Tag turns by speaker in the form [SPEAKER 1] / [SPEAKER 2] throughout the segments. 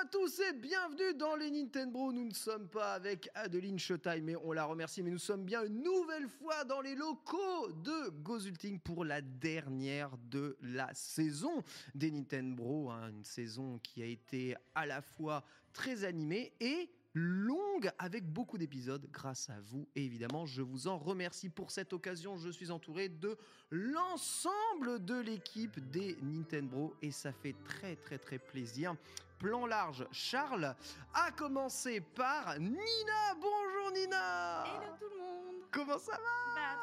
[SPEAKER 1] à tous et bienvenue dans les Nintendo. Nous ne sommes pas avec Adeline Chetaille, mais on la remercie. Mais nous sommes bien une nouvelle fois dans les locaux de Gozulting pour la dernière de la saison des Nintendo. hein, une saison qui a été à la fois très animée et longue avec beaucoup d'épisodes grâce à vous. Et évidemment, je vous en remercie pour cette occasion. Je suis entouré de l'ensemble de l'équipe des Nintendo et ça fait très très très plaisir. Plan large, Charles, à commencer par Nina. Bonjour Nina.
[SPEAKER 2] Hello tout le monde
[SPEAKER 1] Comment ça va
[SPEAKER 2] Bah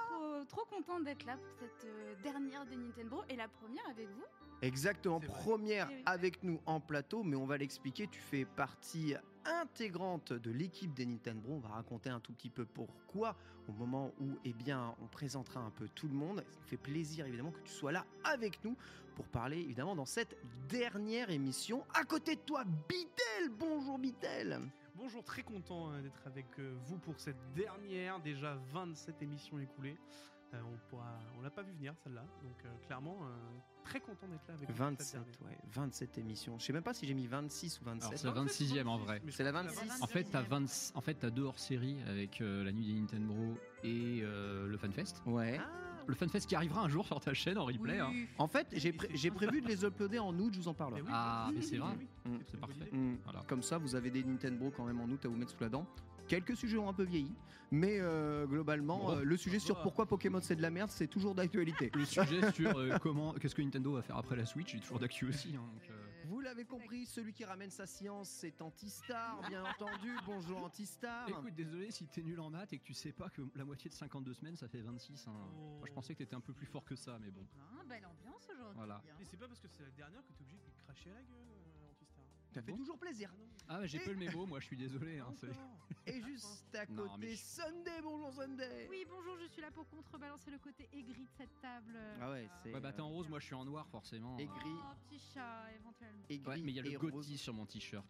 [SPEAKER 2] trop, trop contente d'être là pour cette euh, dernière des Nintendo et la première avec vous.
[SPEAKER 1] Exactement,
[SPEAKER 3] C'est vrai.
[SPEAKER 1] première
[SPEAKER 2] Eh oui.
[SPEAKER 1] avec nous en plateau, mais on va l'expliquer, tu fais partie intégrante de l'équipe des Nintendo, on va raconter un tout petit peu pourquoi au moment où eh bien, on présentera un peu tout le monde. Ça me fait plaisir évidemment que tu sois là avec nous pour parler évidemment dans cette dernière émission. À côté de toi, Bitel, bonjour Bitel.
[SPEAKER 3] Bonjour, très content euh, d'être avec euh, vous pour cette dernière, déjà 27 émissions écoulées. Euh, on pourra, on l'a pas vu venir celle-là, donc euh, clairement euh, très content d'être là avec vous. pour cette
[SPEAKER 1] 27,
[SPEAKER 3] dernière.
[SPEAKER 1] ouais, 27 émissions. Je sais même pas si j'ai mis 26 ou
[SPEAKER 4] Alors,
[SPEAKER 1] 27.
[SPEAKER 4] c'est la 26e en vrai.
[SPEAKER 3] mais je
[SPEAKER 1] C'est la
[SPEAKER 3] crois que
[SPEAKER 1] 26.
[SPEAKER 4] En fait, t'as 20 en fait, t'as deux hors-série avec euh, la nuit des Nintendo et euh, le FunFest.
[SPEAKER 1] Ouais.
[SPEAKER 3] Ah,
[SPEAKER 4] Le FunFest qui arrivera un jour sur ta chaîne en replay. hein.
[SPEAKER 1] En fait, j'ai pré- j'ai prévu de les uploader en août, je vous en parle.
[SPEAKER 3] mais oui,
[SPEAKER 4] Ah,
[SPEAKER 3] oui,
[SPEAKER 4] mais
[SPEAKER 3] oui,
[SPEAKER 4] c'est
[SPEAKER 3] oui,
[SPEAKER 4] vrai.
[SPEAKER 3] oui,
[SPEAKER 1] Mm.
[SPEAKER 3] c'est une bonne idée.
[SPEAKER 1] Mm.
[SPEAKER 4] Voilà.
[SPEAKER 1] Comme ça, vous avez des Nintendo quand même en août à vous mettre sous la dent. Quelques sujets ont un peu vieilli, mais euh, globalement,
[SPEAKER 4] Bon,
[SPEAKER 1] euh, le sujet
[SPEAKER 3] ça
[SPEAKER 1] sur
[SPEAKER 3] va.
[SPEAKER 1] pourquoi Pokémon c'est de la merde, c'est toujours d'actualité.
[SPEAKER 4] Le sujet sur euh, comment, qu'est-ce que Nintendo va faire après la Switch, j'ai toujours d'actu aussi. hein, donc, euh,
[SPEAKER 1] Vous l'avez compris, celui qui ramène sa science, c'est Antistar, bien entendu. Bonjour Antistar.
[SPEAKER 4] Écoute, désolé si t'es nul en maths et que tu sais pas que la moitié de 52 semaines ça fait 26. hein. Moi, je pensais que t'étais un peu plus fort que ça, mais bon.
[SPEAKER 5] Ah, belle ambiance aujourd'hui.
[SPEAKER 4] Voilà.
[SPEAKER 5] hein.
[SPEAKER 3] Mais c'est pas parce que c'est la dernière que t'es obligé de lui cracher à la gueule, euh, Antistar.
[SPEAKER 1] Ça fait
[SPEAKER 4] bon
[SPEAKER 1] toujours plaisir.
[SPEAKER 3] Ah non, mais-
[SPEAKER 4] Ah, mais j'ai
[SPEAKER 1] Et-
[SPEAKER 4] peu le mémo, moi je suis désolé. hein,
[SPEAKER 3] Ah,
[SPEAKER 4] c'est-
[SPEAKER 3] d'accord.
[SPEAKER 1] Et juste à
[SPEAKER 4] Non,
[SPEAKER 1] côté,
[SPEAKER 4] mais je-
[SPEAKER 1] Sunday, bonjour Sunday.
[SPEAKER 5] Oui, bonjour, je suis là pour contrebalancer le côté aigri de cette table. euh,
[SPEAKER 1] Ah ouais,
[SPEAKER 5] voilà.
[SPEAKER 1] c'est-
[SPEAKER 4] Ouais, bah t'es en rose, moi je suis en noir forcément.
[SPEAKER 1] Et
[SPEAKER 4] hein.
[SPEAKER 1] gris.
[SPEAKER 5] Oh, petit chat, éventuellement.
[SPEAKER 1] Et gris
[SPEAKER 4] Ouais, mais il y a
[SPEAKER 1] et
[SPEAKER 4] le
[SPEAKER 1] rose.
[SPEAKER 4] Gotti sur mon t-shirt.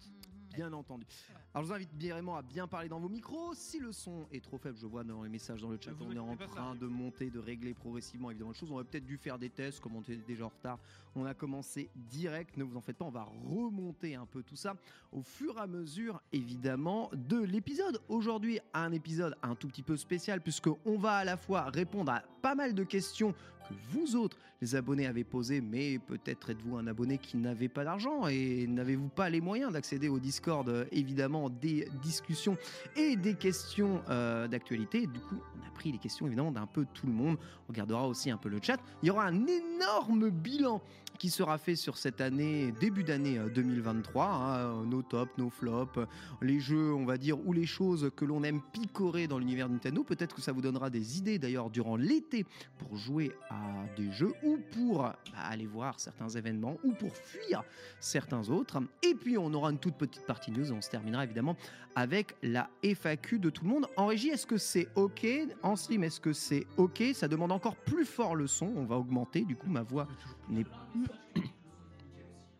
[SPEAKER 1] Bien entendu. Alors je vous invite bien vraiment à bien parler dans vos micros. Si le son est trop faible, je vois dans les messages dans le chat,
[SPEAKER 3] Ne vous
[SPEAKER 1] on est en
[SPEAKER 3] inquiétez pas, ça
[SPEAKER 1] train
[SPEAKER 3] arrive.
[SPEAKER 1] de monter, de régler progressivement évidemment les choses. On aurait peut-être dû faire des tests, comme on était déjà en retard. On a commencé direct, ne vous en faites pas, on va remonter un peu tout ça au fur et à mesure évidemment de l'épisode. Aujourd'hui, un épisode un tout petit peu spécial puisque on va à la fois répondre à pas mal de questions que vous autres, les abonnés, avez posées, mais peut-être êtes-vous un abonné qui n'avait pas d'argent et n'avez-vous pas les moyens d'accéder au Discord, euh, évidemment, des discussions et des questions euh, d'actualité. Du coup, on a pris les questions évidemment d'un peu tout le monde. On regardera aussi un peu le chat. Il y aura un énorme bilan qui sera fait sur cette année, début d'année euh, 2023. hein, nos tops, nos flops, euh, les jeux, on va dire, ou les choses que l'on aime picorer dans l'univers Nintendo. Peut-être que ça vous donnera des idées d'ailleurs durant l'été pour jouer à des jeux ou pour bah, aller voir certains événements ou pour fuir certains autres. Et puis on aura une toute petite partie news et on se terminera évidemment avec la FAQ de tout le monde. En régie, est-ce que c'est OK En stream, est-ce que c'est OK Ça demande encore plus fort le son. On va augmenter. Du coup, ma voix n'est Mm.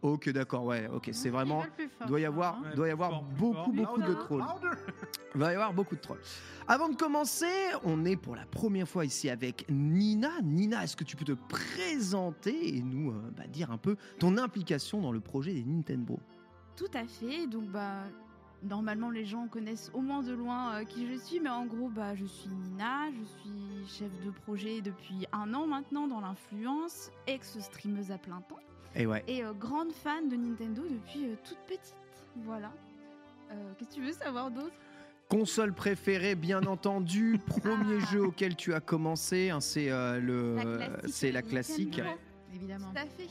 [SPEAKER 1] Ok, d'accord, ouais, ok, c'est vraiment.
[SPEAKER 6] rigole plus fort,
[SPEAKER 1] Doit y avoir,
[SPEAKER 3] hein.
[SPEAKER 1] doit y avoir
[SPEAKER 3] Ouais, plus fort,
[SPEAKER 1] beaucoup,
[SPEAKER 3] plus
[SPEAKER 1] beaucoup de
[SPEAKER 6] fort.
[SPEAKER 1] trolls. Il va y avoir beaucoup de trolls. Avant de commencer, on est pour la première fois ici avec Nina. Nina, est-ce que tu peux te présenter et nous euh, bah, dire un peu ton implication dans le projet des Nintendo
[SPEAKER 2] Tout à fait. Donc, bah, normalement, les gens connaissent au moins de loin euh, qui je suis, mais en gros, bah, je suis Nina, je suis chef de projet depuis un an maintenant dans l'influence, ex-streameuse à plein temps
[SPEAKER 1] Et Eh ouais.
[SPEAKER 2] et euh, grande fan de Nintendo depuis euh, toute petite. Voilà. Euh, Qu'est-ce que tu veux savoir d'autre
[SPEAKER 1] Console préférée, bien entendu. Premier jeu auquel tu as commencé, hein, c'est euh, le, c'est la classique.
[SPEAKER 2] Nintendo.
[SPEAKER 6] Évidemment.
[SPEAKER 2] Tout à fait.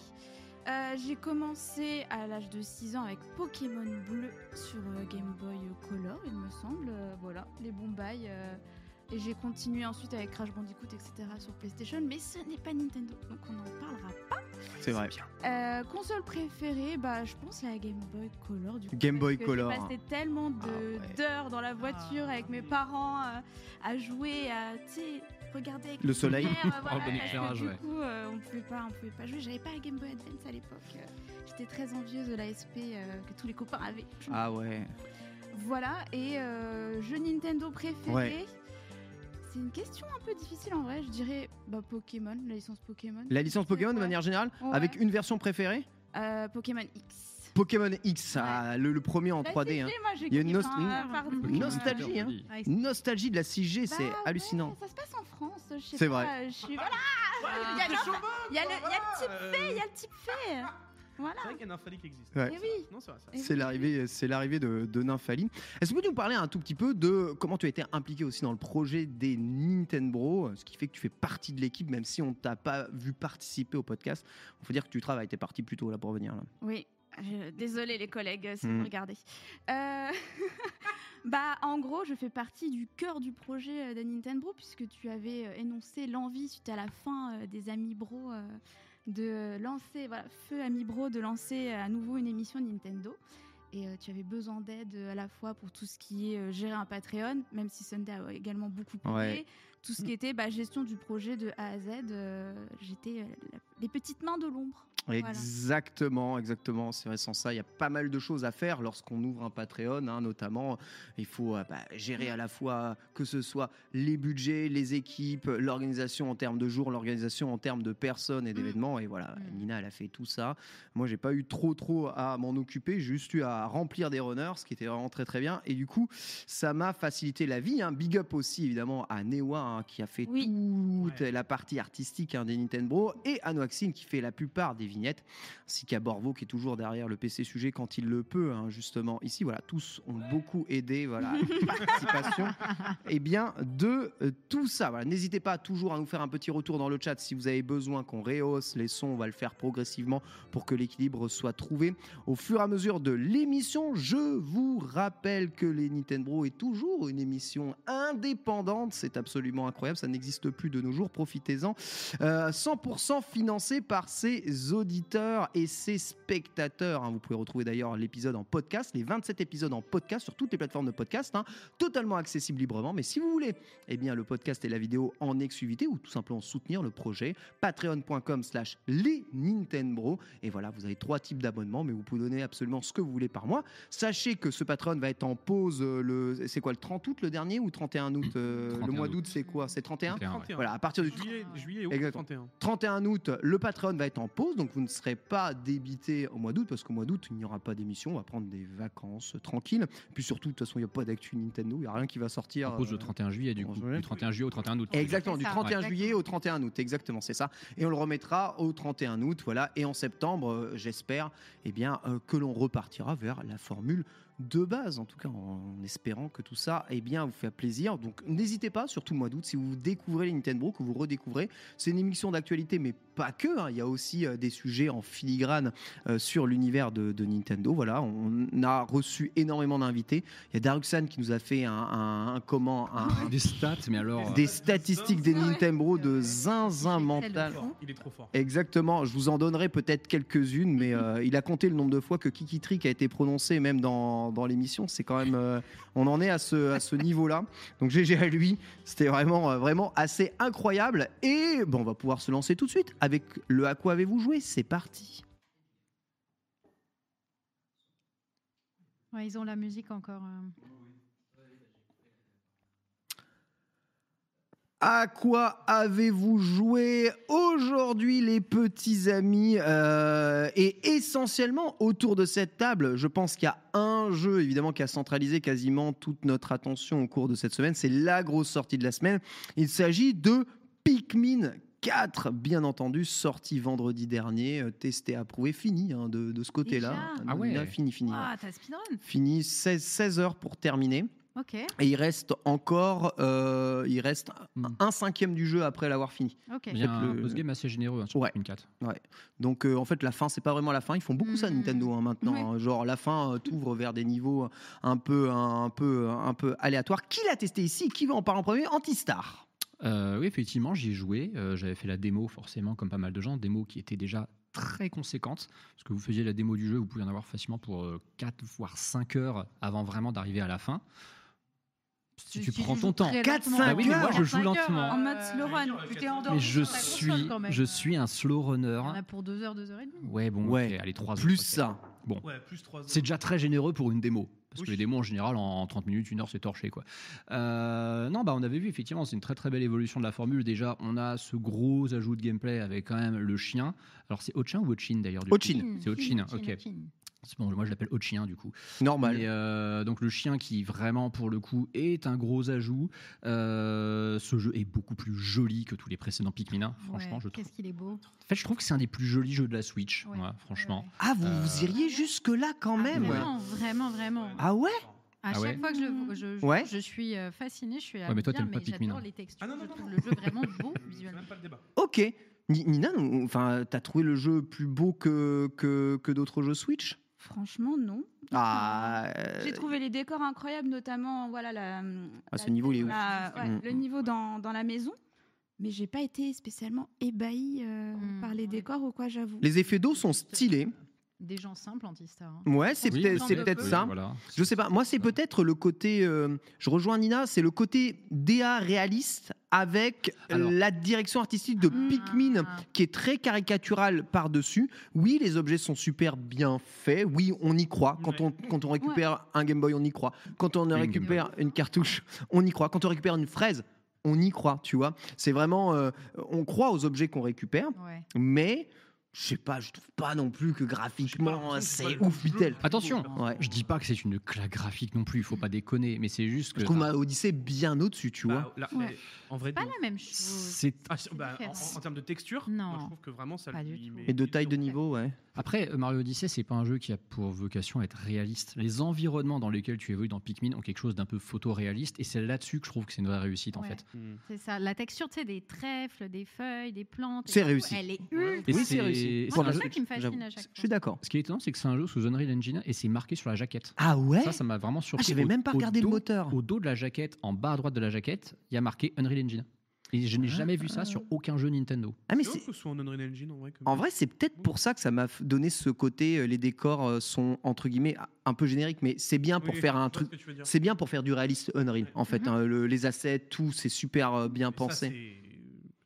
[SPEAKER 2] Euh, j'ai commencé à l'âge de 6 ans avec Pokémon Bleu sur euh, Game Boy Color, il me semble. Euh, voilà, les bons bails. euh, et j'ai continué ensuite avec Crash Bandicoot, etc. sur PlayStation, mais ce n'est pas Nintendo, donc on n'en parlera pas.
[SPEAKER 1] C'est vrai.
[SPEAKER 2] Euh, console préférée, bah, je pense à la Game Boy Color. Du coup,
[SPEAKER 1] Game
[SPEAKER 2] parce
[SPEAKER 1] Boy
[SPEAKER 2] que
[SPEAKER 1] Color.
[SPEAKER 2] J'ai passé tellement de-
[SPEAKER 1] Ah ouais. Ah.
[SPEAKER 2] d'heures dans la voiture avec mes parents euh, à jouer, à tu sais, regarder avec
[SPEAKER 1] Le
[SPEAKER 2] mon
[SPEAKER 1] soleil.
[SPEAKER 2] père, euh, voilà,
[SPEAKER 4] Oh, bon
[SPEAKER 2] parce que
[SPEAKER 4] éclairage,
[SPEAKER 2] du
[SPEAKER 4] ouais.
[SPEAKER 2] coup, euh, on pouvait pas, on pouvait pas jouer. J'avais pas la Game Boy Advance à l'époque. euh, J'étais très envieuse de l'ASP euh, que tous les copains avaient. Je me
[SPEAKER 1] Ah ouais.
[SPEAKER 2] voilà, et euh, jeu Nintendo préféré
[SPEAKER 1] Ouais.
[SPEAKER 2] C'est une question un peu difficile en vrai, je dirais bah, Pokémon, la licence Pokémon.
[SPEAKER 1] La licence Pokémon de
[SPEAKER 2] Ouais.
[SPEAKER 1] manière générale,
[SPEAKER 2] Ouais.
[SPEAKER 1] avec une version préférée
[SPEAKER 2] Euh, Pokémon X.
[SPEAKER 1] Pokémon X, ah, le, le premier en
[SPEAKER 2] Là,
[SPEAKER 1] 3D.
[SPEAKER 2] c'est
[SPEAKER 1] hein.
[SPEAKER 2] fait, moi, j'ai
[SPEAKER 1] Il y a une
[SPEAKER 2] kiffé,
[SPEAKER 1] nost-
[SPEAKER 2] hein,
[SPEAKER 6] une-
[SPEAKER 2] pardon.
[SPEAKER 1] une nostalgie, hein.
[SPEAKER 6] Ouais, c'est-
[SPEAKER 1] Nostalgie de la 6G,
[SPEAKER 2] Bah
[SPEAKER 1] c'est
[SPEAKER 2] ouais,
[SPEAKER 1] hallucinant.
[SPEAKER 2] Ça se passe en France, je sais
[SPEAKER 1] C'est
[SPEAKER 2] pas,
[SPEAKER 1] vrai.
[SPEAKER 2] euh, Je suis... Voilà
[SPEAKER 3] Ah,
[SPEAKER 2] Il y a l'enfant- il y a le il y a le type fait, il y a le type fait Voilà
[SPEAKER 3] Euh, C'est vrai qu'il y a Nymphalie qui existe.
[SPEAKER 1] Ouais.
[SPEAKER 2] Eh oui.
[SPEAKER 3] Non, c'est vrai, ça.
[SPEAKER 2] Et-
[SPEAKER 1] C'est l'arrivée, c'est l'arrivée de, de Nymphalie. Est-ce que vous pouvez nous parler un tout petit peu de comment tu as été impliqué aussi dans le projet des Nintendo, ce qui fait que tu fais partie de l'équipe, même si on t'a pas vu participer au podcast. Il faut dire que tu travailles, t'es parti plus tôt là pour venir là.
[SPEAKER 2] Oui, je- désolée les collègues euh, si
[SPEAKER 1] Mm.
[SPEAKER 2] vous regardez. Euh, bah, en gros, je fais partie du cœur du projet euh, de Nintendo puisque tu avais euh, énoncé l'envie suite à la fin euh, des Amibro euh, de lancer, voilà, feu Amibro de lancer euh, à nouveau une émission Nintendo. Et euh, tu avais besoin d'aide euh, à la fois pour tout ce qui est euh, gérer un Patreon, même si Sunday a également beaucoup payé,
[SPEAKER 1] Ouais.
[SPEAKER 2] tout ce qui était bah, gestion du projet de A à Z. euh, J'étais euh, la- les petites mains de l'ombre. Voilà.
[SPEAKER 1] Exactement, exactement. C'est vrai, sans ça, il y a pas mal de choses à faire lorsqu'on ouvre un Patreon, hein, notamment. Il faut euh, bah, gérer à la fois que ce soit les budgets, les équipes, l'organisation en termes de jours, l'organisation en termes de personnes et d'événements. Et voilà,
[SPEAKER 6] Mm.
[SPEAKER 1] Nina, elle a fait tout ça. Moi, j'ai pas eu trop, trop à m'en occuper. J'ai juste eu à remplir des runners, ce qui était vraiment très, très bien. Et du coup, ça m'a facilité la vie. hein. Big up aussi, évidemment, à Newa, hein, qui a fait
[SPEAKER 2] Oui.
[SPEAKER 1] toute
[SPEAKER 3] Ouais.
[SPEAKER 1] la partie artistique hein, des Nintendo, et à Noaxine, qui fait la plupart des vignettes, ainsi qu'à Borvo, qui est toujours derrière le PC sujet quand il le peut, hein, justement. Ici, voilà, tous ont beaucoup aidé, voilà, à la participation eh bien, de euh, tout ça. Voilà, n'hésitez pas toujours à nous faire un petit retour dans le chat si vous avez besoin qu'on rehausse les sons. On va le faire progressivement pour que l'équilibre soit trouvé au fur et à mesure de l'émission. Je vous rappelle que les Nintendo est toujours une émission indépendante. C'est absolument incroyable. Ça n'existe plus de nos jours. Profitez-en. Euh, 100% financé par ses auditeurs et ses spectateurs. hein. Vous pouvez retrouver d'ailleurs l'épisode en podcast, les 27 épisodes en podcast sur toutes les plateformes de podcast. hein totalement accessible librement. Mais si vous voulez, eh bien, le podcast et la vidéo en exclusivité ou tout simplement soutenir le projet, patreon.com slash les Nintendo. Et voilà, vous avez trois types d'abonnements, mais vous pouvez donner absolument ce que vous voulez par mois. Sachez que ce Patreon va être en pause euh, le, c'est quoi, le 30 août le dernier ou 31 août euh,
[SPEAKER 4] 31
[SPEAKER 1] Le mois d'août,
[SPEAKER 4] août.
[SPEAKER 1] c'est quoi C'est 31
[SPEAKER 4] 31, ouais.
[SPEAKER 1] Voilà, à partir du
[SPEAKER 3] Juillet, juillet août,
[SPEAKER 1] Exactement.
[SPEAKER 3] 31.
[SPEAKER 1] 31 août, le Patreon va être en pause, donc vous ne serez pas débité au mois d'août, parce qu'au mois d'août, il n'y aura pas d'émission, on va prendre des vacances euh, tranquilles. Puis surtout, de toute façon, il n'y a pas d'actu Nintendo, il n'y a rien qui va sortir.
[SPEAKER 4] On pose
[SPEAKER 1] euh,
[SPEAKER 4] le 31 juillet, du
[SPEAKER 1] on
[SPEAKER 4] coup.
[SPEAKER 1] se met-
[SPEAKER 4] Du 31 juillet au 31 août.
[SPEAKER 1] Exactement, du
[SPEAKER 6] C'est ça,
[SPEAKER 1] 31
[SPEAKER 6] ouais.
[SPEAKER 1] juillet au 31 août, exactement, c'est ça. Et on le remettra au 31 août, voilà. Et en septembre, euh, j'espère, eh bien, euh, que l'on repartira vers la formule de base, en tout cas, en espérant que tout ça eh bien, vous fait plaisir. Donc n'hésitez pas, surtout le mois d'août, si vous découvrez les Nintendo, que vous redécouvrez. C'est une émission d'actualité, mais pas que. hein. Il y a aussi euh, des sujets en filigrane euh, sur l'univers de, de Nintendo. Voilà, on a reçu énormément d'invités. Il y a Daruxan qui nous a fait un, un- un comment un- un-
[SPEAKER 4] Des stats, mais alors.
[SPEAKER 1] des statistiques des
[SPEAKER 5] Ouais.
[SPEAKER 1] Nintendo de zinzin
[SPEAKER 5] Excel
[SPEAKER 1] mental.
[SPEAKER 5] fond.
[SPEAKER 3] Il est trop fort.
[SPEAKER 1] Exactement, je vous en donnerai peut-être quelques-unes, mais euh, il a compté le nombre de fois que Kiki Trick a été prononcé, même dans, dans l'émission. C'est quand même. euh, on en est à ce, à ce niveau-là. Donc GG à lui, c'était vraiment, euh, vraiment assez incroyable. Et bon, on va pouvoir se lancer tout de suite avec le À quoi avez-vous joué C'est parti.
[SPEAKER 5] Ouais, ils ont la musique encore. euh.
[SPEAKER 1] À quoi avez-vous joué aujourd'hui, les petits amis Euh, Et essentiellement, autour de cette table, je pense qu'il y a un jeu, évidemment, qui a centralisé quasiment toute notre attention au cours de cette semaine. C'est la grosse sortie de la semaine. Il s'agit de Pikmin 4, bien entendu, sorti vendredi dernier, euh, testé, approuvé, fini hein, de, de ce côté-là.
[SPEAKER 5] Déjà
[SPEAKER 4] Ah ouais.
[SPEAKER 1] Nina, Fini, fini.
[SPEAKER 5] Ouah, t'as speedrun
[SPEAKER 1] Fini, 16, 16 heures pour terminer.
[SPEAKER 5] Ok,
[SPEAKER 1] Et il reste encore, euh, il reste
[SPEAKER 4] Hmm.
[SPEAKER 1] un cinquième du jeu après l'avoir fini.
[SPEAKER 5] ok.
[SPEAKER 4] Il y a
[SPEAKER 1] Peut-être
[SPEAKER 4] un
[SPEAKER 1] le-
[SPEAKER 4] post-game assez généreux hein, sur
[SPEAKER 1] Ouais.
[SPEAKER 4] Pikmin 4.
[SPEAKER 1] Donc euh, en fait la fin c'est pas vraiment la fin, ils font beaucoup ça
[SPEAKER 2] Hmm.
[SPEAKER 5] Mhm.
[SPEAKER 1] Nintendo hein, maintenant,
[SPEAKER 5] Ouais.
[SPEAKER 1] hein. genre la fin euh, t'ouvre vers des niveaux un peu un peu un peu aléatoires. Qui l'a testé ici Qui va en parler en premier Antistar.
[SPEAKER 4] Euh, oui, effectivement, j'y ai joué. Euh, J'avais fait la démo, forcément, comme pas mal de gens. Démo qui était déjà très conséquente. Parce que vous faisiez la démo du jeu, vous pouvez en avoir facilement pour 4 voire 5 heures avant vraiment d'arriver à la fin. Si tu prends ton
[SPEAKER 5] joues
[SPEAKER 4] temps. Ah
[SPEAKER 5] très
[SPEAKER 1] 4,
[SPEAKER 5] lentement.
[SPEAKER 1] cinq Bah oui, mais moi, heures.
[SPEAKER 4] je joue
[SPEAKER 5] Cinq heures,
[SPEAKER 4] lentement.
[SPEAKER 5] euh,
[SPEAKER 2] En mode slow run.
[SPEAKER 5] Tu t'es endormi
[SPEAKER 4] Mais je
[SPEAKER 5] sur la console,
[SPEAKER 4] suis,
[SPEAKER 5] quand même.
[SPEAKER 4] je suis un slow runner.
[SPEAKER 5] Il y en a pour 2 heures, 2 heures et demie.
[SPEAKER 4] Ouais, bon,
[SPEAKER 1] Ouais.
[SPEAKER 4] ok, allez, 3
[SPEAKER 1] Plus ça.
[SPEAKER 3] Ouais, plus 3
[SPEAKER 4] C'est déjà très généreux pour une démo. Parce
[SPEAKER 3] Oui.
[SPEAKER 4] que les démos, en général, en 30 minutes, une heure, c'est torché. Quoi. Euh, non, bah, on avait vu, effectivement, c'est une très très belle évolution de la formule. Déjà, on a ce gros ajout de gameplay avec quand même le chien. Alors, c'est Ochin ou Ochin d'ailleurs du coup
[SPEAKER 1] Ochin.
[SPEAKER 4] C'est Ochin, ok. C'est Bon, moi, je l'appelle Ochien, du coup.
[SPEAKER 1] Normal.
[SPEAKER 4] Mais, euh, donc le chien qui vraiment pour le coup est un gros ajout. Euh, ce jeu est beaucoup plus joli que tous les précédents Pikmin. hein, franchement, je trouve.
[SPEAKER 5] Qu'est-ce qu'il est beau.
[SPEAKER 4] En fait, je trouve que c'est un des plus jolis jeux de la Switch.
[SPEAKER 5] Ouais.
[SPEAKER 4] moi, franchement.
[SPEAKER 1] Ah vous,
[SPEAKER 4] Euh.
[SPEAKER 1] vous iriez jusque là quand même.
[SPEAKER 5] Vraiment, vraiment, vraiment.
[SPEAKER 1] Ah ouais
[SPEAKER 5] À
[SPEAKER 4] Ah
[SPEAKER 5] chaque
[SPEAKER 4] ouais
[SPEAKER 5] fois que je le vois, je, je-
[SPEAKER 1] Ouais.
[SPEAKER 5] je suis euh, fascinée, je suis là.
[SPEAKER 4] Ouais, mais toi, t'aimes pas Pikmin,
[SPEAKER 5] J'adore
[SPEAKER 4] hein.
[SPEAKER 5] les textures.
[SPEAKER 3] Ah non, non,
[SPEAKER 5] je
[SPEAKER 3] non,
[SPEAKER 5] trouve
[SPEAKER 3] non.
[SPEAKER 5] le jeu vraiment beau
[SPEAKER 3] C'est
[SPEAKER 5] visuellement.
[SPEAKER 3] même pas le débat.
[SPEAKER 1] Ok. Ni- Nina, nous- enfin t'as trouvé le jeu plus beau que que, que d'autres jeux Switch
[SPEAKER 2] Franchement, non.
[SPEAKER 1] Ah. euh,
[SPEAKER 2] J'ai trouvé les décors incroyables, notamment voilà la. la-
[SPEAKER 1] ce niveau, il est ouf.
[SPEAKER 2] la- ouais,
[SPEAKER 1] Mm,
[SPEAKER 2] Le
[SPEAKER 1] mm.
[SPEAKER 2] niveau dans, dans la maison, mais j'ai pas été spécialement ébahie euh,
[SPEAKER 5] Mm.
[SPEAKER 2] par les décors ou quoi, j'avoue.
[SPEAKER 1] Les effets d'eau sont stylés.
[SPEAKER 5] Des gens simples, Antistar. hein.
[SPEAKER 1] Ouais, c'est
[SPEAKER 5] Oui,
[SPEAKER 1] peut-être
[SPEAKER 5] mais-
[SPEAKER 1] c'est peut-être
[SPEAKER 5] Oui,
[SPEAKER 1] ça.
[SPEAKER 4] voilà.
[SPEAKER 1] Je sais pas, moi c'est peut-être le côté, euh, je rejoins Nina, c'est le côté DA réaliste avec
[SPEAKER 4] Alors.
[SPEAKER 1] la direction artistique de
[SPEAKER 5] Ah.
[SPEAKER 1] Pikmin qui est très caricaturale par-dessus. Oui, les objets sont super bien faits, oui, on y croit. Quand,
[SPEAKER 3] Ouais.
[SPEAKER 1] on, quand on récupère un Game Boy, on y croit. Quand on
[SPEAKER 4] Game
[SPEAKER 1] récupère une cartouche, on y croit. Quand on récupère une fraise, on y croit, tu vois. C'est vraiment, euh, on croit aux objets qu'on récupère,
[SPEAKER 5] Ouais.
[SPEAKER 1] mais je sais pas, je trouve pas non plus que graphiquement
[SPEAKER 3] l'impression que
[SPEAKER 1] Ah, c'est
[SPEAKER 3] pas le
[SPEAKER 1] ouf,
[SPEAKER 3] jeu
[SPEAKER 1] Bitel.
[SPEAKER 3] le plus
[SPEAKER 4] Attention.
[SPEAKER 3] beau.
[SPEAKER 1] Ouais.
[SPEAKER 4] Je dis pas que c'est une claque graphique non plus. Il faut pas déconner. Mais c'est juste que.
[SPEAKER 1] Je trouve ma Odyssey bien au-dessus, tu vois.
[SPEAKER 3] Bah, là,
[SPEAKER 2] Ouais.
[SPEAKER 3] mais En vrai,
[SPEAKER 5] Pas
[SPEAKER 3] de-
[SPEAKER 5] la même chose.
[SPEAKER 4] C'est
[SPEAKER 3] Ah, si, bah, en,
[SPEAKER 5] différent.
[SPEAKER 3] en- en termes de texture, moi, je
[SPEAKER 5] Non.
[SPEAKER 3] trouve que vraiment ça
[SPEAKER 5] Pas
[SPEAKER 3] lui
[SPEAKER 5] du tout.
[SPEAKER 3] met-
[SPEAKER 1] Et de
[SPEAKER 3] lui met
[SPEAKER 1] taille de
[SPEAKER 3] au-
[SPEAKER 1] niveau, ouais.
[SPEAKER 4] Après, euh, Mario Odyssey, c'est pas un jeu qui a pour vocation à être réaliste. Les environnements dans lesquels tu évolues dans Pikmin ont quelque chose d'un peu photoréaliste, et c'est là-dessus que je trouve que c'est une vraie réussite en
[SPEAKER 5] Ouais.
[SPEAKER 4] fait.
[SPEAKER 1] Hmm.
[SPEAKER 5] C'est ça. La texture, tu sais, des trèfles, des feuilles, des plantes. et
[SPEAKER 1] C'est
[SPEAKER 5] tout,
[SPEAKER 1] réussi.
[SPEAKER 5] Elle est ultra.
[SPEAKER 4] Et
[SPEAKER 1] Oui,
[SPEAKER 4] c'est-
[SPEAKER 1] c'est réussi.
[SPEAKER 4] c'est
[SPEAKER 5] Moi,
[SPEAKER 4] un
[SPEAKER 5] Ah, c'est
[SPEAKER 4] jeu-
[SPEAKER 5] ça qui me fascine
[SPEAKER 1] J'avoue,
[SPEAKER 5] à chaque fois.
[SPEAKER 1] Je suis d'accord.
[SPEAKER 4] Ce qui est étonnant, c'est que c'est un jeu sous Unreal Engine et c'est marqué sur la jaquette.
[SPEAKER 1] Ah ouais
[SPEAKER 4] Ça, ça m'a vraiment surpris.
[SPEAKER 1] Ah, J'avais
[SPEAKER 4] Au-
[SPEAKER 1] même pas
[SPEAKER 4] au
[SPEAKER 1] regardé le
[SPEAKER 4] dos-
[SPEAKER 1] moteur.
[SPEAKER 4] Au dos de la jaquette, en bas à droite de la jaquette, il y a marqué Unreal Engine. Et je n'ai jamais vu ça sur aucun jeu Nintendo.
[SPEAKER 1] Ah mais
[SPEAKER 3] C'est
[SPEAKER 1] c'est-
[SPEAKER 3] que ce soit en Unreal Engine en vrai. que-
[SPEAKER 1] en vrai, c'est peut-être pour ça que ça m'a f- donné ce côté. euh, Les décors euh, sont entre guillemets un peu génériques, mais c'est bien pour
[SPEAKER 3] Oui,
[SPEAKER 1] faire
[SPEAKER 3] je vois
[SPEAKER 1] un
[SPEAKER 3] ce
[SPEAKER 1] truc.
[SPEAKER 3] que tu veux dire.
[SPEAKER 1] C'est bien pour faire du réaliste Unreal. En fait,
[SPEAKER 5] Mhm.
[SPEAKER 1] hein, le- les assets, tout, c'est super euh, bien
[SPEAKER 3] Mais ça,
[SPEAKER 1] pensé.
[SPEAKER 3] c'est-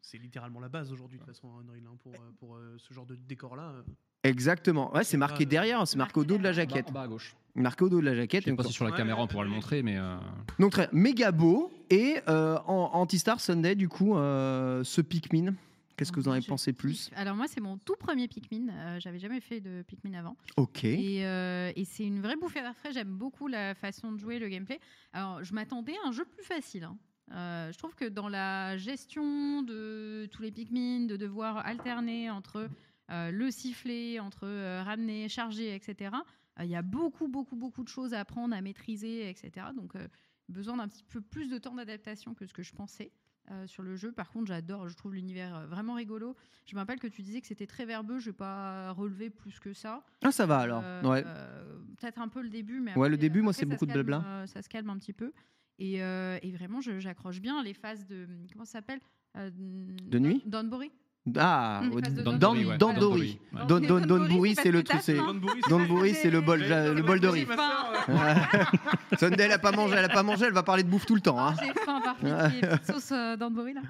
[SPEAKER 3] C'est littéralement la base aujourd'hui de toute façon Unreal hein, pour, euh, pour euh, ce genre de décor là.
[SPEAKER 1] Exactement. Ouais, c'est
[SPEAKER 3] C'est
[SPEAKER 1] marqué
[SPEAKER 3] pas, euh,
[SPEAKER 1] derrière. C'est marqué au dos de la
[SPEAKER 4] En bas,
[SPEAKER 1] jaquette.
[SPEAKER 4] en bas à gauche.
[SPEAKER 1] Marqué au dos de la
[SPEAKER 4] Je
[SPEAKER 1] jaquette.
[SPEAKER 4] sais
[SPEAKER 1] donc-
[SPEAKER 4] pas si sur la
[SPEAKER 3] Ouais,
[SPEAKER 4] caméra
[SPEAKER 3] ouais,
[SPEAKER 4] on pourra le
[SPEAKER 3] ouais.
[SPEAKER 4] montrer, mais. euh,
[SPEAKER 1] Donc très méga beau et euh, en anti-star Sunday du coup euh, ce Pikmin. Qu'est-ce que vous en avez
[SPEAKER 5] Je
[SPEAKER 1] pensé plus
[SPEAKER 5] kiffe. Alors moi, c'est mon tout premier Pikmin. Euh, J'avais jamais fait de Pikmin avant.
[SPEAKER 1] Ok.
[SPEAKER 5] Et, euh, et c'est une vraie bouffée d'air frais. J'aime beaucoup la façon de jouer, le gameplay. Alors, je m'attendais à un jeu plus facile. hein. Euh, je trouve que dans la gestion de tous les Pikmin, de devoir alterner entre euh, le sifflet, entre euh, ramener, charger, etc. Euh, Il y a beaucoup, beaucoup, beaucoup de choses à apprendre, à maîtriser, etc. Donc, euh, besoin d'un petit peu plus de temps d'adaptation que ce que je pensais. euh, sur le jeu, par contre, j'adore, je trouve l'univers euh, vraiment rigolo. Je me rappelle que tu disais que c'était très verbeux, je vais pas relever plus que ça.
[SPEAKER 1] Ah, ça va alors.
[SPEAKER 5] Euh,
[SPEAKER 1] Ouais.
[SPEAKER 5] euh, Peut-être un peu le début, mais.
[SPEAKER 1] Ouais, le début, moi,
[SPEAKER 5] après,
[SPEAKER 1] c'est
[SPEAKER 5] ça
[SPEAKER 1] beaucoup
[SPEAKER 5] se
[SPEAKER 1] de
[SPEAKER 5] calme,
[SPEAKER 1] blabla.
[SPEAKER 5] euh, ça se calme un petit peu. Et, euh, et vraiment, je- j'accroche bien les phases de. Comment ça s'appelle Euh,
[SPEAKER 1] De nuit
[SPEAKER 5] Danbury.
[SPEAKER 1] Ah,
[SPEAKER 5] Mm.
[SPEAKER 1] au-
[SPEAKER 5] Face de
[SPEAKER 1] Don-
[SPEAKER 5] Don- Don- Don-
[SPEAKER 1] Dandori.
[SPEAKER 5] Don-
[SPEAKER 1] Don-
[SPEAKER 5] Mais
[SPEAKER 1] Don- Don-
[SPEAKER 5] Don- Don-
[SPEAKER 1] Bourri, c'est le
[SPEAKER 5] parce
[SPEAKER 1] truc.
[SPEAKER 5] que
[SPEAKER 1] c'est-
[SPEAKER 5] t'as faim.
[SPEAKER 1] Don Bourri, c'est le bol,
[SPEAKER 3] J'allais
[SPEAKER 1] le
[SPEAKER 3] dire,
[SPEAKER 1] bol de
[SPEAKER 3] Don
[SPEAKER 1] riz.
[SPEAKER 3] Bourri, ma sœur, euh,
[SPEAKER 1] Sunday, elle a pas mangé, elle a pas mangé, elle va parler de bouffe tout le temps. hein.
[SPEAKER 5] Ah, J'ai faim par pitié, petite sauce euh, Danbury là.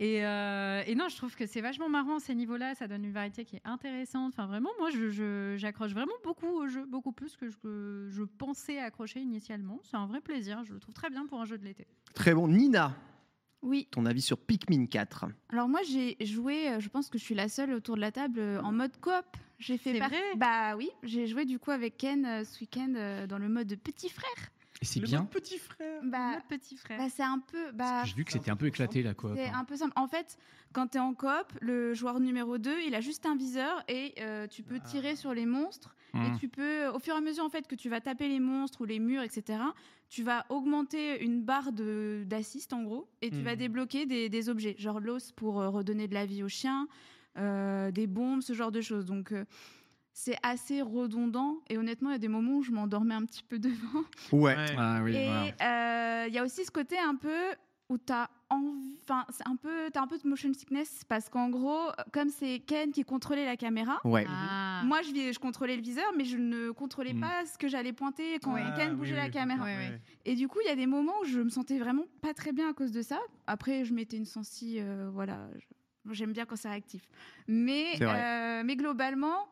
[SPEAKER 5] Et, euh, et non, je trouve que c'est vachement marrant ces niveaux-là, ça donne une variété qui est intéressante. Enfin, vraiment, moi, je- je- j'accroche vraiment beaucoup au jeu, beaucoup plus que je, que je pensais accrocher initialement. C'est un vrai plaisir, je le trouve très bien pour un jeu de l'été.
[SPEAKER 1] Très bon. Nina,
[SPEAKER 2] Oui,
[SPEAKER 1] ton avis sur Pikmin 4
[SPEAKER 2] alors moi j'ai joué, euh, je pense que je suis la seule autour de la table euh, en mode coop. J'ai fait
[SPEAKER 5] C'est
[SPEAKER 2] par-
[SPEAKER 5] vrai
[SPEAKER 2] Bah oui, j'ai joué du coup avec Ken euh, ce week-end euh, dans le mode de petit frère.
[SPEAKER 4] Et c'est
[SPEAKER 3] le
[SPEAKER 4] bien.
[SPEAKER 3] mot petit frère.
[SPEAKER 2] Bah,
[SPEAKER 5] Notre petit frère.
[SPEAKER 2] bah, c'est un peu. Bah,
[SPEAKER 4] J'ai vu que c'était un peu éclaté la coop.
[SPEAKER 2] C'est
[SPEAKER 4] hein.
[SPEAKER 2] un peu simple. En fait, quand tu es en coop, le joueur numéro 2, il a juste un viseur et euh, tu peux
[SPEAKER 3] Ah.
[SPEAKER 2] tirer sur les monstres.
[SPEAKER 4] Mm.
[SPEAKER 2] Et tu peux, au fur et à mesure en fait, que tu vas taper les monstres ou les murs, etc., tu vas augmenter une barre de- d'assist en gros et tu vas
[SPEAKER 3] Mm.
[SPEAKER 2] débloquer des, des objets, genre l'os pour euh, redonner de la vie au chien, euh, des bombes, ce genre de choses. Donc. euh, c'est assez redondant et honnêtement, il y a des moments où je m'endormais un petit peu devant.
[SPEAKER 1] Ouais. Hmm.
[SPEAKER 3] Ouais.
[SPEAKER 4] Ah oui,
[SPEAKER 2] Et
[SPEAKER 4] voilà.
[SPEAKER 2] euh, il y a aussi ce côté un peu où t'as envie, enfin c'est un peu, t'as un peu de motion sickness parce qu'en gros, comme c'est Ken qui contrôlait la caméra.
[SPEAKER 1] Ouais.
[SPEAKER 5] Ah.
[SPEAKER 2] Moi, je, vis- je contrôlais le viseur, mais je ne contrôlais
[SPEAKER 4] Mm.
[SPEAKER 2] pas ce que j'allais pointer quand
[SPEAKER 5] Ouais.
[SPEAKER 2] Ken
[SPEAKER 3] Ah,
[SPEAKER 2] bougeait
[SPEAKER 3] oui,
[SPEAKER 2] la
[SPEAKER 3] oui,
[SPEAKER 2] caméra.
[SPEAKER 5] Ouais, ouais.
[SPEAKER 2] Et du coup, il y a des moments où je me sentais vraiment pas très bien à cause de ça. Après, je mettais une sensi, euh, voilà, je- j'aime bien quand c'est réactif. Mais,
[SPEAKER 1] C'est vrai.
[SPEAKER 2] euh, mais globalement,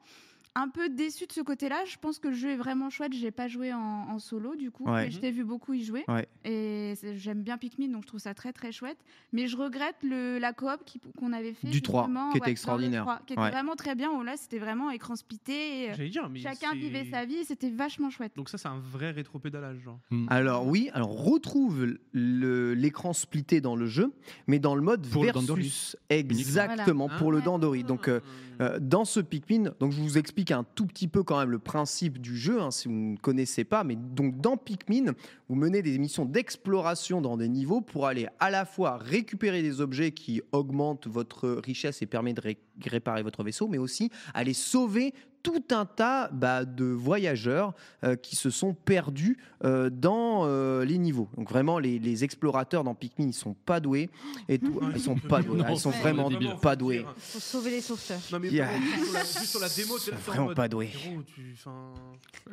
[SPEAKER 2] un peu déçu de ce côté-là. Je pense que le jeu est vraiment chouette. J'ai pas joué en, en solo du coup,
[SPEAKER 1] Ouais.
[SPEAKER 2] mais je t'ai vu beaucoup y jouer.
[SPEAKER 1] Ouais.
[SPEAKER 2] Et c'est- j'aime bien Pikmin, donc je trouve ça très très chouette. Mais je regrette le, la coop qui- qu'on avait fait
[SPEAKER 1] Du 3,
[SPEAKER 2] justement,
[SPEAKER 1] qui était
[SPEAKER 2] dans le
[SPEAKER 1] extraordinaire.
[SPEAKER 2] 3, qui était
[SPEAKER 1] Ouais.
[SPEAKER 2] vraiment très bien. Où là, c'était vraiment écran splitté. et, euh,
[SPEAKER 3] J'allais dire, mais
[SPEAKER 2] Chacun
[SPEAKER 3] c'est-
[SPEAKER 2] vivait sa vie. et C'était vachement chouette.
[SPEAKER 3] Donc ça, c'est un vrai rétropédalage. Genre.
[SPEAKER 4] Hmm.
[SPEAKER 1] Alors oui, alors retrouve le- l'écran splitté dans le jeu, mais dans le mode
[SPEAKER 4] Pour le
[SPEAKER 1] versus.
[SPEAKER 4] Uniquement.
[SPEAKER 1] Exactement,
[SPEAKER 3] Voilà.
[SPEAKER 1] pour le
[SPEAKER 5] Ah.
[SPEAKER 1] Dandori. Donc euh, euh, dans ce Pikmin, donc je vous explique un tout petit peu quand même le principe du jeu, hein, si vous ne connaissez pas. Mais donc dans Pikmin, vous menez des missions d'exploration dans des niveaux pour aller à la fois récupérer des objets qui augmentent votre richesse et permet de ré- réparer votre vaisseau, mais aussi aller sauver tout un tas bah, de voyageurs euh, qui se sont perdus euh, dans euh, les niveaux. Donc vraiment, les, les explorateurs dans Pikmin, ils sont pas doués et tout.
[SPEAKER 3] Ouais,
[SPEAKER 1] Ils sont pas doués.
[SPEAKER 4] Non,
[SPEAKER 1] ils sont
[SPEAKER 4] c'est
[SPEAKER 1] vraiment
[SPEAKER 4] débile.
[SPEAKER 1] pas doués.
[SPEAKER 5] Pour sauver les sauveteurs.
[SPEAKER 3] Non mais
[SPEAKER 1] Yeah.
[SPEAKER 3] vraiment, juste sur la- juste sur la démo, tu es là,
[SPEAKER 1] Ils sont
[SPEAKER 3] t'es en
[SPEAKER 1] vraiment
[SPEAKER 3] mode,
[SPEAKER 1] pas doués.
[SPEAKER 3] Héros, tu, enfin,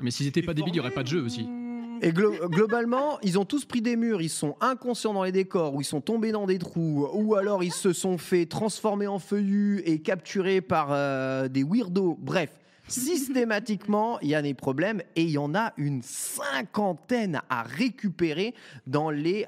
[SPEAKER 4] Mais s'ils étaient
[SPEAKER 3] t'es
[SPEAKER 4] pas débiles, il n'y aurait
[SPEAKER 3] formé
[SPEAKER 4] pas de jeu aussi.
[SPEAKER 3] ou-
[SPEAKER 1] Et glo- globalement, ils ont tous pris des murs, ils sont inconscients dans les décors, ou ils sont tombés dans des trous, ou alors ils se sont fait transformer en feuillus et capturés par euh, des weirdos. Bref, systématiquement, il y a des problèmes et il y en a une cinquantaine à récupérer dans les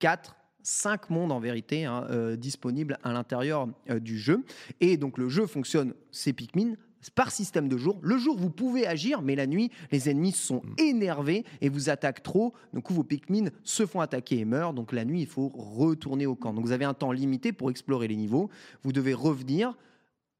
[SPEAKER 1] 4 cinq mondes en vérité hein, euh, disponibles à l'intérieur euh, du jeu. Et donc le jeu fonctionne, c'est Pikmin, par système de jour. Le jour, vous pouvez agir, mais la nuit, les ennemis sont énervés et vous attaquent trop. Du coup, vos Pikmin se font attaquer et meurent. Donc la nuit, il faut retourner au camp. Donc vous avez un temps limité pour explorer les niveaux. Vous devez revenir.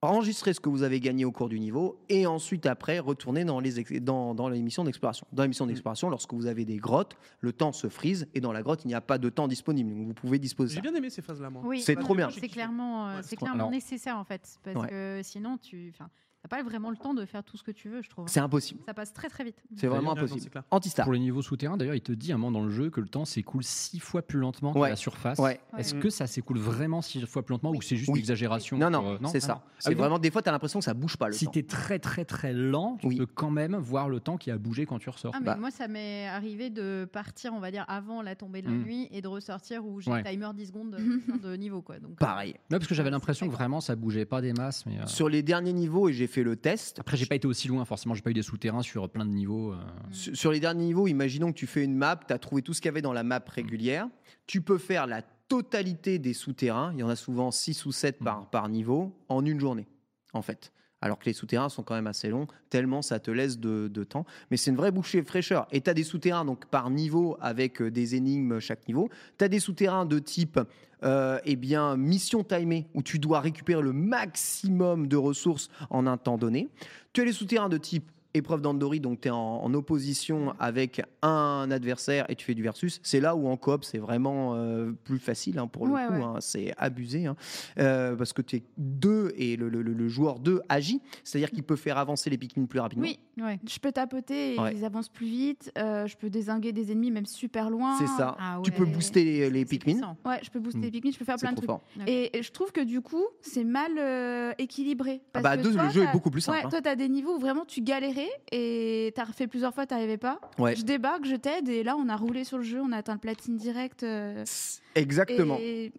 [SPEAKER 1] Enregistrer ce que vous avez gagné au cours du niveau et ensuite après retourner dans les ex- dans, dans les missions d'exploration. Dans
[SPEAKER 3] Mm.
[SPEAKER 1] les missions d'exploration, lorsque vous avez des grottes, le temps se frise et dans la grotte il n'y a pas de temps disponible. Donc vous pouvez disposer.
[SPEAKER 3] J'ai
[SPEAKER 1] de ça.
[SPEAKER 3] bien aimé ces phases-là, moi.
[SPEAKER 5] Oui,
[SPEAKER 1] C'est
[SPEAKER 5] bah,
[SPEAKER 1] trop bien.
[SPEAKER 5] C'est clairement, euh,
[SPEAKER 3] Ouais,
[SPEAKER 5] c'est
[SPEAKER 4] c'est trop-
[SPEAKER 5] clairement
[SPEAKER 4] alors-
[SPEAKER 5] nécessaire en fait, parce
[SPEAKER 1] Ouais.
[SPEAKER 5] que sinon tu, enfin, t'as pas vraiment le temps de faire tout ce que tu veux, je trouve.
[SPEAKER 1] C'est impossible.
[SPEAKER 5] Ça passe très très vite.
[SPEAKER 1] C'est vraiment
[SPEAKER 3] D'ailleurs, non,
[SPEAKER 1] impossible.
[SPEAKER 3] c'est clair.
[SPEAKER 1] Antistar.
[SPEAKER 4] Pour les niveaux souterrains, d'ailleurs, il te dit un moment dans le jeu que le temps s'écoule six fois plus lentement
[SPEAKER 1] Ouais.
[SPEAKER 4] que la surface.
[SPEAKER 1] Ouais.
[SPEAKER 4] Est-ce
[SPEAKER 3] Ouais.
[SPEAKER 4] que ça s'écoule vraiment six fois plus lentement ou c'est juste
[SPEAKER 1] Oui.
[SPEAKER 4] une exagération
[SPEAKER 1] Non,
[SPEAKER 4] pour,
[SPEAKER 1] non,
[SPEAKER 4] euh,
[SPEAKER 1] c'est
[SPEAKER 4] Ah,
[SPEAKER 1] ça.
[SPEAKER 4] non.
[SPEAKER 1] C'est
[SPEAKER 4] Ah oui,
[SPEAKER 1] vraiment des fois, t'as l'impression que ça bouge pas le
[SPEAKER 4] Si
[SPEAKER 1] temps.
[SPEAKER 4] t'es très très très lent, tu
[SPEAKER 1] Oui.
[SPEAKER 4] peux quand même voir le temps qui a bougé quand tu ressors.
[SPEAKER 5] Ah, mais
[SPEAKER 1] Bah.
[SPEAKER 5] Moi, ça m'est arrivé de partir, on va dire, avant la tombée de la
[SPEAKER 4] Mm.
[SPEAKER 5] nuit et de ressortir où j'ai
[SPEAKER 4] Ouais.
[SPEAKER 5] timer 10 secondes de fin de niveau. Quoi. Donc, euh,
[SPEAKER 1] Pareil.
[SPEAKER 4] Non, parce que j'avais
[SPEAKER 5] Ouais,
[SPEAKER 4] l'impression
[SPEAKER 5] c'est
[SPEAKER 4] que vraiment ça bougeait pas des masses. Mais euh,
[SPEAKER 1] Sur les derniers niveaux, et j'ai fait le test.
[SPEAKER 4] après, j'ai pas été aussi loin. Forcément, j'ai pas eu des souterrains sur plein de niveaux. euh.
[SPEAKER 1] Sur sur les derniers niveaux, imaginons que tu fais une map, tu as trouvé tout ce qu'il y avait dans la map
[SPEAKER 4] Mm.
[SPEAKER 1] régulière. Tu peux faire la
[SPEAKER 4] Mm.
[SPEAKER 1] totalité des souterrains. Il y en a souvent 6 ou 7 par, par niveau en une journée, en fait. alors que les souterrains sont quand même assez longs, tellement ça te laisse de, de temps. Mais c'est une vraie bouchée de fraîcheur. Et tu as des souterrains donc par niveau avec euh, des énigmes chaque niveau. Tu as des souterrains de type euh, eh bien, mission timée où tu dois récupérer le maximum de ressources en un temps donné. Tu as les souterrains de type épreuve d'Andori, donc tu es en, en opposition avec un adversaire et tu fais du versus. C'est là où en coop, c'est vraiment euh, plus facile hein, pour le
[SPEAKER 2] Ouais,
[SPEAKER 1] coup.
[SPEAKER 2] ouais.
[SPEAKER 1] hein, c'est abusé hein, euh, parce que tu es deux et le, le- le- le joueur 2 agit, c'est-à-dire qu'il peut faire avancer les Pikmin plus rapidement.
[SPEAKER 2] Oui, je peux tapoter et
[SPEAKER 1] Ouais.
[SPEAKER 2] ils avancent plus vite. euh, je peux désinguer des ennemis même super loin.
[SPEAKER 1] C'est ça.
[SPEAKER 5] Ah
[SPEAKER 1] Tu peux
[SPEAKER 5] ouais.
[SPEAKER 1] booster les, les Pikmin.
[SPEAKER 2] Ouais, je peux booster
[SPEAKER 1] Mm.
[SPEAKER 2] les Pikmin, je peux faire
[SPEAKER 1] C'est
[SPEAKER 2] plein de
[SPEAKER 1] trop
[SPEAKER 2] trucs.
[SPEAKER 1] fort.
[SPEAKER 2] Et et je trouve que du coup, c'est mal euh, équilibré.
[SPEAKER 1] Ah
[SPEAKER 2] Parce
[SPEAKER 1] bah,
[SPEAKER 2] que
[SPEAKER 1] deux, le
[SPEAKER 2] toi,
[SPEAKER 1] jeu est
[SPEAKER 2] t'as-
[SPEAKER 1] beaucoup plus simple,
[SPEAKER 2] Ouais,
[SPEAKER 1] hein.
[SPEAKER 2] Toi, t'as des niveaux où vraiment tu galérais et t'as refait plusieurs fois, t'arrivais pas.
[SPEAKER 1] Ouais.
[SPEAKER 2] Je débarque, je t'aide et là, on a roulé sur le jeu, on a atteint le platine direct. euh,
[SPEAKER 1] Exactement.
[SPEAKER 2] et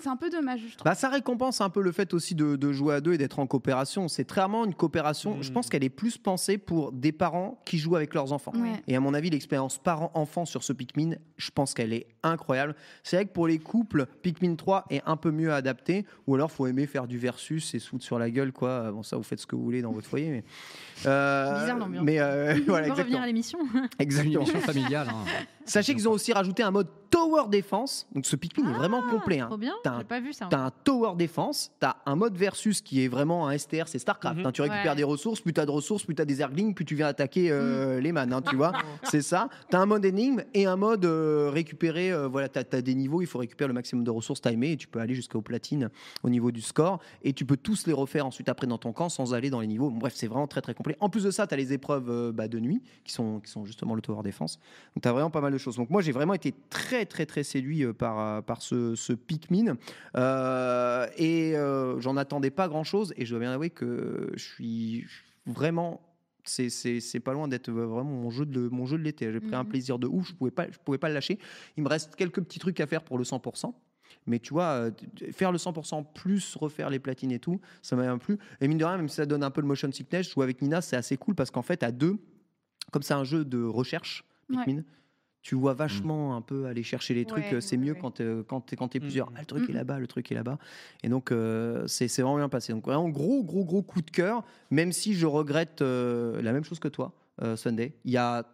[SPEAKER 2] C'est un peu dommage, je trouve.
[SPEAKER 1] Bah, ça récompense un peu le fait aussi de, de jouer à deux et d'être en coopération. C'est très rarement une coopération. Je
[SPEAKER 4] Hmm.
[SPEAKER 1] pense qu'elle est plus pensée pour des parents qui jouent avec leurs enfants.
[SPEAKER 2] Ouais.
[SPEAKER 1] Et à mon avis, l'expérience parent-enfant sur ce Pikmin, je pense qu'elle est incroyable. C'est vrai que pour les couples, Pikmin 3 est un peu mieux adapté. Ou alors, faut aimer faire du versus et se foutre sur la gueule, quoi. Bon, ça, vous faites ce que vous voulez dans votre foyer. Mais Euh,
[SPEAKER 5] Bizarre l'ambiance.
[SPEAKER 1] Mais euh,
[SPEAKER 5] On
[SPEAKER 1] voilà,
[SPEAKER 5] peut revenir
[SPEAKER 1] exactement.
[SPEAKER 5] à l'émission.
[SPEAKER 4] une
[SPEAKER 1] Exactement.
[SPEAKER 4] émission familiale. hein.
[SPEAKER 1] Sachez qu'ils ont aussi rajouté un mode Tower Defense. Donc ce Pikmin est vraiment complet. hein.
[SPEAKER 5] Ah, Trop bien.
[SPEAKER 1] T'as un
[SPEAKER 5] J'ai pas vu ça.
[SPEAKER 1] T'as un tower défense, t'as un mode versus qui est vraiment un STR, c'est StarCraft. hein. tu récupères
[SPEAKER 5] Ouais.
[SPEAKER 1] des ressources, plus t'as de ressources, plus t'as des erglings, plus tu viens attaquer euh, les man, hein, tu vois. c'est ça. T'as un mode énigme et un mode euh, récupérer. euh, voilà, t'as as des niveaux, il faut récupérer le maximum de ressources timées et tu peux aller jusqu'au platine au niveau du score. Et tu peux tous les refaire ensuite après dans ton camp sans aller dans les niveaux. Bref, c'est vraiment très très complet. En plus de ça, t'as les épreuves euh, bah, de nuit qui sont, qui sont justement le tower défense. Donc t'as vraiment pas mal de choses. Donc moi j'ai vraiment été très très très séduit euh, par, euh, par ce, ce Pikmin. Euh, et euh, j'en attendais pas grand chose. Et je dois bien avouer que je suis vraiment. c'est- C'est c'est pas loin d'être vraiment mon jeu de, mon jeu de l'été. J'ai pris un
[SPEAKER 5] Mhm.
[SPEAKER 1] plaisir de ouf. Je pouvais, pas, je pouvais pas le lâcher. Il me reste quelques petits trucs à faire pour le 100%. Mais tu vois, euh, t- faire le 100% plus refaire les platines et tout, ça m'a même plu. Et mine de rien, même si ça donne un peu le motion sickness, je joue avec Nina, c'est assez cool parce qu'en fait, à deux, comme c'est un jeu de recherche,
[SPEAKER 2] Ouais.
[SPEAKER 1] Pikmin, tu vois vachement un peu aller chercher les trucs.
[SPEAKER 5] Ouais,
[SPEAKER 1] euh, c'est
[SPEAKER 5] ouais,
[SPEAKER 1] mieux
[SPEAKER 5] ouais.
[SPEAKER 1] quand t'es- quand t'es quand t'es
[SPEAKER 3] Mm.
[SPEAKER 1] plusieurs. Ah, le truc est
[SPEAKER 2] Mm.
[SPEAKER 1] là-bas, le truc est là-bas. Et donc, euh, c'est c'est vraiment bien passé. Donc, vraiment, gros, gros, gros coup de cœur, même si je regrette euh, la même chose que toi, euh, Sunday. Il y a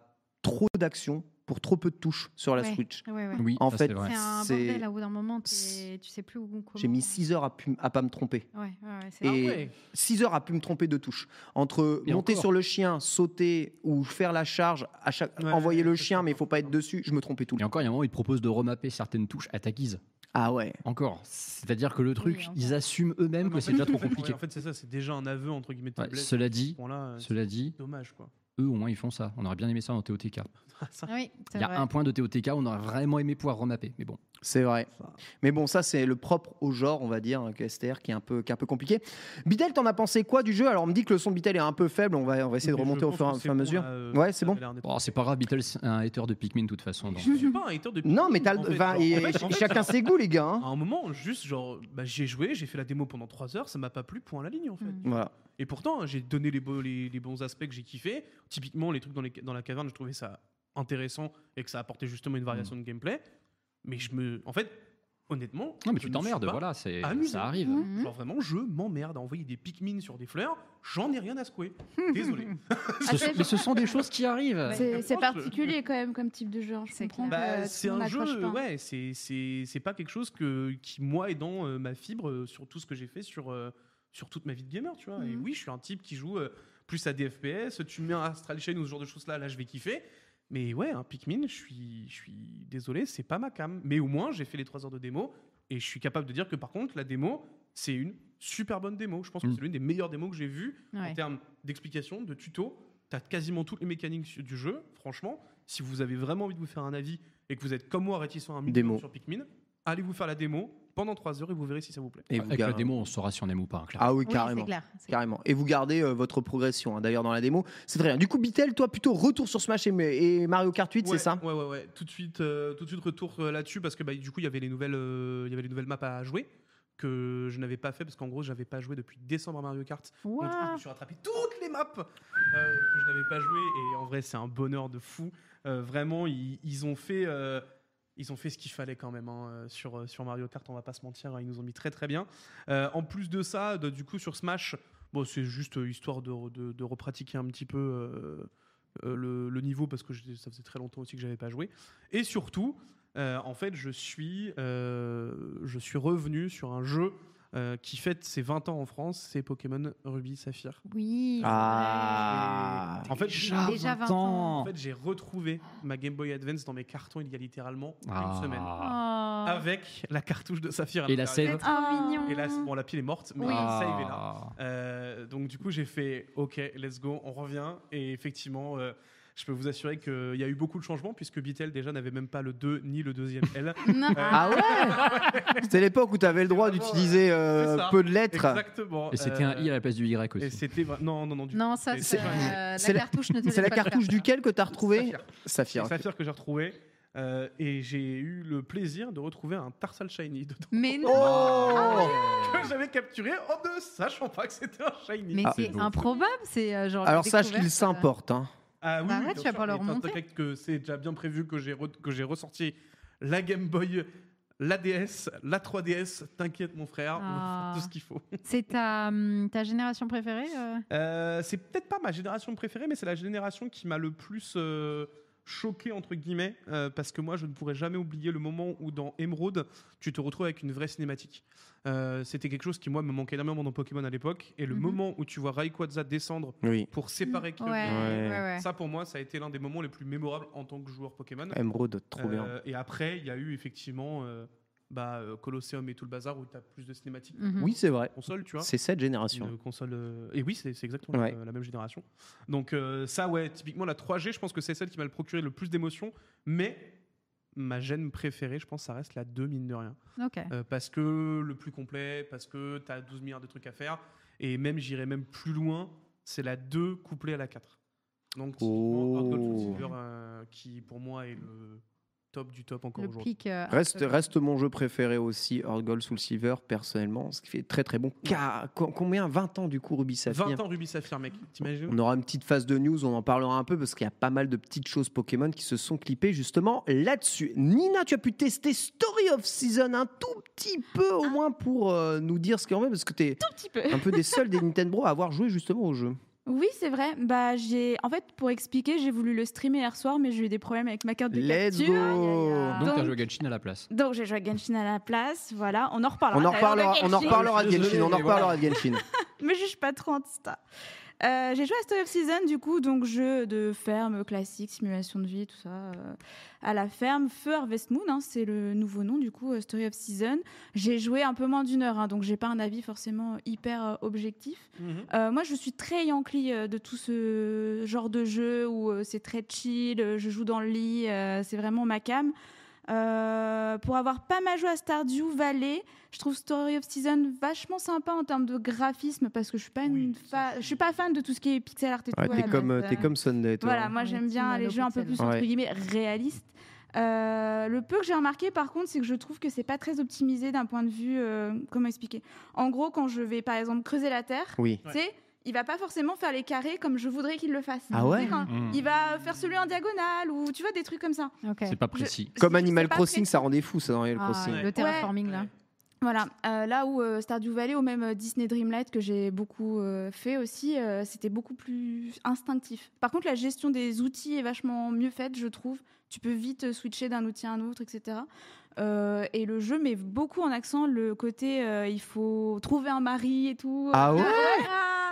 [SPEAKER 1] trop d'actions pour trop peu de touches sur la
[SPEAKER 5] Ouais.
[SPEAKER 1] Switch.
[SPEAKER 5] Ouais, ouais.
[SPEAKER 4] Oui,
[SPEAKER 1] En
[SPEAKER 4] ça,
[SPEAKER 1] fait,
[SPEAKER 4] c'est vrai.
[SPEAKER 5] C'est un
[SPEAKER 1] C'est-
[SPEAKER 5] bordel à bout d'un moment, t'es- tu sais plus où comment.
[SPEAKER 1] J'ai mis 6 heures à, pu- à pas me tromper.
[SPEAKER 5] Ouais, ouais, ouais, c'est
[SPEAKER 1] Et-
[SPEAKER 3] Ah ouais.
[SPEAKER 1] 6 heures à pu me tromper de touches. Entre
[SPEAKER 4] Et
[SPEAKER 1] monter
[SPEAKER 4] encore.
[SPEAKER 1] sur le chien, sauter ou faire la charge, à chaque...
[SPEAKER 3] Ouais,
[SPEAKER 1] envoyer le
[SPEAKER 3] ça,
[SPEAKER 1] chien,
[SPEAKER 3] c'est
[SPEAKER 1] hein, mais il faut pas être dessus, je me trompais tout le
[SPEAKER 4] Et
[SPEAKER 1] temps.
[SPEAKER 4] encore, il y a un moment, ils te proposent de remapper certaines touches à ta guise.
[SPEAKER 1] Ah ouais.
[SPEAKER 4] Encore. C'est-à-dire que le truc,
[SPEAKER 5] encore.
[SPEAKER 4] ils assument eux-mêmes
[SPEAKER 3] Non, mais
[SPEAKER 4] que
[SPEAKER 3] en
[SPEAKER 4] c'est
[SPEAKER 3] fait,
[SPEAKER 4] déjà trop
[SPEAKER 3] en fait,
[SPEAKER 4] compliqué.
[SPEAKER 3] ouais, En fait, c'est ça, c'est déjà un aveu entre guillemets de
[SPEAKER 4] Ouais,
[SPEAKER 3] faiblesse.
[SPEAKER 4] cela dit,
[SPEAKER 3] Bon,
[SPEAKER 4] cela dit,
[SPEAKER 3] euh, dommage quoi.
[SPEAKER 4] eux, au moins, ils font ça. On aurait bien aimé ça dans TOTK.
[SPEAKER 5] Ah Oui, c'est
[SPEAKER 4] Il y a
[SPEAKER 5] vrai.
[SPEAKER 4] un point de TOTK, on aurait vraiment aimé pouvoir remapper. Mais bon,
[SPEAKER 1] C'est vrai.
[SPEAKER 3] Ça.
[SPEAKER 1] Mais bon, ça, c'est le propre au genre, on va dire, hein, que STR qui est un peu, qui est un peu compliqué. Bidel, t'en as pensé quoi du jeu Alors, on me dit que le son de Bidel est un peu faible, on va, on va essayer de
[SPEAKER 3] Mais je
[SPEAKER 1] remonter au
[SPEAKER 3] pense
[SPEAKER 1] fur et
[SPEAKER 3] que
[SPEAKER 1] à
[SPEAKER 3] c'est
[SPEAKER 1] fur et à
[SPEAKER 3] bon,
[SPEAKER 1] mesure.
[SPEAKER 3] là, euh,
[SPEAKER 1] Ouais,
[SPEAKER 3] ça
[SPEAKER 1] c'est
[SPEAKER 3] avait
[SPEAKER 1] bon
[SPEAKER 3] l'air d'être
[SPEAKER 4] Oh, c'est pas grave, Beatles, c'est un hater de Pikmin, de toute façon. donc.
[SPEAKER 3] Je suis pas un hater de
[SPEAKER 1] Non, mais t'as
[SPEAKER 3] Pikmin,
[SPEAKER 1] le-
[SPEAKER 3] en fait,
[SPEAKER 1] enfin,
[SPEAKER 3] genre,
[SPEAKER 1] et-
[SPEAKER 3] en fait, en fait,
[SPEAKER 1] chacun
[SPEAKER 3] genre,
[SPEAKER 1] ses goûts, les gars. hein.
[SPEAKER 3] À un moment, juste genre, bah, j'ai joué, j'ai fait la démo pendant 3 heures, ça m'a pas plu, point à la ligne en fait.
[SPEAKER 5] Mm.
[SPEAKER 1] Voilà.
[SPEAKER 3] Et pourtant, j'ai donné les, beaux- les, les bons aspects que j'ai kiffé. Typiquement, les trucs dans, les- dans la caverne, je trouvais ça intéressant et que ça apportait justement une
[SPEAKER 4] Mm.
[SPEAKER 3] variation de gameplay. Mais je me. En fait, honnêtement. je
[SPEAKER 4] Non, mais tu
[SPEAKER 3] ne suis
[SPEAKER 4] t'emmerdes,
[SPEAKER 3] pas-
[SPEAKER 4] voilà, c'est
[SPEAKER 3] amusé.
[SPEAKER 4] ça arrive.
[SPEAKER 2] Mm.
[SPEAKER 5] Mhm.
[SPEAKER 3] Genre vraiment, je m'emmerde à envoyer des Pikmin sur des fleurs, j'en ai rien à secouer. Désolé.
[SPEAKER 4] Ce sont- mais ce sont des choses qui arrivent.
[SPEAKER 2] Ah, C'est c'est
[SPEAKER 3] franchement,
[SPEAKER 2] particulier quand même comme type de jeu. hein, Je
[SPEAKER 5] C'est
[SPEAKER 2] comprends
[SPEAKER 5] clair.
[SPEAKER 2] que, euh,
[SPEAKER 3] Bah,
[SPEAKER 2] tout
[SPEAKER 3] c'est
[SPEAKER 2] le monde
[SPEAKER 3] un
[SPEAKER 2] accroche
[SPEAKER 3] jeu,
[SPEAKER 2] pas.
[SPEAKER 3] ouais, c'est- c'est c'est pas quelque chose que, qui, moi, est dans euh, ma fibre euh, sur tout ce que j'ai fait sur, euh, sur toute ma vie de gamer, tu vois. Et
[SPEAKER 2] Mhm.
[SPEAKER 3] oui, je suis un type qui joue euh, plus à des FPS, tu me mets un Astral Chain ou ce genre de choses-là, là, je vais kiffer. Mais ouais, un Pikmin, je suis, je suis désolé, c'est pas ma cam. Mais au moins, j'ai fait les 3 heures de démo et je suis capable de dire que par contre, la démo, c'est une super bonne démo. Je pense que
[SPEAKER 4] Mhm.
[SPEAKER 3] c'est l'une des meilleures démos que j'ai vues
[SPEAKER 5] Ouais.
[SPEAKER 3] en termes d'explication, de tuto. Tu as quasiment toutes les mécaniques su- du jeu, franchement. Si vous avez vraiment envie de vous faire un avis et que vous êtes comme moi réticent à un
[SPEAKER 1] Démo.
[SPEAKER 3] minimum sur Pikmin, allez vous faire la démo pendant 3 heures et vous verrez si ça vous plaît.
[SPEAKER 1] Et vous
[SPEAKER 4] Ah, Avec la
[SPEAKER 1] gardez-
[SPEAKER 4] démo, on saura si on aime ou pas, hein, clairement.
[SPEAKER 1] Ah oui,
[SPEAKER 5] Oui,
[SPEAKER 1] carrément.
[SPEAKER 5] c'est clair. c'est clair.
[SPEAKER 1] Carrément. Et vous gardez euh, votre progression, hein. d'ailleurs, dans la démo. C'est très bien. Du coup, Bitel, toi, plutôt retour sur Smash et, et Mario Kart 8,
[SPEAKER 3] Ouais,
[SPEAKER 1] c'est ça
[SPEAKER 3] Ouais, ouais, ouais. Tout de suite, euh, tout de suite retour euh, là-dessus parce que bah, du coup, il y avait les nouvelles, euh, il y avait les nouvelles maps à jouer que je n'avais pas fait parce qu'en gros, j'avais pas joué depuis décembre à Mario Kart. Donc, du coup, je
[SPEAKER 5] Ouah.
[SPEAKER 3] me suis rattrapé toutes les maps euh, que je n'avais pas joué et en vrai, c'est un bonheur de fou. Euh, vraiment, ils, ils ont fait. euh, ils ont fait ce qu'il fallait quand même hein, euh, sur, euh, sur Mario Kart, on va pas se mentir, hein, ils nous ont mis très très bien. Euh, en plus de ça, de- du coup sur Smash, Bon, c'est juste euh, histoire de, re- de, de repratiquer un petit peu euh, euh, le, le niveau parce que je- ça faisait très longtemps aussi que j'avais pas joué. Et surtout, euh, en fait, je suis, euh, je suis revenu sur un jeu euh, qui fête ses 20 ans en France, c'est Pokémon Ruby Saphir.
[SPEAKER 5] Oui.
[SPEAKER 1] Ah.
[SPEAKER 3] en fait,
[SPEAKER 5] Déjà
[SPEAKER 3] j'ai-
[SPEAKER 5] 20 ans.
[SPEAKER 3] en fait, j'ai retrouvé ma Game Boy Advance dans mes cartons il y a littéralement
[SPEAKER 4] Ah.
[SPEAKER 3] une semaine.
[SPEAKER 5] Oh.
[SPEAKER 3] Avec la cartouche de Saphir. à
[SPEAKER 4] Et la
[SPEAKER 3] l'intérieur.
[SPEAKER 5] C'est
[SPEAKER 4] save.
[SPEAKER 5] trop mignon.
[SPEAKER 3] Et là, bon, la pile est morte, mais
[SPEAKER 5] Oui.
[SPEAKER 3] la save est là.
[SPEAKER 4] Ah.
[SPEAKER 3] Euh, donc du coup, j'ai fait OK, let's go, on revient. Et effectivement, euh, je peux vous assurer qu'il y a eu beaucoup de changements puisque Bitel déjà n'avait même pas le 2 ni le deuxième L. Euh,
[SPEAKER 5] Non.
[SPEAKER 1] Ah ouais C'était l'époque où tu avais le droit
[SPEAKER 3] Vraiment,
[SPEAKER 1] d'utiliser euh,
[SPEAKER 3] c'est ça.
[SPEAKER 1] peu de lettres.
[SPEAKER 3] Exactement.
[SPEAKER 4] Et c'était un
[SPEAKER 3] Euh,
[SPEAKER 4] I à la place du Y
[SPEAKER 3] Et
[SPEAKER 4] aussi.
[SPEAKER 3] c'était vra- non non non du
[SPEAKER 5] Non, ça,
[SPEAKER 3] Et
[SPEAKER 5] c'est
[SPEAKER 3] c'est-
[SPEAKER 5] euh,
[SPEAKER 1] c'est la-
[SPEAKER 5] la cartouche ne te
[SPEAKER 1] C'est la
[SPEAKER 5] laisse pas le
[SPEAKER 1] cartouche
[SPEAKER 5] faire.
[SPEAKER 1] duquel que tu as retrouvé
[SPEAKER 3] Saphir. C'est
[SPEAKER 1] Saphir.
[SPEAKER 3] Saphir que j'ai retrouvé euh, et j'ai eu le plaisir de retrouver un Tarsal shiny dedans
[SPEAKER 5] Mais non. Ah
[SPEAKER 3] Bah,
[SPEAKER 1] Oh
[SPEAKER 3] que j'avais capturé en ne sachant pas que c'était un shiny.
[SPEAKER 5] Mais
[SPEAKER 1] Ah,
[SPEAKER 4] c'est
[SPEAKER 5] c'est
[SPEAKER 4] beau.
[SPEAKER 5] improbable, c'est euh, genre. la
[SPEAKER 1] Alors sache qu'il
[SPEAKER 5] découverte,
[SPEAKER 1] s'importe. hein.
[SPEAKER 3] Ah oui,
[SPEAKER 5] Bah
[SPEAKER 3] oui, bien
[SPEAKER 5] ouais, tu vas
[SPEAKER 3] sûr,
[SPEAKER 5] pas leur
[SPEAKER 3] mais étant
[SPEAKER 5] montrer.
[SPEAKER 3] donné que c'est déjà bien prévu que j'ai re- que j'ai ressorti la Game Boy, la DS, la 3DS. T'inquiète, mon frère, on va
[SPEAKER 5] Ah.
[SPEAKER 3] faire tout ce qu'il faut.
[SPEAKER 5] euh, C'est ta, hum, ta génération préférée euh
[SPEAKER 3] Euh, c'est peut-être pas ma génération préférée, mais c'est la génération qui m'a le plus euh, choqué entre guillemets, euh, parce que moi, je ne pourrais jamais oublier le moment où dans Emerald, tu te retrouves avec une vraie cinématique. Euh, C'était quelque chose qui moi me manquait énormément dans Pokémon à l'époque, et le
[SPEAKER 5] Mhm.
[SPEAKER 3] moment où tu vois Rayquaza descendre
[SPEAKER 1] Oui.
[SPEAKER 3] pour séparer
[SPEAKER 5] Ouais,
[SPEAKER 3] Kyogre,
[SPEAKER 5] ouais, ouais.
[SPEAKER 3] ça pour moi, ça a été l'un des moments les plus mémorables en tant que joueur Pokémon.
[SPEAKER 1] Emeraude, trop bien.
[SPEAKER 3] Euh, Et après, il y a eu effectivement euh, bah, euh, Colosseum et tout le bazar où tu as plus de cinématiques
[SPEAKER 5] Mhm.
[SPEAKER 1] Oui, c'est vrai.
[SPEAKER 3] que de console, tu vois.
[SPEAKER 1] C'est cette génération.
[SPEAKER 3] Une console. euh, Et oui, c'est c'est exactement
[SPEAKER 1] Ouais.
[SPEAKER 3] la, la même génération. Donc, euh, ça, ouais, typiquement, la 3G, je pense que c'est celle qui m'a le procuré le plus d'émotions. Mais ma gêne préférée, je pense, ça reste la 2, mine de rien.
[SPEAKER 5] Ok.
[SPEAKER 3] Euh, parce que le plus complet, parce que tu as 12 milliards de trucs à faire. Et même, j'irai même plus loin, c'est la 2 couplée à la 4. Donc, typiquement, Hard Gold Soul
[SPEAKER 1] Oh.
[SPEAKER 3] Silver, euh, qui pour moi est le top du top encore
[SPEAKER 5] Le
[SPEAKER 3] aujourd'hui.
[SPEAKER 5] pic. euh,
[SPEAKER 1] Reste,
[SPEAKER 5] absolu.
[SPEAKER 1] reste mon jeu préféré aussi, Hard Gold Soul Silver, personnellement, ce qui fait très très bon. Ca- co- combien 20 ans du coup, Ruby Saphir
[SPEAKER 3] 20 ans Ruby Saphir, mec, t'imagines
[SPEAKER 1] On aura une petite phase de news, on en parlera un peu parce qu'il y a pas mal de petites choses Pokémon qui se sont clippées justement là-dessus. Nina, tu as pu tester Story of Season un tout petit peu au moins pour euh, nous dire ce qu'il en est parce que tu es
[SPEAKER 2] Un Ah. petit peu.
[SPEAKER 1] un peu des seuls des Nintendo à avoir joué justement au jeu.
[SPEAKER 2] Oui, c'est vrai. Bah, j'ai, en fait, pour expliquer, j'ai voulu le streamer hier soir, mais j'ai eu des problèmes avec ma carte de
[SPEAKER 1] Let's
[SPEAKER 2] capture.
[SPEAKER 1] go
[SPEAKER 4] Donc, t'as
[SPEAKER 2] Donc-
[SPEAKER 4] joué à Genshin à la place.
[SPEAKER 2] Donc, j'ai joué à Genshin à la place. Voilà, on en reparlera.
[SPEAKER 1] On en
[SPEAKER 2] D'ailleurs, de
[SPEAKER 1] reparlera, on en
[SPEAKER 2] Genshin.
[SPEAKER 1] reparlera de
[SPEAKER 4] Désolé,
[SPEAKER 1] Genshin, on en
[SPEAKER 4] mais voilà.
[SPEAKER 1] reparlera de Genshin.
[SPEAKER 2] me juge pas trop Insta. Euh, j'ai joué à Story of Season, du coup, donc jeu de ferme classique, simulation de vie, tout ça. euh, à la ferme, Feu Harvest Moon, hein, c'est le nouveau nom, du coup, euh, Story of Season. J'ai joué un peu moins d'une heure, hein, donc j'ai pas un avis forcément hyper euh, objectif.
[SPEAKER 4] Mhm.
[SPEAKER 3] Mhm.
[SPEAKER 2] Euh, moi, je suis très Yankee euh, de tout ce genre de jeu où euh, c'est très chill, euh, je joue dans le lit, euh, c'est vraiment ma cam. Euh, pour avoir pas mal joué à Stardew Valley, je trouve Story of Season vachement sympa en termes de graphisme parce que je suis pas une
[SPEAKER 3] Oui,
[SPEAKER 2] fa-
[SPEAKER 3] ça,
[SPEAKER 2] je suis pas fan de tout ce qui est pixel art et
[SPEAKER 1] Ouais,
[SPEAKER 2] tout. à
[SPEAKER 1] t'es
[SPEAKER 2] la
[SPEAKER 1] comme, euh,
[SPEAKER 2] base.
[SPEAKER 1] t'es comme Sunday, toi. hein.
[SPEAKER 2] Voilà, moi
[SPEAKER 5] Ouais,
[SPEAKER 2] j'aime
[SPEAKER 5] petit
[SPEAKER 2] bien les
[SPEAKER 5] Halo
[SPEAKER 2] jeux un peu
[SPEAKER 5] pixel.
[SPEAKER 2] plus entre
[SPEAKER 1] Ouais.
[SPEAKER 2] guillemets réalistes. Euh, le peu que j'ai remarqué par contre, c'est que je trouve que c'est pas très optimisé d'un point de vue euh, comment expliquer. En gros, quand je vais par exemple creuser la terre,
[SPEAKER 1] Oui.
[SPEAKER 3] Ouais.
[SPEAKER 2] tu sais, il va pas forcément faire les carrés comme je voudrais qu'il le fasse.
[SPEAKER 1] Ah
[SPEAKER 2] Tu sais,
[SPEAKER 1] ouais
[SPEAKER 2] quand
[SPEAKER 4] Mm.
[SPEAKER 2] Il va faire celui en diagonale ou tu vois des trucs comme ça.
[SPEAKER 5] Ok.
[SPEAKER 4] C'est pas précis.
[SPEAKER 1] Comme
[SPEAKER 2] C'est- c'est
[SPEAKER 1] Animal
[SPEAKER 2] pas
[SPEAKER 1] Crossing,
[SPEAKER 2] très-
[SPEAKER 1] ça rendait fou, ça dans Animal
[SPEAKER 5] Ah,
[SPEAKER 1] Crossing.
[SPEAKER 3] Ouais.
[SPEAKER 5] le terraforming là.
[SPEAKER 3] Ouais.
[SPEAKER 2] Voilà, Euh, là où euh, Stardew Valley ou même euh, Disney Dreamlight que j'ai beaucoup euh, fait aussi, euh, c'était beaucoup plus instinctif. Par contre, la gestion des outils est vachement mieux faite, je trouve. Tu peux vite euh, switcher d'un outil à un autre, etc. Euh, et le jeu met beaucoup en accent le côté euh, il faut trouver un mari et tout.
[SPEAKER 1] Ah ouais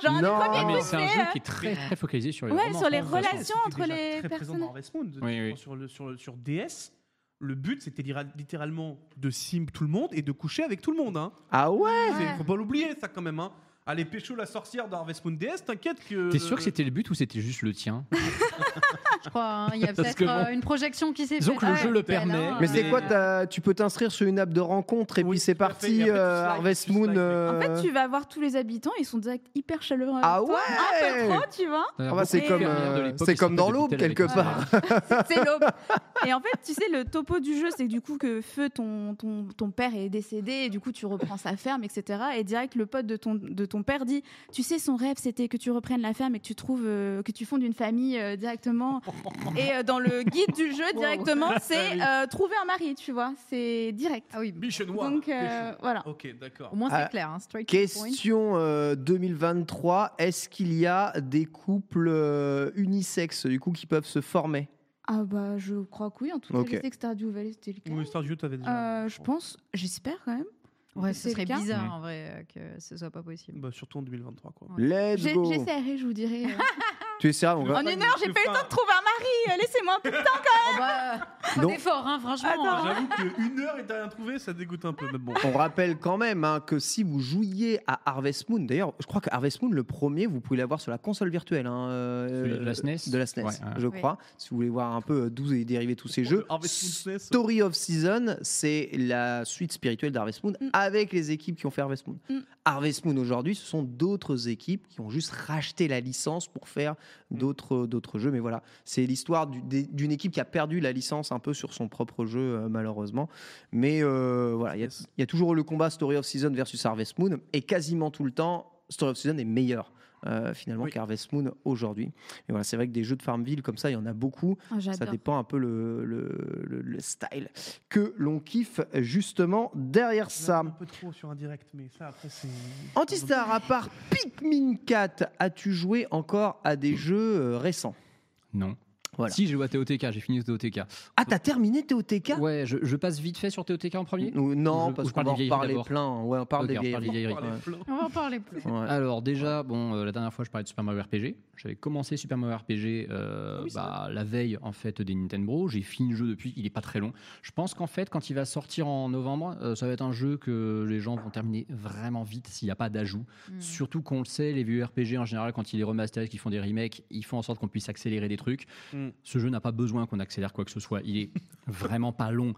[SPEAKER 2] Genre un des
[SPEAKER 1] Non.
[SPEAKER 2] premiers
[SPEAKER 4] Ah, mais
[SPEAKER 2] coups
[SPEAKER 4] c'est un
[SPEAKER 2] faits,
[SPEAKER 4] jeu
[SPEAKER 2] euh,
[SPEAKER 4] qui est très, très focalisé sur les
[SPEAKER 2] Ouais,
[SPEAKER 4] romans, hein,
[SPEAKER 2] sur les
[SPEAKER 4] je pense, de toute façon.
[SPEAKER 2] relations entre
[SPEAKER 3] déjà
[SPEAKER 2] les
[SPEAKER 3] très présent
[SPEAKER 2] personnages.
[SPEAKER 3] dans Harvest Moon.
[SPEAKER 4] Oui, oui.
[SPEAKER 3] Sur, le, sur, le- sur DS, le but c'était lira- littéralement de sim tout le monde et de coucher avec tout le monde. Hein.
[SPEAKER 1] Ah ouais
[SPEAKER 3] C'est- Faut pas l'oublier ça quand même. Hein. Allez, pécho la sorcière dans Harvest Moon DS, t'inquiète que.
[SPEAKER 4] T'es sûr que c'était le but ou c'était juste le tien
[SPEAKER 5] Je crois, hein, il y a
[SPEAKER 4] Parce
[SPEAKER 5] peut-être
[SPEAKER 4] que bon.
[SPEAKER 5] euh, une projection qui s'est faite. Ah,
[SPEAKER 4] Disons que le jeu le permet.
[SPEAKER 2] hein.
[SPEAKER 1] Mais
[SPEAKER 3] Mais- euh,
[SPEAKER 1] c'est quoi t'as- Tu peux t'inscrire sur une app de rencontre et
[SPEAKER 3] Oui,
[SPEAKER 1] puis c'est
[SPEAKER 3] tout à fait.
[SPEAKER 1] parti,
[SPEAKER 3] Et après, tu
[SPEAKER 1] euh,
[SPEAKER 3] slides,
[SPEAKER 1] Harvest
[SPEAKER 3] tu
[SPEAKER 1] Moon.
[SPEAKER 3] slides.
[SPEAKER 1] euh,
[SPEAKER 2] En fait, tu vas voir tous les habitants, ils sont direct hyper chaleureux. avec
[SPEAKER 1] Ah
[SPEAKER 2] toi,
[SPEAKER 1] ouais
[SPEAKER 2] Un peu trop, tu vois
[SPEAKER 1] Ah bah, c'est
[SPEAKER 2] Et
[SPEAKER 1] comme,
[SPEAKER 2] euh,
[SPEAKER 1] euh, c'est comme dans l'aube quelque
[SPEAKER 3] Ah.
[SPEAKER 1] part.
[SPEAKER 2] C'est l'aube. Et en fait, tu sais, le topo du jeu, c'est que du coup que Feu, ton, ton, ton père est décédé, et du coup tu reprends sa ferme, etc. Et direct, le pote de ton, de ton père dit, tu sais, son rêve, c'était que tu reprennes la ferme et que tu trouves, euh, que tu fondes une famille euh, directement. et euh, dans le guide du jeu,
[SPEAKER 5] Wow.
[SPEAKER 2] directement, c'est
[SPEAKER 3] Ah
[SPEAKER 2] euh, trouver un mari, tu vois. C'est direct. Ah oui.
[SPEAKER 3] Biche noire.
[SPEAKER 2] Donc, euh,
[SPEAKER 3] Biche.
[SPEAKER 2] voilà.
[SPEAKER 3] Ok, d'accord.
[SPEAKER 5] Au moins, c'est
[SPEAKER 1] Ah,
[SPEAKER 5] clair, hein, straight to the point.
[SPEAKER 1] Question euh, 2023, est-ce qu'il y a des couples euh, unisexes du coup qui peuvent se former
[SPEAKER 2] Ah bah, je crois que oui. En tout cas,
[SPEAKER 1] Ok.
[SPEAKER 2] je sais que Stardew Valley, c'était le cas.
[SPEAKER 3] Oui, Stardew, t'avais déjà.
[SPEAKER 2] Euh, je pense, j'espère quand même.
[SPEAKER 5] Ouais,
[SPEAKER 2] que c'est
[SPEAKER 5] euh, ce
[SPEAKER 2] le
[SPEAKER 5] serait
[SPEAKER 2] cas.
[SPEAKER 5] bizarre en vrai euh, que ce soit pas possible.
[SPEAKER 3] Bah, surtout en 2023, quoi.
[SPEAKER 1] Let's
[SPEAKER 2] J'ai-
[SPEAKER 1] go
[SPEAKER 2] J'essaierai, je vous dirai. euh.
[SPEAKER 1] Tu essaieras mon gars
[SPEAKER 2] en une heure, j'ai pas eu le temps de trouver un mari. euh, Laissez-moi un peu de temps quand
[SPEAKER 5] Oh bah, pas
[SPEAKER 1] Non.
[SPEAKER 5] d'effort, hein, franchement. hein.
[SPEAKER 3] J'avoue qu'une heure et t'as rien trouvé, ça dégoûte un peu. Mais bon.
[SPEAKER 1] On rappelle quand même hein, que si vous jouiez à Harvest Moon, d'ailleurs, je crois que Harvest Moon, le premier, vous pouvez l'avoir sur la console virtuelle. hein, euh,
[SPEAKER 4] Celui de la SNES.
[SPEAKER 1] de la E SNES,
[SPEAKER 4] Ouais, ouais.
[SPEAKER 1] je
[SPEAKER 5] Oui.
[SPEAKER 1] crois. Si vous voulez voir un peu euh, d'où est dérivé tous ces
[SPEAKER 3] Oh,
[SPEAKER 1] jeux.
[SPEAKER 3] le Harvest Moon SNES.
[SPEAKER 1] Story of Season, c'est la suite spirituelle d'Harvest Moon
[SPEAKER 2] Mm.
[SPEAKER 1] avec les équipes qui ont fait Harvest Moon.
[SPEAKER 2] Mm.
[SPEAKER 1] Harvest Moon aujourd'hui, ce sont d'autres équipes qui ont juste racheté la licence pour faire
[SPEAKER 3] Mm.
[SPEAKER 1] d'autres euh, d'autres jeux. Mais voilà, c'est l'histoire du- des- d'une équipe qui a perdu la licence un peu sur son propre jeu, euh, malheureusement. Mais euh, voilà, il y a-
[SPEAKER 3] Yes.
[SPEAKER 1] il y, a toujours le combat Story of Season versus Harvest Moon, et quasiment tout le temps, Story of Season est meilleur. euh, finalement
[SPEAKER 3] Oui.
[SPEAKER 1] qu'Harvest Moon aujourd'hui. Et voilà, c'est vrai que des jeux de Farmville comme ça, il y en a beaucoup.
[SPEAKER 2] même.
[SPEAKER 1] Ça
[SPEAKER 2] J'adore.
[SPEAKER 1] dépend un peu le, le- le- le style que l'on kiffe justement derrière ça.
[SPEAKER 3] Un peu trop sur un direct, mais ça après c'est.
[SPEAKER 1] Antistar, à part Pikmin 4, as-tu joué encore à des jeux euh, récents
[SPEAKER 4] Non.
[SPEAKER 1] Voilà.
[SPEAKER 4] Si, j'ai joué à TOTK, j'ai fini TOTK.
[SPEAKER 1] Ah, t'as terminé TOTK
[SPEAKER 4] Ouais, je, je passe vite fait sur TOTK en premier
[SPEAKER 1] Ou- Non,
[SPEAKER 4] Ou-
[SPEAKER 1] parce
[SPEAKER 4] ou je
[SPEAKER 1] qu'on
[SPEAKER 4] parle
[SPEAKER 1] va en
[SPEAKER 4] des vieilles
[SPEAKER 1] reparler
[SPEAKER 4] d'abord.
[SPEAKER 1] plein. Ouais, on parle
[SPEAKER 4] Ok,
[SPEAKER 1] des
[SPEAKER 4] on
[SPEAKER 1] vieilles.
[SPEAKER 4] parle des vieilles.
[SPEAKER 3] On parlait plein.
[SPEAKER 5] On va en parler plus.
[SPEAKER 1] Ouais.
[SPEAKER 4] Alors déjà, bon, euh, la dernière fois je parlais de Super Mario RPG. J'avais commencé Super Mario RPG euh,
[SPEAKER 3] Ah oui, c'est
[SPEAKER 4] bah, la veille en fait des Nintendo. J'ai fini le jeu depuis. Il est pas très long. Je pense qu'en fait quand il va sortir en novembre, euh, ça va être un jeu que les gens vont terminer vraiment vite s'il n'y a pas d'ajout.
[SPEAKER 5] Hmm.
[SPEAKER 4] Surtout qu'on le sait, les vieux RPG en général quand ils les remasterisent, qu'ils font des remakes, ils font en sorte qu'on puisse accélérer des trucs.
[SPEAKER 3] Mm.
[SPEAKER 4] Ce jeu n'a pas besoin qu'on accélère quoi que ce soit. Il est vraiment pas long.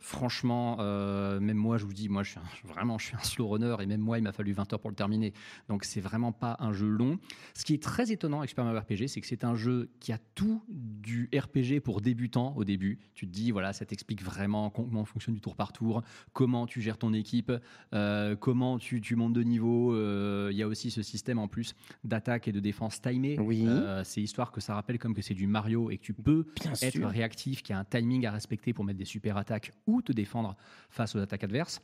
[SPEAKER 4] Franchement, euh, même moi, je vous dis, moi, je suis un- vraiment, je suis un slow runner et même moi, il m'a fallu 20 heures pour le terminer. Donc, c'est vraiment pas un jeu long. Ce qui est très étonnant avec Super Mario RPG, c'est que c'est un jeu qui a tout du RPG pour débutants au début. Tu te dis, voilà, ça t'explique vraiment comment fonctionne du tour par tour, comment tu gères ton équipe, euh, comment tu, tu montes de niveau. Euh, Il y a aussi ce système en plus d'attaque et de défense timée.
[SPEAKER 1] Oui.
[SPEAKER 4] Euh, c'est histoire que ça rappelle comme que c'est du Mario et que tu peux
[SPEAKER 1] Bien
[SPEAKER 4] être
[SPEAKER 1] sûr.
[SPEAKER 4] réactif, qui a un timing à respecter pour mettre des super attaques ou te défendre face aux attaques adverses.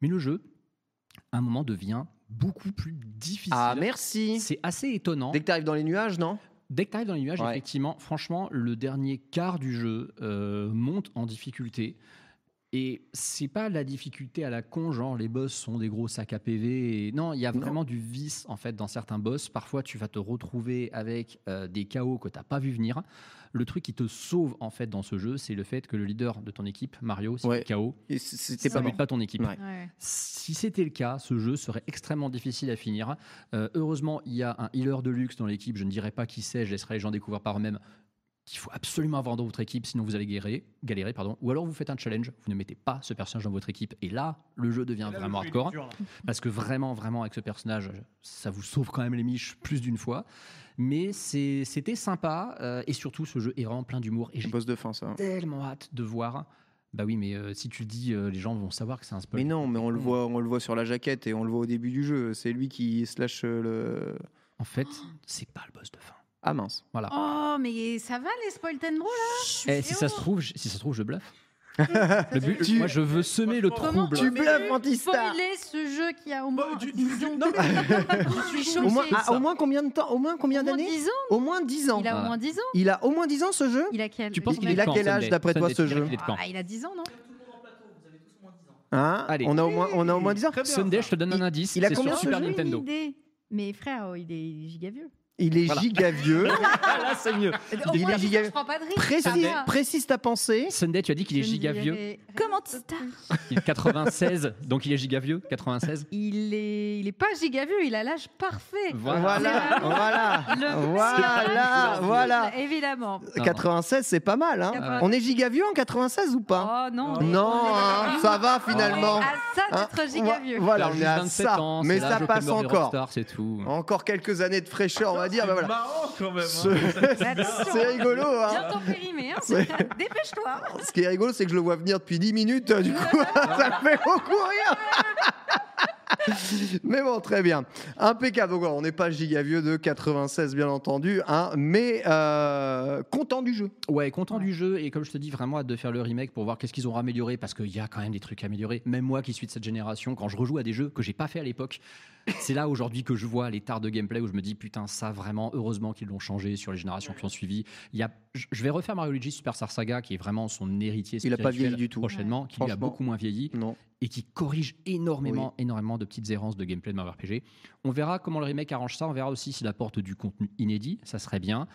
[SPEAKER 4] Mais le jeu, à un moment, devient beaucoup plus difficile.
[SPEAKER 1] Ah, merci.
[SPEAKER 4] C'est assez étonnant.
[SPEAKER 1] Dès que t'arrives dans les nuages, non
[SPEAKER 4] Dès que tu arrives dans les nuages,
[SPEAKER 1] Ouais.
[SPEAKER 4] effectivement, franchement, le dernier quart du jeu euh, monte en difficulté. Et c'est pas la difficulté à la con, genre les boss sont des gros sacs à PV. et- Non, il y a
[SPEAKER 1] Non.
[SPEAKER 4] vraiment du vice en fait dans certains boss. Parfois, tu vas te retrouver avec euh, des chaos que t'as pas vu venir. Le truc qui te sauve en fait dans ce jeu, c'est le fait que le leader de ton équipe, Mario, c'est
[SPEAKER 1] Ouais.
[SPEAKER 4] le chaos.
[SPEAKER 1] Et c- C'était
[SPEAKER 4] Ça
[SPEAKER 1] pas
[SPEAKER 4] bute
[SPEAKER 1] bon.
[SPEAKER 4] pas ton équipe.
[SPEAKER 1] Ouais.
[SPEAKER 5] Ouais.
[SPEAKER 4] Si c'était le cas, ce jeu serait extrêmement difficile à finir. Euh, heureusement, il y a un healer de luxe dans l'équipe. Je ne dirai pas qui c'est, je laisserai les gens découvrir par eux-mêmes. Qu'il faut absolument avoir dans votre équipe, sinon vous allez galérer, galérer pardon. Ou alors vous faites un challenge, vous ne mettez pas ce personnage dans votre équipe, et là, le jeu devient vraiment hardcore. Parce que vraiment, vraiment, avec ce personnage, ça vous sauve quand même les miches plus d'une fois. Mais c'est- c'était sympa, euh, et surtout, ce jeu est vraiment plein d'humour. Et j'ai
[SPEAKER 1] Boss de fin, ça. hein.
[SPEAKER 4] tellement hâte de voir. Bah oui, mais euh, si tu le dis, euh, les gens vont savoir que c'est un spoil.
[SPEAKER 1] Mais non, mais on le
[SPEAKER 5] Mm.
[SPEAKER 1] voit, on le voit sur la jaquette et on le voit au début du jeu. C'est lui qui slash euh, le.
[SPEAKER 4] En fait, c'est pas le boss de fin.
[SPEAKER 1] Ah mince.
[SPEAKER 4] Voilà.
[SPEAKER 5] Oh, mais ça va les spoil Tenbro là
[SPEAKER 4] Eh, si ça se trouve, je- si ça se trouve, je bluffe.
[SPEAKER 5] trouve,
[SPEAKER 4] Le but, moi, je veux semer le
[SPEAKER 3] Comment
[SPEAKER 4] trouble.
[SPEAKER 1] Tu bluffes, Antistar
[SPEAKER 5] Spoiler ce jeu qui a au
[SPEAKER 3] Bah,
[SPEAKER 5] moins
[SPEAKER 3] du-
[SPEAKER 5] 10
[SPEAKER 3] du- du-
[SPEAKER 5] ans.
[SPEAKER 3] non,
[SPEAKER 5] je suis choquée.
[SPEAKER 1] au moins,
[SPEAKER 5] Au
[SPEAKER 1] ah, au moins combien de temps Au moins combien
[SPEAKER 5] moins
[SPEAKER 1] d'années
[SPEAKER 5] 10 ans
[SPEAKER 1] Au moins 10 ans.
[SPEAKER 5] Il a au
[SPEAKER 4] Ouais.
[SPEAKER 5] moins 10 ans
[SPEAKER 1] Il a au moins 10 ans ce jeu
[SPEAKER 5] Il a quel
[SPEAKER 4] Tu penses
[SPEAKER 1] Il-
[SPEAKER 4] qu'il
[SPEAKER 5] combien
[SPEAKER 4] est
[SPEAKER 1] il a
[SPEAKER 4] de quand,
[SPEAKER 1] quel âge,
[SPEAKER 4] Sunday
[SPEAKER 1] d'après toi,
[SPEAKER 4] Sunday,
[SPEAKER 1] ce
[SPEAKER 4] tu dirais
[SPEAKER 1] jeu
[SPEAKER 4] qu'il est de quand
[SPEAKER 5] Ah, Il a 10 ans, non
[SPEAKER 1] Hein
[SPEAKER 4] Allez.
[SPEAKER 1] On a au moins, on a au moins 10 ans.
[SPEAKER 3] Très bien,
[SPEAKER 4] Sunday,
[SPEAKER 3] ça.
[SPEAKER 4] je te donne un
[SPEAKER 1] Il-
[SPEAKER 4] indice.
[SPEAKER 1] il a
[SPEAKER 4] c'est sur
[SPEAKER 1] combien, ce
[SPEAKER 4] Super
[SPEAKER 1] jeu
[SPEAKER 5] J'ai une
[SPEAKER 4] Nintendo.
[SPEAKER 5] idée. Mais frère, oh, il est giga vieux.
[SPEAKER 1] Il est
[SPEAKER 4] Voilà.
[SPEAKER 1] giga vieux.
[SPEAKER 4] Ah, là, c'est mieux.
[SPEAKER 5] Au
[SPEAKER 1] Il
[SPEAKER 5] moins,
[SPEAKER 1] est
[SPEAKER 5] je-
[SPEAKER 1] giga-
[SPEAKER 5] Je prends pas de risque. ça
[SPEAKER 1] Précise,
[SPEAKER 5] va.
[SPEAKER 1] précise ta pensée.
[SPEAKER 4] Sunday, tu as dit qu'il est
[SPEAKER 5] Je ne
[SPEAKER 4] giga vieux.
[SPEAKER 5] dirai rien.
[SPEAKER 2] Comment tu t'as
[SPEAKER 4] Il est 96, donc il est giga vieux. 96.
[SPEAKER 5] Il est, il est pas giga vieux, il a l'âge parfait.
[SPEAKER 4] Voilà.
[SPEAKER 1] Voilà,
[SPEAKER 5] C'est vraiment
[SPEAKER 1] voilà,
[SPEAKER 5] Le-
[SPEAKER 1] voilà, voilà.
[SPEAKER 5] Évidemment.
[SPEAKER 1] 96, c'est pas mal. hein.
[SPEAKER 5] Ah.
[SPEAKER 1] On est giga vieux en 96 ou pas
[SPEAKER 5] Oh non.
[SPEAKER 1] Non, hein, ça va finalement.
[SPEAKER 5] À ça
[SPEAKER 1] Hein,
[SPEAKER 5] d'être giga
[SPEAKER 1] vo-
[SPEAKER 5] vieux.
[SPEAKER 1] Voilà,
[SPEAKER 4] T'as
[SPEAKER 1] on
[SPEAKER 4] juste
[SPEAKER 1] est à
[SPEAKER 4] 27
[SPEAKER 1] ça.
[SPEAKER 4] ans,
[SPEAKER 1] mais
[SPEAKER 4] c'est l'âge
[SPEAKER 1] ça
[SPEAKER 4] auquel
[SPEAKER 1] passe
[SPEAKER 4] meurent les
[SPEAKER 1] encore.
[SPEAKER 4] rockstars, c'est tout.
[SPEAKER 1] Encore quelques années de fraîcheur, on va dire.
[SPEAKER 3] C'est
[SPEAKER 1] bah voilà.
[SPEAKER 3] marrant quand même. hein.
[SPEAKER 1] Ce-
[SPEAKER 5] Attention,
[SPEAKER 1] C'est rigolo. hein.
[SPEAKER 5] Bien ton périmé, hein.
[SPEAKER 1] C'est-
[SPEAKER 5] Dépêche-toi.
[SPEAKER 1] Ce qui est rigolo, c'est que je le vois venir depuis 10 minutes. euh, Du coup, ça me fait beaucoup rire. mais bon, très bien. Impeccable. Donc, voilà, on n'est pas giga vieux de 96, bien entendu, hein, mais euh, content du jeu.
[SPEAKER 4] Ouais, content du jeu et comme je te dis, vraiment hâte de faire le remake pour voir qu'est-ce qu'ils ont amélioré parce qu'il y a quand même des trucs à améliorer. Même moi qui suis de cette génération, quand je rejoue à des jeux que j'ai pas fait à l'époque, c'est là aujourd'hui que je vois les tares de gameplay où je me dis putain ça vraiment heureusement qu'ils l'ont changé sur les générations qui ont suivi. Il y a, je je vais refaire Mario Luigi Superstar Saga qui est vraiment son héritier.
[SPEAKER 1] Il a pas
[SPEAKER 4] spirituel
[SPEAKER 1] vieilli du tout.
[SPEAKER 4] Prochainement, qui lui a
[SPEAKER 1] Franchement.
[SPEAKER 4] beaucoup moins vieilli
[SPEAKER 1] Non.
[SPEAKER 4] et qui corrige énormément, énormément de petites errances de gameplay de Mario RPG. On verra comment le remake arrange ça. On verra aussi s'il apporte du contenu inédit. Ça serait bien.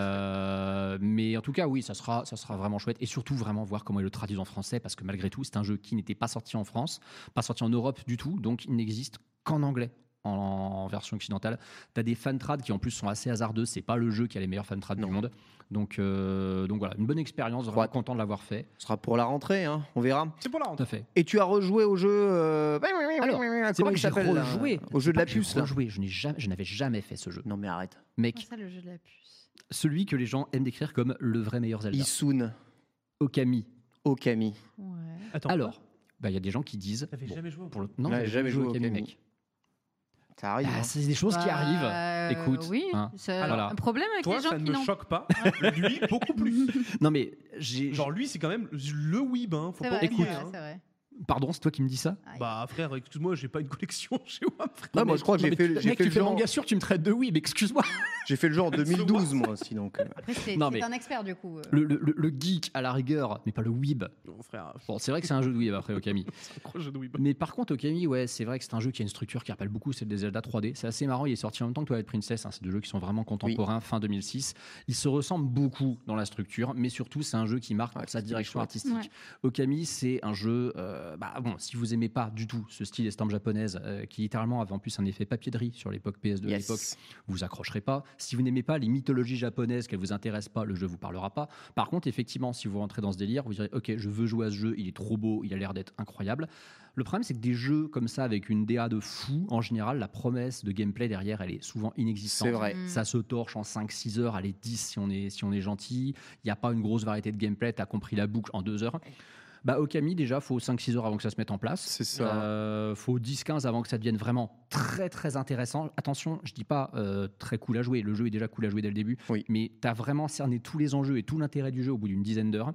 [SPEAKER 4] Euh, mais en tout cas, oui, ça sera, ça sera vraiment chouette. Et surtout, vraiment voir comment ils le traduisent en français. Parce que malgré tout, c'est un jeu qui n'était pas sorti en France, pas sorti en Europe du tout. Donc, il n'existe qu'en anglais. En, en version occidentale, t'as des fan trad qui en plus sont assez hasardeux. C'est pas le jeu qui a les meilleurs fan trad du monde. Donc, euh, donc voilà, une bonne expérience. Vraiment content de l'avoir fait.
[SPEAKER 1] Ce sera pour la rentrée, hein, on verra.
[SPEAKER 3] C'est pour la rentrée.
[SPEAKER 4] Tout à fait.
[SPEAKER 1] Et tu as rejoué au jeu. euh,
[SPEAKER 4] Alors, c'est
[SPEAKER 1] comment
[SPEAKER 4] pas
[SPEAKER 1] il
[SPEAKER 4] que j'ai
[SPEAKER 1] s'appelle là
[SPEAKER 4] rejoué.
[SPEAKER 1] Au jeu de la
[SPEAKER 4] C'est pas que
[SPEAKER 1] puce,
[SPEAKER 4] j'ai
[SPEAKER 1] là.
[SPEAKER 4] rejoué. Je n'ai jamais, je n'avais jamais fait ce jeu.
[SPEAKER 1] Non, mais arrête.
[SPEAKER 4] Mec,
[SPEAKER 5] ça, le jeu de la puce.
[SPEAKER 4] celui que les gens aiment décrire comme le vrai meilleur Zelda.
[SPEAKER 1] Isun,
[SPEAKER 4] Okami.
[SPEAKER 1] Okami.
[SPEAKER 5] Ouais.
[SPEAKER 3] Attends,
[SPEAKER 4] Alors, bah, il y a des gens qui disent.
[SPEAKER 3] t'avais
[SPEAKER 4] bon,
[SPEAKER 3] jamais joué au
[SPEAKER 4] pour le... Non,
[SPEAKER 1] Ouais,
[SPEAKER 4] j'avais jamais joué au Okami, mec.
[SPEAKER 1] Ça arrive.
[SPEAKER 4] Ah,
[SPEAKER 1] hein.
[SPEAKER 4] c'est des choses qui
[SPEAKER 5] Bah,
[SPEAKER 4] arrivent.
[SPEAKER 5] euh,
[SPEAKER 4] Écoute,
[SPEAKER 5] Oui,
[SPEAKER 4] hein,
[SPEAKER 5] c'est
[SPEAKER 4] voilà.
[SPEAKER 5] un problème avec
[SPEAKER 3] Toi,
[SPEAKER 5] les gens
[SPEAKER 3] ça
[SPEAKER 5] qui
[SPEAKER 3] ne me
[SPEAKER 5] n'en
[SPEAKER 3] choque pas. lui, beaucoup plus.
[SPEAKER 4] Non, mais j'ai.
[SPEAKER 3] Genre, lui, c'est quand même le weeb. Hein. Faut
[SPEAKER 5] C'est
[SPEAKER 3] pas
[SPEAKER 5] vrai,
[SPEAKER 3] oublier,
[SPEAKER 5] c'est vrai,
[SPEAKER 3] hein.
[SPEAKER 5] c'est vrai.
[SPEAKER 4] Pardon, c'est toi qui me dis ça
[SPEAKER 5] Aïe.
[SPEAKER 3] Bah, frère, excuse-moi, j'ai pas une collection chez moi, frère.
[SPEAKER 1] Non,
[SPEAKER 4] Non,
[SPEAKER 1] moi,
[SPEAKER 4] mais-
[SPEAKER 1] je crois que
[SPEAKER 4] non,
[SPEAKER 1] j'ai
[SPEAKER 4] mais
[SPEAKER 1] fait,
[SPEAKER 4] tu-
[SPEAKER 1] j'ai
[SPEAKER 4] mec,
[SPEAKER 1] fait le
[SPEAKER 4] tu fais
[SPEAKER 1] genre.
[SPEAKER 4] manga sûr, tu me traites de oui, mais excuse-moi.
[SPEAKER 1] J'ai fait le genre en 2012, moi aussi, donc. euh.
[SPEAKER 5] Après, c'est
[SPEAKER 4] Non,
[SPEAKER 5] c'est
[SPEAKER 4] mais-
[SPEAKER 5] un expert du coup. euh.
[SPEAKER 4] Le, le- le- le geek à la rigueur, mais pas le weeb.
[SPEAKER 3] Non, frère, je
[SPEAKER 4] Bon, c'est vrai que c'est un jeu de weeb après Okami.
[SPEAKER 3] suis un gros jeu de weeb.
[SPEAKER 4] Mais par contre, Okami, ouais, c'est vrai que c'est un jeu qui a une structure qui rappelle beaucoup celle des Zelda 3D. C'est assez marrant, il est sorti en même temps que Twilight Princess. hein. C'est deux jeux qui sont vraiment contemporains, fin 2006. Ils se ressemblent beaucoup dans la structure, mais surtout, c'est un jeu qui marque
[SPEAKER 1] Ouais,
[SPEAKER 4] sa
[SPEAKER 1] c'est
[SPEAKER 4] direction
[SPEAKER 1] chouette.
[SPEAKER 4] artistique. Okami, c'est un jeu. euh, bah, bon, si vous aimez pas du tout ce style estampe japonaise, euh, qui littéralement avait en plus un effet papier de riz sur l'époque PS2 à
[SPEAKER 1] Yes.
[SPEAKER 4] l'époque, vous accrocherez pas. Si vous n'aimez pas les mythologies japonaises, qu'elles vous intéressent pas, le jeu vous parlera pas. Par contre, effectivement, si vous rentrez dans ce délire, vous direz OK, je veux jouer à ce jeu, il est trop beau, il a l'air d'être incroyable. Le problème, c'est que des jeux comme ça avec une DA de fou, en général, la promesse de gameplay derrière, elle est souvent inexistante.
[SPEAKER 1] C'est vrai.
[SPEAKER 5] Mm.
[SPEAKER 4] Ça se torche en 5-6 heures, allez 10 si on est, si on est gentil. Il n'y a pas une grosse variété de gameplay, t'as compris la boucle en 2 heures. Bah, Okami, déjà, faut 5-6 heures avant que ça se mette en place.
[SPEAKER 1] C'est ça.
[SPEAKER 4] Euh, faut 10-15 avant que ça devienne vraiment très très intéressant. Attention, je dis pas euh, très cool à jouer, le jeu est déjà cool à jouer dès le début,
[SPEAKER 1] Oui.
[SPEAKER 4] mais tu as vraiment cerné tous les enjeux et tout l'intérêt du jeu au bout d'une dizaine d'heures.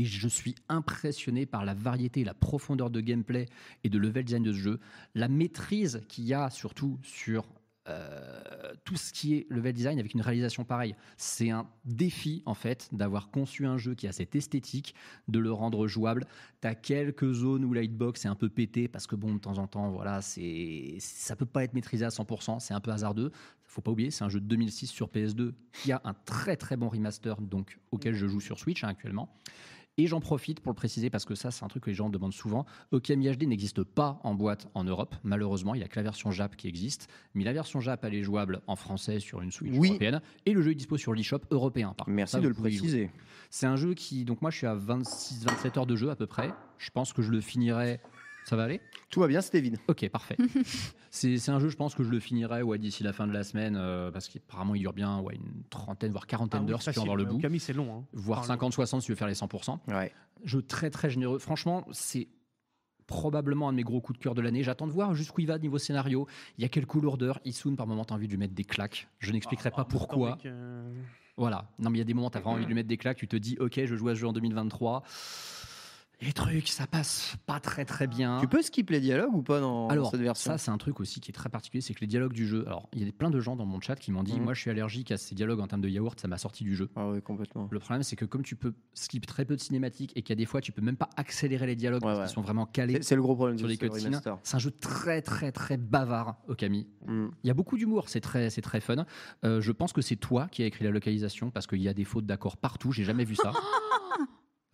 [SPEAKER 4] Et je suis impressionné par la variété, la profondeur de gameplay et de level design de ce jeu, la maîtrise qu'il y a surtout sur euh, tout ce qui est level design avec une réalisation pareille. C'est un défi en fait d'avoir conçu un jeu qui a cette esthétique, de le rendre jouable. T'as quelques zones où Lightbox est un peu pété parce que bon de temps en temps voilà c'est ça peut pas être maîtrisé à 100%, c'est un peu hasardeux. Faut pas oublier c'est un jeu de 2006 sur PS2 qui a un très très bon remaster donc auquel je joue sur Switch hein, actuellement. Et j'en profite pour le préciser parce que ça, c'est un truc que les gens demandent souvent. Okami HD n'existe pas en boîte en Europe, malheureusement. Il n'y a que la version JAP qui existe. Mais la version JAP, elle est jouable en français sur une Switch
[SPEAKER 1] Oui.
[SPEAKER 4] européenne. Et le jeu est dispo sur l'eShop européen. Par contre.
[SPEAKER 1] Merci
[SPEAKER 4] Ça,
[SPEAKER 1] de
[SPEAKER 4] vous
[SPEAKER 1] le
[SPEAKER 4] pouvez y jouer.
[SPEAKER 1] préciser.
[SPEAKER 4] C'est un jeu qui. Donc, moi, je suis à 26-27 heures de jeu à peu près. Je pense que je le finirai. Ça va aller
[SPEAKER 1] Tout va bien, Stévin.
[SPEAKER 4] Ok, parfait. c'est c'est un jeu, je pense que je le finirai ouais, d'ici la fin de la semaine, euh, parce qu'apparemment, il dure bien ouais, une trentaine, voire quarantaine d'heures si tu veux en voir le bout.
[SPEAKER 3] Camille, Ah c'est long. Hein.
[SPEAKER 4] Voire
[SPEAKER 3] Enfin,
[SPEAKER 4] 50-60 si tu veux faire les 100%
[SPEAKER 1] Ouais.
[SPEAKER 4] jeu très très généreux. Franchement, c'est probablement un de mes gros coups de cœur de l'année. J'attends de voir jusqu'où il va niveau scénario. Il y a quelques lourdeurs. Isun, par moment, t'as envie de lui mettre des claques. Je n'expliquerai
[SPEAKER 3] ah,
[SPEAKER 4] pas
[SPEAKER 3] en même temps,
[SPEAKER 4] pourquoi.
[SPEAKER 3] mec, euh,
[SPEAKER 4] Voilà. Non, mais il y a des moments, t'as vraiment envie de lui mettre des claques. Tu te dis, ok, je joue à ce jeu en 2023. Les trucs, ça passe pas très très bien.
[SPEAKER 1] Tu peux skip les dialogues ou pas dans
[SPEAKER 4] Alors,
[SPEAKER 1] cette version
[SPEAKER 4] ça, c'est un truc aussi qui est très particulier, c'est que les dialogues du jeu. Alors, il y a plein de gens dans mon chat qui m'ont dit,
[SPEAKER 1] Mhm.
[SPEAKER 4] moi, je suis allergique à ces dialogues en termes de yaourt, ça m'a sorti du jeu.
[SPEAKER 1] Ah oui, complètement.
[SPEAKER 4] Le problème, c'est que comme tu peux skip très peu de cinématiques et qu'il y a des fois, tu peux même pas accélérer les dialogues
[SPEAKER 1] Ouais,
[SPEAKER 4] parce
[SPEAKER 1] ouais.
[SPEAKER 4] qu'ils sont vraiment calés
[SPEAKER 1] C'est- C'est le gros problème
[SPEAKER 4] sur
[SPEAKER 1] de
[SPEAKER 4] les
[SPEAKER 1] ce
[SPEAKER 4] cutscenes.
[SPEAKER 1] remaster.
[SPEAKER 4] C'est un jeu très, très, très bavard, Okami.
[SPEAKER 1] Mm.
[SPEAKER 4] Il y a beaucoup d'humour, c'est très, c'est très fun. Euh, je pense que c'est toi qui as écrit la localisation parce qu'il y a des fautes d'accord partout, j'ai jamais vu ça.
[SPEAKER 5] Ah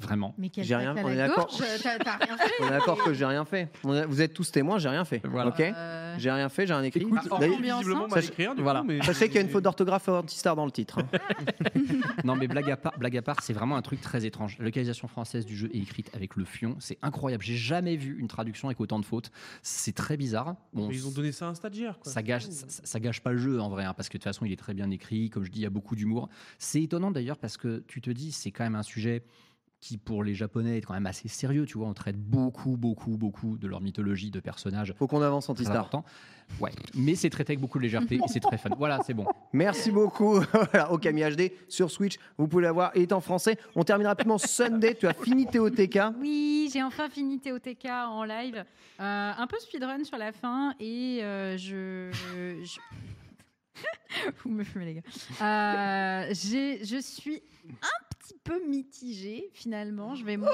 [SPEAKER 4] Vraiment.
[SPEAKER 5] Mais quelle
[SPEAKER 1] J'ai rien-
[SPEAKER 5] claque
[SPEAKER 1] on
[SPEAKER 5] à
[SPEAKER 1] est
[SPEAKER 5] la
[SPEAKER 1] d'accord.
[SPEAKER 5] gorge, t'as t'as rien fait.
[SPEAKER 1] On est d'accord que j'ai rien fait. On est- Vous êtes tous témoins, j'ai rien fait.
[SPEAKER 4] Voilà.
[SPEAKER 1] Ok
[SPEAKER 5] Euh,
[SPEAKER 1] J'ai rien fait, j'ai rien écrit.
[SPEAKER 4] Écoute,
[SPEAKER 3] ah,
[SPEAKER 1] D'ailleurs,
[SPEAKER 5] Ambiance,
[SPEAKER 3] visiblement,
[SPEAKER 5] hein.
[SPEAKER 3] mal
[SPEAKER 1] Sach-
[SPEAKER 3] écrire, du
[SPEAKER 4] voilà.
[SPEAKER 3] coup, mais-
[SPEAKER 1] Sachez qu'il y a une faute d'orthographe anti-star dans le titre. hein.
[SPEAKER 4] Non, mais blague à part, blague à part, c'est vraiment un truc très étrange. La localisation française du jeu est écrite avec le fion, c'est incroyable. J'ai jamais vu une traduction avec autant de fautes. C'est très bizarre. Bon,
[SPEAKER 3] Mais ils ont donné ça à un stagiaire. Quoi.
[SPEAKER 4] ça gâche, ça, ça gâche pas le jeu en vrai, hein, parce que de toute façon, il est très bien écrit. Comme je dis, il y a beaucoup d'humour. C'est étonnant d'ailleurs parce que tu te dis, c'est quand même un sujet qui pour les Japonais est quand même assez sérieux. Tu vois, on traite beaucoup, beaucoup, beaucoup de leur mythologie, de personnages.
[SPEAKER 1] Faut qu'on avance,
[SPEAKER 4] très
[SPEAKER 1] Antistar.
[SPEAKER 4] importants. Ouais, mais c'est traité avec beaucoup de légèreté et c'est très fun. Voilà, c'est bon.
[SPEAKER 1] Merci beaucoup voilà, au Camille HD sur Switch. Vous pouvez l'avoir. Il est en français. On termine rapidement Sunday. Tu as fini TOTK.
[SPEAKER 5] Oui, j'ai enfin fini TOTK en live. Euh, un peu speedrun sur la fin et euh, je. je- Vous me fumez, les gars. Euh, j'ai- je suis un petit peu mitigée, finalement. Je vais. mou-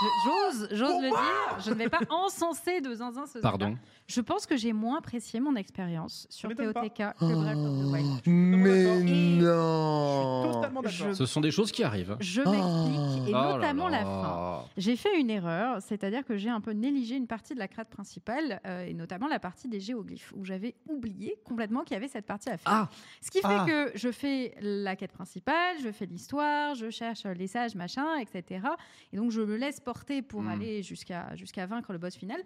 [SPEAKER 5] Je- J'ose, j'ose le dire. Je ne vais pas encenser de zinzin ce soir.
[SPEAKER 4] Pardon.
[SPEAKER 5] Je pense que j'ai moins apprécié mon expérience
[SPEAKER 3] Ça
[SPEAKER 5] sur
[SPEAKER 3] m'étonne pas.
[SPEAKER 5] TOTK que Breath of the Wild.
[SPEAKER 1] Mais
[SPEAKER 5] Et-
[SPEAKER 1] non.
[SPEAKER 3] Totalement d'accord.
[SPEAKER 4] Ce sont des choses qui arrivent.
[SPEAKER 5] Je m'explique,
[SPEAKER 4] hein. Oh
[SPEAKER 5] et
[SPEAKER 4] là
[SPEAKER 5] notamment la
[SPEAKER 4] là.
[SPEAKER 5] fin. J'ai fait une erreur, c'est-à-dire que j'ai un peu négligé une partie de la crête principale, euh, et notamment la partie des géoglyphes, où j'avais oublié complètement qu'il y avait cette partie à faire.
[SPEAKER 4] Ah.
[SPEAKER 5] Ce qui fait
[SPEAKER 1] Ah.
[SPEAKER 5] que je fais la quête principale, je fais l'histoire, je cherche euh, les sages, machin, etc. Et donc je me laisse porter pour
[SPEAKER 4] Mm.
[SPEAKER 5] aller jusqu'à jusqu'à vaincre le boss final.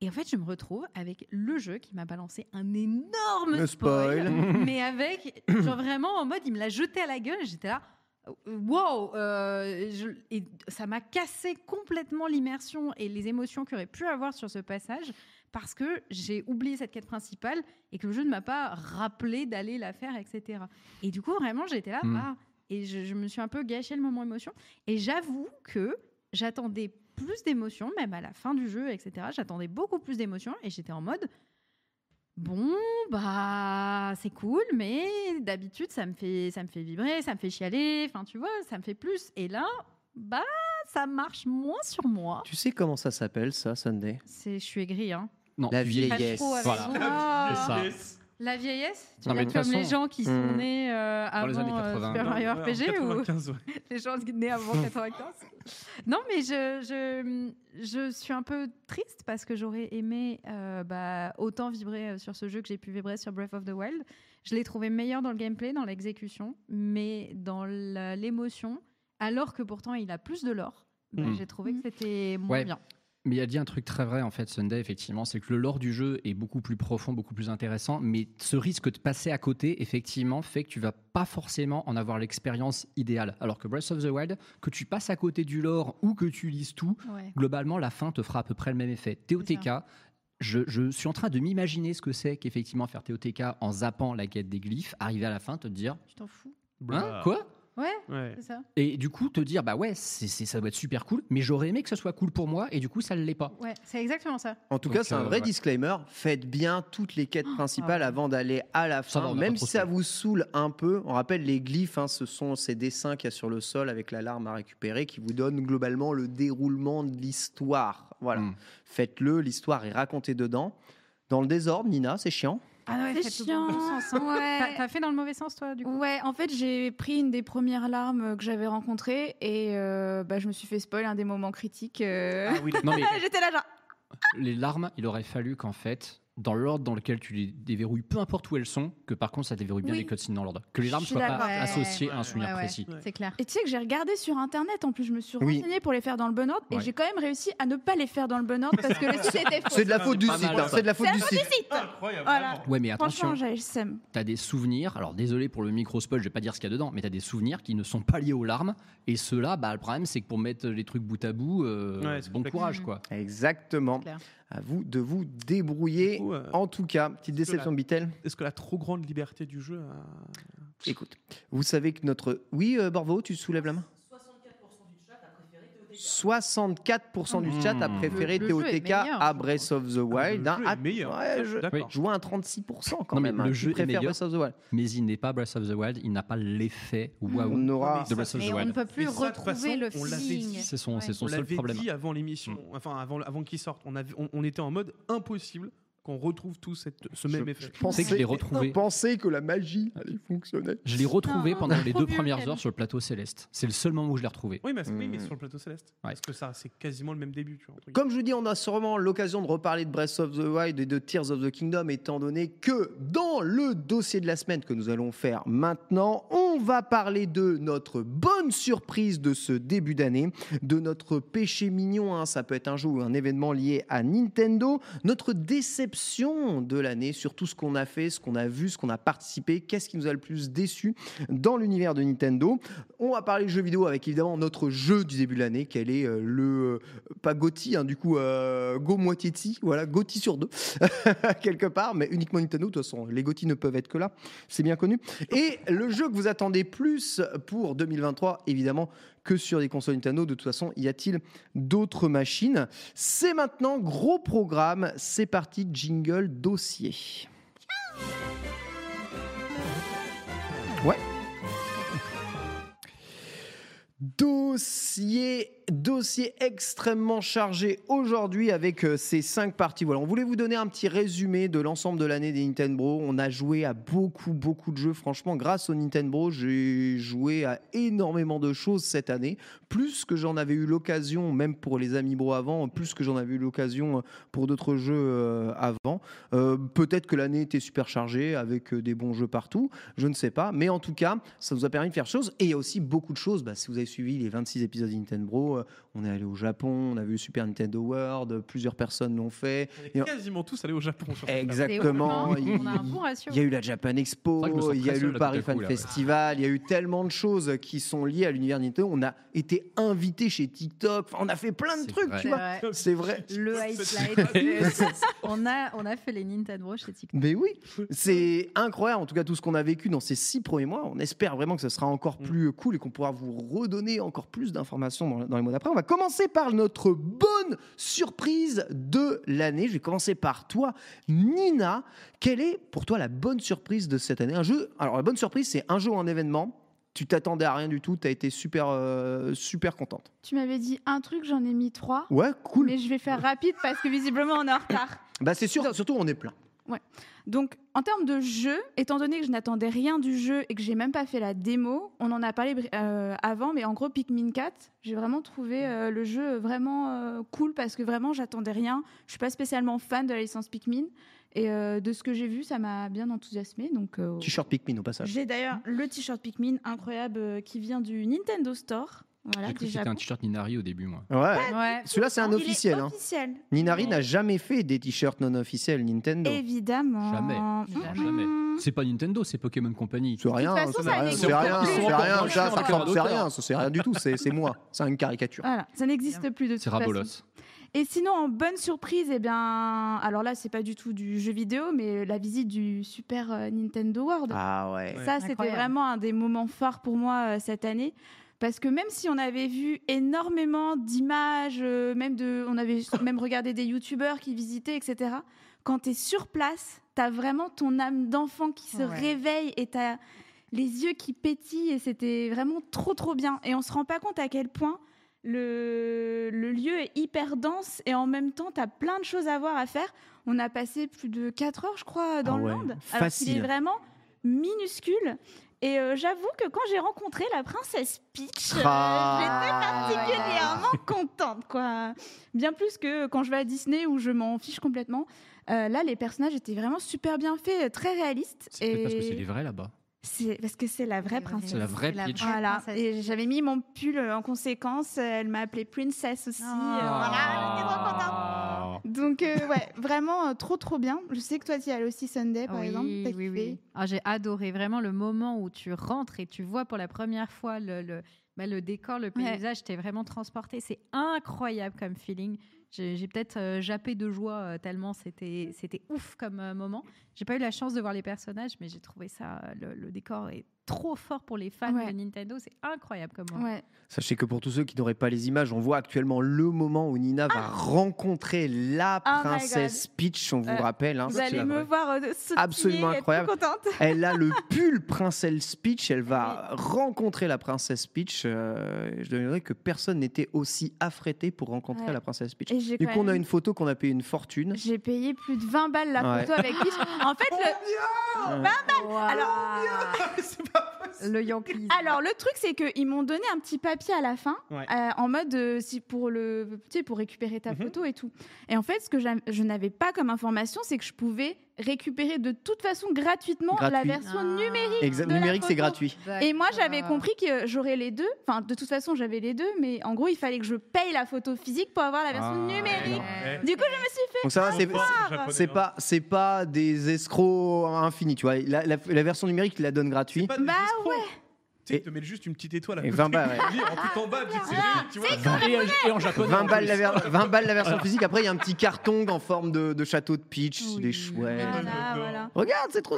[SPEAKER 5] Et en fait, je me retrouve avec le jeu qui m'a balancé un énorme
[SPEAKER 1] Le spoil.
[SPEAKER 5] spoil, mais avec, genre vraiment en mode, il me l'a jeté à la gueule, j'étais là. Wow, euh, je- et ça m'a cassé complètement l'immersion et les émotions qu'il aurait pu avoir sur ce passage parce que j'ai oublié cette quête principale et que le jeu ne m'a pas rappelé d'aller la faire, etc. Et du coup, vraiment, j'étais là
[SPEAKER 4] Mm.
[SPEAKER 5] ah, et je, je me suis un peu gâché le moment émotion. Et j'avoue que j'attendais plus d'émotions, même à la fin du jeu, etc. J'attendais beaucoup plus d'émotions et j'étais en mode bon, bah c'est cool, mais d'habitude ça me fait ça me fait vibrer, ça me fait chialer, enfin tu vois, ça me fait plus. Et là, bah ça marche moins sur moi.
[SPEAKER 1] Tu sais comment ça s'appelle ça, Sunday
[SPEAKER 5] C'est je suis aigrie, hein.
[SPEAKER 4] Non,
[SPEAKER 1] La
[SPEAKER 4] tu-
[SPEAKER 5] Pas
[SPEAKER 1] vieillesse.
[SPEAKER 5] trop avec Ah.
[SPEAKER 4] Voilà.
[SPEAKER 5] moi.
[SPEAKER 4] C'est ça.
[SPEAKER 3] Yes.
[SPEAKER 5] Oh. La vieillesse Tu
[SPEAKER 4] Non, mais
[SPEAKER 5] veux
[SPEAKER 4] de
[SPEAKER 5] dire
[SPEAKER 4] toute
[SPEAKER 5] comme les
[SPEAKER 4] façon-
[SPEAKER 5] gens qui sont
[SPEAKER 1] Hmm.
[SPEAKER 5] nés euh,
[SPEAKER 4] Dans
[SPEAKER 5] avant
[SPEAKER 4] les années
[SPEAKER 5] euh,
[SPEAKER 4] 80.
[SPEAKER 5] Super Mario
[SPEAKER 3] Ouais, en
[SPEAKER 5] RPG ou
[SPEAKER 3] 95, ouais.
[SPEAKER 5] les gens nés avant 95 Non, mais je, je, je suis un peu triste parce que j'aurais aimé euh, bah, autant vibrer euh, sur ce jeu que j'ai pu vibrer sur Breath of the Wild. Je l'ai trouvé meilleur dans le gameplay, dans l'exécution, mais dans la- l'émotion, alors que pourtant il a plus de l'or. bah,
[SPEAKER 4] Mm.
[SPEAKER 5] J'ai trouvé que
[SPEAKER 2] Mm.
[SPEAKER 1] Ah.
[SPEAKER 5] c'était moins
[SPEAKER 4] Ouais.
[SPEAKER 5] bien.
[SPEAKER 4] Mais il a dit un truc très vrai en fait, Sunday, effectivement, c'est que le lore du jeu est beaucoup plus profond, beaucoup plus intéressant, mais ce risque de passer à côté, effectivement, fait que tu vas pas forcément en avoir l'expérience idéale. Alors que Breath of the Wild, que tu passes à côté du lore ou que tu lises tout, globalement, la fin te fera à peu près le même effet. TOTK, je, je suis en train de m'imaginer ce que c'est qu'effectivement faire TOTK en zappant la quête des glyphes, arriver à la fin, te dire,
[SPEAKER 5] Tu t'en fous
[SPEAKER 4] hein,
[SPEAKER 3] Blah.
[SPEAKER 4] quoi
[SPEAKER 5] Ouais,
[SPEAKER 3] Ouais.
[SPEAKER 5] c'est ça.
[SPEAKER 4] Et du coup, te dire, bah ouais, c'est- c'est- ça doit être super cool, mais j'aurais aimé que ce soit cool pour moi, et du coup, ça ne l'est pas.
[SPEAKER 5] Ouais, c'est exactement ça.
[SPEAKER 1] En tout
[SPEAKER 4] Donc,
[SPEAKER 1] cas, c'est un
[SPEAKER 4] euh,
[SPEAKER 1] vrai
[SPEAKER 4] ouais.
[SPEAKER 1] disclaimer. Faites bien toutes les quêtes
[SPEAKER 5] Ah.
[SPEAKER 1] principales avant d'aller à la
[SPEAKER 4] Ça
[SPEAKER 1] fin,
[SPEAKER 4] va, on a
[SPEAKER 1] même
[SPEAKER 4] pas trop
[SPEAKER 1] si ça
[SPEAKER 4] fait.
[SPEAKER 1] vous saoule un peu. On rappelle les glyphes, hein, ce sont ces dessins qu'il y a sur le sol avec la larme à récupérer qui vous donnent globalement le déroulement de l'histoire. Voilà.
[SPEAKER 4] Mm.
[SPEAKER 1] Faites-le, l'histoire est racontée dedans. Dans le désordre, Nina, c'est chiant.
[SPEAKER 5] Ah ouais,
[SPEAKER 2] C'est
[SPEAKER 5] faites-le dans le bon
[SPEAKER 2] chiant.
[SPEAKER 5] sens, hein.
[SPEAKER 2] Ouais.
[SPEAKER 5] T'as- T'as fait dans le mauvais sens, toi, du coup
[SPEAKER 2] Ouais, en fait, j'ai pris une des premières larmes que j'avais rencontrées et euh, bah, je me suis fait spoil un des moments critiques. euh.
[SPEAKER 4] Non, mais
[SPEAKER 2] J'étais là, genre.
[SPEAKER 4] les larmes, il aurait fallu qu'en fait, dans l'ordre dans lequel tu les déverrouilles, peu importe où elles sont, que par contre ça déverrouille bien
[SPEAKER 2] Oui.
[SPEAKER 4] les cutscenes dans l'ordre. Que les larmes
[SPEAKER 2] Je suis
[SPEAKER 4] soient pas
[SPEAKER 2] d'accord. Ouais.
[SPEAKER 4] associées à un souvenir
[SPEAKER 5] Ouais, ouais.
[SPEAKER 4] précis.
[SPEAKER 3] Ouais.
[SPEAKER 5] C'est clair.
[SPEAKER 2] Et tu sais que j'ai regardé sur internet en plus, je me suis
[SPEAKER 1] Oui.
[SPEAKER 2] renseignée pour les faire dans le bon ordre et
[SPEAKER 4] Ouais.
[SPEAKER 2] j'ai quand même réussi à ne pas les faire dans le bon ordre parce que le site était faux.
[SPEAKER 1] C'est de la
[SPEAKER 3] pas-
[SPEAKER 1] faute
[SPEAKER 3] c'est
[SPEAKER 1] du
[SPEAKER 4] pas
[SPEAKER 1] site.
[SPEAKER 4] mal,
[SPEAKER 1] hein,
[SPEAKER 4] ça.
[SPEAKER 1] C'est de la faute du site.
[SPEAKER 3] Incroyable.
[SPEAKER 2] Voilà.
[SPEAKER 3] vraiment.
[SPEAKER 4] Ouais, mais attention,
[SPEAKER 2] Franchement, j'avais le seum.
[SPEAKER 4] t'as des souvenirs. Alors désolé pour le micro spoil, je vais pas dire ce qu'il y a dedans, mais t'as des souvenirs qui ne sont pas liés aux larmes. Et ceux-là, bah, le problème, c'est que pour mettre les trucs bout à bout, euh,
[SPEAKER 3] Ouais, c'est
[SPEAKER 4] bon
[SPEAKER 3] complexe.
[SPEAKER 4] courage,
[SPEAKER 5] Mhm.
[SPEAKER 4] quoi.
[SPEAKER 1] Exactement.
[SPEAKER 5] Clair.
[SPEAKER 1] À vous de vous
[SPEAKER 3] Du
[SPEAKER 1] débrouiller.
[SPEAKER 3] coup, euh,
[SPEAKER 1] En tout cas, petite
[SPEAKER 3] Parce que
[SPEAKER 1] déception de Bitel.
[SPEAKER 3] Est-ce que la trop grande liberté du jeu a...
[SPEAKER 1] Écoute, vous savez que notre. Oui, euh, Borvo, tu soulèves la main 64% du chat a
[SPEAKER 4] Mmh.
[SPEAKER 1] préféré
[SPEAKER 5] Le- le jeu est
[SPEAKER 1] TOTK
[SPEAKER 5] meilleur,
[SPEAKER 1] à
[SPEAKER 5] je
[SPEAKER 1] Breath of the
[SPEAKER 3] Le
[SPEAKER 1] Wild.
[SPEAKER 3] jeu
[SPEAKER 1] hein.
[SPEAKER 3] est
[SPEAKER 1] Ah,
[SPEAKER 3] meilleur.
[SPEAKER 1] ouais, je,
[SPEAKER 3] D'accord.
[SPEAKER 1] je vois un 36% quand
[SPEAKER 4] Non, mais
[SPEAKER 1] même.
[SPEAKER 4] le
[SPEAKER 1] hein,
[SPEAKER 4] jeu
[SPEAKER 1] qui
[SPEAKER 4] est
[SPEAKER 1] préfère
[SPEAKER 4] meilleur.
[SPEAKER 1] Breath of the Wild.
[SPEAKER 4] Mais il n'est pas Breath of the Wild, il n'a pas l'effet waouh
[SPEAKER 1] On aura.
[SPEAKER 4] de Breath of
[SPEAKER 5] Mais
[SPEAKER 4] the
[SPEAKER 5] on ne
[SPEAKER 4] Wild.
[SPEAKER 5] peut plus
[SPEAKER 3] Et ça, de toute
[SPEAKER 5] retrouver
[SPEAKER 3] façon,
[SPEAKER 5] le
[SPEAKER 3] on l'avait
[SPEAKER 5] feeling.
[SPEAKER 3] dit.
[SPEAKER 4] C'est son, c'est son
[SPEAKER 3] on
[SPEAKER 4] seul
[SPEAKER 3] l'avait
[SPEAKER 4] problème. Mm.
[SPEAKER 3] dit avant l'émission, enfin avant, avant qu'il sorte, on, avait- on, on était en mode impossible qu'on retrouve tout cette, ce même
[SPEAKER 1] Je-
[SPEAKER 3] effet.
[SPEAKER 1] je pensais-
[SPEAKER 4] que je l'ai retrouvé.
[SPEAKER 1] Je pensais que la magie allait fonctionner.
[SPEAKER 4] Je l'ai retrouvé
[SPEAKER 5] Non,
[SPEAKER 4] pendant
[SPEAKER 5] c'est
[SPEAKER 4] les
[SPEAKER 5] trop
[SPEAKER 4] deux
[SPEAKER 5] bien,
[SPEAKER 4] premières
[SPEAKER 5] Ken.
[SPEAKER 4] heures sur le plateau céleste. C'est le seul moment où je l'ai retrouvé.
[SPEAKER 3] Oui, mais, oui, mais
[SPEAKER 1] Hmm.
[SPEAKER 3] sur le plateau céleste.
[SPEAKER 4] Ouais.
[SPEAKER 3] Parce que ça, c'est quasiment le même début. Tu vois, entre guillemets.
[SPEAKER 1] Comme je vous dis, on a sûrement l'occasion de reparler de Breath of the Wild et de Tears of the Kingdom, étant donné que dans le dossier de la semaine que nous allons faire maintenant, on on va parler de notre bonne surprise de ce début d'année, de notre péché mignon, hein, ça peut être un jeu ou un événement lié à Nintendo, notre déception de l'année sur tout ce qu'on a fait, ce qu'on a vu, ce qu'on a participé, qu'est-ce qui nous a le plus déçu dans l'univers de Nintendo. On va parler jeux vidéo avec évidemment notre jeu du début de l'année, quel est euh, le euh, pas Gotti, hein, du coup euh, Go Moitié-Ti, voilà Gotti sur deux quelque part, mais uniquement Nintendo. De toute façon, les Gotti ne peuvent être que là, c'est bien connu. Et le jeu que vous attendez plus pour 2023, évidemment que sur des consoles Nintendo. De toute façon, y a-t-il d'autres machines C'est maintenant gros programme. C'est parti, jingle dossier. Ouais. Dossier, dossier extrêmement chargé aujourd'hui avec euh, ces cinq parties. Voilà, on voulait vous donner un petit résumé de l'ensemble de l'année des Nintendo. On a joué à beaucoup, beaucoup de jeux. Franchement, grâce au Nintendo, j'ai joué à énormément de choses cette année. Plus que j'en avais eu l'occasion, même pour les Amiibo avant, plus que j'en avais eu l'occasion pour d'autres jeux euh, avant. Euh, Peut-être que l'année était super chargée avec euh, des bons jeux partout, je ne sais pas. Mais en tout cas, ça nous a permis de faire choses. Et il y a aussi beaucoup de choses. Bah, si vous avez suivi les 26 épisodes de Nintendo, euh, on est allé au Japon, on a vu le Super Nintendo World, euh, plusieurs personnes l'ont fait.
[SPEAKER 3] On
[SPEAKER 1] Et
[SPEAKER 3] est
[SPEAKER 1] on-
[SPEAKER 3] quasiment tous allés au Japon. Sur cette table.
[SPEAKER 1] Exactement.
[SPEAKER 5] Et on a un bon ratio.
[SPEAKER 1] Il y a eu la Japan Expo,
[SPEAKER 4] C'est vrai que je me sens
[SPEAKER 1] il y a
[SPEAKER 4] très
[SPEAKER 1] eu le
[SPEAKER 4] seul, là,
[SPEAKER 1] Paris
[SPEAKER 4] tout à
[SPEAKER 1] Fan
[SPEAKER 4] coup, là, ouais.
[SPEAKER 1] Festival, il y a eu tellement de choses qui sont liées à l'univers Nintendo. On a été invité chez TikTok, Enfin, on a fait plein de
[SPEAKER 4] C'est
[SPEAKER 1] trucs,
[SPEAKER 4] vrai.
[SPEAKER 1] tu
[SPEAKER 5] C'est
[SPEAKER 1] vois.
[SPEAKER 5] vrai.
[SPEAKER 1] C'est vrai.
[SPEAKER 5] Le highlight. on, a, on a fait les Nintendo chez TikTok.
[SPEAKER 1] Mais oui, c'est incroyable en tout cas tout ce qu'on a vécu dans ces six premiers mois. On espère vraiment que ce sera encore plus cool et qu'on pourra vous redonner encore plus d'informations dans, dans les mois d'après. On va commencer par notre bonne surprise de l'année. Je vais commencer par toi, Nina. Quelle est pour toi la bonne surprise de cette année Un jeu. Alors la bonne surprise, c'est un jeu ou un événement. Tu t'attendais à rien du tout. T'as été super, euh, super contente.
[SPEAKER 2] Tu m'avais dit un truc, j'en ai mis trois.
[SPEAKER 1] Ouais, cool.
[SPEAKER 2] Mais je vais faire rapide parce que visiblement on est en retard.
[SPEAKER 1] Bah c'est sûr. Surtout, on est plein.
[SPEAKER 2] Donc, en termes de jeu, étant donné que je n'attendais rien du jeu et que j'ai même pas fait la démo, on en a parlé bri- euh, avant, mais en gros, Pikmin 4, j'ai vraiment trouvé euh, le jeu vraiment euh, cool parce que vraiment, j'attendais rien. Je suis pas spécialement fan de la licence Pikmin et euh, de ce que j'ai vu, ça m'a bien enthousiasmé. Donc, euh,
[SPEAKER 1] T-shirt Pikmin au passage.
[SPEAKER 2] j'ai d'ailleurs le t-shirt Pikmin incroyable euh, qui vient du Nintendo Store. Voilà,
[SPEAKER 4] J'ai cru que
[SPEAKER 2] déjà.
[SPEAKER 4] c'était un t-shirt Ninari au début, moi.
[SPEAKER 1] Ouais.
[SPEAKER 5] Ouais.
[SPEAKER 1] Celui-là, c'est un officiel.
[SPEAKER 2] Il est
[SPEAKER 1] hein.
[SPEAKER 2] officiel,
[SPEAKER 1] Ninari n'a jamais fait des t-shirts non officiels Nintendo.
[SPEAKER 5] Eh
[SPEAKER 2] évidemment.
[SPEAKER 4] Jamais. Jamais. C'est pas Nintendo, c'est Pokémon Company.
[SPEAKER 1] C'est rien,
[SPEAKER 2] façon,
[SPEAKER 1] c'est
[SPEAKER 2] ça
[SPEAKER 1] rien,
[SPEAKER 2] n'existe
[SPEAKER 1] c'est rien,
[SPEAKER 2] plus.
[SPEAKER 1] c'est
[SPEAKER 2] Encore
[SPEAKER 1] rien, ça,
[SPEAKER 2] moins cher
[SPEAKER 1] ça
[SPEAKER 2] qu'un
[SPEAKER 1] ressemble- c'est
[SPEAKER 4] auteur.
[SPEAKER 1] rien, ça, c'est rien du tout, c'est c'est moi, c'est une caricature.
[SPEAKER 2] Voilà, ça n'existe plus Ah, de toute
[SPEAKER 4] C'est
[SPEAKER 2] façon.
[SPEAKER 4] Rabolos.
[SPEAKER 2] Et sinon, en bonne surprise, eh bien, alors là, c'est pas du tout du jeu vidéo, mais la visite du Super euh, Nintendo World.
[SPEAKER 1] Ah ouais.
[SPEAKER 2] Ça, c'était
[SPEAKER 5] Incroyable.
[SPEAKER 2] vraiment un des moments forts pour moi euh, cette année. Parce que même si on avait vu énormément d'images, euh, même de, on avait même regardé des youtubeurs qui visitaient, etc. Quand tu es sur place, tu as vraiment ton âme d'enfant qui se
[SPEAKER 5] Ouais.
[SPEAKER 2] réveille et tu as les yeux qui pétillent. Et c'était vraiment trop, trop bien. Et on se rend pas compte à quel point le, le lieu est hyper dense et en même temps, tu as plein de choses à voir, à faire. On a passé plus de 4 heures, je crois, dans
[SPEAKER 1] Ah ouais,
[SPEAKER 2] le monde. Alors qu'il est
[SPEAKER 1] facile.
[SPEAKER 2] vraiment minuscule. Et euh, j'avoue que quand j'ai rencontré la princesse Peach, euh,
[SPEAKER 1] Ah.
[SPEAKER 2] j'étais particulièrement contente, quoi. Bien plus que quand je vais à Disney où je m'en fiche complètement. Euh, là, les personnages étaient vraiment super bien faits, euh, très réalistes.
[SPEAKER 4] C'est peut-être parce que c'est les vrais là-bas.
[SPEAKER 2] c'est parce que c'est la vraie princesse.
[SPEAKER 4] C'est la vraie Peach.
[SPEAKER 2] Voilà, et j'avais mis mon pull euh, en conséquence. Elle m'a appelée princesse aussi. euh, voilà, j'étais trop contente.
[SPEAKER 1] Ah.
[SPEAKER 2] Donc, euh, ouais, vraiment euh, trop, trop bien. Je sais que toi, tu y allais aussi Sunday, par
[SPEAKER 5] oui,
[SPEAKER 2] exemple. T'as
[SPEAKER 5] oui,
[SPEAKER 2] kiffé.
[SPEAKER 5] oui. Ah, j'ai adoré vraiment le moment où tu rentres et tu vois pour la première fois le, le, bah, le décor, le paysage, t'es vraiment transporté. C'est incroyable comme feeling. J'ai j'ai peut-être euh, jappé de joie euh, tellement c'était c'était ouf comme euh, moment. J'ai pas eu la chance de voir les personnages, mais j'ai trouvé ça. euh, le, le décor est trop fort pour les fans
[SPEAKER 2] Ouais.
[SPEAKER 5] de Nintendo. C'est incroyable comme moment.
[SPEAKER 2] Ouais.
[SPEAKER 1] Sachez que pour tous ceux qui n'auraient pas les images, on voit actuellement le moment où Nina va rencontrer la
[SPEAKER 2] Ah. Oh my
[SPEAKER 1] princesse Peach, on vous
[SPEAKER 2] Euh,
[SPEAKER 1] rappelle. hein,
[SPEAKER 2] Vous
[SPEAKER 1] c'est
[SPEAKER 2] allez
[SPEAKER 1] la
[SPEAKER 2] me
[SPEAKER 1] vraie.
[SPEAKER 2] voir euh, sautiller,
[SPEAKER 1] Absolument
[SPEAKER 2] être
[SPEAKER 1] incroyable.
[SPEAKER 2] trop contente.
[SPEAKER 1] Elle a le pull princesse Peach, elle va rencontrer la princesse Peach. euh, je donnerais que personne n'était aussi affrété pour rencontrer
[SPEAKER 2] Ouais.
[SPEAKER 1] la princesse Peach.
[SPEAKER 2] Et j'ai
[SPEAKER 1] Du
[SPEAKER 2] quand
[SPEAKER 1] coup, on a
[SPEAKER 2] même-
[SPEAKER 1] une photo qu'on a payé une fortune.
[SPEAKER 2] J'ai payé plus de 20 balles la
[SPEAKER 1] Ouais.
[SPEAKER 2] photo avec Peach. En fait,
[SPEAKER 3] Oh,
[SPEAKER 2] le...
[SPEAKER 1] Euh,
[SPEAKER 5] Alors,
[SPEAKER 3] C'est pas possible.
[SPEAKER 5] le Yankees.
[SPEAKER 2] alors le truc c'est qu'ils m'ont donné un petit papier à la fin,
[SPEAKER 3] Ouais.
[SPEAKER 2] euh, en mode euh, si pour
[SPEAKER 1] Mhm.
[SPEAKER 2] le, tu sais, pour récupérer ta photo et tout. Et en fait, ce que j'a- je n'avais pas comme information, c'est que je pouvais récupérer de toute façon gratuitement la
[SPEAKER 1] Gratuit.
[SPEAKER 2] version
[SPEAKER 5] Ah.
[SPEAKER 2] numérique.
[SPEAKER 1] Exa-
[SPEAKER 2] de la
[SPEAKER 1] numérique, c'est
[SPEAKER 2] photo.
[SPEAKER 1] gratuit.
[SPEAKER 2] Et moi, j'avais compris que j'aurais les deux. Enfin, de toute façon, j'avais les deux, mais en gros, il fallait que je paye la photo physique pour avoir la version
[SPEAKER 1] Ah,
[SPEAKER 2] numérique.
[SPEAKER 3] ouais.
[SPEAKER 2] Du coup, je me suis fait.
[SPEAKER 1] Donc ça va, c'est-
[SPEAKER 3] Japonais,
[SPEAKER 1] C'est
[SPEAKER 3] hein.
[SPEAKER 1] pas, c'est pas des escrocs infinis, tu vois. La, la- la version numérique, il la donne gratuite.
[SPEAKER 3] Pas des
[SPEAKER 2] Bah
[SPEAKER 3] escrocs. Tu sais,
[SPEAKER 1] Et-
[SPEAKER 3] ils te mettent juste une petite étoile à
[SPEAKER 1] Et
[SPEAKER 3] côté
[SPEAKER 1] 20 balles,
[SPEAKER 3] du livre, en tout
[SPEAKER 2] Ah,
[SPEAKER 3] en bas, tu sais, c'est joli, tu vois.
[SPEAKER 7] Et, en- et en japonais.
[SPEAKER 1] 20
[SPEAKER 7] en
[SPEAKER 1] balles,
[SPEAKER 7] plus.
[SPEAKER 1] la ver- 20 balles la version physique. Après, il y a un petit carton en forme de, de château de pitch.
[SPEAKER 5] Oui.
[SPEAKER 1] des chouettes.
[SPEAKER 2] Voilà,
[SPEAKER 3] j'adore.
[SPEAKER 2] voilà.
[SPEAKER 1] Regarde, c'est trop.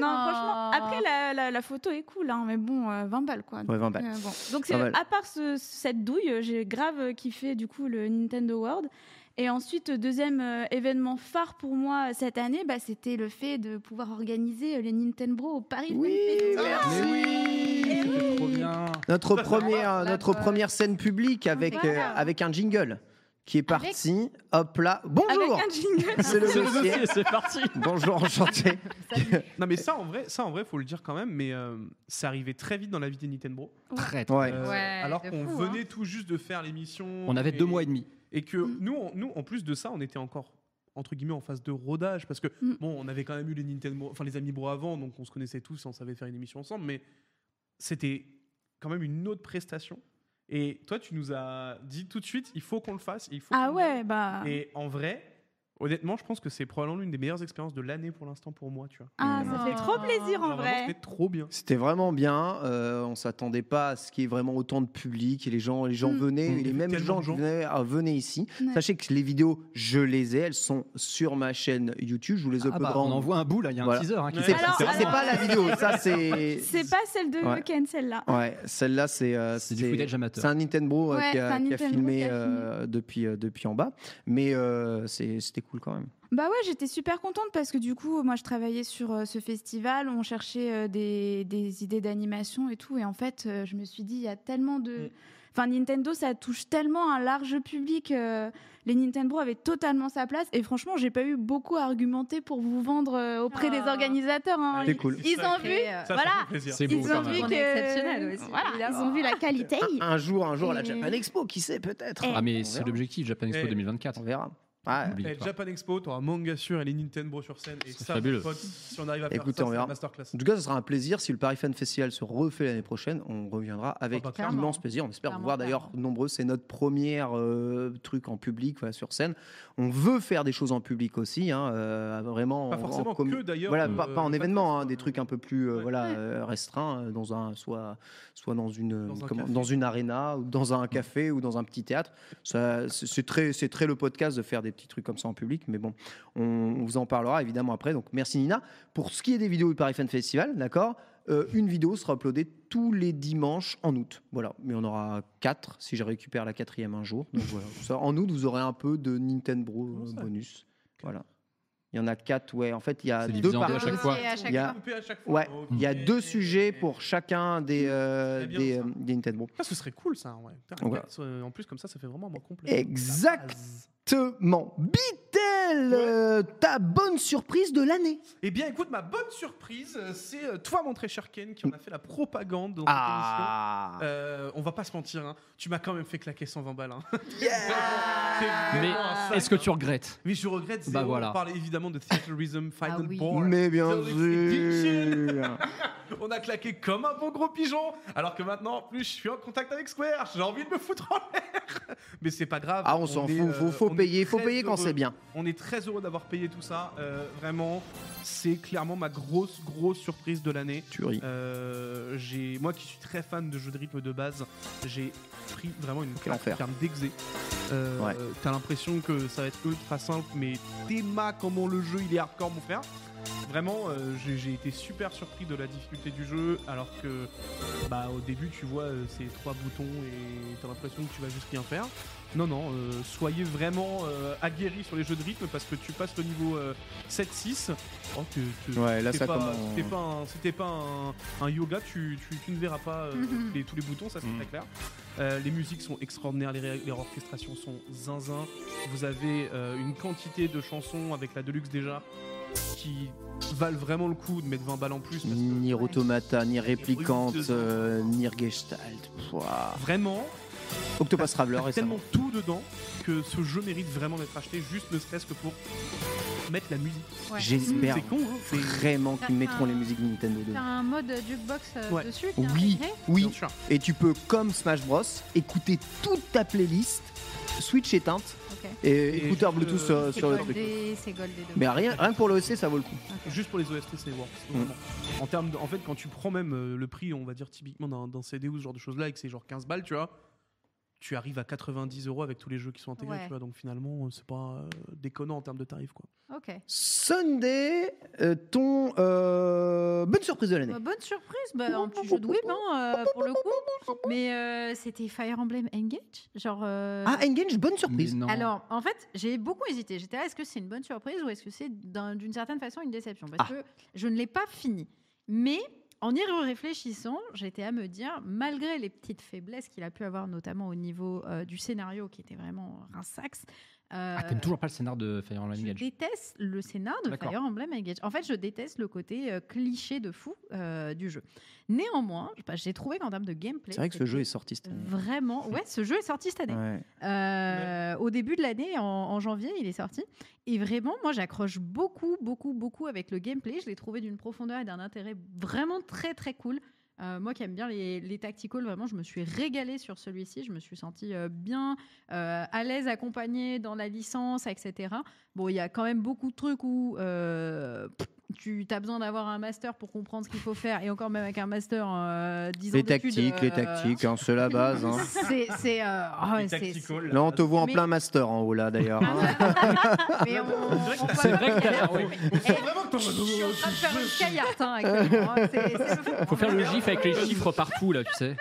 [SPEAKER 2] Non,
[SPEAKER 5] Ah.
[SPEAKER 2] franchement, après, la, la- la photo est cool, hein, mais bon, euh, 20 balles, quoi.
[SPEAKER 1] Ouais, 20 balles.
[SPEAKER 2] Euh, bon. Donc, c'est-
[SPEAKER 1] Pas mal.
[SPEAKER 2] à part ce- cette douille, euh, j'ai grave euh, kiffé du coup le Nintendo World. Et ensuite, euh, deuxième euh, événement phare pour moi euh, cette année, bah, c'était le fait de pouvoir organiser euh, les Nintendo au Paris.
[SPEAKER 1] Oui,
[SPEAKER 2] Fan Fest.
[SPEAKER 1] merci.
[SPEAKER 7] Mais oui,
[SPEAKER 2] Eh
[SPEAKER 7] c'était trop bien.
[SPEAKER 1] Notre première,
[SPEAKER 5] la
[SPEAKER 1] notre
[SPEAKER 5] bonne.
[SPEAKER 1] première scène publique avec,
[SPEAKER 5] Voilà.
[SPEAKER 1] euh, avec un jingle qui est parti. Hop là.
[SPEAKER 2] Avec
[SPEAKER 1] Bonjour.
[SPEAKER 2] un jingle.
[SPEAKER 1] C'est le
[SPEAKER 7] C'est le
[SPEAKER 1] dossier.
[SPEAKER 7] dossier, c'est parti.
[SPEAKER 1] Bonjour, enchanté.
[SPEAKER 3] Non, mais ça, en vrai, ça, en vrai, faut le dire quand même, mais euh, ça arrivait très vite dans la vie des Nintendo.
[SPEAKER 4] Très, très.
[SPEAKER 1] Ouais.
[SPEAKER 3] Euh,
[SPEAKER 5] Ouais,
[SPEAKER 3] alors
[SPEAKER 5] de
[SPEAKER 3] qu'on
[SPEAKER 5] fou,
[SPEAKER 3] venait tout juste de faire l'émission.
[SPEAKER 4] On avait deux mois et demi.
[SPEAKER 3] Et que
[SPEAKER 2] Mm.
[SPEAKER 3] nous, on- nous, en plus de ça, on était encore entre guillemets en phase de rodage parce que
[SPEAKER 2] Mm.
[SPEAKER 3] bon, on avait quand même eu les Nintendo, enfin les Amiibo avant, donc on se connaissait tous, et on savait faire une émission ensemble, mais c'était quand même une autre prestation. Et toi, tu nous as dit tout de suite, il faut qu'on le fasse, il faut.
[SPEAKER 2] Ah
[SPEAKER 3] qu'on y aille.
[SPEAKER 2] ouais, bah.
[SPEAKER 3] Et en vrai, honnêtement, je pense que c'est probablement l'une des meilleures expériences de l'année pour l'instant pour moi, tu vois.
[SPEAKER 2] Ah, ça fait trop
[SPEAKER 5] Oh.
[SPEAKER 2] plaisir en
[SPEAKER 3] Genre, vraiment,
[SPEAKER 2] vrai.
[SPEAKER 3] C'était trop bien.
[SPEAKER 1] C'était vraiment bien. euh, on s'attendait pas à ce qu'il y ait vraiment autant de public et les gens, les gens
[SPEAKER 2] Mm.
[SPEAKER 1] venaient,
[SPEAKER 3] Mm.
[SPEAKER 1] et
[SPEAKER 3] Il y
[SPEAKER 1] les
[SPEAKER 3] avait
[SPEAKER 1] mêmes
[SPEAKER 3] tellement
[SPEAKER 1] gens
[SPEAKER 3] de gens.
[SPEAKER 1] qui venaient, ah, venaient ici.
[SPEAKER 2] Ouais.
[SPEAKER 1] Sachez que les vidéos, je les ai, elles sont sur ma chaîne YouTube. Je vous les
[SPEAKER 4] Ah bah,
[SPEAKER 1] uploaderai. en-
[SPEAKER 4] on envoie un bout là, il y a un
[SPEAKER 1] Voilà.
[SPEAKER 4] teaser hein, qui
[SPEAKER 3] Ouais.
[SPEAKER 1] C'est
[SPEAKER 4] sort.
[SPEAKER 2] Alors,
[SPEAKER 1] c'est-
[SPEAKER 2] alors-
[SPEAKER 1] c'est pas la vidéo, ça Ah, c'est.
[SPEAKER 2] C'est pas celle de
[SPEAKER 1] Ouais.
[SPEAKER 2] Ken, celle-là.
[SPEAKER 1] Ouais, celle-là c'est. euh,
[SPEAKER 4] C'est du footage amateur.
[SPEAKER 1] C'est un Nintendo euh,
[SPEAKER 2] Ouais,
[SPEAKER 1] qui, a,
[SPEAKER 2] c'est un
[SPEAKER 1] qui a
[SPEAKER 2] Nintendo
[SPEAKER 1] filmé,
[SPEAKER 2] qui a filmé.
[SPEAKER 1] euh, depuis euh, depuis en bas, mais euh, c'est- c'était cool quand même.
[SPEAKER 2] Bah ouais, j'étais super contente parce que du coup, moi, je travaillais sur euh, ce festival, on cherchait euh, des, des idées d'animation et tout, et en fait, euh, je me suis dit, il y a tellement de...
[SPEAKER 3] Mm.
[SPEAKER 2] Enfin, Nintendo, ça touche tellement un large public. euh, les Nintendo avaient totalement sa place, et franchement, j'ai pas eu beaucoup à argumenter pour vous vendre euh, auprès des
[SPEAKER 5] Ah.
[SPEAKER 2] organisateurs. hein.
[SPEAKER 3] Ah,
[SPEAKER 1] C'est cool.
[SPEAKER 3] c'est
[SPEAKER 2] Ils
[SPEAKER 3] ça
[SPEAKER 2] ont
[SPEAKER 3] qui-
[SPEAKER 2] vu,
[SPEAKER 5] Et, euh,
[SPEAKER 3] Ça,
[SPEAKER 2] voilà.
[SPEAKER 3] ça fait plaisir.
[SPEAKER 4] C'est beau.
[SPEAKER 2] Ils ont
[SPEAKER 4] quand
[SPEAKER 2] vu
[SPEAKER 4] même.
[SPEAKER 5] On
[SPEAKER 2] que
[SPEAKER 5] est exceptionnel aussi,
[SPEAKER 2] voilà, ils
[SPEAKER 5] évidemment.
[SPEAKER 2] ont vu la qualité.
[SPEAKER 1] Un, un jour, un jour, la
[SPEAKER 2] Et-
[SPEAKER 1] Japan Expo, qui sait peut-être.
[SPEAKER 2] Eh.
[SPEAKER 4] Ah, mais
[SPEAKER 1] On
[SPEAKER 4] c'est
[SPEAKER 1] verra.
[SPEAKER 4] l'objectif Japan Expo
[SPEAKER 3] Eh.
[SPEAKER 4] 2024.
[SPEAKER 1] On verra. Ouais.
[SPEAKER 4] Oublie
[SPEAKER 3] Eh,
[SPEAKER 4] pas.
[SPEAKER 3] Japan Expo, t'auras manga sur et les Nintendo sur scène. Et
[SPEAKER 4] C'est
[SPEAKER 3] ça,
[SPEAKER 4] fabuleux.
[SPEAKER 3] mon pote, si on arrive à
[SPEAKER 1] Écoutez,
[SPEAKER 3] faire ça,
[SPEAKER 1] on
[SPEAKER 3] c'est
[SPEAKER 1] verra.
[SPEAKER 3] la masterclass.
[SPEAKER 1] En tout cas, ce sera un plaisir. Si le Paris Fan Festival se refait l'année prochaine, on reviendra avec
[SPEAKER 3] Ah bah,
[SPEAKER 5] clairement.
[SPEAKER 1] immense plaisir. On espère vous
[SPEAKER 5] Clairement,
[SPEAKER 1] voir d'ailleurs nombreux. C'est notre premier euh, truc en public, voilà, sur scène. On veut faire des choses en public aussi, hein, euh, vraiment.
[SPEAKER 3] Pas
[SPEAKER 1] en- en
[SPEAKER 3] forcément
[SPEAKER 1] commu-
[SPEAKER 3] que d'ailleurs.
[SPEAKER 1] Voilà,
[SPEAKER 3] euh,
[SPEAKER 1] pas, pas en
[SPEAKER 3] le
[SPEAKER 1] événement, hein,
[SPEAKER 3] podcast,
[SPEAKER 1] des
[SPEAKER 3] hein.
[SPEAKER 1] trucs un peu plus euh,
[SPEAKER 3] Ouais.
[SPEAKER 1] voilà,
[SPEAKER 5] Ouais.
[SPEAKER 1] euh, restreints, euh, dans un, soit, soit dans une,
[SPEAKER 3] Dans un
[SPEAKER 1] comment-
[SPEAKER 3] café.
[SPEAKER 1] dans une arena, ou dans un café, ou dans un petit théâtre. Ça, c'est c'est très, c'est très le podcast de faire des petits trucs comme ça en public, mais bon, on, on vous en parlera évidemment après. Donc merci Nina. Pour ce qui est des vidéos du Paris Fan Festival, d'accord euh, une vidéo sera uploadée tous les dimanches en août. Voilà, mais on aura quatre si je récupère la quatrième un jour. Donc voilà. Ça, en août, vous aurez un peu de Nintendo euh,
[SPEAKER 3] ça
[SPEAKER 1] bonus. Voilà. Il y en a quatre, ouais. En fait, il y a
[SPEAKER 4] C'est
[SPEAKER 1] deux
[SPEAKER 4] divisé en deux à
[SPEAKER 1] parties.
[SPEAKER 4] chaque fois.
[SPEAKER 5] Et à chaque
[SPEAKER 1] Il y a-
[SPEAKER 5] fois.
[SPEAKER 3] Coupé à chaque fois.
[SPEAKER 1] Ouais,
[SPEAKER 3] Ok.
[SPEAKER 1] il y a deux sujets pour chacun des, euh,
[SPEAKER 3] C'est bien,
[SPEAKER 1] des,
[SPEAKER 3] ça.
[SPEAKER 1] euh, des Nintendo.
[SPEAKER 3] Ah, ce serait cool ça, ouais. Putain,
[SPEAKER 1] Ouais.
[SPEAKER 3] quatre, euh, En plus, comme ça, ça fait vraiment un mois complet.
[SPEAKER 1] Exactement. Bitel,
[SPEAKER 3] Ouais.
[SPEAKER 1] euh, ta bonne surprise de l'année.
[SPEAKER 3] Eh bien, écoute, ma bonne surprise, euh, c'est euh, toi, mon très cher Ken, qui en a fait la propagande dans
[SPEAKER 1] Ah,
[SPEAKER 3] cette émission. Euh, on va pas se mentir, hein, tu m'as quand même fait claquer 120 balles. hein. T'es
[SPEAKER 5] Ah.
[SPEAKER 4] Mais
[SPEAKER 3] vraiment un sac,
[SPEAKER 4] est-ce que
[SPEAKER 3] hein.
[SPEAKER 4] tu regrettes
[SPEAKER 3] Mais je regrette zéro.
[SPEAKER 4] Bah voilà.
[SPEAKER 3] On parle évidemment de Theaterism, Final
[SPEAKER 5] Ah oui.
[SPEAKER 3] Board.
[SPEAKER 1] mais bien
[SPEAKER 3] The Exhibition.
[SPEAKER 1] sûr.
[SPEAKER 3] On a claqué comme un bon gros pigeon, alors que maintenant, en plus, je suis en contact avec Square. J'ai envie de me foutre en l'air. Mais c'est pas grave.
[SPEAKER 1] Ah, on s'en
[SPEAKER 3] est,
[SPEAKER 1] fout, faut,
[SPEAKER 3] euh,
[SPEAKER 1] faut
[SPEAKER 3] on est
[SPEAKER 1] payer, faut
[SPEAKER 3] très
[SPEAKER 1] payer quand
[SPEAKER 3] heureux.
[SPEAKER 1] c'est bien.
[SPEAKER 3] On est très heureux d'avoir payé tout ça. Euh, vraiment, c'est clairement ma grosse, grosse surprise de l'année.
[SPEAKER 1] Tu ris.
[SPEAKER 3] Euh, j'ai- moi qui suis très fan de jeux de rythme de base, j'ai pris vraiment une claque en
[SPEAKER 1] enfer.
[SPEAKER 3] termes d'exé. Euh,
[SPEAKER 1] Ouais.
[SPEAKER 3] T'as l'impression que ça va être ultra simple, mais Théma, comment le jeu il est hardcore, mon frère. Vraiment, euh, j'ai- j'ai été super surpris de la difficulté du jeu, alors que bah, au début tu vois euh, ces trois boutons et t'as l'impression que tu vas juste rien faire. Non, non, euh, soyez vraiment euh, aguerris sur les jeux de rythme parce que tu passes le niveau euh, 7-6. Oh, que- que-
[SPEAKER 1] Ouais, là,
[SPEAKER 3] c'était
[SPEAKER 1] ça
[SPEAKER 3] pas,
[SPEAKER 1] commence.
[SPEAKER 3] c'était pas un, c'était pas un, un yoga, tu, tu, tu ne verras pas euh,
[SPEAKER 5] Mhm.
[SPEAKER 3] les- tous les boutons, ça c'est
[SPEAKER 4] Mhm.
[SPEAKER 3] très clair. Euh, les musiques sont extraordinaires, les, ré- les orchestrations sont zinzin. Vous avez euh, une quantité de chansons avec la Deluxe déjà qui valent vraiment le coup de mettre 20 balles en plus. Parce que
[SPEAKER 1] Ni Rotomata, ni Réplicante,
[SPEAKER 3] Reboot.
[SPEAKER 1] euh, ni Gestalt. Pouah.
[SPEAKER 3] vraiment,
[SPEAKER 1] Octopus Traveler
[SPEAKER 3] Il y a
[SPEAKER 1] récemment.
[SPEAKER 3] tellement tout dedans que ce jeu mérite vraiment d'être acheté, juste ne serait-ce que pour mettre la musique.
[SPEAKER 5] Ouais.
[SPEAKER 1] J'espère
[SPEAKER 3] C'est con, hein, c'est-
[SPEAKER 1] vraiment qu'ils
[SPEAKER 5] T'as
[SPEAKER 1] mettront
[SPEAKER 5] un-
[SPEAKER 1] les musiques de Nintendo 2.
[SPEAKER 5] T'as un mode jukebox euh,
[SPEAKER 1] Ouais.
[SPEAKER 5] dessus qui est
[SPEAKER 1] Oui,
[SPEAKER 5] intégré
[SPEAKER 1] oui. Et tu peux, comme Smash Bros, écouter toute ta playlist, Switch éteinte,
[SPEAKER 5] Ok.
[SPEAKER 1] et écouteur
[SPEAKER 3] juste,
[SPEAKER 1] Bluetooth
[SPEAKER 3] euh,
[SPEAKER 1] euh,
[SPEAKER 5] C'est
[SPEAKER 1] sur le truc.
[SPEAKER 5] goldé, c'est goldé de
[SPEAKER 1] Mais
[SPEAKER 5] ouf.
[SPEAKER 1] rien, rien que pour le OC, ça vaut le coup.
[SPEAKER 3] Juste pour les OST, c'est worth.
[SPEAKER 1] Mm.
[SPEAKER 3] vraiment. En termes de- en fait, quand tu prends même euh, le prix, on va dire typiquement d'un d'un CD ou ce genre de choses là, et que c'est genre 15 balles, tu vois, tu arrives à 90 euros avec tous les jeux qui sont intégrés,
[SPEAKER 5] Ouais.
[SPEAKER 3] tu vois. Donc finalement, euh, c'est pas euh, déconnant en termes de tarif, quoi.
[SPEAKER 5] Ok.
[SPEAKER 1] Sunday, euh, ton euh, bonne surprise de l'année.
[SPEAKER 5] Bah, bonne surprise, bah, un petit jeu de whip hein, euh, pour le coup. Mais euh, c'était Fire Emblem Engage, genre. euh,
[SPEAKER 1] Ah, Engage, bonne surprise.
[SPEAKER 5] Alors, en fait, j'ai beaucoup hésité. J'étais là, est-ce que c'est une bonne surprise ou est-ce que c'est d'un- d'une certaine façon une déception Parce
[SPEAKER 1] Ah.
[SPEAKER 5] que je ne l'ai pas fini. Mais en y réfléchissant, j'étais à me dire, malgré les petites faiblesses qu'il a pu avoir, notamment au niveau euh, du scénario qui était vraiment un sax. euh,
[SPEAKER 4] Ah, t'aimes toujours pas le scénar de Fire Emblem
[SPEAKER 5] je
[SPEAKER 4] Engage
[SPEAKER 5] déteste le scénar de
[SPEAKER 4] D'accord.
[SPEAKER 5] Fire Emblem Engage. En fait, je déteste le côté euh, cliché de fou euh, du jeu. Néanmoins, je- bah, j'ai trouvé qu'en termes de gameplay,
[SPEAKER 1] C'est vrai que ce jeu
[SPEAKER 5] c'était
[SPEAKER 1] est sorti cette année.
[SPEAKER 5] Vraiment, ouais, ce jeu est sorti cette année.
[SPEAKER 1] Ouais.
[SPEAKER 5] Euh, Au début de l'année, en, en janvier, il est sorti. Et vraiment, moi, j'accroche beaucoup, beaucoup, beaucoup avec le gameplay. Je l'ai trouvé d'une profondeur et d'un intérêt vraiment très, très cool. Euh, moi qui aime bien les, les tacticals, vraiment, je me suis régalée sur celui-ci. Je me suis sentie euh, bien euh, à l'aise, accompagnée dans la licence, etc. Bon, il y a quand même beaucoup de trucs où euh, pff, tu as besoin d'avoir un master pour comprendre ce qu'il faut faire. Et encore même avec un master, euh, 10 ans
[SPEAKER 1] Les
[SPEAKER 5] d'études,
[SPEAKER 1] tactiques, les
[SPEAKER 5] euh,
[SPEAKER 1] tactiques, hein, c'est la base. hein.
[SPEAKER 5] C'est. c'est, euh, oh, c'est-
[SPEAKER 1] Là, on te voit en
[SPEAKER 5] Mais- Ah,
[SPEAKER 1] plein master en haut, là, d'ailleurs. hein.
[SPEAKER 5] mais on-
[SPEAKER 4] C'est vrai que t'as-
[SPEAKER 5] on- Je suis en train de faire une caillarde, hein, actuellement, hein. C'est- c'est-
[SPEAKER 4] Faut faire le gif avec les chiffres partout, là, tu sais.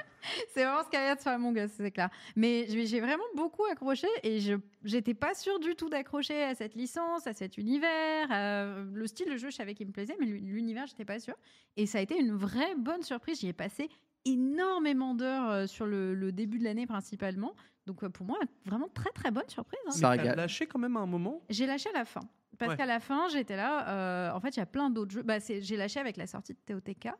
[SPEAKER 5] C'est vraiment ce qu'il y a de faire, mon gosse, c'est clair. Mais j'ai j'ai vraiment beaucoup accroché et je j'étais pas sûre du tout d'accrocher à cette licence, à cet univers. euh, le style de jeu, je savais qu'il me plaisait, mais l'u- l'univers, j'étais pas sûre. Et ça a été une vraie bonne surprise. J'y ai passé énormément d'heures euh, sur le, le début de l'année principalement. Donc euh, pour moi, vraiment très très bonne surprise. hein.
[SPEAKER 3] Mais
[SPEAKER 1] Ça
[SPEAKER 3] t'as
[SPEAKER 1] régale.
[SPEAKER 3] lâché quand même à un moment.
[SPEAKER 5] J'ai lâché à la fin. Parce
[SPEAKER 3] Ouais.
[SPEAKER 5] qu'à la fin, j'étais là. euh, en fait, il y a plein d'autres jeux. Bah, c'est- j'ai lâché avec la sortie de Teoteka.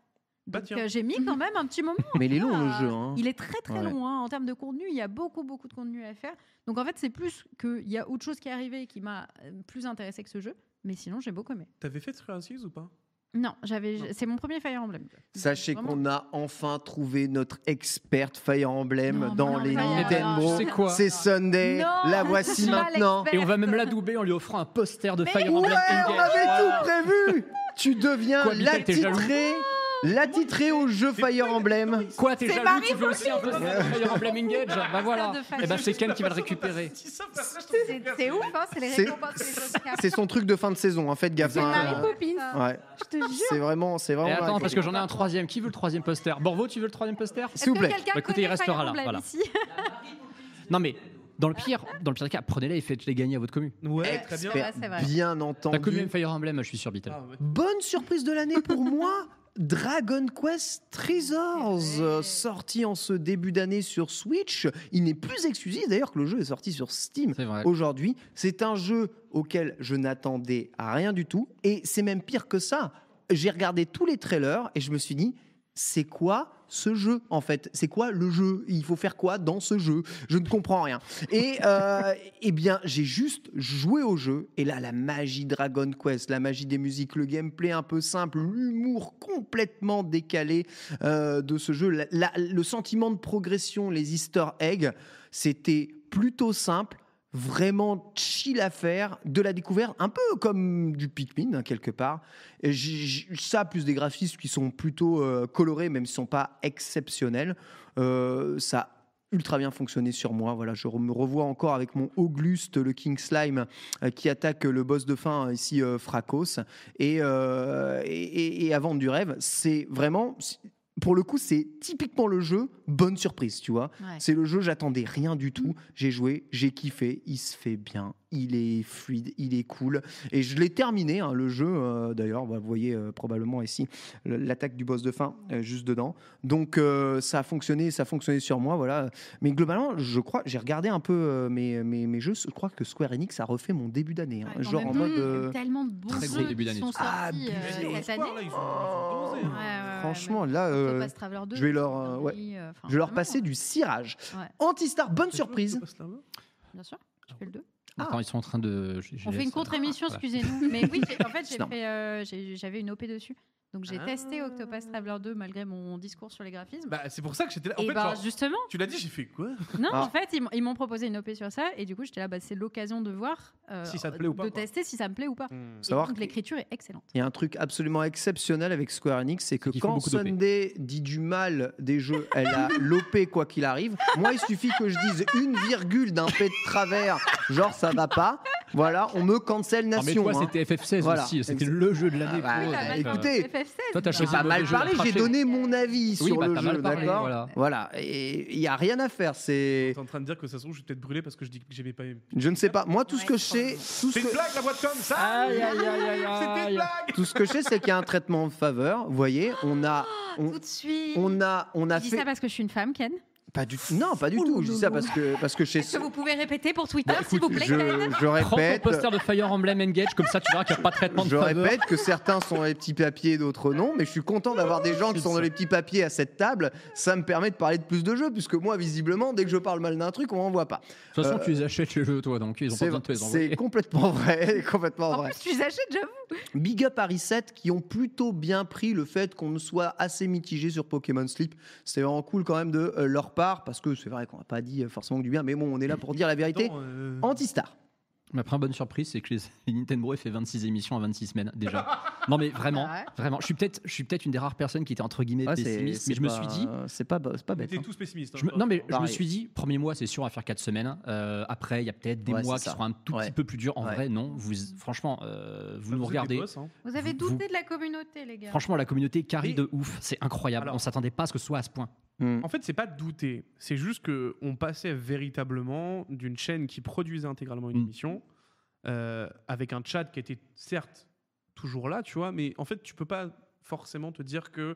[SPEAKER 3] Bah,
[SPEAKER 5] Donc,
[SPEAKER 3] tiens.
[SPEAKER 5] euh, j'ai mis quand même un petit moment.
[SPEAKER 1] Mais il est long, le
[SPEAKER 5] Ah,
[SPEAKER 1] jeu. hein.
[SPEAKER 5] Il est très très
[SPEAKER 1] Ouais.
[SPEAKER 5] long hein. en termes de contenu. Il y a beaucoup beaucoup de contenu à faire. Donc en fait, c'est plus qu'il y a autre chose qui est arrivée et qui m'a euh, plus intéressé que ce jeu. Mais sinon, j'ai beaucoup aimé.
[SPEAKER 3] T'avais fait Three Houses ou pas
[SPEAKER 5] Non, j'avais.
[SPEAKER 3] Non.
[SPEAKER 5] C'est mon premier Fire Emblem.
[SPEAKER 1] Sachez
[SPEAKER 5] Vraiment.
[SPEAKER 1] qu'on a enfin trouvé notre experte Fire Emblem
[SPEAKER 5] Non,
[SPEAKER 1] dans
[SPEAKER 5] non,
[SPEAKER 1] les
[SPEAKER 5] non,
[SPEAKER 1] Nintendo.
[SPEAKER 5] non,
[SPEAKER 4] Tu sais quoi
[SPEAKER 1] C'est Sunday.
[SPEAKER 5] Non,
[SPEAKER 1] la voici
[SPEAKER 5] c'est pas
[SPEAKER 1] maintenant.
[SPEAKER 5] l'expert.
[SPEAKER 4] Et on va même l'adouber en lui offrant un poster de
[SPEAKER 5] Mais
[SPEAKER 4] Fire
[SPEAKER 1] Ouais,
[SPEAKER 4] Emblem
[SPEAKER 1] on
[SPEAKER 4] Engage.
[SPEAKER 1] avait tout prévu. Tu deviens
[SPEAKER 4] Quoi, Mika, t'es jaloux
[SPEAKER 1] l'attitré,
[SPEAKER 5] Oh,
[SPEAKER 1] l'attitré au jeu Fire Emblem.
[SPEAKER 4] Quoi, t'es
[SPEAKER 5] C'est
[SPEAKER 4] jaloux
[SPEAKER 5] Marie
[SPEAKER 4] Tu veux aussi un peu Fire Emblem Engage Bah voilà.
[SPEAKER 5] Poster de
[SPEAKER 4] Et bah
[SPEAKER 5] Fire
[SPEAKER 4] c'est Ken qui va le récupérer.
[SPEAKER 5] C'est c'est ouf, hein, c'est les
[SPEAKER 1] C'est-
[SPEAKER 5] récompenses, c'est les choses qui
[SPEAKER 1] C'est son truc de fin de saison. En fait, gaffe.
[SPEAKER 5] C'est
[SPEAKER 1] hein.
[SPEAKER 5] Mary Poppins.
[SPEAKER 1] Ouais.
[SPEAKER 5] Je te jure.
[SPEAKER 1] C'est vraiment, c'est
[SPEAKER 4] Et
[SPEAKER 1] vraiment.
[SPEAKER 4] Eh, attends, parce
[SPEAKER 1] dingue.
[SPEAKER 4] que j'en ai un troisième. Qui veut le troisième poster Borvo, tu veux le troisième poster
[SPEAKER 1] S'il vous
[SPEAKER 5] Est-ce que
[SPEAKER 1] plaît.
[SPEAKER 5] quelqu'un
[SPEAKER 4] Bah, écoutez,
[SPEAKER 5] connaît
[SPEAKER 4] il restera
[SPEAKER 5] Fire
[SPEAKER 4] là,
[SPEAKER 5] Emblem
[SPEAKER 4] voilà.
[SPEAKER 5] ici
[SPEAKER 4] Non mais dans le pire, dans le pire des cas, prenez-les et faites-les gagner à votre commune.
[SPEAKER 3] Ouais, très bien.
[SPEAKER 5] Ouais, c'est vrai.
[SPEAKER 1] Bien
[SPEAKER 4] La commune
[SPEAKER 1] entendu.
[SPEAKER 4] Fire Emblem, je suis sûr, Bitel.
[SPEAKER 3] Ah, ouais.
[SPEAKER 1] Bonne surprise de l'année pour moi. Dragon Quest Treasures,
[SPEAKER 4] Eh
[SPEAKER 1] euh, sorti en ce début d'année sur Switch. Il n'est plus exclusif d'ailleurs que le jeu est sorti sur Steam
[SPEAKER 4] C'est vrai.
[SPEAKER 1] aujourd'hui. C'est un jeu auquel je n'attendais à rien du tout. Et c'est même pire que ça. J'ai regardé tous les trailers et je me suis dit, c'est quoi ce jeu en fait C'est quoi le jeu Il faut faire quoi dans ce jeu Je ne comprends rien. Et euh, eh bien, j'ai juste joué au jeu. Et là, la magie Dragon Quest, la magie des musiques, le gameplay un peu simple, l'humour complètement décalé euh, de ce jeu, la- la- le sentiment de progression, les Easter eggs, c'était plutôt simple vraiment chill à faire, de la découverte, un peu comme du Pikmin, hein, quelque part. Et j'ai- j'ai- ça, plus des graphismes qui sont plutôt euh, colorés, même s'ils ne sont pas exceptionnels. Euh, ça a ultra bien fonctionné sur moi. Voilà, je re- me revois encore avec mon Auguste, le King Slime, euh, qui attaque le boss de fin, ici, euh, Fracos. Et, euh, et, et- et avant du rêve, c'est vraiment... Pour le coup, c'est typiquement le jeu bonne surprise, tu vois.
[SPEAKER 5] Ouais. Mm.
[SPEAKER 1] C'est le jeu, j'attendais rien du tout. J'ai joué, j'ai kiffé, il se fait bien, il est fluide, il est cool. Et je l'ai terminé, hein, le jeu, euh, d'ailleurs, bah, vous voyez euh, probablement ici le- l'attaque du boss de fin, euh, juste dedans. Donc euh, ça a fonctionné, ça a fonctionné sur moi, voilà. Mais globalement, je crois, j'ai regardé un peu euh, mes, mes, mes jeux, je crois que Square Enix a refait mon début d'année. hein,
[SPEAKER 5] Ouais,
[SPEAKER 1] genre
[SPEAKER 5] même
[SPEAKER 1] en
[SPEAKER 5] temps,
[SPEAKER 1] mode.
[SPEAKER 5] il y a
[SPEAKER 1] euh,
[SPEAKER 5] tellement de bons
[SPEAKER 1] très gros
[SPEAKER 5] jeux
[SPEAKER 1] début
[SPEAKER 5] qui
[SPEAKER 1] d'année.
[SPEAKER 5] sont sortis
[SPEAKER 1] Ah,
[SPEAKER 5] euh, cette année.
[SPEAKER 1] hein.
[SPEAKER 5] Ouais, ouais,
[SPEAKER 1] Franchement,
[SPEAKER 5] ouais.
[SPEAKER 1] là,
[SPEAKER 5] Octopus
[SPEAKER 1] euh,
[SPEAKER 5] Traveler 2,
[SPEAKER 1] je vais leur, euh, ouais,
[SPEAKER 5] Discovery, euh, enfin,
[SPEAKER 1] je vais leur
[SPEAKER 5] vraiment,
[SPEAKER 1] passer du cirage.
[SPEAKER 5] Ouais.
[SPEAKER 1] Antistar, bonne surprise.
[SPEAKER 5] Bien sûr,
[SPEAKER 7] Ah
[SPEAKER 5] je fais le 2.
[SPEAKER 4] Attends, ils sont en train de. je- je
[SPEAKER 5] On fait
[SPEAKER 4] laisse-
[SPEAKER 5] une contre-émission,
[SPEAKER 4] Ah, Voilà.
[SPEAKER 5] excusez-nous. Mais oui, j'ai- en fait, j'ai
[SPEAKER 4] Non.
[SPEAKER 5] fait, euh, j'ai- j'avais une OP dessus. Donc j'ai
[SPEAKER 3] Ah.
[SPEAKER 5] testé Octopus Traveler 2 malgré mon discours sur les graphismes.
[SPEAKER 3] Bah, c'est pour ça que j'étais là. En
[SPEAKER 5] Et
[SPEAKER 3] fait,
[SPEAKER 5] bah,
[SPEAKER 3] genre,
[SPEAKER 5] justement.
[SPEAKER 3] Tu l'as dit, j'ai fait quoi
[SPEAKER 5] Non,
[SPEAKER 1] Ah.
[SPEAKER 5] en fait, ils m'ont- ils m'ont proposé une OP sur ça, et du coup, j'étais là, bah, c'est l'occasion de voir, euh,
[SPEAKER 1] Si ça te plaît ou pas,
[SPEAKER 5] de
[SPEAKER 1] quoi.
[SPEAKER 5] tester si ça me plaît ou pas. Et
[SPEAKER 1] Savoir
[SPEAKER 5] donc, l'écriture est excellente.
[SPEAKER 1] Ah, Il y a un truc absolument exceptionnel avec Square Enix, c'est que
[SPEAKER 4] font
[SPEAKER 1] quand
[SPEAKER 4] beaucoup d'OP.
[SPEAKER 1] Sunday dit du mal des jeux, elle a l'OP quoi qu'il arrive. Moi, il suffit que je dise une virgule d'un P de travers, genre ça va pas. Voilà, on me cancel
[SPEAKER 7] Non, Ah, mais
[SPEAKER 1] nation.
[SPEAKER 7] toi,
[SPEAKER 1] hein.
[SPEAKER 7] c'était FF16
[SPEAKER 1] Voilà.
[SPEAKER 7] aussi. C'était le jeu de l'année.
[SPEAKER 1] Ah,
[SPEAKER 7] pour eux,
[SPEAKER 1] bah,
[SPEAKER 7] donc,
[SPEAKER 1] écoutez,
[SPEAKER 7] euh,
[SPEAKER 5] FF16,
[SPEAKER 7] toi, t'as
[SPEAKER 1] J'ai
[SPEAKER 7] choisi
[SPEAKER 1] pas
[SPEAKER 7] le
[SPEAKER 1] mal
[SPEAKER 7] jeu
[SPEAKER 1] parlé, j'ai
[SPEAKER 7] craché.
[SPEAKER 1] donné mon avis
[SPEAKER 4] Oui,
[SPEAKER 1] sur
[SPEAKER 4] bah,
[SPEAKER 1] le
[SPEAKER 4] t'as
[SPEAKER 1] jeu,
[SPEAKER 4] mal parlé,
[SPEAKER 1] d'accord
[SPEAKER 4] voilà.
[SPEAKER 1] voilà. et il y a rien à faire, c'est
[SPEAKER 3] T'es en train de dire que ça se trouve, je vais peut-être brûler parce que je dis que j'aimais pas.
[SPEAKER 1] je ne sais pas. Moi, tout ce que je sais, tout ce
[SPEAKER 3] C'est une
[SPEAKER 1] que-
[SPEAKER 3] blague la boîte comme ça
[SPEAKER 7] Aïe, aïe, aïe, aïe,
[SPEAKER 3] C'était
[SPEAKER 7] aïe.
[SPEAKER 3] une blague
[SPEAKER 1] tout ce que je sais, c'est qu'il y a un traitement de faveur. Vous voyez, on a, on,
[SPEAKER 5] Oh, Tout de suite.
[SPEAKER 1] on a, on a
[SPEAKER 5] Je dis
[SPEAKER 1] fait.
[SPEAKER 5] ça parce que je suis une femme, Ken.
[SPEAKER 1] Pas du tout. Non, pas du tout. Je dis ça parce que parce que chez.
[SPEAKER 5] Est-ce que vous pouvez répéter pour Twitter, s'il vous plaît,
[SPEAKER 1] Je,
[SPEAKER 5] Ken
[SPEAKER 1] je
[SPEAKER 4] Prends ton
[SPEAKER 1] répète,
[SPEAKER 4] poster de Fire Emblem Engage, comme ça, tu verras qu'il n'y a pas de traitement de
[SPEAKER 1] je
[SPEAKER 4] faveur.
[SPEAKER 1] répète que certains sont dans les petits papiers, d'autres non. Mais je suis content d'avoir des gens qui sont dans les petits papiers à cette table. Ça me permet de parler de plus de jeux, puisque moi, visiblement, dès que je parle mal d'un truc, on m'en voit pas.
[SPEAKER 4] De toute façon,
[SPEAKER 1] Euh,
[SPEAKER 4] tu les achètes les jeux, toi, donc ils ont pas
[SPEAKER 1] C'est
[SPEAKER 4] besoin de te les
[SPEAKER 1] c'est
[SPEAKER 4] envoyer.
[SPEAKER 1] complètement vrai, complètement
[SPEAKER 5] En
[SPEAKER 1] vrai.
[SPEAKER 5] plus, tu les achètes, j'avoue.
[SPEAKER 1] Big up à Reset qui ont plutôt bien pris le fait qu'on soit assez mitigé sur Pokémon Sleep. C'était vraiment cool quand même de euh, leur part parce que c'est vrai qu'on n'a pas dit euh, forcément que du bien, mais bon, on est là pour dire la vérité.
[SPEAKER 3] Attends, euh,
[SPEAKER 1] Antistar.
[SPEAKER 4] Mais après, bonne surprise, c'est que les... Nintendo a fait 26 émissions en 26 semaines déjà. non, mais vraiment,
[SPEAKER 5] Ah ouais.
[SPEAKER 4] vraiment. Je suis peut-être je suis peut-être une des rares personnes qui était entre guillemets
[SPEAKER 1] Ouais, Ah, c'est-
[SPEAKER 4] Ah, pessimiste,
[SPEAKER 1] c'est
[SPEAKER 4] mais je me
[SPEAKER 1] pas-
[SPEAKER 4] suis dit.
[SPEAKER 1] c'est pas, c'est pas
[SPEAKER 3] On
[SPEAKER 1] bête.
[SPEAKER 3] était
[SPEAKER 1] hein.
[SPEAKER 3] tous pessimistes. hein,
[SPEAKER 4] je me-
[SPEAKER 3] je
[SPEAKER 4] non
[SPEAKER 3] pense,
[SPEAKER 4] mais
[SPEAKER 3] hein.
[SPEAKER 4] je me
[SPEAKER 1] Pareil.
[SPEAKER 4] suis dit premier mois c'est sûr à faire 4 semaines Euh, après il y a peut-être des
[SPEAKER 1] Ouais,
[SPEAKER 4] mois
[SPEAKER 1] c'est
[SPEAKER 4] qui
[SPEAKER 1] ça.
[SPEAKER 4] seront un tout
[SPEAKER 1] Ouais.
[SPEAKER 4] petit peu plus durs en
[SPEAKER 1] Ouais.
[SPEAKER 4] vrai non vous franchement euh, vous
[SPEAKER 3] Bah,
[SPEAKER 4] nous
[SPEAKER 3] êtes des
[SPEAKER 4] regardez
[SPEAKER 3] boss, hein.
[SPEAKER 5] Vous avez
[SPEAKER 4] Vous-
[SPEAKER 5] douté de la communauté, les gars.
[SPEAKER 4] franchement la communauté carrie
[SPEAKER 3] Mais-
[SPEAKER 4] de ouf c'est incroyable
[SPEAKER 3] Alors-
[SPEAKER 4] on s'attendait pas à ce que ce soit à ce point
[SPEAKER 1] Hmm.
[SPEAKER 3] En fait, c'est pas douter, c'est juste que on passait véritablement d'une chaîne qui produisait intégralement une
[SPEAKER 4] Mm.
[SPEAKER 3] émission euh, avec un chat qui était certes toujours là, tu vois, mais en fait, tu peux pas forcément te dire que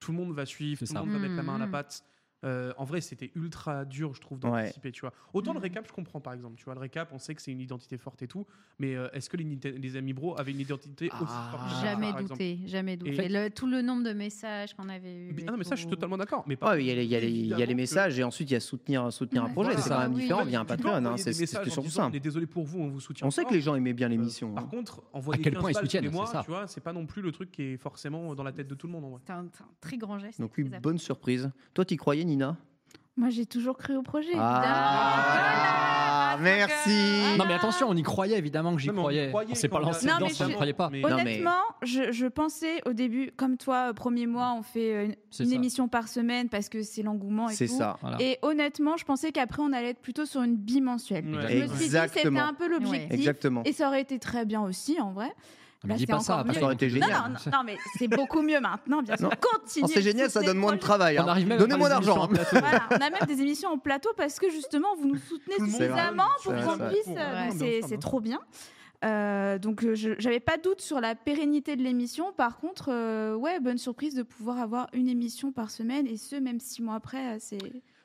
[SPEAKER 3] tout le monde va suivre,
[SPEAKER 4] C'est
[SPEAKER 3] tout
[SPEAKER 4] ça.
[SPEAKER 3] le monde va mettre la main à la
[SPEAKER 5] Mm.
[SPEAKER 3] pâte. Euh, en vrai, c'était ultra dur, je trouve,
[SPEAKER 1] Ouais.
[SPEAKER 3] d'anticiper, tu vois. Autant le
[SPEAKER 5] Mm.
[SPEAKER 3] récap, je comprends, par exemple. Tu vois, le récap, on sait que c'est une identité forte et tout, mais euh, est-ce que les, Nita- les amis bro avaient une identité aussi
[SPEAKER 4] Ah.
[SPEAKER 3] forte que ça,
[SPEAKER 5] Jamais
[SPEAKER 3] par exemple
[SPEAKER 5] douté, jamais douté.
[SPEAKER 3] Et-
[SPEAKER 5] Le- tout le nombre de messages qu'on avait eu.
[SPEAKER 3] Ah non, mais ça, je suis totalement d'accord. Mais par
[SPEAKER 1] Ouais, il y a les, il y a les- il y a les
[SPEAKER 3] évidemment que-
[SPEAKER 1] messages et ensuite il y a soutenir, soutenir un
[SPEAKER 5] Ouais,
[SPEAKER 1] projet.
[SPEAKER 3] voilà.
[SPEAKER 1] C'est quand même
[SPEAKER 5] Oui,
[SPEAKER 1] différent.
[SPEAKER 5] oui.
[SPEAKER 1] Il y a un
[SPEAKER 5] Tu peux
[SPEAKER 1] Patreon, hein,
[SPEAKER 3] envoyer
[SPEAKER 1] c'est
[SPEAKER 3] des messages
[SPEAKER 1] c'est
[SPEAKER 3] en
[SPEAKER 1] surtout
[SPEAKER 3] disant,
[SPEAKER 1] ça.
[SPEAKER 3] On est désolé pour vous, on vous soutient.
[SPEAKER 1] On sait
[SPEAKER 3] fort.
[SPEAKER 1] que les gens aimaient bien l'émission.
[SPEAKER 3] Euh,
[SPEAKER 1] hein.
[SPEAKER 3] Par contre, envoyer
[SPEAKER 4] À quel
[SPEAKER 3] 15
[SPEAKER 4] point ils
[SPEAKER 3] balles tous les
[SPEAKER 4] soutiennent,
[SPEAKER 3] mois,
[SPEAKER 4] c'est ça.
[SPEAKER 3] tu vois, c'est pas non plus le truc qui est forcément dans la tête de tout le monde en vrai.
[SPEAKER 5] C'est un, un très grand geste.
[SPEAKER 1] Donc oui,
[SPEAKER 5] très
[SPEAKER 1] bonne surprise. Toi, t'y croyais, Nina
[SPEAKER 2] Moi, j'ai toujours cru au projet.
[SPEAKER 1] Ah,
[SPEAKER 5] Nicolas,
[SPEAKER 1] merci.
[SPEAKER 4] non mais attention on y croyait évidemment que j'y
[SPEAKER 3] Non, mais on y
[SPEAKER 4] croyais
[SPEAKER 3] croyait
[SPEAKER 4] on s'est pas
[SPEAKER 3] quand on
[SPEAKER 4] lancé
[SPEAKER 3] a-
[SPEAKER 2] Non,
[SPEAKER 4] dedans
[SPEAKER 2] mais
[SPEAKER 4] si on
[SPEAKER 2] je-
[SPEAKER 4] y croyait pas
[SPEAKER 3] Mais-
[SPEAKER 1] Non, mais-
[SPEAKER 2] Honnêtement, je, je pensais au début, comme toi, euh, premier mois, on fait euh, une,
[SPEAKER 4] C'est
[SPEAKER 2] une
[SPEAKER 4] ça.
[SPEAKER 2] émission par semaine parce que c'est l'engouement et
[SPEAKER 1] C'est
[SPEAKER 2] tout.
[SPEAKER 1] ça.
[SPEAKER 4] Voilà.
[SPEAKER 2] Et honnêtement, je pensais qu'après, on allait être plutôt sur une bimensuelle.
[SPEAKER 3] Ouais.
[SPEAKER 2] Je me suis dit, c'était
[SPEAKER 1] Exactement.
[SPEAKER 2] un peu l'objectif.
[SPEAKER 1] Exactement.
[SPEAKER 2] Et ça aurait été très bien aussi, en vrai.
[SPEAKER 4] Ah, mais
[SPEAKER 2] Bah,
[SPEAKER 4] dis
[SPEAKER 2] c'est
[SPEAKER 4] pas ça
[SPEAKER 2] encore
[SPEAKER 4] après,
[SPEAKER 2] mieux.
[SPEAKER 1] Ça aurait été
[SPEAKER 2] Non,
[SPEAKER 1] génial.
[SPEAKER 2] non, non, non, mais c'est beaucoup mieux maintenant, bien sûr.
[SPEAKER 1] Non.
[SPEAKER 2] Continuez.
[SPEAKER 1] Oh, c'est génial, ça
[SPEAKER 2] soutenez
[SPEAKER 1] donne moins de
[SPEAKER 2] le
[SPEAKER 1] travail.
[SPEAKER 4] on
[SPEAKER 1] hein.
[SPEAKER 4] arrive même à
[SPEAKER 1] Donnez-moi hein.
[SPEAKER 4] faire des
[SPEAKER 1] l'argent.
[SPEAKER 4] émissions en plateau.
[SPEAKER 2] Voilà, on a même des émissions en plateau parce que justement, vous nous soutenez
[SPEAKER 3] Tout le monde.
[SPEAKER 2] suffisamment
[SPEAKER 3] C'est
[SPEAKER 2] pour
[SPEAKER 1] vrai,
[SPEAKER 2] qu'on
[SPEAKER 1] c'est vrai.
[SPEAKER 2] puisse.
[SPEAKER 3] Ouais,
[SPEAKER 2] euh,
[SPEAKER 3] bien
[SPEAKER 2] donc
[SPEAKER 3] sûr,
[SPEAKER 2] c'est-
[SPEAKER 3] hein.
[SPEAKER 2] C'est
[SPEAKER 3] bien
[SPEAKER 2] trop bien. Euh, donc, euh, je j'avais pas de doute sur la pérennité de l'émission. Par contre, euh, ouais, bonne surprise de pouvoir avoir une émission par semaine et ce, même six mois après, euh, c'est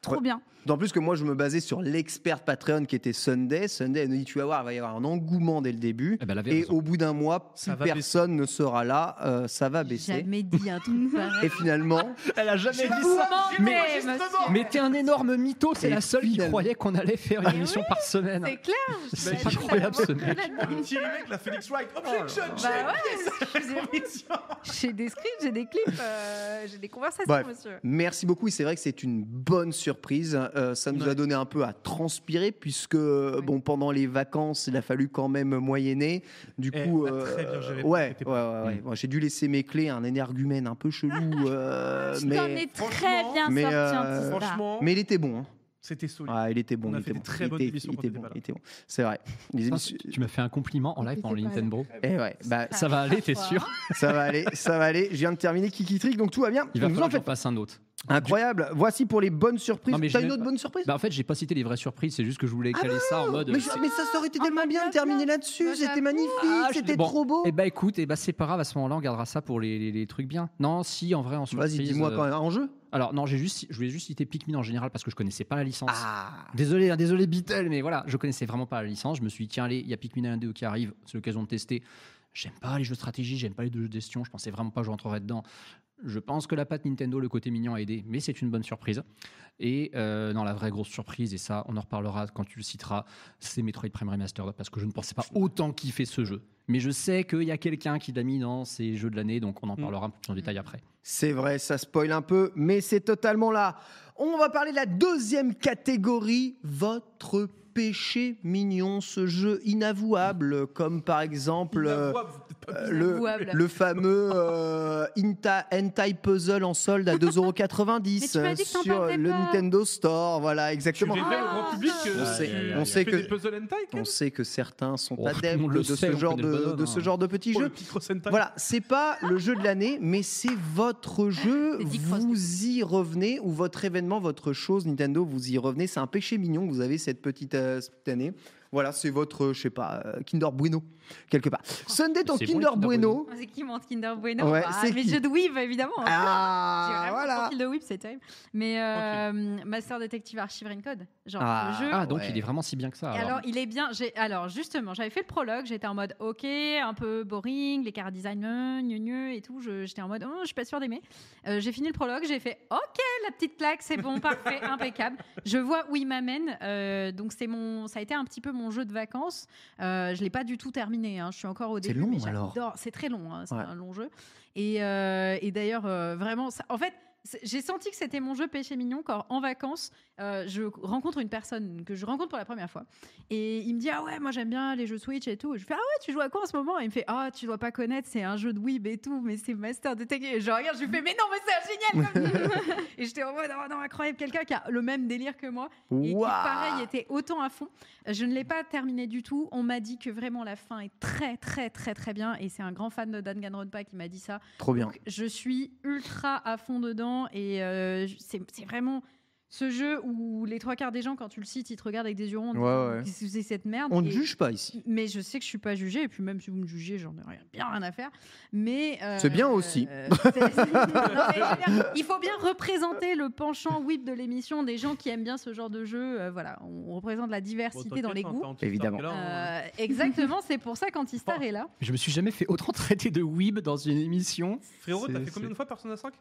[SPEAKER 2] trop
[SPEAKER 1] Ouais.
[SPEAKER 2] bien.
[SPEAKER 1] D'autant plus que moi, je me basais sur l'expert Patreon qui était Sunday. Sunday, elle nous dit, tu vas voir, il va y avoir un engouement dès le début.
[SPEAKER 4] Eh ben, elle avait
[SPEAKER 1] Et
[SPEAKER 4] raison.
[SPEAKER 1] au bout d'un mois,
[SPEAKER 3] Ça
[SPEAKER 1] plus
[SPEAKER 3] va baisser.
[SPEAKER 1] personne ne sera là. euh, Ça va
[SPEAKER 5] J'ai
[SPEAKER 1] baisser.
[SPEAKER 5] Jamais dit un truc pareil.
[SPEAKER 1] Et finalement,
[SPEAKER 4] Elle a jamais dit
[SPEAKER 5] Vous mentez, monsieur.
[SPEAKER 4] Mais t'es un énorme mytho, c'est
[SPEAKER 1] Et
[SPEAKER 4] la seule qui
[SPEAKER 1] finalement-
[SPEAKER 4] croyait qu'on allait faire une émission par semaine.
[SPEAKER 5] C'est clair.
[SPEAKER 4] C'est
[SPEAKER 5] Bah,
[SPEAKER 4] incroyable,
[SPEAKER 5] ça
[SPEAKER 4] ce
[SPEAKER 5] vaut
[SPEAKER 4] mec.
[SPEAKER 5] la peine.
[SPEAKER 3] Thierry mec, la Phoenix Wright, oh,
[SPEAKER 1] Ah,
[SPEAKER 3] objection,
[SPEAKER 5] Bah ouais, j'ai des scripts, j'ai des clips, euh, j'ai des conversations,
[SPEAKER 1] Bref.
[SPEAKER 5] monsieur.
[SPEAKER 1] Merci beaucoup. Et c'est vrai que c'est une bonne surprise. Euh, ça nous a donné un peu à transpirer puisque bon pendant les vacances, il a fallu quand même moyenner. Du
[SPEAKER 3] Eh,
[SPEAKER 1] coup, euh,
[SPEAKER 3] bah, très bien géré,
[SPEAKER 1] ouais,
[SPEAKER 3] t'inquiète
[SPEAKER 1] ouais, ouais, ouais. Moi, j'ai dû laisser mes clés à un énergumène un peu chelou, euh,
[SPEAKER 2] Tu t'en
[SPEAKER 1] mais
[SPEAKER 2] es très bien
[SPEAKER 1] mais,
[SPEAKER 2] sorti,
[SPEAKER 4] hein,
[SPEAKER 2] hein,
[SPEAKER 1] euh,
[SPEAKER 2] un petit peu.
[SPEAKER 3] Franchement,
[SPEAKER 1] mais il était bon. hein.
[SPEAKER 3] c'était solide.
[SPEAKER 1] Ah, il était bon.
[SPEAKER 3] On a
[SPEAKER 1] il
[SPEAKER 3] fait des
[SPEAKER 1] était bon.
[SPEAKER 3] très
[SPEAKER 1] Il
[SPEAKER 3] bonnes
[SPEAKER 1] était-
[SPEAKER 3] émissions
[SPEAKER 1] il
[SPEAKER 3] quand
[SPEAKER 1] était
[SPEAKER 3] t'étais
[SPEAKER 1] bon.
[SPEAKER 3] pas là.
[SPEAKER 1] il était bon. C'est vrai. Les
[SPEAKER 4] Putain,
[SPEAKER 1] émissions.
[SPEAKER 4] tu- Tu m'as fait un compliment en live pendant
[SPEAKER 5] Écoutez pas,
[SPEAKER 4] Nintendo. Bro.
[SPEAKER 1] Eh ouais, bah,
[SPEAKER 4] Ça va aller, t'es
[SPEAKER 5] Parfois.
[SPEAKER 4] sûr
[SPEAKER 1] ça va aller, ça va aller. Je viens de terminer Kiki Trick, donc tout va bien.
[SPEAKER 4] Il va
[SPEAKER 1] Vous en
[SPEAKER 4] falloir que
[SPEAKER 1] faites
[SPEAKER 4] j'en fasse un autre.
[SPEAKER 1] Incroyable. Voici pour les bonnes surprises.
[SPEAKER 4] Non, mais
[SPEAKER 1] T'as
[SPEAKER 4] je
[SPEAKER 1] une
[SPEAKER 4] n'ai
[SPEAKER 1] autre
[SPEAKER 4] pas-
[SPEAKER 1] bonne surprise
[SPEAKER 4] Bah, en fait, j'ai pas cité les vraies surprises, c'est juste que je voulais caler ça en mode.
[SPEAKER 1] Ah
[SPEAKER 4] euh,
[SPEAKER 1] mais,
[SPEAKER 4] c'est-
[SPEAKER 1] mais ça aurait été tellement bien de terminer là-dessus. C'était magnifique.
[SPEAKER 4] Ah, je-
[SPEAKER 1] C'était
[SPEAKER 4] bon,
[SPEAKER 1] trop beau.
[SPEAKER 4] Eh bah écoute, eh bah, c'est pas grave, à ce moment-là, on gardera ça pour les, les- les trucs bien. Non, si, en vrai, en surprise.
[SPEAKER 1] dis-moi quand même, en jeu
[SPEAKER 4] euh, Alors, non, j'ai juste, je voulais juste citer Pikmin en général parce que je connaissais pas la licence.
[SPEAKER 1] Ah.
[SPEAKER 4] Désolé, hein, désolé Beatle, mais voilà, je connaissais vraiment pas la licence. Je me suis dit, tiens, allez, il y a Pikmin 1 et 2 qui arrive, c'est l'occasion de tester. J'aime pas les jeux de stratégie, j'aime pas les jeux de gestion, je pensais vraiment pas que je rentrerais dedans. Je pense que la patte Nintendo, le côté mignon a aidé, mais c'est une bonne surprise. Et euh, non, la vraie grosse surprise, et ça, on en reparlera quand tu le citeras, c'est Metroid Prime Remastered, parce que je ne pensais pas autant kiffer ce jeu. Mais je sais qu'il y a quelqu'un qui l'a mis dans ces jeux de l'année, donc on
[SPEAKER 1] Mm.
[SPEAKER 4] en parlera un peu plus en détail après.
[SPEAKER 1] C'est vrai, ça spoil un peu, mais c'est totalement là. On va parler de la deuxième catégorie, votre péché mignon, ce jeu inavouable, comme par exemple euh, euh, le,
[SPEAKER 5] Inavouable.
[SPEAKER 1] le fameux euh, Inta- Hentai Puzzle en solde à
[SPEAKER 5] Mais tu m'as
[SPEAKER 1] 2,90€
[SPEAKER 5] dit que t'en
[SPEAKER 1] sur
[SPEAKER 5] parlais
[SPEAKER 1] le
[SPEAKER 5] pas.
[SPEAKER 1] Nintendo Store. Voilà, exactement.
[SPEAKER 3] révèles au grand public euh, que tu-
[SPEAKER 1] on sait,
[SPEAKER 3] tu
[SPEAKER 1] on sait
[SPEAKER 3] fais
[SPEAKER 1] que
[SPEAKER 3] des puzzles hein. hentai,
[SPEAKER 1] ah, on sait que certains sont
[SPEAKER 4] Oh, tout le
[SPEAKER 1] adeptes
[SPEAKER 4] monde
[SPEAKER 1] de
[SPEAKER 4] le
[SPEAKER 1] ce
[SPEAKER 4] sait, on
[SPEAKER 1] genre
[SPEAKER 4] connaît le
[SPEAKER 1] de,
[SPEAKER 4] bonhomme,
[SPEAKER 1] de ce
[SPEAKER 4] hein.
[SPEAKER 1] genre de petits
[SPEAKER 3] Oh,
[SPEAKER 1] jeux.
[SPEAKER 3] le petit cross hentai.
[SPEAKER 1] Voilà, c'est pas le jeu de l'année, mais c'est votre
[SPEAKER 5] Ah,
[SPEAKER 1] jeu. Vous y revenez ou votre événement, votre chose Nintendo, vous y revenez. C'est un péché mignon que vous avez cette petite euh, cette année. Voilà, c'est votre, euh, je sais pas, euh, Kinder Bueno quelque part. Sunday ton
[SPEAKER 4] C'est bon,
[SPEAKER 1] Kinder,
[SPEAKER 4] le Kinder
[SPEAKER 1] Bueno.
[SPEAKER 5] Ah, C'est qui mon Kinder Bueno
[SPEAKER 1] Ouais,
[SPEAKER 5] Bah,
[SPEAKER 1] c'est
[SPEAKER 5] Mes
[SPEAKER 1] qui
[SPEAKER 5] jeux de Weave, évidemment.
[SPEAKER 1] Ah,
[SPEAKER 5] J'ai vraiment
[SPEAKER 1] voilà.
[SPEAKER 5] un profil de Weave, c'est terrible. Mais euh, Master Detective Archive Rain Code. Genre,
[SPEAKER 4] Ah,
[SPEAKER 5] le jeu.
[SPEAKER 4] ah, donc
[SPEAKER 1] ouais.
[SPEAKER 4] il est vraiment si bien que ça.
[SPEAKER 5] Et
[SPEAKER 4] alors.
[SPEAKER 5] alors, il est bien. j'ai- Alors, justement, j'avais fait le prologue. J'étais en mode OK, un peu boring, les car design, euh, gneu, gneu et tout. je- J'étais en mode oh, je suis pas sûre d'aimer. Euh, j'ai fini le prologue. J'ai fait OK, la petite claque, c'est bon, parfait, impeccable. Je vois où il m'amène. euh, donc, c'est mon, ça a été un petit peu mon jeu de vacances. Euh, je l'ai pas du tout terminé. hein, Je suis encore au
[SPEAKER 1] C'est
[SPEAKER 5] début.
[SPEAKER 1] long,
[SPEAKER 5] mais
[SPEAKER 1] alors.
[SPEAKER 5] j'adore. C'est très long. hein, C'est
[SPEAKER 1] Ouais.
[SPEAKER 5] un long jeu. Et, euh, et d'ailleurs, euh, vraiment, ça- en fait, c'est- j'ai senti que c'était mon jeu péché mignon quand en vacances, euh, je rencontre une personne que je rencontre pour la première fois. Et il me dit Ah ouais, moi j'aime bien les jeux Switch et tout. Et je fais Ah ouais, tu joues à quoi en ce moment Et il me fait Ah, tu dois pas connaître, c'est un jeu de Weeb et tout, mais c'est Master Detective. Et je regarde, je lui fais Mais non, mais c'est génial comme jeu. Et j'étais en mode Oh non, incroyable, quelqu'un qui a le même délire que moi. Et qui,
[SPEAKER 1] Waouh.
[SPEAKER 5] pareil, était autant à fond. Je ne l'ai pas terminé du tout. On m'a dit que vraiment la fin est très, très, très, très bien. Et c'est un grand fan de Danganronpa qui m'a dit ça.
[SPEAKER 1] Trop bien.
[SPEAKER 5] Donc, je suis ultra à fond dedans et euh, je- c'est c'est vraiment ce jeu où les trois quarts des gens, quand tu le cites, ils te regardent avec des yeux
[SPEAKER 1] Ouais,
[SPEAKER 5] ronds. en disant,
[SPEAKER 1] ouais.
[SPEAKER 5] Qu'est-ce que c'est cette merde
[SPEAKER 1] On ne
[SPEAKER 5] Et-
[SPEAKER 1] juge pas ici.
[SPEAKER 5] Mais je sais que je suis pas jugée et puis même si vous me jugez, j'en ai rien, bien rien à faire. Mais euh,
[SPEAKER 1] C'est bien aussi.
[SPEAKER 5] euh, c'est- non, mais je veux dire, il faut bien représenter le penchant whip de l'émission des gens qui aiment bien ce genre de jeu. Euh, voilà, on on représente la diversité dans les goûts.
[SPEAKER 1] Évidemment.
[SPEAKER 4] hein.
[SPEAKER 5] Euh, exactement, c'est pour ça qu'Antistar est là.
[SPEAKER 4] Je me suis jamais fait autant traiter de weeb dans une émission.
[SPEAKER 3] Frérot, t'as
[SPEAKER 4] C'est-
[SPEAKER 3] fait combien
[SPEAKER 4] c'est-
[SPEAKER 3] de fois Persona 5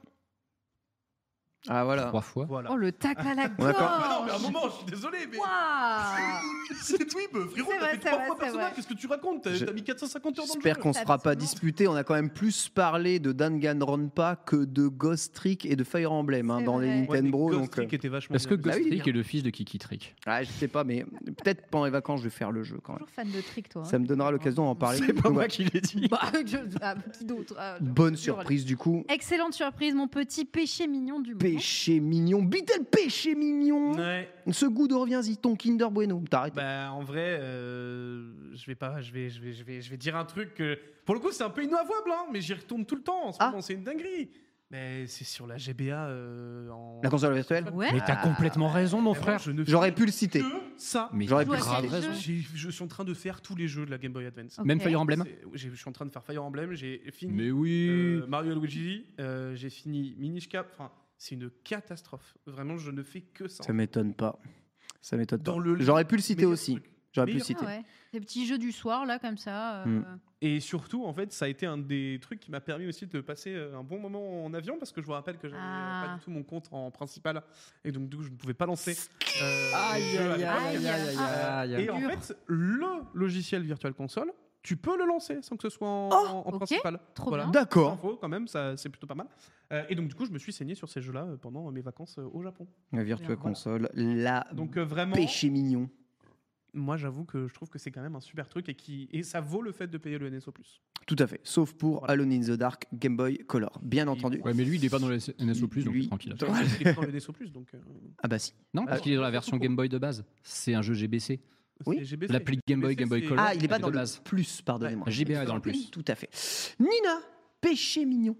[SPEAKER 1] Ah voilà.
[SPEAKER 4] Trois fois.
[SPEAKER 3] Voilà.
[SPEAKER 5] Oh le tacle à la
[SPEAKER 1] On a
[SPEAKER 5] gorge.
[SPEAKER 1] pas-
[SPEAKER 3] Ah non, mais à un moment, je suis désolé, mais.
[SPEAKER 5] Waouh
[SPEAKER 3] C'est Twib, frérot,
[SPEAKER 5] C'est
[SPEAKER 3] t'as
[SPEAKER 5] vrai,
[SPEAKER 3] fait
[SPEAKER 5] c'est
[SPEAKER 3] trois
[SPEAKER 5] vrai,
[SPEAKER 3] fois
[SPEAKER 5] c'est
[SPEAKER 3] Persona,
[SPEAKER 5] vrai.
[SPEAKER 3] qu'est-ce que tu racontes T'as
[SPEAKER 1] Je-
[SPEAKER 3] t'as mis 450 heures dans le jeu.
[SPEAKER 1] J'espère qu'on ne sera pas
[SPEAKER 5] Absolument.
[SPEAKER 1] disputé. On a quand même plus parlé de Danganronpa que de Ghost Trick et de Fire Emblem hein,
[SPEAKER 5] C'est
[SPEAKER 1] dans les
[SPEAKER 5] vrai.
[SPEAKER 1] Nintendo. donc, euh,
[SPEAKER 3] était vachement
[SPEAKER 4] Parce que
[SPEAKER 3] bien.
[SPEAKER 4] Ghost
[SPEAKER 1] oui,
[SPEAKER 4] Trick
[SPEAKER 1] bien.
[SPEAKER 4] est le fils de Kiki Trick.
[SPEAKER 1] ah, je sais pas, mais peut-être pendant les vacances, je vais faire le jeu quand même.
[SPEAKER 5] Toujours fan de trick, toi. hein.
[SPEAKER 1] Ça me donnera l'occasion d'en parler. Donc, voilà.
[SPEAKER 4] qui l'ai dit.
[SPEAKER 5] Bah, je- ah, qui d'autre Ah, je-
[SPEAKER 1] Bonne
[SPEAKER 5] je-
[SPEAKER 1] surprise du coup.
[SPEAKER 5] Excellente surprise, mon petit péché mignon du moment.
[SPEAKER 1] Péché mignon, Beatle péché mignon.
[SPEAKER 3] Ouais.
[SPEAKER 1] Ce goût de reviens-y, ton Kinder Bueno. T'arrêtes.
[SPEAKER 3] Bah, en vrai, euh, je vais pas, je vais, je vais, je vais, je vais dire un truc. que- pour le coup, c'est un peu inavouable, hein, mais j'y retourne tout le temps. En ce
[SPEAKER 1] Ah.
[SPEAKER 3] moment, c'est une dinguerie. Mais c'est sur la GBA euh, en.
[SPEAKER 1] La console virtuelle. Ah.
[SPEAKER 5] Ouais.
[SPEAKER 4] Mais t'as complètement raison, mon
[SPEAKER 3] Vraiment,
[SPEAKER 4] frère.
[SPEAKER 3] Eh, je ne
[SPEAKER 1] J'aurais
[SPEAKER 3] fais
[SPEAKER 1] pu le citer.
[SPEAKER 3] que ça.
[SPEAKER 4] Mais
[SPEAKER 1] J'aurais
[SPEAKER 5] Joue à
[SPEAKER 1] pu-
[SPEAKER 5] quel
[SPEAKER 4] grave
[SPEAKER 5] jeu
[SPEAKER 4] raison.
[SPEAKER 3] J'ai- Je suis en train de faire tous les jeux de la Game Boy Advance.
[SPEAKER 5] Ok.
[SPEAKER 4] Même Fire Emblem.
[SPEAKER 3] C'est- j'ai- Je suis en train de faire Fire Emblem. J'ai fini
[SPEAKER 4] Mais oui.
[SPEAKER 3] euh, Mario et Luigi. euh, j'ai fini Minish Cap. Enfin, c'est une catastrophe. Vraiment, je ne fais que ça.
[SPEAKER 1] Ça m'étonne pas. Ça m'étonne pas.
[SPEAKER 3] Dans le-
[SPEAKER 1] J'aurais pu le citer
[SPEAKER 3] meilleur
[SPEAKER 1] aussi.
[SPEAKER 3] truc.
[SPEAKER 1] J'aurais pu le
[SPEAKER 3] Meilleur-
[SPEAKER 1] citer.
[SPEAKER 5] Ah ouais. Des petits jeux du soir, là, comme ça. euh,
[SPEAKER 3] Mm.
[SPEAKER 1] Hmm.
[SPEAKER 3] Et surtout, en fait, ça a été un des trucs qui m'a permis aussi de passer euh, un bon moment en avion parce que je vous rappelle que j'avais euh,
[SPEAKER 5] Ah.
[SPEAKER 3] pas du tout mon compte en principal et donc du coup, je ne pouvais pas lancer. euh,
[SPEAKER 4] Aïe,
[SPEAKER 3] les jeux à
[SPEAKER 4] aïe, aïe,
[SPEAKER 3] l'époque.
[SPEAKER 4] aïe, aïe,
[SPEAKER 5] Ah,
[SPEAKER 4] aïe, aïe.
[SPEAKER 3] Et en
[SPEAKER 5] Dur.
[SPEAKER 3] fait, le logiciel Virtual Console, tu peux le lancer sans que ce soit en, en- en
[SPEAKER 5] Oh, ok.
[SPEAKER 3] principal.
[SPEAKER 5] Trop bien.
[SPEAKER 1] D'accord.
[SPEAKER 3] Info, quand même, ça c'est plutôt pas mal. Euh, et donc du coup, je me suis saigné sur ces jeux-là euh, pendant mes vacances euh, au Japon.
[SPEAKER 1] La Virtua
[SPEAKER 3] Voilà.
[SPEAKER 1] Console, la
[SPEAKER 5] Ah,
[SPEAKER 3] Donc euh, vraiment,
[SPEAKER 1] péché mignon.
[SPEAKER 3] moi j'avoue que je trouve que c'est quand même un super truc et qui et ça vaut le fait de payer le NSO+.
[SPEAKER 1] Tout à fait. Sauf pour Alone in the Dark, Game Boy Color. Bien entendu.
[SPEAKER 4] Ouais, mais lui, il est pas dans le NSO,
[SPEAKER 1] Lui-
[SPEAKER 4] donc tranquille.
[SPEAKER 1] Dans-
[SPEAKER 3] Il est dans le NSO+, donc. euh,
[SPEAKER 1] Ah bah Ah, si.
[SPEAKER 4] Non, parce
[SPEAKER 3] Ah,
[SPEAKER 4] qu'il est dans la
[SPEAKER 3] c'est
[SPEAKER 4] version
[SPEAKER 3] beaucoup.
[SPEAKER 4] Game Boy de base. C'est un jeu GBC.
[SPEAKER 1] Oui.
[SPEAKER 3] c'est GBC.
[SPEAKER 4] L'appli Game Boy,
[SPEAKER 3] GBC,
[SPEAKER 4] Game Boy
[SPEAKER 3] c'est-
[SPEAKER 4] Color.
[SPEAKER 1] Ah, il est pas
[SPEAKER 4] de
[SPEAKER 1] dans le
[SPEAKER 4] base.
[SPEAKER 1] plus, pardonnez-moi.
[SPEAKER 4] Ouais, JBA est dans le plus.
[SPEAKER 1] Tout à fait. Nina, péché mignon.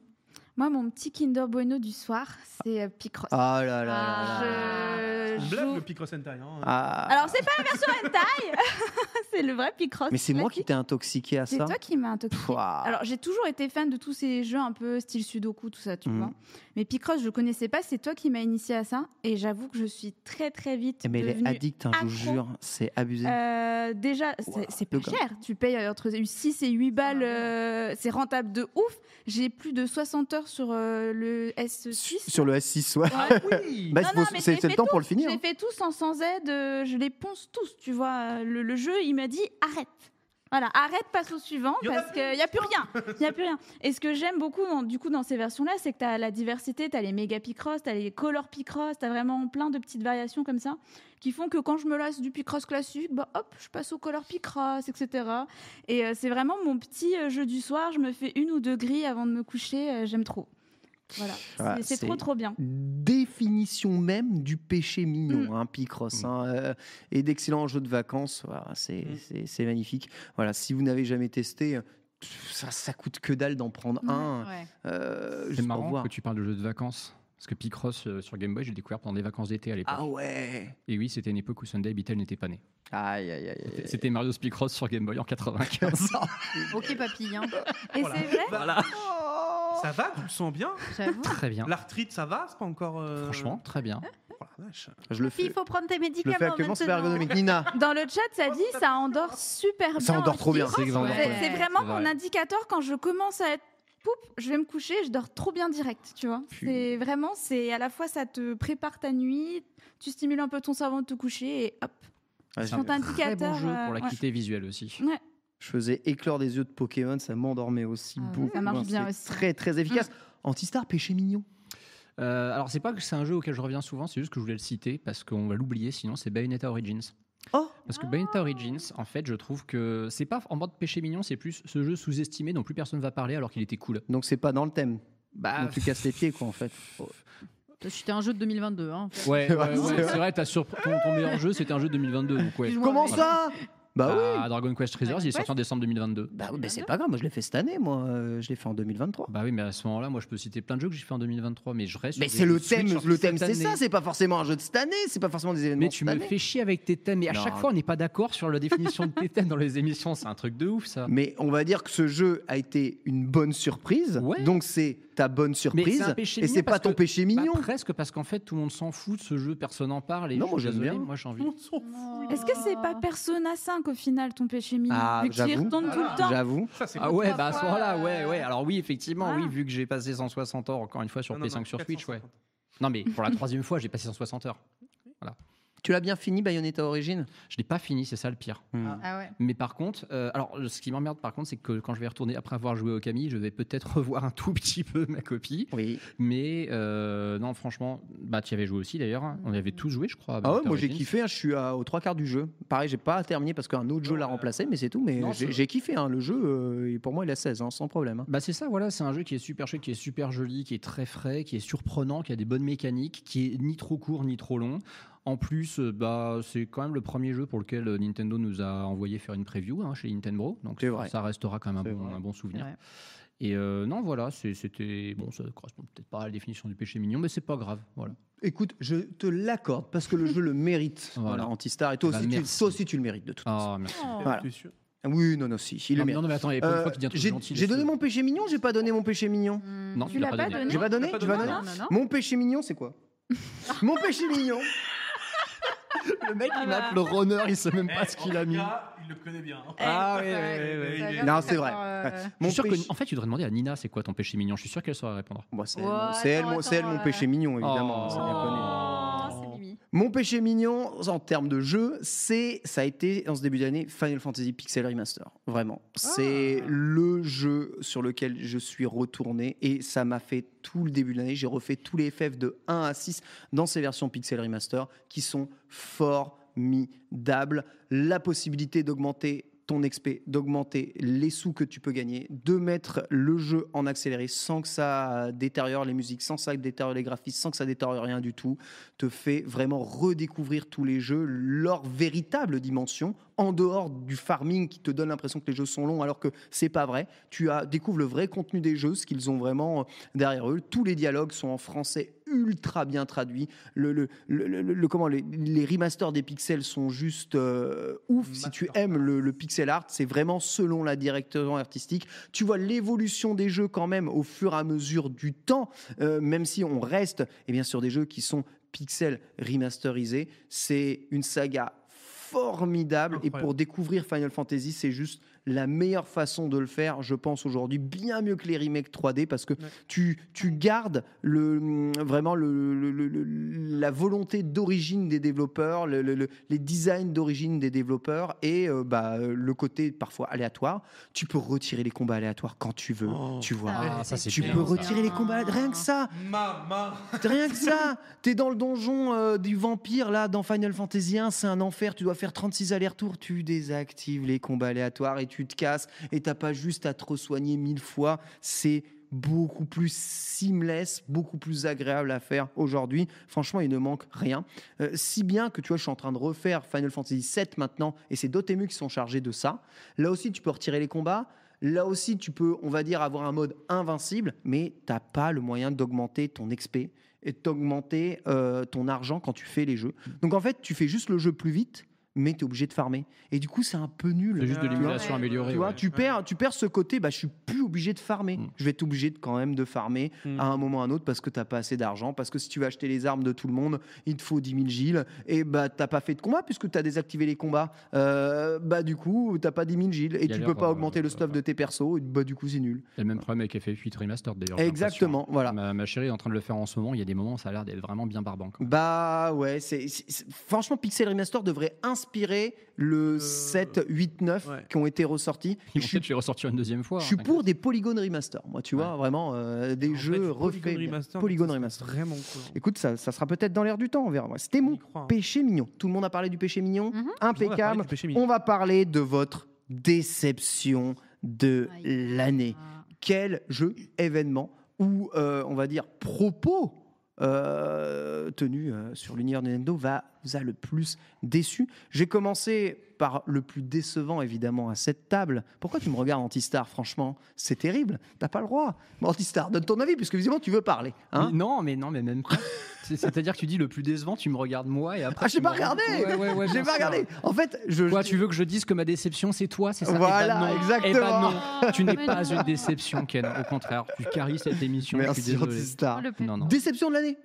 [SPEAKER 2] Moi, mon petit Kinder Bueno du soir, c'est euh, Picross.
[SPEAKER 1] Ah là là là là.
[SPEAKER 2] Je
[SPEAKER 3] On
[SPEAKER 2] joue-
[SPEAKER 3] blague le Picross Sentai. Hein.
[SPEAKER 1] Ah.
[SPEAKER 2] Alors, c'est pas la version hentai C'est le vrai Picross. Ah.
[SPEAKER 1] Mais c'est moi qui t'ai intoxiqué à
[SPEAKER 2] C'est
[SPEAKER 1] ça.
[SPEAKER 2] toi qui m'as intoxiqué.
[SPEAKER 1] Pouah.
[SPEAKER 2] Alors, j'ai toujours été fan de tous ces jeux un peu style Sudoku, tout ça, tu
[SPEAKER 1] Mhm.
[SPEAKER 2] vois. Mais Picross, je connaissais pas, c'est toi qui m'as initié à ça. Et j'avoue que je suis très, très vite.
[SPEAKER 1] Eh, Mais elle est
[SPEAKER 2] devenue
[SPEAKER 1] addict, hein, je vous
[SPEAKER 2] accro.
[SPEAKER 1] jure, c'est abusé.
[SPEAKER 2] Euh, déjà, c'est- c'est pas
[SPEAKER 1] le gars.
[SPEAKER 2] cher. Tu payes euh, entre 6 et 8 balles. euh, c'est rentable de ouf. J'ai plus de 60 heures sur euh, le S6.
[SPEAKER 1] Sur le S6, ouais.
[SPEAKER 4] Ah
[SPEAKER 2] Ouais.
[SPEAKER 1] Bah,
[SPEAKER 2] Ah Non,
[SPEAKER 1] c'est-
[SPEAKER 2] non,
[SPEAKER 1] faut-
[SPEAKER 2] mais je
[SPEAKER 1] c'est
[SPEAKER 2] les
[SPEAKER 1] c'est
[SPEAKER 2] fais
[SPEAKER 1] le temps pour le
[SPEAKER 2] tous,
[SPEAKER 1] finir.
[SPEAKER 2] Je les
[SPEAKER 1] hein.
[SPEAKER 2] fais tous en sans aide, euh, je les ponce tous, tu vois. Le, le jeu, il m'a dit arrête. Voilà, arrête, passe au suivant
[SPEAKER 5] Y en a
[SPEAKER 2] parce qu'il n'y a plus rien. Il y a plus rien. Et ce que j'aime beaucoup dans- du coup dans ces versions-là, c'est que tu as la diversité, tu as les méga picross, tu as les color picross, tu as vraiment plein de petites variations comme ça qui font que quand je me lasse du picross classique, bah hop, je passe au color picross, etc. Et euh, c'est vraiment mon petit euh, jeu du soir, je me fais une ou deux grilles avant de me coucher, euh, j'aime trop. Voilà,
[SPEAKER 1] Voilà,
[SPEAKER 2] C'est- c'est trop trop bien.
[SPEAKER 1] Définition même du péché
[SPEAKER 2] Mm.
[SPEAKER 1] mignon, hein, Picross. hein, euh, et d'excellents jeux de vacances, voilà, c'est
[SPEAKER 2] Mm.
[SPEAKER 1] c'est- c'est magnifique. Voilà, si vous n'avez jamais testé, euh, ça, ça coûte que dalle d'en prendre un. euh, juste
[SPEAKER 4] C'est
[SPEAKER 1] pour
[SPEAKER 4] marrant
[SPEAKER 1] voir.
[SPEAKER 4] que tu parles de jeux de vacances. Parce que Picross euh, sur Game Boy, j'ai découvert pendant des vacances d'été à l'époque.
[SPEAKER 1] Ah ouais
[SPEAKER 4] Et oui, c'était une époque où Sunday Beatle n'était pas né.
[SPEAKER 1] Aïe, aïe, aïe.
[SPEAKER 4] C'était- C'était Mario Picross sur Game Boy en 95.
[SPEAKER 5] Ok, papille. hein.
[SPEAKER 2] Et c'est vrai
[SPEAKER 4] voilà.
[SPEAKER 5] Oh.
[SPEAKER 3] Ça va, tu le sens bien
[SPEAKER 5] J'avoue.
[SPEAKER 4] Très bien.
[SPEAKER 3] L'arthrite, ça va C'est pas encore. euh,
[SPEAKER 4] Franchement, très bien.
[SPEAKER 3] oh la vache.
[SPEAKER 1] Je le
[SPEAKER 5] Puis
[SPEAKER 1] fais.
[SPEAKER 5] il faut prendre tes
[SPEAKER 1] Je le
[SPEAKER 5] médicaments.
[SPEAKER 1] fais actuellement, c'est pas
[SPEAKER 5] maintenant.
[SPEAKER 1] ergonomique. Nina,
[SPEAKER 2] Dans le chat, ça dit ça endort super bien.
[SPEAKER 1] ça endort trop bien.
[SPEAKER 4] C'est exactement
[SPEAKER 2] C'est
[SPEAKER 4] ça.
[SPEAKER 2] c'est vraiment
[SPEAKER 4] C'est vrai.
[SPEAKER 2] mon indicateur quand je commence à être poup, je vais me coucher, je dors trop bien direct, tu vois. C'est vraiment, c'est à la fois ça te prépare ta nuit, tu stimules un peu ton cerveau de te coucher et hop,
[SPEAKER 1] Ouais,
[SPEAKER 4] C'est
[SPEAKER 1] je,
[SPEAKER 4] un
[SPEAKER 2] ton
[SPEAKER 4] Très
[SPEAKER 2] indicateur.
[SPEAKER 4] bon jeu pour
[SPEAKER 2] euh,
[SPEAKER 4] la
[SPEAKER 2] ouais.
[SPEAKER 4] qualité visuelle aussi.
[SPEAKER 2] Ouais.
[SPEAKER 1] je faisais éclore des yeux de Pokémon, ça m'endormait aussi
[SPEAKER 2] Ah, ça
[SPEAKER 1] beaucoup.
[SPEAKER 2] marche
[SPEAKER 1] hein,
[SPEAKER 2] bien
[SPEAKER 1] c'est
[SPEAKER 2] aussi. Mm.
[SPEAKER 1] Très, très efficace. Antistar, péché mignon.
[SPEAKER 4] Euh, alors, c'est pas que c'est un jeu auquel je reviens souvent, c'est juste que je voulais le citer parce qu'on va l'oublier, sinon c'est Bayonetta Origins.
[SPEAKER 1] Oh
[SPEAKER 4] Parce que Bayonetta Origins, en fait, je trouve que c'est pas en mode péché mignon, c'est plus ce jeu sous-estimé dont plus personne va parler alors qu'il était cool.
[SPEAKER 1] Donc c'est pas dans le thème.
[SPEAKER 4] Bah,
[SPEAKER 1] Donc tu casses les pieds, quoi, en fait.
[SPEAKER 5] C'était un jeu de 2022. hein.
[SPEAKER 4] Ouais, ouais, ouais,
[SPEAKER 1] C'est
[SPEAKER 4] c'est
[SPEAKER 1] vrai.
[SPEAKER 4] vrai, t'as surpr- ton, ton meilleur jeu, c'était un jeu de 2022. Donc ouais.
[SPEAKER 1] Comment
[SPEAKER 4] Voilà.
[SPEAKER 1] ça Bah oui
[SPEAKER 4] Bah, Dragon Quest Treasures, il est sorti en décembre 2022.
[SPEAKER 1] Bah oui, mais c'est pas grave, moi je l'ai fait cette année, moi euh, je l'ai fait en 2023.
[SPEAKER 4] Bah oui, mais à ce moment-là, moi, je peux citer plein de jeux que j'ai fait en 2023, mais je reste.
[SPEAKER 1] Mais
[SPEAKER 4] sur
[SPEAKER 1] c'est
[SPEAKER 4] des
[SPEAKER 1] le
[SPEAKER 4] Switch
[SPEAKER 1] thème,
[SPEAKER 4] sortis
[SPEAKER 1] le thème
[SPEAKER 4] cette
[SPEAKER 1] c'est ça,
[SPEAKER 4] année.
[SPEAKER 1] c'est pas forcément un jeu de cette année, c'est pas forcément des événements
[SPEAKER 4] Mais
[SPEAKER 1] de
[SPEAKER 4] tu
[SPEAKER 1] cette
[SPEAKER 4] me
[SPEAKER 1] année.
[SPEAKER 4] fais chier avec tes thèmes. Et à
[SPEAKER 1] Non.
[SPEAKER 4] chaque fois, on n'est pas d'accord sur la définition de tes thèmes dans les émissions. C'est un truc de ouf, ça.
[SPEAKER 1] Mais on va dire que ce jeu a été une bonne surprise,
[SPEAKER 4] Ouais.
[SPEAKER 1] donc c'est ta bonne surprise,
[SPEAKER 4] c'est un péché
[SPEAKER 1] et
[SPEAKER 4] mignon
[SPEAKER 1] c'est pas
[SPEAKER 4] parce
[SPEAKER 1] ton
[SPEAKER 4] que-
[SPEAKER 1] péché mignon.
[SPEAKER 4] Bah, presque parce qu'en fait, tout le monde s'en fout de ce jeu, personne n'en parle. Et
[SPEAKER 1] Non,
[SPEAKER 4] je
[SPEAKER 1] moi,
[SPEAKER 4] suis
[SPEAKER 1] j'aime
[SPEAKER 4] désolé,
[SPEAKER 1] bien.
[SPEAKER 4] Moi, j'ai envie. Oh.
[SPEAKER 3] On s'en fout.
[SPEAKER 2] Est-ce que c'est pas Persona 5 au final ton péché mignon
[SPEAKER 1] ah,
[SPEAKER 2] Vu que tu y
[SPEAKER 1] j'avoue,
[SPEAKER 2] retournes tout le temps.
[SPEAKER 1] j'avoue.
[SPEAKER 3] Ça, c'est
[SPEAKER 4] Ah
[SPEAKER 3] cool.
[SPEAKER 4] ouais, bah à ce moment-là, ouais, ouais. Alors oui, effectivement,
[SPEAKER 1] Ah.
[SPEAKER 2] Voilà.
[SPEAKER 4] oui, vu que j'ai passé 160 heures encore une fois sur
[SPEAKER 3] Non, non,
[SPEAKER 4] P5
[SPEAKER 3] non,
[SPEAKER 4] sur Switch, ouais.
[SPEAKER 3] 450.
[SPEAKER 4] Non, mais pour la troisième fois, j'ai passé 160 heures.
[SPEAKER 1] Tu l'as bien fini Bayonetta Hmm. Origin
[SPEAKER 4] Je l'ai pas fini, c'est ça le pire.
[SPEAKER 5] Ah ouais.
[SPEAKER 4] Mais par contre, euh, alors ce qui m'emmerde par contre, c'est que quand je vais retourner après avoir joué au Camille, je vais peut-être revoir un tout petit peu ma copie.
[SPEAKER 1] Oui.
[SPEAKER 4] Mais euh, non, franchement, bah tu y avais joué aussi d'ailleurs. hein. On y avait tous joué, je crois. à
[SPEAKER 1] Ah ouais,
[SPEAKER 4] Bayonetta
[SPEAKER 1] moi j'ai
[SPEAKER 4] Origins.
[SPEAKER 1] kiffé, hein, je suis à- aux trois quarts du jeu. Pareil, j'ai pas terminé parce qu'un autre jeu l'a remplacé, mais c'est tout, mais
[SPEAKER 4] euh, Non,
[SPEAKER 1] j'ai
[SPEAKER 4] c'est-
[SPEAKER 1] j'ai kiffé, hein, le jeu, euh, et pour moi il a 16, hein, sans problème. hein.
[SPEAKER 4] Bah c'est ça, voilà, c'est un jeu qui est super chouette, qui est super joli, qui est très frais, qui est surprenant, qui a des bonnes mécaniques, qui est ni trop court ni trop long. En plus, euh, bah c'est quand même le premier jeu pour lequel euh, Nintendo nous a envoyé faire une preview hein, chez Nintendo, donc
[SPEAKER 1] C'est vrai.
[SPEAKER 4] ça restera quand même
[SPEAKER 1] C'est
[SPEAKER 4] un, bon,
[SPEAKER 1] vrai.
[SPEAKER 4] un bon souvenir.
[SPEAKER 5] C'est vrai.
[SPEAKER 4] Et euh, non, voilà, c'est- c'était bon, ça correspond peut-être pas à la définition du péché mignon, mais c'est pas grave, voilà.
[SPEAKER 1] Écoute, je te l'accorde parce que le jeu le mérite.
[SPEAKER 4] Voilà.
[SPEAKER 1] Voilà, Antistar. Et toi
[SPEAKER 4] Bah,
[SPEAKER 1] aussi, tu,
[SPEAKER 4] merci.
[SPEAKER 1] toi aussi, tu le mérites de toute façon.
[SPEAKER 4] Ah merci.
[SPEAKER 3] Voilà.
[SPEAKER 1] Voilà. Ah
[SPEAKER 3] Tu es sûr
[SPEAKER 1] Oui, non, non, si, il
[SPEAKER 4] non,
[SPEAKER 1] le
[SPEAKER 4] mais non,
[SPEAKER 1] mérite.
[SPEAKER 4] non, mais attends, il y a plein de
[SPEAKER 1] Euh,
[SPEAKER 4] fois qu'il dit un truc
[SPEAKER 1] j'ai
[SPEAKER 4] gentil,
[SPEAKER 1] j'ai donné
[SPEAKER 4] laisse-le.
[SPEAKER 1] mon péché mignon, j'ai pas donné mon péché mignon.
[SPEAKER 4] Non,
[SPEAKER 2] Tu
[SPEAKER 4] tu l'as pas donné.
[SPEAKER 1] J'ai pas donné,
[SPEAKER 3] T'as pas
[SPEAKER 1] tu vas
[SPEAKER 3] donné
[SPEAKER 1] donner
[SPEAKER 5] Non, non, non.
[SPEAKER 1] Mon péché mignon, c'est quoi Mon péché mignon.
[SPEAKER 4] Le mec,
[SPEAKER 1] Ah,
[SPEAKER 4] il m'appelle le runner, il sait même pas ce qu'il a mis.
[SPEAKER 3] Ah, il le connaît bien.
[SPEAKER 5] Eh.
[SPEAKER 4] Ah oui,
[SPEAKER 3] oui, oui, oui.
[SPEAKER 1] Non, c'est vrai.
[SPEAKER 5] euh,
[SPEAKER 4] Je
[SPEAKER 1] Mon
[SPEAKER 4] suis sûr
[SPEAKER 1] péché-
[SPEAKER 4] que, en fait, tu devrais demander à Nina, c'est quoi ton péché mignon Je suis sûr qu'elle saura répondre.
[SPEAKER 1] Bon, c'est elle,
[SPEAKER 5] Ouais,
[SPEAKER 1] mon- c'est elle,
[SPEAKER 5] attends,
[SPEAKER 1] mon- c'est elle,
[SPEAKER 5] attends,
[SPEAKER 1] mon
[SPEAKER 5] euh.
[SPEAKER 1] péché mignon, évidemment.
[SPEAKER 4] Oh.
[SPEAKER 1] c'est bien connu.
[SPEAKER 5] c'est Mimi.
[SPEAKER 1] Mon péché mignon en termes de jeu, c'est ça a été en ce début d'année Final Fantasy Pixel Remaster. Vraiment, c'est le jeu sur lequel je suis retourné et ça m'a fait tout le début de l'année. J'ai refait tous les FF de 1 à 6 dans ces versions Pixel Remaster qui sont formidables. La possibilité d'augmenter ton XP, d'augmenter les sous que tu peux gagner, de mettre le jeu en accéléré sans que ça détériore les musiques, sans que ça détériore les graphismes, sans que ça détériore rien du tout, te fait vraiment redécouvrir tous les jeux, leur véritable dimension, en dehors du farming qui te donne l'impression que les jeux sont longs alors que c'est pas vrai. Tu as, découvres le vrai contenu des jeux, ce qu'ils ont vraiment euh, derrière eux. Tous les dialogues sont en français ultra bien traduits. Le, le- le- le- le- comment, les, les remasters des pixels sont juste euh, ouf. Si tu aimes le, le pixel art, c'est vraiment selon la direction artistique. Tu vois l'évolution des jeux quand même au fur et à mesure du temps, euh, même si on reste et bien sûr des jeux qui sont pixels remasterisés. C'est une saga formidable. Et pour découvrir Final Fantasy, c'est juste la meilleure façon de le faire, je pense aujourd'hui, bien mieux que les remakes 3D, parce que tu, tu gardes le, vraiment le, le- le- le- la volonté d'origine des développeurs, le- le- le- les designs d'origine des développeurs et euh, bah, euh, le côté parfois aléatoire. Tu peux retirer les combats aléatoires quand tu veux, tu vois.
[SPEAKER 8] Ah, ça, c'est
[SPEAKER 1] tu
[SPEAKER 8] bien,
[SPEAKER 1] peux
[SPEAKER 8] ça.
[SPEAKER 1] retirer les combats, rien que ça.
[SPEAKER 3] Maman
[SPEAKER 1] Rien que ça, t'es dans le donjon euh, du vampire là dans Final Fantasy 1, c'est un enfer, tu dois faire 36 allers-retours, tu désactives les combats aléatoires et tu te casses et t'as pas juste à te re-soigner mille fois, c'est beaucoup plus seamless, beaucoup plus agréable à faire aujourd'hui. Franchement, il ne manque rien. Euh, si bien que tu vois, je suis en train de refaire Final Fantasy 7 maintenant et c'est Dotemu qui sont chargés de ça. Là aussi, tu peux retirer les combats. Là aussi, tu peux, on va dire, avoir un mode invincible, mais t'as pas le moyen d'augmenter ton XP et d'augmenter euh, ton argent quand tu fais les jeux.
[SPEAKER 4] Mm.
[SPEAKER 1] Donc en fait, tu fais juste le jeu plus vite, mais tu es obligé de farmer. Et du coup, c'est un peu nul.
[SPEAKER 4] C'est juste de
[SPEAKER 1] Tu vois
[SPEAKER 4] l'émulation améliorée,
[SPEAKER 1] Tu vois,
[SPEAKER 4] ouais. Mm.
[SPEAKER 1] tu perds, tu perds ce côté. Bah, je suis plus obligé de farmer. Je vais être obligé de, quand même de farmer à un moment ou à un autre parce que t'as pas assez d'argent, parce que si tu veux acheter les armes de tout le monde, il te faut 10 000 giles. Et bah, t'as pas fait de combat puisque t'as désactivé les combats. Euh, bah, du coup, t'as pas 10 000 giles et tu
[SPEAKER 4] Galère,
[SPEAKER 1] peux pas
[SPEAKER 4] euh,
[SPEAKER 1] augmenter le stuff de tes persos. Et bah, du coup, c'est nul.
[SPEAKER 4] C'est le même problème avec FF8 Remastered d'ailleurs. j'ai
[SPEAKER 1] Exactement,
[SPEAKER 4] l'impression. Ma, ma chérie est en train de le faire en ce moment. Il y a des moments où ça a l'air d'être vraiment bien barbant. quoi.
[SPEAKER 1] Bah ouais, c'est, c'est- c'est- franchement, Pixel Remaster devrait inspirer
[SPEAKER 3] Euh,
[SPEAKER 1] le 7, 8, 9 qui ont été ressortis.
[SPEAKER 4] Ils vont peut-être les ressortir une deuxième fois.
[SPEAKER 1] Je suis
[SPEAKER 4] hein.
[SPEAKER 1] pour des polygones remaster, moi, tu vois, vraiment euh, des jeux refaits.
[SPEAKER 3] Polygon Remaster,
[SPEAKER 1] Polygon
[SPEAKER 3] ça serait
[SPEAKER 1] remaster.
[SPEAKER 3] Vraiment cool.
[SPEAKER 1] Écoute, ça, ça sera peut-être dans l'air du temps, on verra. C'était mon
[SPEAKER 3] hein.
[SPEAKER 1] péché mignon. Tout le monde a parlé du péché mignon.
[SPEAKER 3] parler
[SPEAKER 1] Impeccable.
[SPEAKER 3] du péché mignon.
[SPEAKER 1] On va parler de votre déception de l'année. Quel jeu, événement ou, euh, on va dire, propos euh, tenu euh, sur l'univers de Nintendo va, vous a le plus déçu J'ai commencé par le plus décevant, évidemment, à cette table. Pourquoi tu me regardes, Antistar Franchement, c'est terrible. T'as pas le droit. Bon, Antistar, donne ton avis, puisque visiblement, tu veux parler. hein.
[SPEAKER 4] Mais non, mais non, mais même pas. C'est- C'est-à-dire que tu dis le plus décevant, tu me regardes moi et après.
[SPEAKER 1] Ah, j'ai
[SPEAKER 4] tu
[SPEAKER 1] pas
[SPEAKER 4] me-
[SPEAKER 1] regardé
[SPEAKER 4] Ouais, ouais, ouais,
[SPEAKER 1] J'ai
[SPEAKER 4] bien
[SPEAKER 1] pas
[SPEAKER 4] sûr.
[SPEAKER 1] regardé En fait, je.
[SPEAKER 4] Toi, tu veux que je dise que ma déception, c'est toi, c'est ça Eh ben
[SPEAKER 1] Voilà,
[SPEAKER 4] non. Eh ben
[SPEAKER 1] exactement.
[SPEAKER 4] non, tu n'es
[SPEAKER 1] Mais
[SPEAKER 4] pas
[SPEAKER 1] non.
[SPEAKER 4] une déception, Ken. Au contraire, tu caries cette émission. je suis
[SPEAKER 1] Merci,
[SPEAKER 4] désolé.
[SPEAKER 1] Antistar.
[SPEAKER 4] Non, non.
[SPEAKER 1] Déception de l'année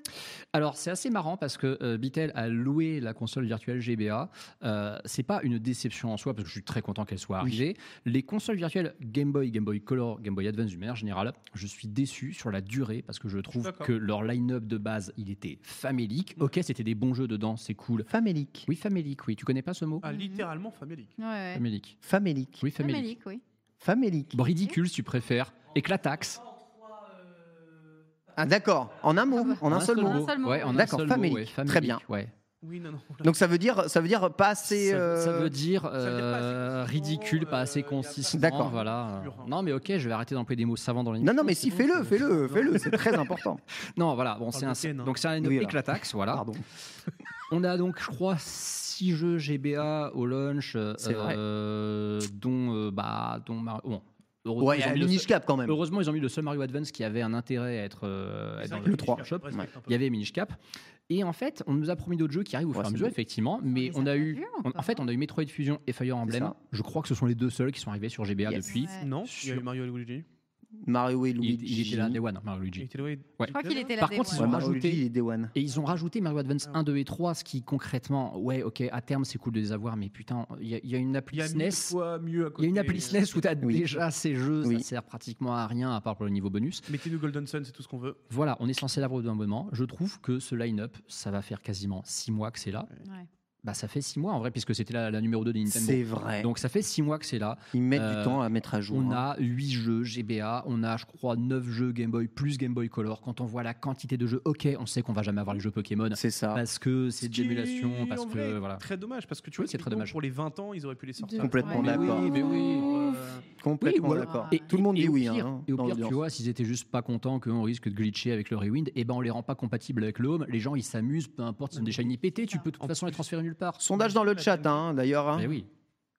[SPEAKER 4] Alors, c'est assez marrant parce que euh, Bitel a loué la console virtuelle GBA. Euh, c'est pas une déception en soi parce que je suis très content qu'elle soit arrivée. Les consoles virtuelles Game Boy, Game Boy Color, Game Boy Advance d'une manière générale, je suis déçu sur la durée parce que je trouve
[SPEAKER 1] d'accord.
[SPEAKER 4] que leur line-up de base, il était famélique. Ok, c'était des bons jeux dedans, c'est cool.
[SPEAKER 1] Mm. Famélique.
[SPEAKER 4] Oui, famélique, oui. Tu connais pas ce mot
[SPEAKER 3] Ah, littéralement famélique.
[SPEAKER 5] Ouais.
[SPEAKER 4] Famélique.
[SPEAKER 1] Famélique.
[SPEAKER 4] Oui, famélique.
[SPEAKER 5] oui.
[SPEAKER 1] Famélique.
[SPEAKER 4] Bon, ridicule si tu préfères. Éclataxe.
[SPEAKER 1] Ah, d'accord. En un mot, en un, seul, mot.
[SPEAKER 4] Ouais, en un
[SPEAKER 1] D'accord,
[SPEAKER 4] seul mot,
[SPEAKER 1] famélique.
[SPEAKER 4] ouais,
[SPEAKER 1] Très bien.
[SPEAKER 4] ouais.
[SPEAKER 3] Oui, non, non.
[SPEAKER 1] Donc ça veut dire, ça veut dire pas assez.
[SPEAKER 4] Ça, ça
[SPEAKER 1] euh,
[SPEAKER 4] veut dire euh, ridicule, pas assez consistant.
[SPEAKER 1] D'accord.
[SPEAKER 4] Voilà. Non, mais ok, je vais arrêter d'employer des mots savants dans les.
[SPEAKER 1] Non, non, mais si, fais-le,
[SPEAKER 4] euh,
[SPEAKER 1] fais-le, fais-le, c'est très important.
[SPEAKER 4] Non, voilà. Bon, c'est
[SPEAKER 1] de
[SPEAKER 4] un.
[SPEAKER 1] Ken, hein.
[SPEAKER 4] Donc c'est un
[SPEAKER 1] Oui, alors.
[SPEAKER 4] éclataxe, voilà.
[SPEAKER 1] Pardon.
[SPEAKER 4] On a donc, je crois, six jeux GBA au launch, euh,
[SPEAKER 1] C'est vrai.
[SPEAKER 4] euh, dont euh, bah, dont Mar- bon, heureusement,
[SPEAKER 1] Ouais,
[SPEAKER 4] ils ont
[SPEAKER 1] il y a
[SPEAKER 4] mis
[SPEAKER 1] le
[SPEAKER 4] le
[SPEAKER 1] niche
[SPEAKER 4] seul-
[SPEAKER 1] cap quand même.
[SPEAKER 4] Heureusement, ils ont mis le seul Mario Advance qui avait un intérêt à être, euh, à être dans
[SPEAKER 1] Le 3.
[SPEAKER 4] Minish Cap. Il y avait Minish Cap. Et en fait, on nous a promis d'autres jeux qui arrivent au fur et à mesure,
[SPEAKER 1] Ah,
[SPEAKER 4] effectivement. Mais on a eu, on- en fait, on a eu Metroid Fusion et Fire Emblem.
[SPEAKER 1] ça.
[SPEAKER 4] Je crois que ce sont les deux seuls qui sont arrivés sur GBA
[SPEAKER 1] Yes.
[SPEAKER 4] depuis.
[SPEAKER 3] Non, il y a eu Mario et Luigi.
[SPEAKER 1] Mario et
[SPEAKER 4] Luigi. Il, était là, Day One, Mario et Luigi. Ouais.
[SPEAKER 3] Je crois qu'il était là Ah.
[SPEAKER 4] Par
[SPEAKER 3] Day
[SPEAKER 4] contre, ils
[SPEAKER 3] One.
[SPEAKER 4] ont
[SPEAKER 3] Ouais, Mario et
[SPEAKER 4] rajouté
[SPEAKER 1] Luigi, il est Day One.
[SPEAKER 4] et ils ont rajouté Mario Advance 1, 2 et 3, ce qui concrètement, ouais, ok, à terme c'est cool de les avoir, mais putain, il y, a- il y a une appli
[SPEAKER 3] Il y a
[SPEAKER 4] SNES.
[SPEAKER 3] mille fois mieux à
[SPEAKER 4] Il y a une
[SPEAKER 3] côté.
[SPEAKER 1] euh,
[SPEAKER 3] euh,
[SPEAKER 4] appli SNES où tu as
[SPEAKER 3] Oui.
[SPEAKER 4] déjà ces jeux,
[SPEAKER 3] Oui.
[SPEAKER 4] ça sert pratiquement à rien à part pour le niveau bonus.
[SPEAKER 3] Mettez-nous Golden Sun, c'est tout ce qu'on veut.
[SPEAKER 4] Voilà, on est censé l'avoir d'un moment. Je trouve que ce line-up, ça va faire quasiment 6 mois que c'est là. Bah, ça fait six mois en vrai, puisque c'était la, la numéro 2 de Nintendo.
[SPEAKER 1] C'est vrai.
[SPEAKER 4] Donc ça fait six mois que c'est là.
[SPEAKER 1] Ils mettent
[SPEAKER 4] Euh,
[SPEAKER 1] du temps à mettre à jour.
[SPEAKER 4] On
[SPEAKER 1] hein.
[SPEAKER 4] a 8 jeux GBA, on a, je crois, 9 jeux Game Boy plus Game Boy Color. Quand on voit la quantité de jeux, ok, on sait qu'on va jamais avoir les jeux Pokémon.
[SPEAKER 1] C'est ça.
[SPEAKER 4] Parce que c'est de
[SPEAKER 3] Qui,
[SPEAKER 4] l'émulation, parce
[SPEAKER 3] en
[SPEAKER 4] que.
[SPEAKER 3] vrai,
[SPEAKER 4] voilà.
[SPEAKER 3] Très dommage, parce que tu vois,
[SPEAKER 4] Oui, c'est très
[SPEAKER 3] typiquement,
[SPEAKER 4] dommage.
[SPEAKER 3] pour les 20 ans, ils auraient pu les sortir.
[SPEAKER 1] Complètement
[SPEAKER 4] Mais
[SPEAKER 1] d'accord.
[SPEAKER 4] oui, mais oui.
[SPEAKER 3] Euh,
[SPEAKER 1] Complètement
[SPEAKER 4] Oui, ou alors-
[SPEAKER 1] d'accord.
[SPEAKER 4] et-
[SPEAKER 1] Tout le monde
[SPEAKER 4] et
[SPEAKER 1] dit
[SPEAKER 4] au
[SPEAKER 1] oui.
[SPEAKER 4] pire-
[SPEAKER 1] hein,
[SPEAKER 4] et au
[SPEAKER 1] dans
[SPEAKER 4] pire,
[SPEAKER 1] l'audience.
[SPEAKER 4] tu vois, s'ils étaient juste pas contents qu'on risque de glitcher avec le rewind, et ben on les rend pas compatibles avec le home. Les gens, ils s'amusent, peu importe, ils ont des shiny pétés, tu peux de toute façon les transférer nulle part.
[SPEAKER 1] Sondage dans le chat, hein, d'ailleurs. hein.
[SPEAKER 4] Mais oui,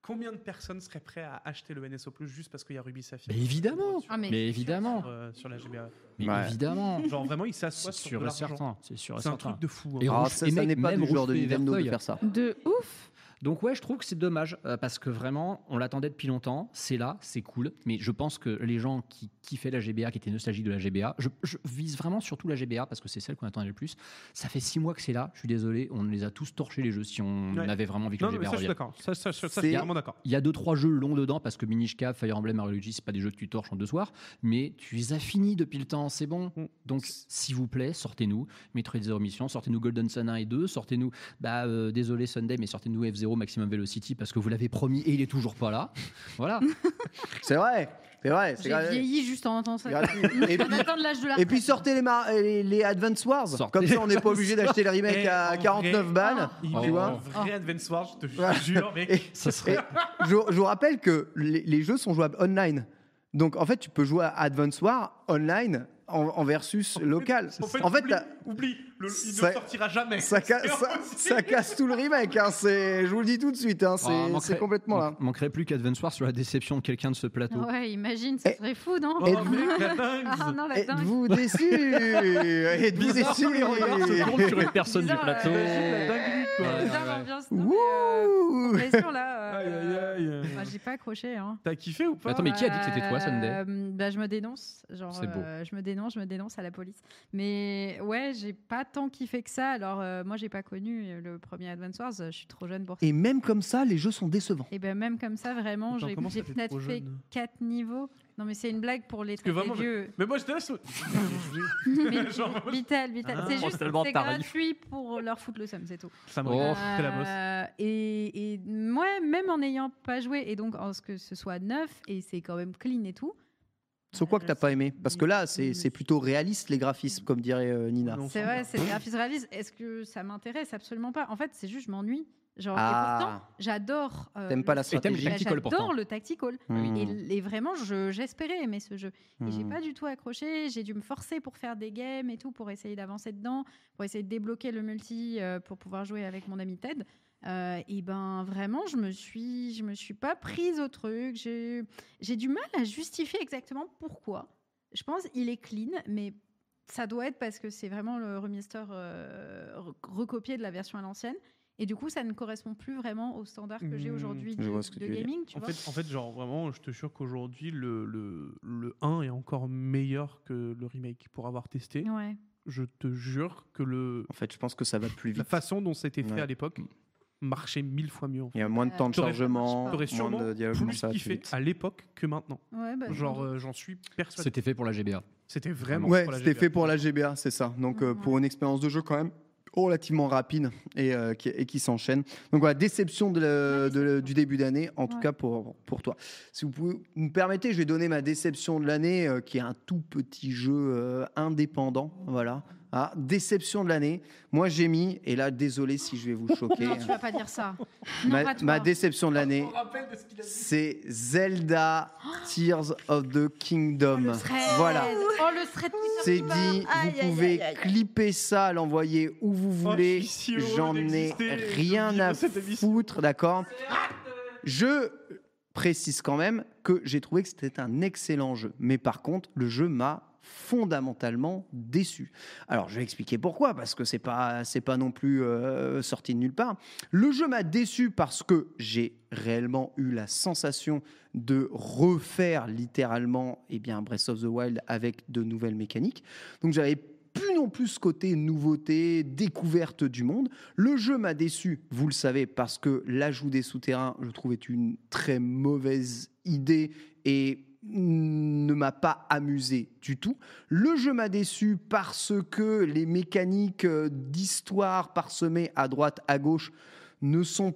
[SPEAKER 3] Combien de personnes seraient prêtes à acheter le NSO Plus juste parce qu'il y a Ruby Sapphire
[SPEAKER 4] mais évidemment,
[SPEAKER 5] Ah, mais-
[SPEAKER 4] mais, évidemment,
[SPEAKER 3] sur, euh, sur la GBA
[SPEAKER 4] mais
[SPEAKER 1] Ouais.
[SPEAKER 4] évidemment.
[SPEAKER 3] Genre vraiment, ils s'assoient
[SPEAKER 4] C'est
[SPEAKER 3] sur
[SPEAKER 4] sûr
[SPEAKER 3] de
[SPEAKER 4] et
[SPEAKER 3] l'argent.
[SPEAKER 4] certain, c'est sûr et
[SPEAKER 3] C'est un
[SPEAKER 4] certain.
[SPEAKER 3] truc de fou. hein.
[SPEAKER 4] Et
[SPEAKER 1] Ah,
[SPEAKER 4] rouge-
[SPEAKER 1] ça,
[SPEAKER 4] et
[SPEAKER 1] ça
[SPEAKER 4] mec,
[SPEAKER 1] n'est pas
[SPEAKER 4] même
[SPEAKER 1] du genre de
[SPEAKER 4] Rouge fait
[SPEAKER 1] Nintendo de
[SPEAKER 4] Verteuil.
[SPEAKER 1] faire ça.
[SPEAKER 2] De ouf
[SPEAKER 4] Donc ouais, je trouve que c'est dommage euh, parce que vraiment, on l'attendait depuis longtemps. C'est là, c'est cool. Mais je pense que les gens qui kiffaient la GBA, qui étaient nostalgiques de la GBA, je, je vise vraiment surtout la GBA parce que c'est celle qu'on attendait le plus. Ça fait six mois que c'est là. Je suis désolé, on les a tous torchés les jeux si on
[SPEAKER 3] Ouais.
[SPEAKER 4] avait vraiment envie que
[SPEAKER 3] Non,
[SPEAKER 4] la
[SPEAKER 3] mais
[SPEAKER 4] GBA
[SPEAKER 3] ça, je suis
[SPEAKER 4] revienne.
[SPEAKER 3] d'accord. Ça, ça, ça, ça, je
[SPEAKER 1] C'est-
[SPEAKER 3] suis vraiment d'accord.
[SPEAKER 4] Il y a deux trois jeux longs dedans parce que Minishka, Fire Emblem, Mario Luigi, c'est pas des jeux que tu torches en deux soirs, mais tu les as finis depuis le temps, c'est bon.
[SPEAKER 3] Mm.
[SPEAKER 4] Donc s'il vous plaît, sortez-nous Metroid Zero Mission, sortez-nous Golden Sun 1 et 2, sortez-nous bah euh, désolé Sunday mais sortez-nous F0 Maximum Velocity parce que vous l'avez promis et il est toujours pas là. Voilà.
[SPEAKER 1] C'est vrai. C'est vrai. c'est
[SPEAKER 5] J'ai
[SPEAKER 1] grave.
[SPEAKER 5] vieilli juste en entendant ça.
[SPEAKER 1] Grave. Et
[SPEAKER 5] On
[SPEAKER 1] puis-
[SPEAKER 5] attend de l'âge de la
[SPEAKER 1] Et puis
[SPEAKER 5] retraite.
[SPEAKER 1] sortez les, mar- les, les Advance Wars.
[SPEAKER 4] Sortez
[SPEAKER 1] Comme
[SPEAKER 4] les
[SPEAKER 1] ça, on n'est pas obligé d'acheter les remakes
[SPEAKER 3] Et en
[SPEAKER 1] à
[SPEAKER 3] vrai, ah,
[SPEAKER 1] 49 balles.
[SPEAKER 3] Il
[SPEAKER 4] Oh.
[SPEAKER 3] met
[SPEAKER 1] Tu vois
[SPEAKER 3] un vrai Advance Wars, je
[SPEAKER 1] Ouais.
[SPEAKER 3] te jure, mec.
[SPEAKER 1] Et-
[SPEAKER 4] Ça
[SPEAKER 1] Et
[SPEAKER 4] serait
[SPEAKER 1] je, je vous rappelle que les, les jeux sont jouables online. Donc en fait, tu peux jouer à Advance War online en, en versus local.
[SPEAKER 3] En fait,
[SPEAKER 1] En fait,
[SPEAKER 3] oublie,
[SPEAKER 1] t'as-
[SPEAKER 3] oublie, le- il
[SPEAKER 1] ça-
[SPEAKER 3] ne sortira jamais.
[SPEAKER 1] ça, ca-
[SPEAKER 3] C'est
[SPEAKER 1] ça-
[SPEAKER 3] impossible.
[SPEAKER 1] ça casse tout le remake. hein, c'est- je vous le dis tout de suite. hein, c'est
[SPEAKER 4] Ah, manquerait-
[SPEAKER 1] c'est complètement là. Ah
[SPEAKER 4] man- Manquerait plus qu'Advance Wars sur la déception de quelqu'un de ce plateau.
[SPEAKER 5] Ouais, imagine, ce
[SPEAKER 1] Et-
[SPEAKER 5] serait fou, non
[SPEAKER 3] Oh,
[SPEAKER 1] Êtes-vous-
[SPEAKER 3] mec, la dingue.
[SPEAKER 5] Ah non, la dingue.
[SPEAKER 1] Êtes-vous déçus Êtes-vous
[SPEAKER 4] Bizarre,
[SPEAKER 1] déçus
[SPEAKER 4] les regards se tournent sur une personne du
[SPEAKER 5] Bizarre, euh, ouais.
[SPEAKER 4] plateau.
[SPEAKER 3] La dinguerie, quoi.
[SPEAKER 4] Ouais.
[SPEAKER 5] Bizarre hein, ambiance. non, mais, euh,
[SPEAKER 1] Ouh
[SPEAKER 5] pression, là.
[SPEAKER 3] Aïe,
[SPEAKER 5] euh,
[SPEAKER 3] aïe, aïe.
[SPEAKER 5] bah, J'ai pas accroché, hein.
[SPEAKER 3] T'as kiffé ou pas
[SPEAKER 4] Attends, mais qui a dit que c'était toi, Sunday
[SPEAKER 5] Euh, bah, Je me dénonce. Genre,
[SPEAKER 4] C'est beau.
[SPEAKER 5] euh, je me dénonce, je me dénonce à la police. Mais ouais, j'ai pas tant kiffé que ça. Alors, euh, moi, j'ai pas connu le premier Advance Wars. Je suis trop jeune pour ça.
[SPEAKER 1] Et même comme ça, les jeux sont décevants.
[SPEAKER 5] Et ben même comme ça, vraiment,
[SPEAKER 3] Attends,
[SPEAKER 5] j'ai
[SPEAKER 3] comment ça
[SPEAKER 5] j'ai
[SPEAKER 3] fait
[SPEAKER 5] peut-être
[SPEAKER 3] trop
[SPEAKER 5] fait
[SPEAKER 3] jeune
[SPEAKER 5] 4 niveaux. Non, mais c'est une blague pour les
[SPEAKER 3] que
[SPEAKER 5] très
[SPEAKER 3] vraiment,
[SPEAKER 5] vieux.
[SPEAKER 3] Mais moi, j'étais là. sur-
[SPEAKER 5] Mais-
[SPEAKER 3] Genre-
[SPEAKER 5] Vital, vital.
[SPEAKER 3] Ah,
[SPEAKER 5] c'est
[SPEAKER 3] on
[SPEAKER 5] juste,
[SPEAKER 4] se tellement
[SPEAKER 5] c'est
[SPEAKER 4] tarif.
[SPEAKER 5] gratuit pour leur foutre le somme, c'est tout.
[SPEAKER 3] Ça me
[SPEAKER 4] Oh.
[SPEAKER 3] regarde,
[SPEAKER 5] Euh,
[SPEAKER 3] t'es la bosse.
[SPEAKER 5] et, et ouais, même en n'ayant pas joué, et donc en ce que ce soit neuf, et c'est quand même clean et tout.
[SPEAKER 1] C'est quoi que t'as pas aimé Parce que là, c'est c'est plutôt réaliste les graphismes, comme dirait euh, Nina.
[SPEAKER 3] Non,
[SPEAKER 5] C'est vrai, c'est le graphisme réaliste. Est-ce que ça m'intéresse Absolument pas. En fait, c'est juste, je m'ennuie. Genre, et pourtant,
[SPEAKER 1] Ah,
[SPEAKER 5] j'adore. euh,
[SPEAKER 1] t'aimes pas la
[SPEAKER 5] le-
[SPEAKER 4] Et t'aimes
[SPEAKER 1] stratégie.
[SPEAKER 4] le tactical, pourtant.
[SPEAKER 5] J'adore le tactical.
[SPEAKER 1] Hmm.
[SPEAKER 5] Et, et vraiment, je- j'espérais aimer ce jeu. Et j'ai
[SPEAKER 1] Hmm.
[SPEAKER 5] pas du tout accroché. J'ai dû me forcer pour faire des games et tout, pour essayer d'avancer dedans, pour essayer de débloquer le multi, euh, pour pouvoir jouer avec mon ami Ted. Euh, et ben vraiment, je me suis, je me suis pas prise au truc. J'ai j'ai du mal à justifier exactement pourquoi. Je pense il est clean, mais ça doit être parce que c'est vraiment le remaster euh, re- recopié de la version à l'ancienne. Et du coup, ça ne correspond plus vraiment aux standards que j'ai
[SPEAKER 3] Mmh,
[SPEAKER 5] aujourd'hui
[SPEAKER 1] Mm, je
[SPEAKER 5] de,
[SPEAKER 1] vois ce que
[SPEAKER 5] de
[SPEAKER 1] tu veux dire.
[SPEAKER 5] gaming. Tu
[SPEAKER 3] En
[SPEAKER 5] vois
[SPEAKER 3] fait, en fait, genre vraiment, je te jure qu'aujourd'hui, le, le, le 1 est encore meilleur que le remake. Pour avoir testé,
[SPEAKER 5] Ouais.
[SPEAKER 3] je te jure que le,
[SPEAKER 1] En fait, je pense que ça va plus
[SPEAKER 3] la
[SPEAKER 1] vite.
[SPEAKER 3] façon dont c'était fait
[SPEAKER 1] Ouais.
[SPEAKER 3] à l'époque marchait mille fois mieux. En fait.
[SPEAKER 1] Il y a moins de temps de
[SPEAKER 3] T'aurais-
[SPEAKER 1] chargement,
[SPEAKER 3] T'aurais sûrement
[SPEAKER 1] moins de dialogue, donc
[SPEAKER 3] plus
[SPEAKER 1] ça va plus
[SPEAKER 3] kiffé
[SPEAKER 1] vite.
[SPEAKER 3] à l'époque que maintenant.
[SPEAKER 5] Ouais, bah,
[SPEAKER 3] Genre, euh, j'en suis persuadé.
[SPEAKER 4] C'était fait pour la GBA.
[SPEAKER 3] C'était vraiment.
[SPEAKER 1] Ouais,
[SPEAKER 3] pour la
[SPEAKER 1] c'était
[SPEAKER 3] GBA.
[SPEAKER 1] fait pour la GBA, c'est ça. Donc
[SPEAKER 5] Ah.
[SPEAKER 1] euh, pour une expérience de jeu quand même relativement rapide et, euh, qui, et qui s'enchaîne. Donc voilà, déception de le-
[SPEAKER 5] La
[SPEAKER 1] de le-
[SPEAKER 5] Ah, déception.
[SPEAKER 1] du début d'année, en tout
[SPEAKER 5] Ouais.
[SPEAKER 1] cas pour, pour toi. Si vous pouvez- vous me permettez, je vais donner ma déception de l'année, euh, qui est un tout petit jeu euh, indépendant. Voilà. Ah, déception de l'année. Moi j'ai mis, et là désolé si je vais vous choquer,
[SPEAKER 5] Non, tu vas pas dire ça. Non,
[SPEAKER 1] ma,
[SPEAKER 5] pas toi.
[SPEAKER 1] ma déception de l'année,
[SPEAKER 3] Rappel de ce qu'il a dit.
[SPEAKER 1] c'est Zelda
[SPEAKER 5] Oh
[SPEAKER 1] Tears of the Kingdom.
[SPEAKER 5] Thread.
[SPEAKER 1] Voilà.
[SPEAKER 5] Oh, le thread Twitter
[SPEAKER 1] C'est
[SPEAKER 5] qui part.
[SPEAKER 1] dit,
[SPEAKER 5] Aïe,
[SPEAKER 1] vous
[SPEAKER 5] aïe,
[SPEAKER 1] pouvez
[SPEAKER 5] aïe, aïe.
[SPEAKER 1] clipper ça, l'envoyer où vous
[SPEAKER 3] Oh,
[SPEAKER 1] voulez.
[SPEAKER 3] je suis si heureux
[SPEAKER 1] J'en ai
[SPEAKER 3] d'exister, de
[SPEAKER 1] rien
[SPEAKER 3] vivre
[SPEAKER 1] à
[SPEAKER 3] cette émission.
[SPEAKER 1] foutre, d'accord Je précise quand même que j'ai trouvé que c'était un excellent jeu. Mais par contre, le jeu m'a fondamentalement déçu. Alors, je vais expliquer pourquoi, parce que c'est pas, c'est pas non plus euh, sorti de nulle part. Le jeu m'a déçu parce que j'ai réellement eu la sensation de refaire littéralement eh bien, Breath of the Wild avec de nouvelles mécaniques. Donc j'avais plus non plus ce côté nouveauté, découverte du monde. Le jeu m'a déçu, vous le savez, parce que l'ajout des souterrains, je trouvais une très mauvaise idée et ne m'a pas amusé du tout. Le jeu m'a déçu parce que les mécaniques euh, d'histoire parsemées à droite, à gauche ne sont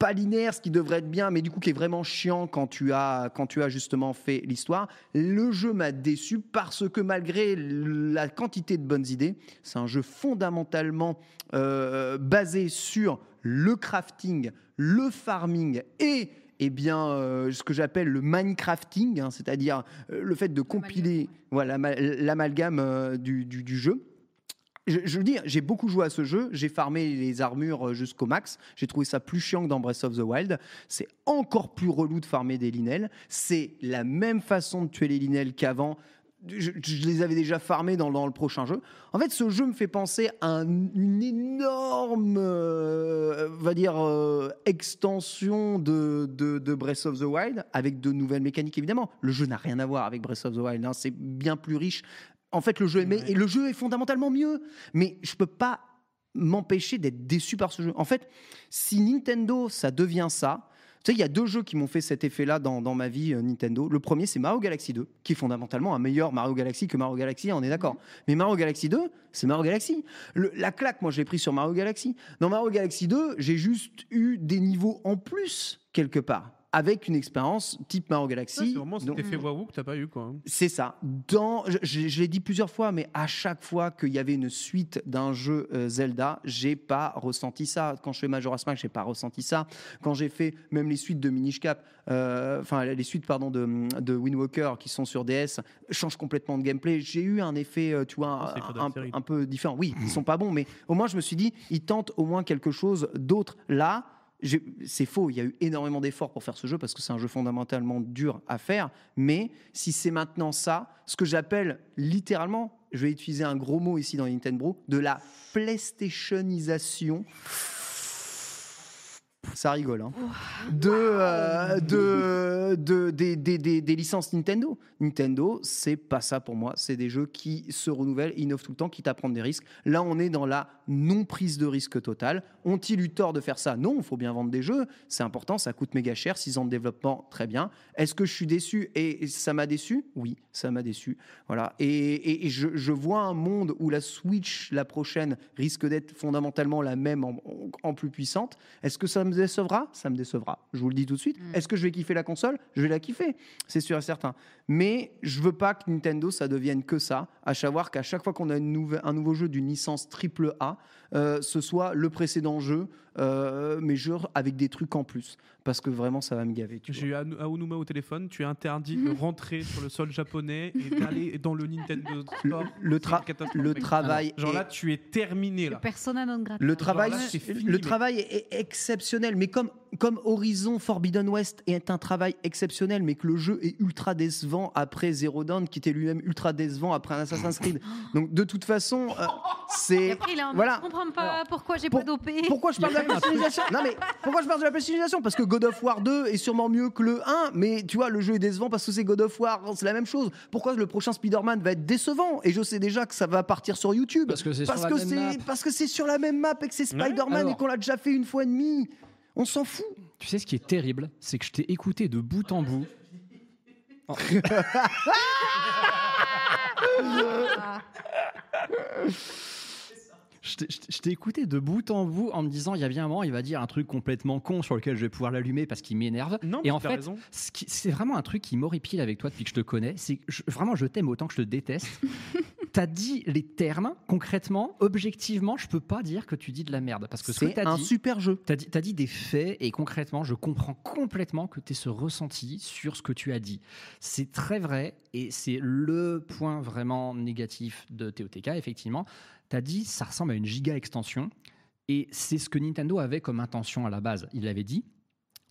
[SPEAKER 1] pas linéaires, ce qui devrait être bien, mais du coup qui est vraiment chiant quand tu as, quand tu as justement fait l'histoire. Le jeu m'a déçu parce que malgré la quantité de bonnes idées, c'est un jeu fondamentalement euh, basé sur le crafting, le farming et eh bien, euh, ce que j'appelle le minecrafting, hein, c'est-à-dire euh, le fait de compiler voilà, ma- l'amalgame euh, du, du- du jeu. Je, je veux dire, j'ai beaucoup joué à ce jeu, j'ai farmé les armures euh, jusqu'au max, j'ai trouvé ça plus chiant que dans Breath of the Wild, c'est encore plus relou de farmer des linels, c'est la même façon de tuer les linels qu'avant, je, je les avais déjà farmés dans, dans le prochain jeu. En fait, ce jeu me fait penser à un- une énorme, euh, va dire, euh, extension de, de, de Breath of the Wild, avec de nouvelles mécaniques, évidemment. Le jeu n'a rien à voir avec Breath of the Wild, hein, c'est bien plus riche. En fait, le jeu est me- et le jeu est fondamentalement mieux, mais je peux pas m'empêcher d'être déçu par ce jeu. En fait, si Nintendo, ça devient ça, tu sais, il y a deux jeux qui m'ont fait cet effet-là dans, dans ma vie euh, Nintendo. Le premier, c'est Mario Galaxy 2, qui est fondamentalement un meilleur Mario Galaxy que Mario Galaxy, on est d'accord.
[SPEAKER 3] Mm.
[SPEAKER 1] Mais Mario Galaxy 2, c'est Mario Galaxy. Le- la claque, moi, je l'ai pris sur Mario Galaxy. Dans Mario Galaxy 2, j'ai juste eu des niveaux en plus, quelque part, avec une expérience type Mario Galaxy.
[SPEAKER 3] C'est vraiment cet
[SPEAKER 1] Donc- mm.
[SPEAKER 3] effet waouh que t'as pas eu, quoi. hein.
[SPEAKER 1] c'est ça. Dans, je je- je l'ai dit plusieurs fois, mais à chaque fois qu'il y avait une suite d'un jeu euh, Zelda, j'ai pas ressenti ça. Quand je fais Majora's Mask, j'ai pas ressenti ça. Quand j'ai fait même les suites de Minish Cap, euh, enfin les suites pardon de, de Wind Walker qui sont sur DS, change complètement de gameplay. J'ai eu un effet, euh, tu vois,
[SPEAKER 3] Ah, C'est pas de la
[SPEAKER 1] un,
[SPEAKER 3] série.
[SPEAKER 1] un peu différent. Oui, ils sont pas bons, mais au moins je me suis dit, ils tentent au moins quelque chose d'autre. Là, j'ai- c'est faux, il y a eu énormément d'efforts pour faire ce jeu parce que c'est un jeu fondamentalement dur à faire. Mais si c'est maintenant ça, ce que j'appelle littéralement, je vais utiliser un gros mot ici dans Nintendo, de la PlayStationisation. Ça rigole, hein de, euh, de, de- des, des- des- des licences Nintendo. Nintendo, c'est pas ça pour moi. C'est des jeux qui se renouvellent, innovent tout le temps, quitte à prendre des risques. Là, on est dans la non-prise de risque totale. Ont-ils eu tort de faire ça Non, il faut bien vendre des jeux. C'est important, ça coûte méga cher. 6 ans de développement, très bien. Est-ce que je suis déçu et ça m'a déçu Oui, ça m'a déçu. Voilà. Et, et- et je, je vois un monde où la Switch, la prochaine, risque d'être fondamentalement la même en, en plus puissante. Est-ce que ça me décevra Ça me décevra. Je vous le dis tout de suite. Est-ce que je vais kiffer la console Je vais la kiffer, c'est sûr et certain. Mais je veux pas que Nintendo, ça devienne que ça. À savoir qu'à chaque fois qu'on a une nouve- un nouveau jeu d'une licence triple A, euh, ce soit le précédent jeu, euh, mais jeu avec des trucs en plus. Parce que vraiment, ça va me gaver. tu vois.
[SPEAKER 3] J'ai eu Anu- Aonuma au téléphone, tu es interdit
[SPEAKER 1] Mhm.
[SPEAKER 3] de rentrer sur le sol japonais et d'aller dans le Nintendo Store.
[SPEAKER 1] le tra-
[SPEAKER 3] C'est une catastrophe.
[SPEAKER 1] le travail
[SPEAKER 3] Genre là,
[SPEAKER 1] est-
[SPEAKER 3] tu es terminé, là.
[SPEAKER 5] Persona non grata.
[SPEAKER 1] Le travail,
[SPEAKER 3] là, c'est fini,
[SPEAKER 1] le
[SPEAKER 3] mais-
[SPEAKER 1] travail est exceptionnel, mais comme, comme Horizon Forbidden West est un travail exceptionnel, mais que le jeu est ultra décevant après Zero Dawn, qui était lui-même ultra décevant après un Assassin's Creed. Donc de toute façon, euh, c'est
[SPEAKER 5] Oh. Après, il a un
[SPEAKER 1] voilà.
[SPEAKER 5] Je comprends pas pourquoi j'ai pas dopé.
[SPEAKER 1] Pourquoi je parle de la personnalisation Non mais pourquoi je parle de la personnalisation Parce que God of War 2 est sûrement mieux que le 1, mais tu vois le jeu est décevant parce que c'est God of War, c'est la même chose. Pourquoi le prochain Spider-Man va être décevant Et je sais déjà que ça va partir sur YouTube
[SPEAKER 4] Parce que c'est sur la
[SPEAKER 1] que
[SPEAKER 4] même
[SPEAKER 1] c'est-
[SPEAKER 4] map.
[SPEAKER 1] parce que c'est sur la même map et que c'est Spider-Man et
[SPEAKER 4] Alors.
[SPEAKER 1] qu'on l'a déjà fait une fois et demie. On s'en fout.
[SPEAKER 4] Tu sais ce qui est terrible, c'est que je t'ai écouté de bout en bout. Oh. Je t'ai- je t'ai- je t'ai écouté de bout en bout en me disant il y a bien un moment il va dire un truc complètement con sur lequel je vais pouvoir l'allumer parce qu'il m'énerve
[SPEAKER 3] Non, mais
[SPEAKER 4] et en
[SPEAKER 3] t'as
[SPEAKER 4] fait
[SPEAKER 3] raison.
[SPEAKER 4] ce qui- c'est vraiment un truc qui m'horripile avec toi depuis que je te connais c'est que je- vraiment je t'aime autant que je te déteste t'as dit les termes concrètement objectivement je peux pas dire que tu dis de la merde parce que ce que
[SPEAKER 1] C'est
[SPEAKER 4] t'as
[SPEAKER 1] un
[SPEAKER 4] dit
[SPEAKER 1] super jeu.
[SPEAKER 4] T'as dit, t'as dit des faits et concrètement, je comprends complètement que tu aies ce ressenti sur ce que tu as dit. C'est très vrai et c'est le point vraiment négatif de TOTK, effectivement. T'as dit, ça ressemble à une giga extension et c'est ce que Nintendo avait comme intention à la base. Il l'avait dit,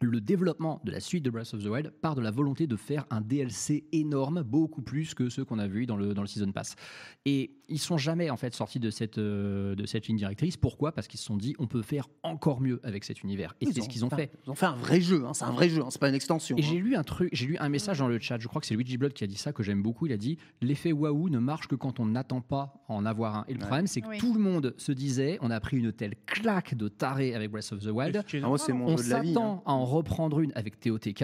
[SPEAKER 4] le développement de la suite de Breath of the Wild part de la volonté de faire un DLC énorme, beaucoup plus que ceux qu'on a vu dans le, dans le Season Pass. Et ils sont jamais en fait sortis de cette, euh, de cette ligne directrice. Pourquoi Parce qu'ils se sont dit on peut faire encore mieux avec cet univers. Et
[SPEAKER 1] Ils
[SPEAKER 4] c'est
[SPEAKER 1] ont-
[SPEAKER 4] ce qu'ils ont
[SPEAKER 1] enfin,
[SPEAKER 4] fait.
[SPEAKER 1] Ils ont fait un vrai jeu. hein, C'est un vrai jeu. hein, C'est pas une extension.
[SPEAKER 4] Et
[SPEAKER 1] hein.
[SPEAKER 4] j'ai lu un truc, j'ai lu un message dans le chat. Je crois que c'est Luigi Blood qui a dit ça que j'aime beaucoup. Il a dit l'effet waouh ne marche que quand on n'attend pas à en avoir un. Et le problème c'est que
[SPEAKER 5] Oui.
[SPEAKER 4] tout le monde se disait on a pris une telle claque de taré avec Breath of the Wild.
[SPEAKER 3] Est-ce qu'il y a-
[SPEAKER 1] Ah, moi c'est mon
[SPEAKER 4] On
[SPEAKER 1] jeu de la vie. hein.
[SPEAKER 4] s'attend à en reprendre une avec TOTK.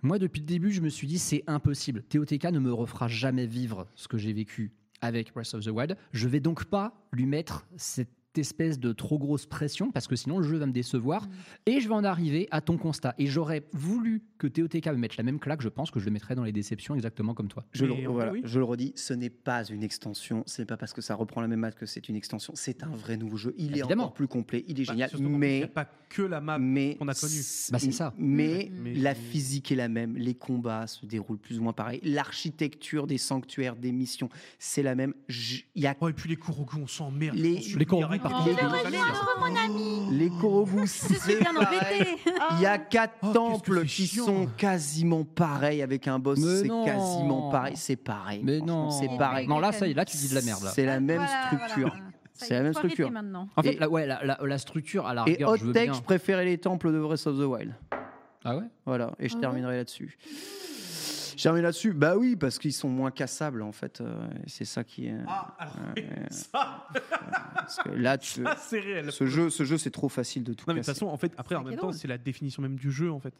[SPEAKER 4] Moi, depuis le début, je me suis dit, c'est impossible. TOTK ne me refera jamais vivre ce que j'ai vécu avec Breath of the Wild. Je vais donc pas lui mettre cette espèce de trop grosse pression parce que sinon le jeu va me décevoir et je vais en arriver à ton constat et j'aurais voulu que TOTK me mette la même claque je pense que je le mettrais dans les déceptions exactement comme toi
[SPEAKER 1] Je, le, voilà, je le redis, ce n'est pas une extension. C'est pas parce que ça reprend la même map que c'est une extension. C'est un vrai nouveau jeu. Il est
[SPEAKER 4] Évidemment.
[SPEAKER 1] encore plus complet. Il est
[SPEAKER 3] Bah,
[SPEAKER 1] génial.
[SPEAKER 3] surtout qu'en plus, il y a
[SPEAKER 1] Mais
[SPEAKER 3] pas que la map qu'on a connue. Mm,
[SPEAKER 1] Bah, c'est ça. Mais la physique est la même, les combats se déroulent plus ou moins pareil, l'architecture des sanctuaires, des missions, c'est la même. J- Il y a.
[SPEAKER 3] Oh, et puis les Kurogu, on s'emmerde.
[SPEAKER 1] Les,
[SPEAKER 3] Les Kurogu, par contre, ils nous allument.
[SPEAKER 1] mon ami. Les
[SPEAKER 4] Oh.
[SPEAKER 1] Kurogu, c'est
[SPEAKER 8] bien
[SPEAKER 1] pareil.
[SPEAKER 8] embêtée.
[SPEAKER 1] Il y a quatre temples qui sont quasiment pareils avec un boss,
[SPEAKER 4] Mais
[SPEAKER 1] c'est
[SPEAKER 4] non.
[SPEAKER 1] quasiment pareil, c'est pareil.
[SPEAKER 4] Mais
[SPEAKER 1] franchement,
[SPEAKER 4] non.
[SPEAKER 1] c'est pareil.
[SPEAKER 4] Non, là, ça y est, là, tu dis de la merde, là.
[SPEAKER 1] C'est la même
[SPEAKER 4] Ah, Voilà,
[SPEAKER 1] structure.
[SPEAKER 4] voilà.
[SPEAKER 1] C'est la même structure.
[SPEAKER 4] en fait
[SPEAKER 1] Et-
[SPEAKER 4] la, ouais, la, la- la structure à la
[SPEAKER 1] et
[SPEAKER 4] rigueur
[SPEAKER 1] Hot
[SPEAKER 4] je veux
[SPEAKER 1] Tech,
[SPEAKER 4] bien
[SPEAKER 1] je préférais les temples de Breath of the Wild.
[SPEAKER 4] Ah ouais
[SPEAKER 1] Voilà, et
[SPEAKER 4] Ah
[SPEAKER 1] je
[SPEAKER 4] ouais
[SPEAKER 1] terminerai là-dessus. Je termine là-dessus. Bah oui, parce qu'ils sont moins cassables, en fait. euh, et c'est ça qui est. ouais, ouais.
[SPEAKER 3] Ah, Ça
[SPEAKER 1] Parce que là, tu-
[SPEAKER 3] Ça, c'est réel.
[SPEAKER 1] Ce jeu, ce jeu c'est trop facile de tout
[SPEAKER 3] Non, mais de toute
[SPEAKER 1] casser.
[SPEAKER 3] façon, en fait, après, en même temps, c'est la définition même du jeu, en fait.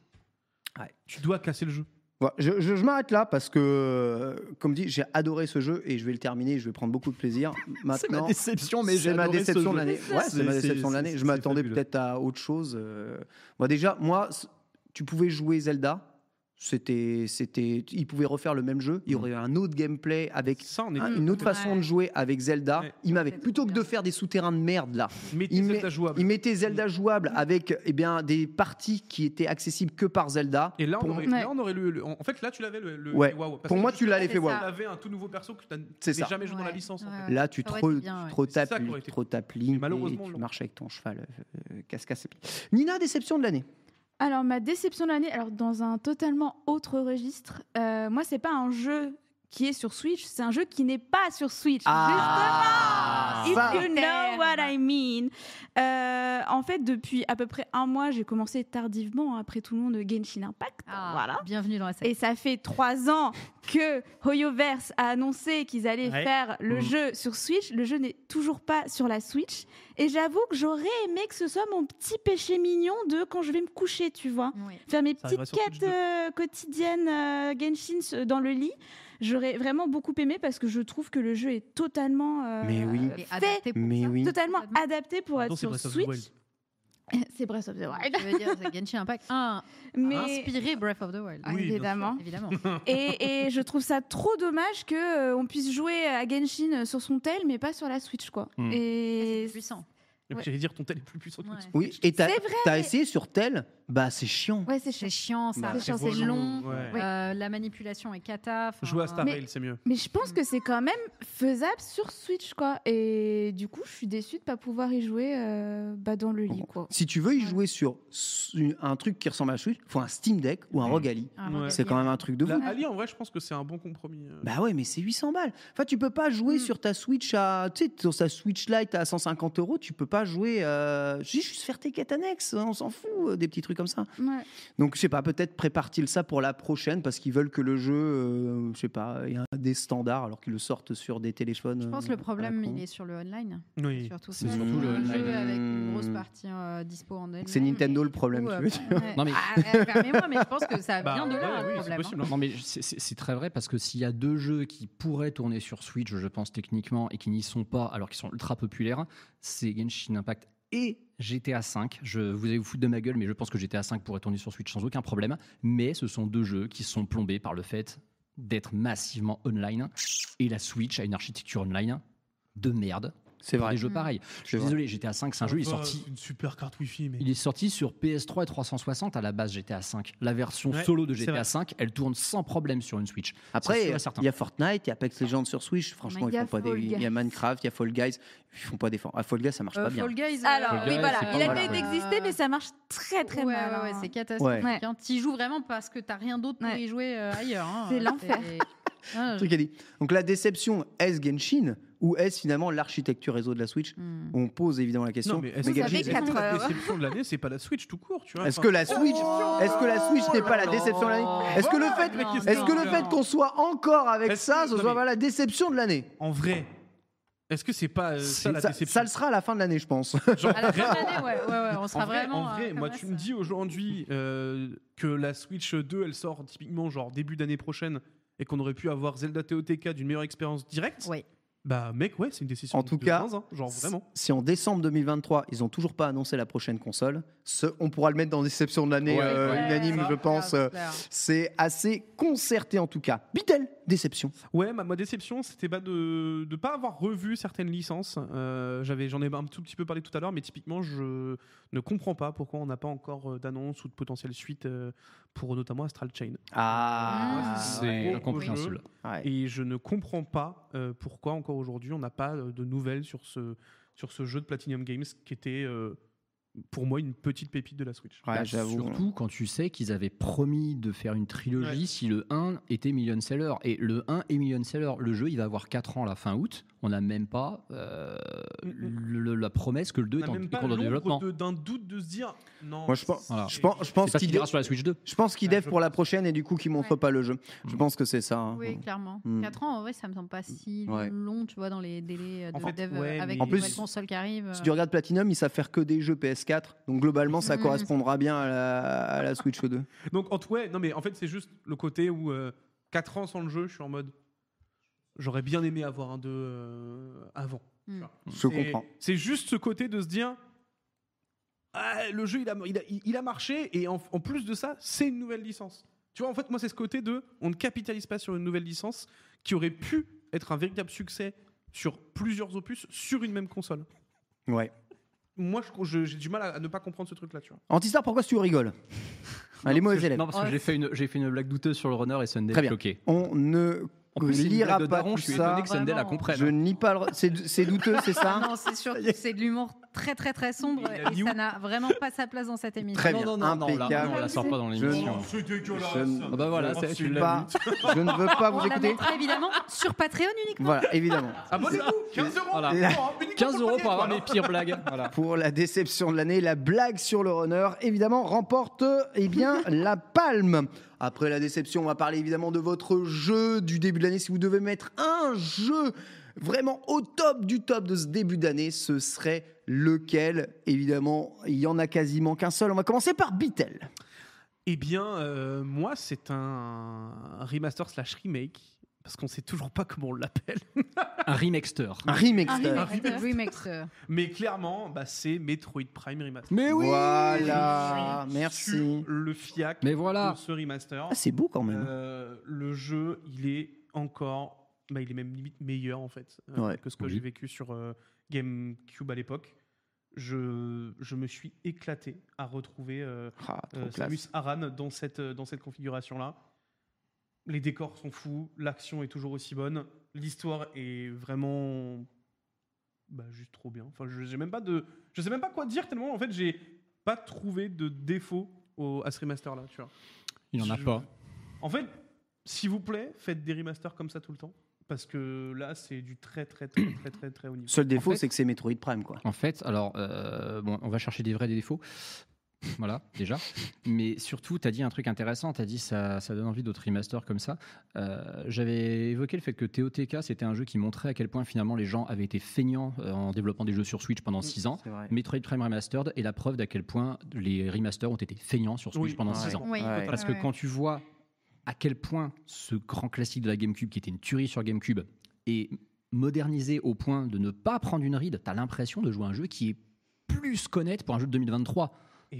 [SPEAKER 3] Tu dois casser le jeu.
[SPEAKER 1] Voilà, je je- je m'arrête là parce que, euh, comme dit, j'ai adoré ce jeu et je vais le terminer. Je vais prendre beaucoup de plaisir. Maintenant,
[SPEAKER 4] déception, mais
[SPEAKER 1] c'est
[SPEAKER 4] j'ai
[SPEAKER 1] ma
[SPEAKER 4] adoré ce jeu.
[SPEAKER 1] déception de l'année. Ouais,
[SPEAKER 4] C'est-
[SPEAKER 1] c'est ma
[SPEAKER 4] c'est-
[SPEAKER 1] déception
[SPEAKER 4] c'est-
[SPEAKER 1] de l'année.
[SPEAKER 4] c'est
[SPEAKER 1] Je m'attendais peut-être à autre chose. euh. Moi, déjà, moi, c- tu pouvais jouer Zelda. C'était, c'était, ils pouvaient refaire le même
[SPEAKER 4] Mm.
[SPEAKER 1] jeu. Il y aurait un autre gameplay avec un- une autre façon de jouer avec Zelda. Ils m'avaient plutôt que de faire des souterrains de merde là. Ils met- ils mettaient Zelda jouable avec, eh bien, des parties qui étaient accessibles que par Zelda.
[SPEAKER 3] Et là, on
[SPEAKER 1] Pour-
[SPEAKER 3] aurait, là, on aurait le, le- En fait, là, tu l'avais, le, le-
[SPEAKER 1] Ouais.
[SPEAKER 3] le waouh. Parce
[SPEAKER 1] Pour
[SPEAKER 3] que
[SPEAKER 1] moi, tu l'avais
[SPEAKER 3] justement,
[SPEAKER 1] fait waouh.
[SPEAKER 3] Tu avais un tout nouveau perso que tu
[SPEAKER 1] C'est
[SPEAKER 3] n'as
[SPEAKER 1] ça.
[SPEAKER 3] jamais joué dans la licence. en fait.
[SPEAKER 1] Là, tu te re- tu te retapes,
[SPEAKER 3] C'est ça qui aurait
[SPEAKER 1] tu
[SPEAKER 3] été
[SPEAKER 1] te retapes ligne et
[SPEAKER 3] malheureusement,
[SPEAKER 1] tu marches avec ton cheval. euh, euh, casse, casse. Nina, déception de l'année.
[SPEAKER 2] Alors, ma déception de l'année, alors dans un totalement autre registre, euh, moi, c'est pas un jeu qui est sur Switch, c'est un jeu qui n'est pas sur Switch.
[SPEAKER 9] Ah.
[SPEAKER 5] Ah,
[SPEAKER 2] Justement If you know what I mean. Euh, en fait, depuis à peu près un mois, j'ai commencé tardivement, après tout le monde, Genshin Impact. voilà.
[SPEAKER 5] Ah, Bienvenue dans la
[SPEAKER 2] Et ça fait trois ans que HoYoverse a annoncé qu'ils allaient
[SPEAKER 5] Ouais.
[SPEAKER 2] faire le
[SPEAKER 5] Mhm.
[SPEAKER 2] jeu sur Switch. Le jeu n'est toujours pas sur la Switch. Et j'avoue que j'aurais aimé que ce soit mon petit péché mignon de quand je vais me coucher, tu vois. Faire mes
[SPEAKER 5] Ça arrivera
[SPEAKER 2] petites
[SPEAKER 5] sur Switch
[SPEAKER 2] quêtes euh, quotidiennes euh, Genshin euh, dans le lit. J'aurais vraiment beaucoup aimé parce que je trouve que le jeu est totalement euh,
[SPEAKER 1] Mais oui.
[SPEAKER 2] fait,
[SPEAKER 1] Mais adapté pour Mais ça. oui.
[SPEAKER 2] totalement adapté pour être sur Switch. C'est Breath of the Wild.
[SPEAKER 5] Je veux dire, c'est Genshin Impact 1
[SPEAKER 2] Mais-
[SPEAKER 5] inspiré Breath of the Wild.
[SPEAKER 2] Oui, bien sûr. Évidemment.
[SPEAKER 5] évidemment.
[SPEAKER 2] et, et je trouve ça trop dommage que euh, on puisse jouer à Genshin sur son tel mais pas sur la Switch quoi.
[SPEAKER 1] Mm.
[SPEAKER 5] Ah,
[SPEAKER 2] Et puissant.
[SPEAKER 3] Et puis, J'allais dire, ton tel est plus puissant que le Switch.
[SPEAKER 1] Oui, et t'as
[SPEAKER 2] C'est vrai.
[SPEAKER 1] t'as essayé sur tel Bah, c'est chiant.
[SPEAKER 2] Ouais, c'est chiant.
[SPEAKER 5] ça.
[SPEAKER 1] Bah,
[SPEAKER 5] C'est chiant,
[SPEAKER 1] c'est
[SPEAKER 5] c'est long.
[SPEAKER 1] ouais.
[SPEAKER 5] Euh, la manipulation est cata. enfin,
[SPEAKER 3] Jouer à Star
[SPEAKER 5] euh,
[SPEAKER 3] Rail, c'est mieux.
[SPEAKER 2] Mais je pense que c'est quand même faisable sur Switch quoi. Et du coup, je suis déçue de pas pouvoir y jouer euh, bah, dans le lit quoi.
[SPEAKER 1] Si tu veux y jouer sur su- un truc qui ressemble à Switch, faut un Steam Deck ou un
[SPEAKER 3] Mm.
[SPEAKER 1] Rogali.
[SPEAKER 2] Ah,
[SPEAKER 3] Un Rogali,
[SPEAKER 1] C'est quand même un truc de
[SPEAKER 3] La
[SPEAKER 1] fou.
[SPEAKER 3] Ali, en vrai, je pense que c'est un bon compromis. euh.
[SPEAKER 1] Bah ouais, mais c'est 800 balles. Enfin, tu peux pas
[SPEAKER 2] Mm.
[SPEAKER 1] jouer sur ta Switch à, tu sais, sur sa Switch Lite à 150 euros. Tu peux pas jouer, euh, juste faire tes quêtes annexes. On s'en fout euh, des petits trucs comme ça.
[SPEAKER 2] Ouais.
[SPEAKER 1] Donc, je sais pas, peut-être prépare-t-il ça pour la prochaine parce qu'ils veulent que le jeu, euh, je sais pas, ait un- des standards alors qu'ils le sortent sur des téléphones. euh,
[SPEAKER 5] Je pense que le problème, il est sur le online.
[SPEAKER 1] Oui.
[SPEAKER 5] Surtout
[SPEAKER 1] C'est
[SPEAKER 5] ça.
[SPEAKER 1] surtout le
[SPEAKER 5] Un jeu
[SPEAKER 1] online.
[SPEAKER 5] avec une grosse
[SPEAKER 1] Hmm.
[SPEAKER 5] partie euh, dispo en online.
[SPEAKER 1] C'est Nintendo le problème,
[SPEAKER 5] Ou,
[SPEAKER 1] tu
[SPEAKER 5] euh,
[SPEAKER 1] veux dire.
[SPEAKER 5] ouais.
[SPEAKER 4] Non, mais- Bah,
[SPEAKER 5] Ah, euh, Permets-moi, mais je pense que ça vient de là, le problème. hein.
[SPEAKER 4] Non, mais c'est- c'est c'est très vrai parce que s'il y a deux jeux qui pourraient tourner sur Switch, je pense techniquement, et qui n'y sont pas alors qu'ils sont ultra populaires, c'est Genshin Impact et GTA V. Je, vous allez vous foutre de ma gueule, mais je pense que GTA V pourrait tourner sur Switch sans aucun problème. Mais ce sont deux jeux qui sont plombés par le fait d'être massivement online et la Switch a une architecture online de merde.
[SPEAKER 1] C'est
[SPEAKER 4] vrai. Des
[SPEAKER 5] Mm.
[SPEAKER 4] jeux pareils. Je suis
[SPEAKER 1] vrai.
[SPEAKER 4] désolé, GTA V, c'est un jeu, il est
[SPEAKER 3] Enfin,
[SPEAKER 4] sorti
[SPEAKER 3] Une super carte Wi-Fi, mais.
[SPEAKER 4] il est sorti sur PS3 et 360 à la base GTA V. La version
[SPEAKER 3] Ouais,
[SPEAKER 4] solo de
[SPEAKER 3] c'est
[SPEAKER 4] GTA
[SPEAKER 3] vrai.
[SPEAKER 4] V, elle tourne sans problème sur une Switch. Ça, c'est
[SPEAKER 1] Après, euh,
[SPEAKER 4] sûr et certain.
[SPEAKER 1] il y a Fortnite, il y a Apex Legends sur Switch. Franchement,
[SPEAKER 4] Mais
[SPEAKER 1] ils
[SPEAKER 4] il y
[SPEAKER 1] font
[SPEAKER 4] a
[SPEAKER 1] pas des.
[SPEAKER 4] Fall
[SPEAKER 1] Il y a
[SPEAKER 4] Guys.
[SPEAKER 1] Minecraft, il y a Fall Guys. Ils font pas des. À Fall Guys, ça marche
[SPEAKER 5] Euh,
[SPEAKER 1] pas bien.
[SPEAKER 5] Fall Guys,
[SPEAKER 2] Ah, Alors,
[SPEAKER 1] Fall
[SPEAKER 2] oui,
[SPEAKER 1] Guys,
[SPEAKER 2] voilà,
[SPEAKER 1] c'est pas
[SPEAKER 2] il a
[SPEAKER 1] mal,
[SPEAKER 2] payé
[SPEAKER 1] Ah, ouais.
[SPEAKER 2] d'exister, mais ça marche très très
[SPEAKER 5] ouais,
[SPEAKER 2] mal.
[SPEAKER 5] ouais, ouais,
[SPEAKER 2] hein.
[SPEAKER 5] c'est catastrophique.
[SPEAKER 1] Ouais.
[SPEAKER 5] Hein. T'y joues vraiment parce que t'as rien d'autre pour y jouer euh, ailleurs. hein.
[SPEAKER 2] C'est l'enfer.
[SPEAKER 5] Ah,
[SPEAKER 1] Le truc a dit. Donc la déception, est-ce Genshin ou est-ce finalement l'architecture réseau de la Switch On pose évidemment la question.
[SPEAKER 3] Non, mais est-ce
[SPEAKER 1] Mais
[SPEAKER 3] que la
[SPEAKER 1] Genshin,
[SPEAKER 3] déception- la déception de l'année, c'est pas la Switch tout court, tu vois
[SPEAKER 1] Est-ce
[SPEAKER 3] enfin-
[SPEAKER 1] que la
[SPEAKER 5] Oh.
[SPEAKER 1] Switch, est-ce que la Switch n'est pas la
[SPEAKER 3] Oh là
[SPEAKER 1] déception de l'année
[SPEAKER 3] là.
[SPEAKER 1] Est-ce que le
[SPEAKER 3] Voilà
[SPEAKER 1] fait,
[SPEAKER 3] la question.
[SPEAKER 1] est-ce que le fait qu'on soit encore avec
[SPEAKER 3] Est-ce
[SPEAKER 1] ça,
[SPEAKER 3] que-
[SPEAKER 1] ce
[SPEAKER 3] non,
[SPEAKER 1] soit
[SPEAKER 3] mais-
[SPEAKER 1] pas la déception de l'année
[SPEAKER 3] En vrai, est-ce que c'est pas euh, ça
[SPEAKER 1] C'est-
[SPEAKER 3] la
[SPEAKER 1] ça,
[SPEAKER 3] déception
[SPEAKER 1] ça le sera à la fin de l'année, je pense.
[SPEAKER 5] À la fin de l'année, ouais, ouais, ouais, on sera
[SPEAKER 3] en vrai,
[SPEAKER 5] vraiment.
[SPEAKER 3] en vrai,
[SPEAKER 5] euh,
[SPEAKER 3] moi,
[SPEAKER 5] comme
[SPEAKER 3] tu
[SPEAKER 5] ça.
[SPEAKER 3] me dis aujourd'hui euh, que la Switch 2, elle sort typiquement genre début d'année prochaine et qu'on aurait pu avoir Zelda TOTK d'une meilleure expérience directe. Bah, mec, ouais, c'est une décision
[SPEAKER 1] En tout
[SPEAKER 3] de
[SPEAKER 1] cas,
[SPEAKER 3] zinzin, genre vraiment.
[SPEAKER 1] Si en décembre 2023, ils ont toujours pas annoncé la prochaine console, ce, on pourra le mettre dans déception de l'année
[SPEAKER 3] Ouais,
[SPEAKER 1] euh,
[SPEAKER 3] ouais,
[SPEAKER 1] unanime,
[SPEAKER 3] ça,
[SPEAKER 1] je pense.
[SPEAKER 3] clair,
[SPEAKER 1] euh,
[SPEAKER 3] clair.
[SPEAKER 1] C'est assez concerté en tout cas. Bitel, déception.
[SPEAKER 3] Ouais, ma, ma déception, c'était pas de ne pas avoir revu certaines licences. Euh, j'avais, j'en ai un tout petit peu parlé tout à l'heure, mais typiquement, je ne comprends pas pourquoi on n'a pas encore euh, d'annonce ou de potentielle suite euh, pour notamment Astral Chain.
[SPEAKER 1] Ah,
[SPEAKER 4] C'est
[SPEAKER 3] Gros
[SPEAKER 4] incompréhensible.
[SPEAKER 3] jeu, Et je ne comprends pas euh, pourquoi encore aujourd'hui on n'a pas euh, de nouvelles sur ce, sur ce jeu de Platinum Games qui était euh, pour moi une petite pépite de la Switch.
[SPEAKER 4] Bah, Surtout quand tu sais qu'ils avaient promis de faire une trilogie
[SPEAKER 3] Ouais.
[SPEAKER 4] si le 1 était million seller. Et le 1 est million seller. Le jeu, il va avoir 4 ans la fin août. On n'a même pas euh, le- la promesse que le 2
[SPEAKER 3] On
[SPEAKER 4] est
[SPEAKER 3] n'a
[SPEAKER 4] en,
[SPEAKER 3] même
[SPEAKER 4] est
[SPEAKER 3] pas
[SPEAKER 4] en développement.
[SPEAKER 3] l'ombre de- d'un doute de se dire non.
[SPEAKER 1] Moi, je pense,
[SPEAKER 3] c'est-
[SPEAKER 1] je pense, je pense
[SPEAKER 4] C'est parce qu'il
[SPEAKER 1] qu'ils
[SPEAKER 4] ira sur la Switch Mm. 2.
[SPEAKER 1] Je pense qu'ils dev pour la prochaine et du coup qu'ils montrent pas le jeu. Je pense que c'est ça. hein.
[SPEAKER 5] Oui, clairement.
[SPEAKER 1] Mm.
[SPEAKER 5] 4 ans, en vrai, ça me semble pas si
[SPEAKER 1] Ouais.
[SPEAKER 5] long, tu vois, dans les délais de
[SPEAKER 1] En fait,
[SPEAKER 5] dev euh,
[SPEAKER 1] ouais,
[SPEAKER 5] avec
[SPEAKER 1] mais- En
[SPEAKER 5] les
[SPEAKER 1] plus,
[SPEAKER 5] nouvelles consoles qui arrivent. euh.
[SPEAKER 1] Si tu regardes Platinum, ils savent faire que des jeux PS4. Donc globalement, ça
[SPEAKER 5] Mm.
[SPEAKER 1] correspondra bien à la, à la Switch 2.
[SPEAKER 3] Donc, en tout ouais, non, mais en fait, c'est juste le côté où 4 ans sans le jeu, je suis en mode. J'aurais bien aimé avoir un 2 euh, avant. tu
[SPEAKER 5] Mm.
[SPEAKER 3] vois.
[SPEAKER 1] Je
[SPEAKER 3] Et
[SPEAKER 1] comprends.
[SPEAKER 3] C'est juste ce côté de se dire. Ah, le jeu, il a, il a, il a marché, et en, en plus de ça, c'est une nouvelle licence. Tu vois, en fait, moi, c'est ce côté de. On ne capitalise pas sur une nouvelle licence qui aurait pu être un véritable succès sur plusieurs opus sur une même console.
[SPEAKER 1] Ouais.
[SPEAKER 3] Moi, je- je- j'ai du mal à, à ne pas comprendre ce truc-là, tu vois.
[SPEAKER 1] Antistar, pourquoi est-ce que tu rigoles Ah, Les mauvais élèves.
[SPEAKER 4] Non, parce que j'ai fait, une- j'ai fait une blague douteuse sur le runner et Sunday
[SPEAKER 1] Très
[SPEAKER 4] est
[SPEAKER 1] bien.
[SPEAKER 4] bloqué.
[SPEAKER 1] On ne
[SPEAKER 4] En plus, c'est une
[SPEAKER 1] lira
[SPEAKER 4] blague de
[SPEAKER 1] pas
[SPEAKER 4] daron,
[SPEAKER 1] tout
[SPEAKER 4] je suis
[SPEAKER 1] ça.
[SPEAKER 4] étonné que Sunday la comprenne. hein.
[SPEAKER 1] Je ne lis pas. le- C'est c'est douteux, c'est ça
[SPEAKER 5] Ah non, c'est sûr, que c'est de l'humour très très très sombre
[SPEAKER 1] Il a
[SPEAKER 5] et
[SPEAKER 1] dit
[SPEAKER 5] ça n'a vraiment pas sa place dans cette émission.
[SPEAKER 1] Très bien, impeccable.
[SPEAKER 4] non, on la sort pas dans l'émission.
[SPEAKER 1] Je-
[SPEAKER 4] C'est dégueulasse.
[SPEAKER 1] je ne-
[SPEAKER 4] Ah bah voilà, c'est- tu
[SPEAKER 1] je
[SPEAKER 4] l'as
[SPEAKER 1] pas- Je ne veux pas vous
[SPEAKER 5] On la
[SPEAKER 1] écouter.
[SPEAKER 5] mettra évidemment sur Patreon uniquement.
[SPEAKER 1] Voilà, évidemment.
[SPEAKER 4] Ah,
[SPEAKER 3] Abonnez-vous 15 euros
[SPEAKER 4] Voilà.
[SPEAKER 1] La-
[SPEAKER 4] 15 euros pour avoir mes pires blagues. Voilà.
[SPEAKER 1] Pour la déception de l'année, la blague sur le runner, évidemment, remporte eh bien, la palme. Après la déception, on va parler évidemment de votre jeu du début de l'année. Si vous devez mettre un jeu vraiment au top du top de ce début d'année, ce serait lequel Évidemment, il y en a quasiment qu'un seul. On va commencer par Bitel.
[SPEAKER 3] Eh bien, euh, moi, c'est un remaster slash remake, parce qu'on sait toujours pas comment on l'appelle.
[SPEAKER 4] Un remixter.
[SPEAKER 1] Un remixter.
[SPEAKER 3] Un remixter.
[SPEAKER 5] Remixer.
[SPEAKER 3] Mais clairement, bah, c'est Metroid Prime Remaster.
[SPEAKER 4] Mais oui
[SPEAKER 3] Ah
[SPEAKER 1] Voilà,
[SPEAKER 3] Je suis
[SPEAKER 1] merci.
[SPEAKER 3] Le fiac
[SPEAKER 4] Mais voilà
[SPEAKER 3] de ce remaster.
[SPEAKER 1] Ah, c'est beau quand même.
[SPEAKER 3] Euh, le jeu, il est encore. Bah, il est même limite meilleur en fait euh,
[SPEAKER 1] Ouais.
[SPEAKER 3] que ce que
[SPEAKER 4] Oui.
[SPEAKER 3] j'ai vécu sur euh, GameCube à l'époque. Je, je me suis éclaté à retrouver euh,
[SPEAKER 1] Ah, trop
[SPEAKER 3] euh,
[SPEAKER 1] classe.
[SPEAKER 3] Samus Aran dans cette, euh, dans cette configuration-là. Les décors sont fous, l'action est toujours aussi bonne, l'histoire est vraiment bah, juste trop bien. Enfin, je j'ai même pas de, je sais même pas quoi dire tellement en fait j'ai pas trouvé de défaut au, à ce remaster là, tu vois.
[SPEAKER 4] Il en a
[SPEAKER 3] Je-
[SPEAKER 4] pas.
[SPEAKER 3] En fait, s'il vous plaît, faites des remasters comme ça tout le temps parce que là c'est du très très très très très très, haut niveau.
[SPEAKER 1] Seul défaut,
[SPEAKER 4] fait-
[SPEAKER 1] c'est que c'est Metroid Prime, quoi.
[SPEAKER 4] En fait, alors, euh, bon, on va chercher des vrais des défauts. Voilà, déjà. Mais surtout, tu as dit un truc intéressant. Tu as dit ça, ça donne envie d'autres remasters comme ça. Euh, J'avais évoqué le fait que TOTK, c'était un jeu qui montrait à quel point finalement les gens avaient été feignants euh, en développant des jeux sur Switch pendant 6 ans.
[SPEAKER 1] vrai.
[SPEAKER 4] Metroid Prime Remastered est la preuve d'à quel point les remasters ont été feignants sur Switch
[SPEAKER 3] Oui,
[SPEAKER 4] pendant
[SPEAKER 3] ouais.
[SPEAKER 4] 6 ans.
[SPEAKER 5] Oui,
[SPEAKER 1] Ouais.
[SPEAKER 4] Parce que quand tu vois à quel point ce grand classique de la GameCube, qui était une tuerie sur GameCube, est modernisé au point de ne pas prendre une ride, t'as l'impression de jouer à un jeu qui est plus connaître pour un jeu de 2023.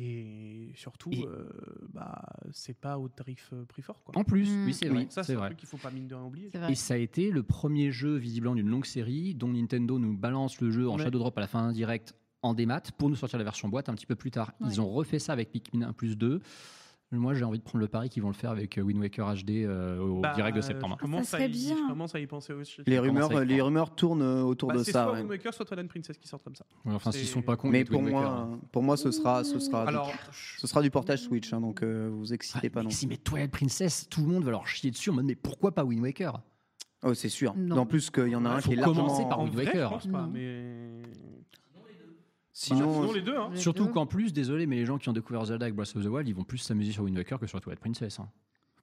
[SPEAKER 3] Et surtout,
[SPEAKER 4] Et-
[SPEAKER 3] euh, bah c'est pas au tarif euh, prix fort quoi.
[SPEAKER 4] En plus,
[SPEAKER 5] Mm.
[SPEAKER 4] oui, c'est
[SPEAKER 3] Oui,
[SPEAKER 4] vrai.
[SPEAKER 3] ça
[SPEAKER 4] c'est
[SPEAKER 3] c'est un
[SPEAKER 4] vrai.
[SPEAKER 3] truc qu'il faut pas mine de rien oublier.
[SPEAKER 5] C'est vrai.
[SPEAKER 4] Et ça a été le premier jeu visiblement d'une longue série dont Nintendo nous balance le jeu en
[SPEAKER 3] Ouais.
[SPEAKER 4] Shadow Drop à la fin d'un direct en démat pour nous sortir la version boîte un petit peu plus tard.
[SPEAKER 5] Ouais.
[SPEAKER 4] Ils ont refait ça avec Pikmin 1 plus 2. Moi, j'ai envie de prendre le pari qu'ils vont le faire avec euh, Wind Waker HD euh, au
[SPEAKER 3] Bah,
[SPEAKER 4] direct de septembre.
[SPEAKER 3] Je commence,
[SPEAKER 2] Ça
[SPEAKER 3] à,
[SPEAKER 2] serait
[SPEAKER 3] y,
[SPEAKER 2] bien.
[SPEAKER 3] je commence à y penser aussi.
[SPEAKER 1] Les
[SPEAKER 4] Comment ça,
[SPEAKER 1] rumeurs, euh,
[SPEAKER 4] il
[SPEAKER 1] les
[SPEAKER 4] prend
[SPEAKER 1] rumeurs tournent autour
[SPEAKER 3] Bah,
[SPEAKER 1] de
[SPEAKER 3] c'est
[SPEAKER 1] ça.
[SPEAKER 3] soit
[SPEAKER 1] ouais.
[SPEAKER 3] Moonmaker, soit Twilight Princess qui sortent comme ça.
[SPEAKER 4] Ouais, enfin,
[SPEAKER 3] C'est-
[SPEAKER 4] s'ils sont pas cons,
[SPEAKER 1] Mais
[SPEAKER 4] ils mettent
[SPEAKER 1] pour
[SPEAKER 4] Wind Waker,
[SPEAKER 1] moi,
[SPEAKER 4] hein.
[SPEAKER 1] pour moi, ce sera, ce sera, du-
[SPEAKER 3] Alors,
[SPEAKER 1] ce sera du portage Switch. hein, donc, euh, vous excitez
[SPEAKER 4] Ouais,
[SPEAKER 1] pas
[SPEAKER 4] mais
[SPEAKER 1] non.
[SPEAKER 4] S'ils mettent Twilight Princess, tout le monde va leur chier dessus en mode mais pourquoi pas Wind Waker
[SPEAKER 1] Oh, c'est sûr.
[SPEAKER 5] Non.
[SPEAKER 1] En plus qu'il y en a un
[SPEAKER 4] Faut
[SPEAKER 1] qui est
[SPEAKER 4] commencer
[SPEAKER 1] largement. Bah,
[SPEAKER 4] par
[SPEAKER 3] en
[SPEAKER 4] Wind
[SPEAKER 3] vrai, je
[SPEAKER 4] Waker.
[SPEAKER 3] pense pas,
[SPEAKER 5] Non.
[SPEAKER 3] mais.
[SPEAKER 1] Sinon, euh,
[SPEAKER 3] les deux, hein.
[SPEAKER 5] Les
[SPEAKER 4] Bah Surtout
[SPEAKER 5] deux.
[SPEAKER 4] qu'en plus, désolé, mais les gens qui ont découvert Zelda avec Breath of the Wild, ils vont plus s'amuser sur Wind Waker que sur Twilight Princess. hein.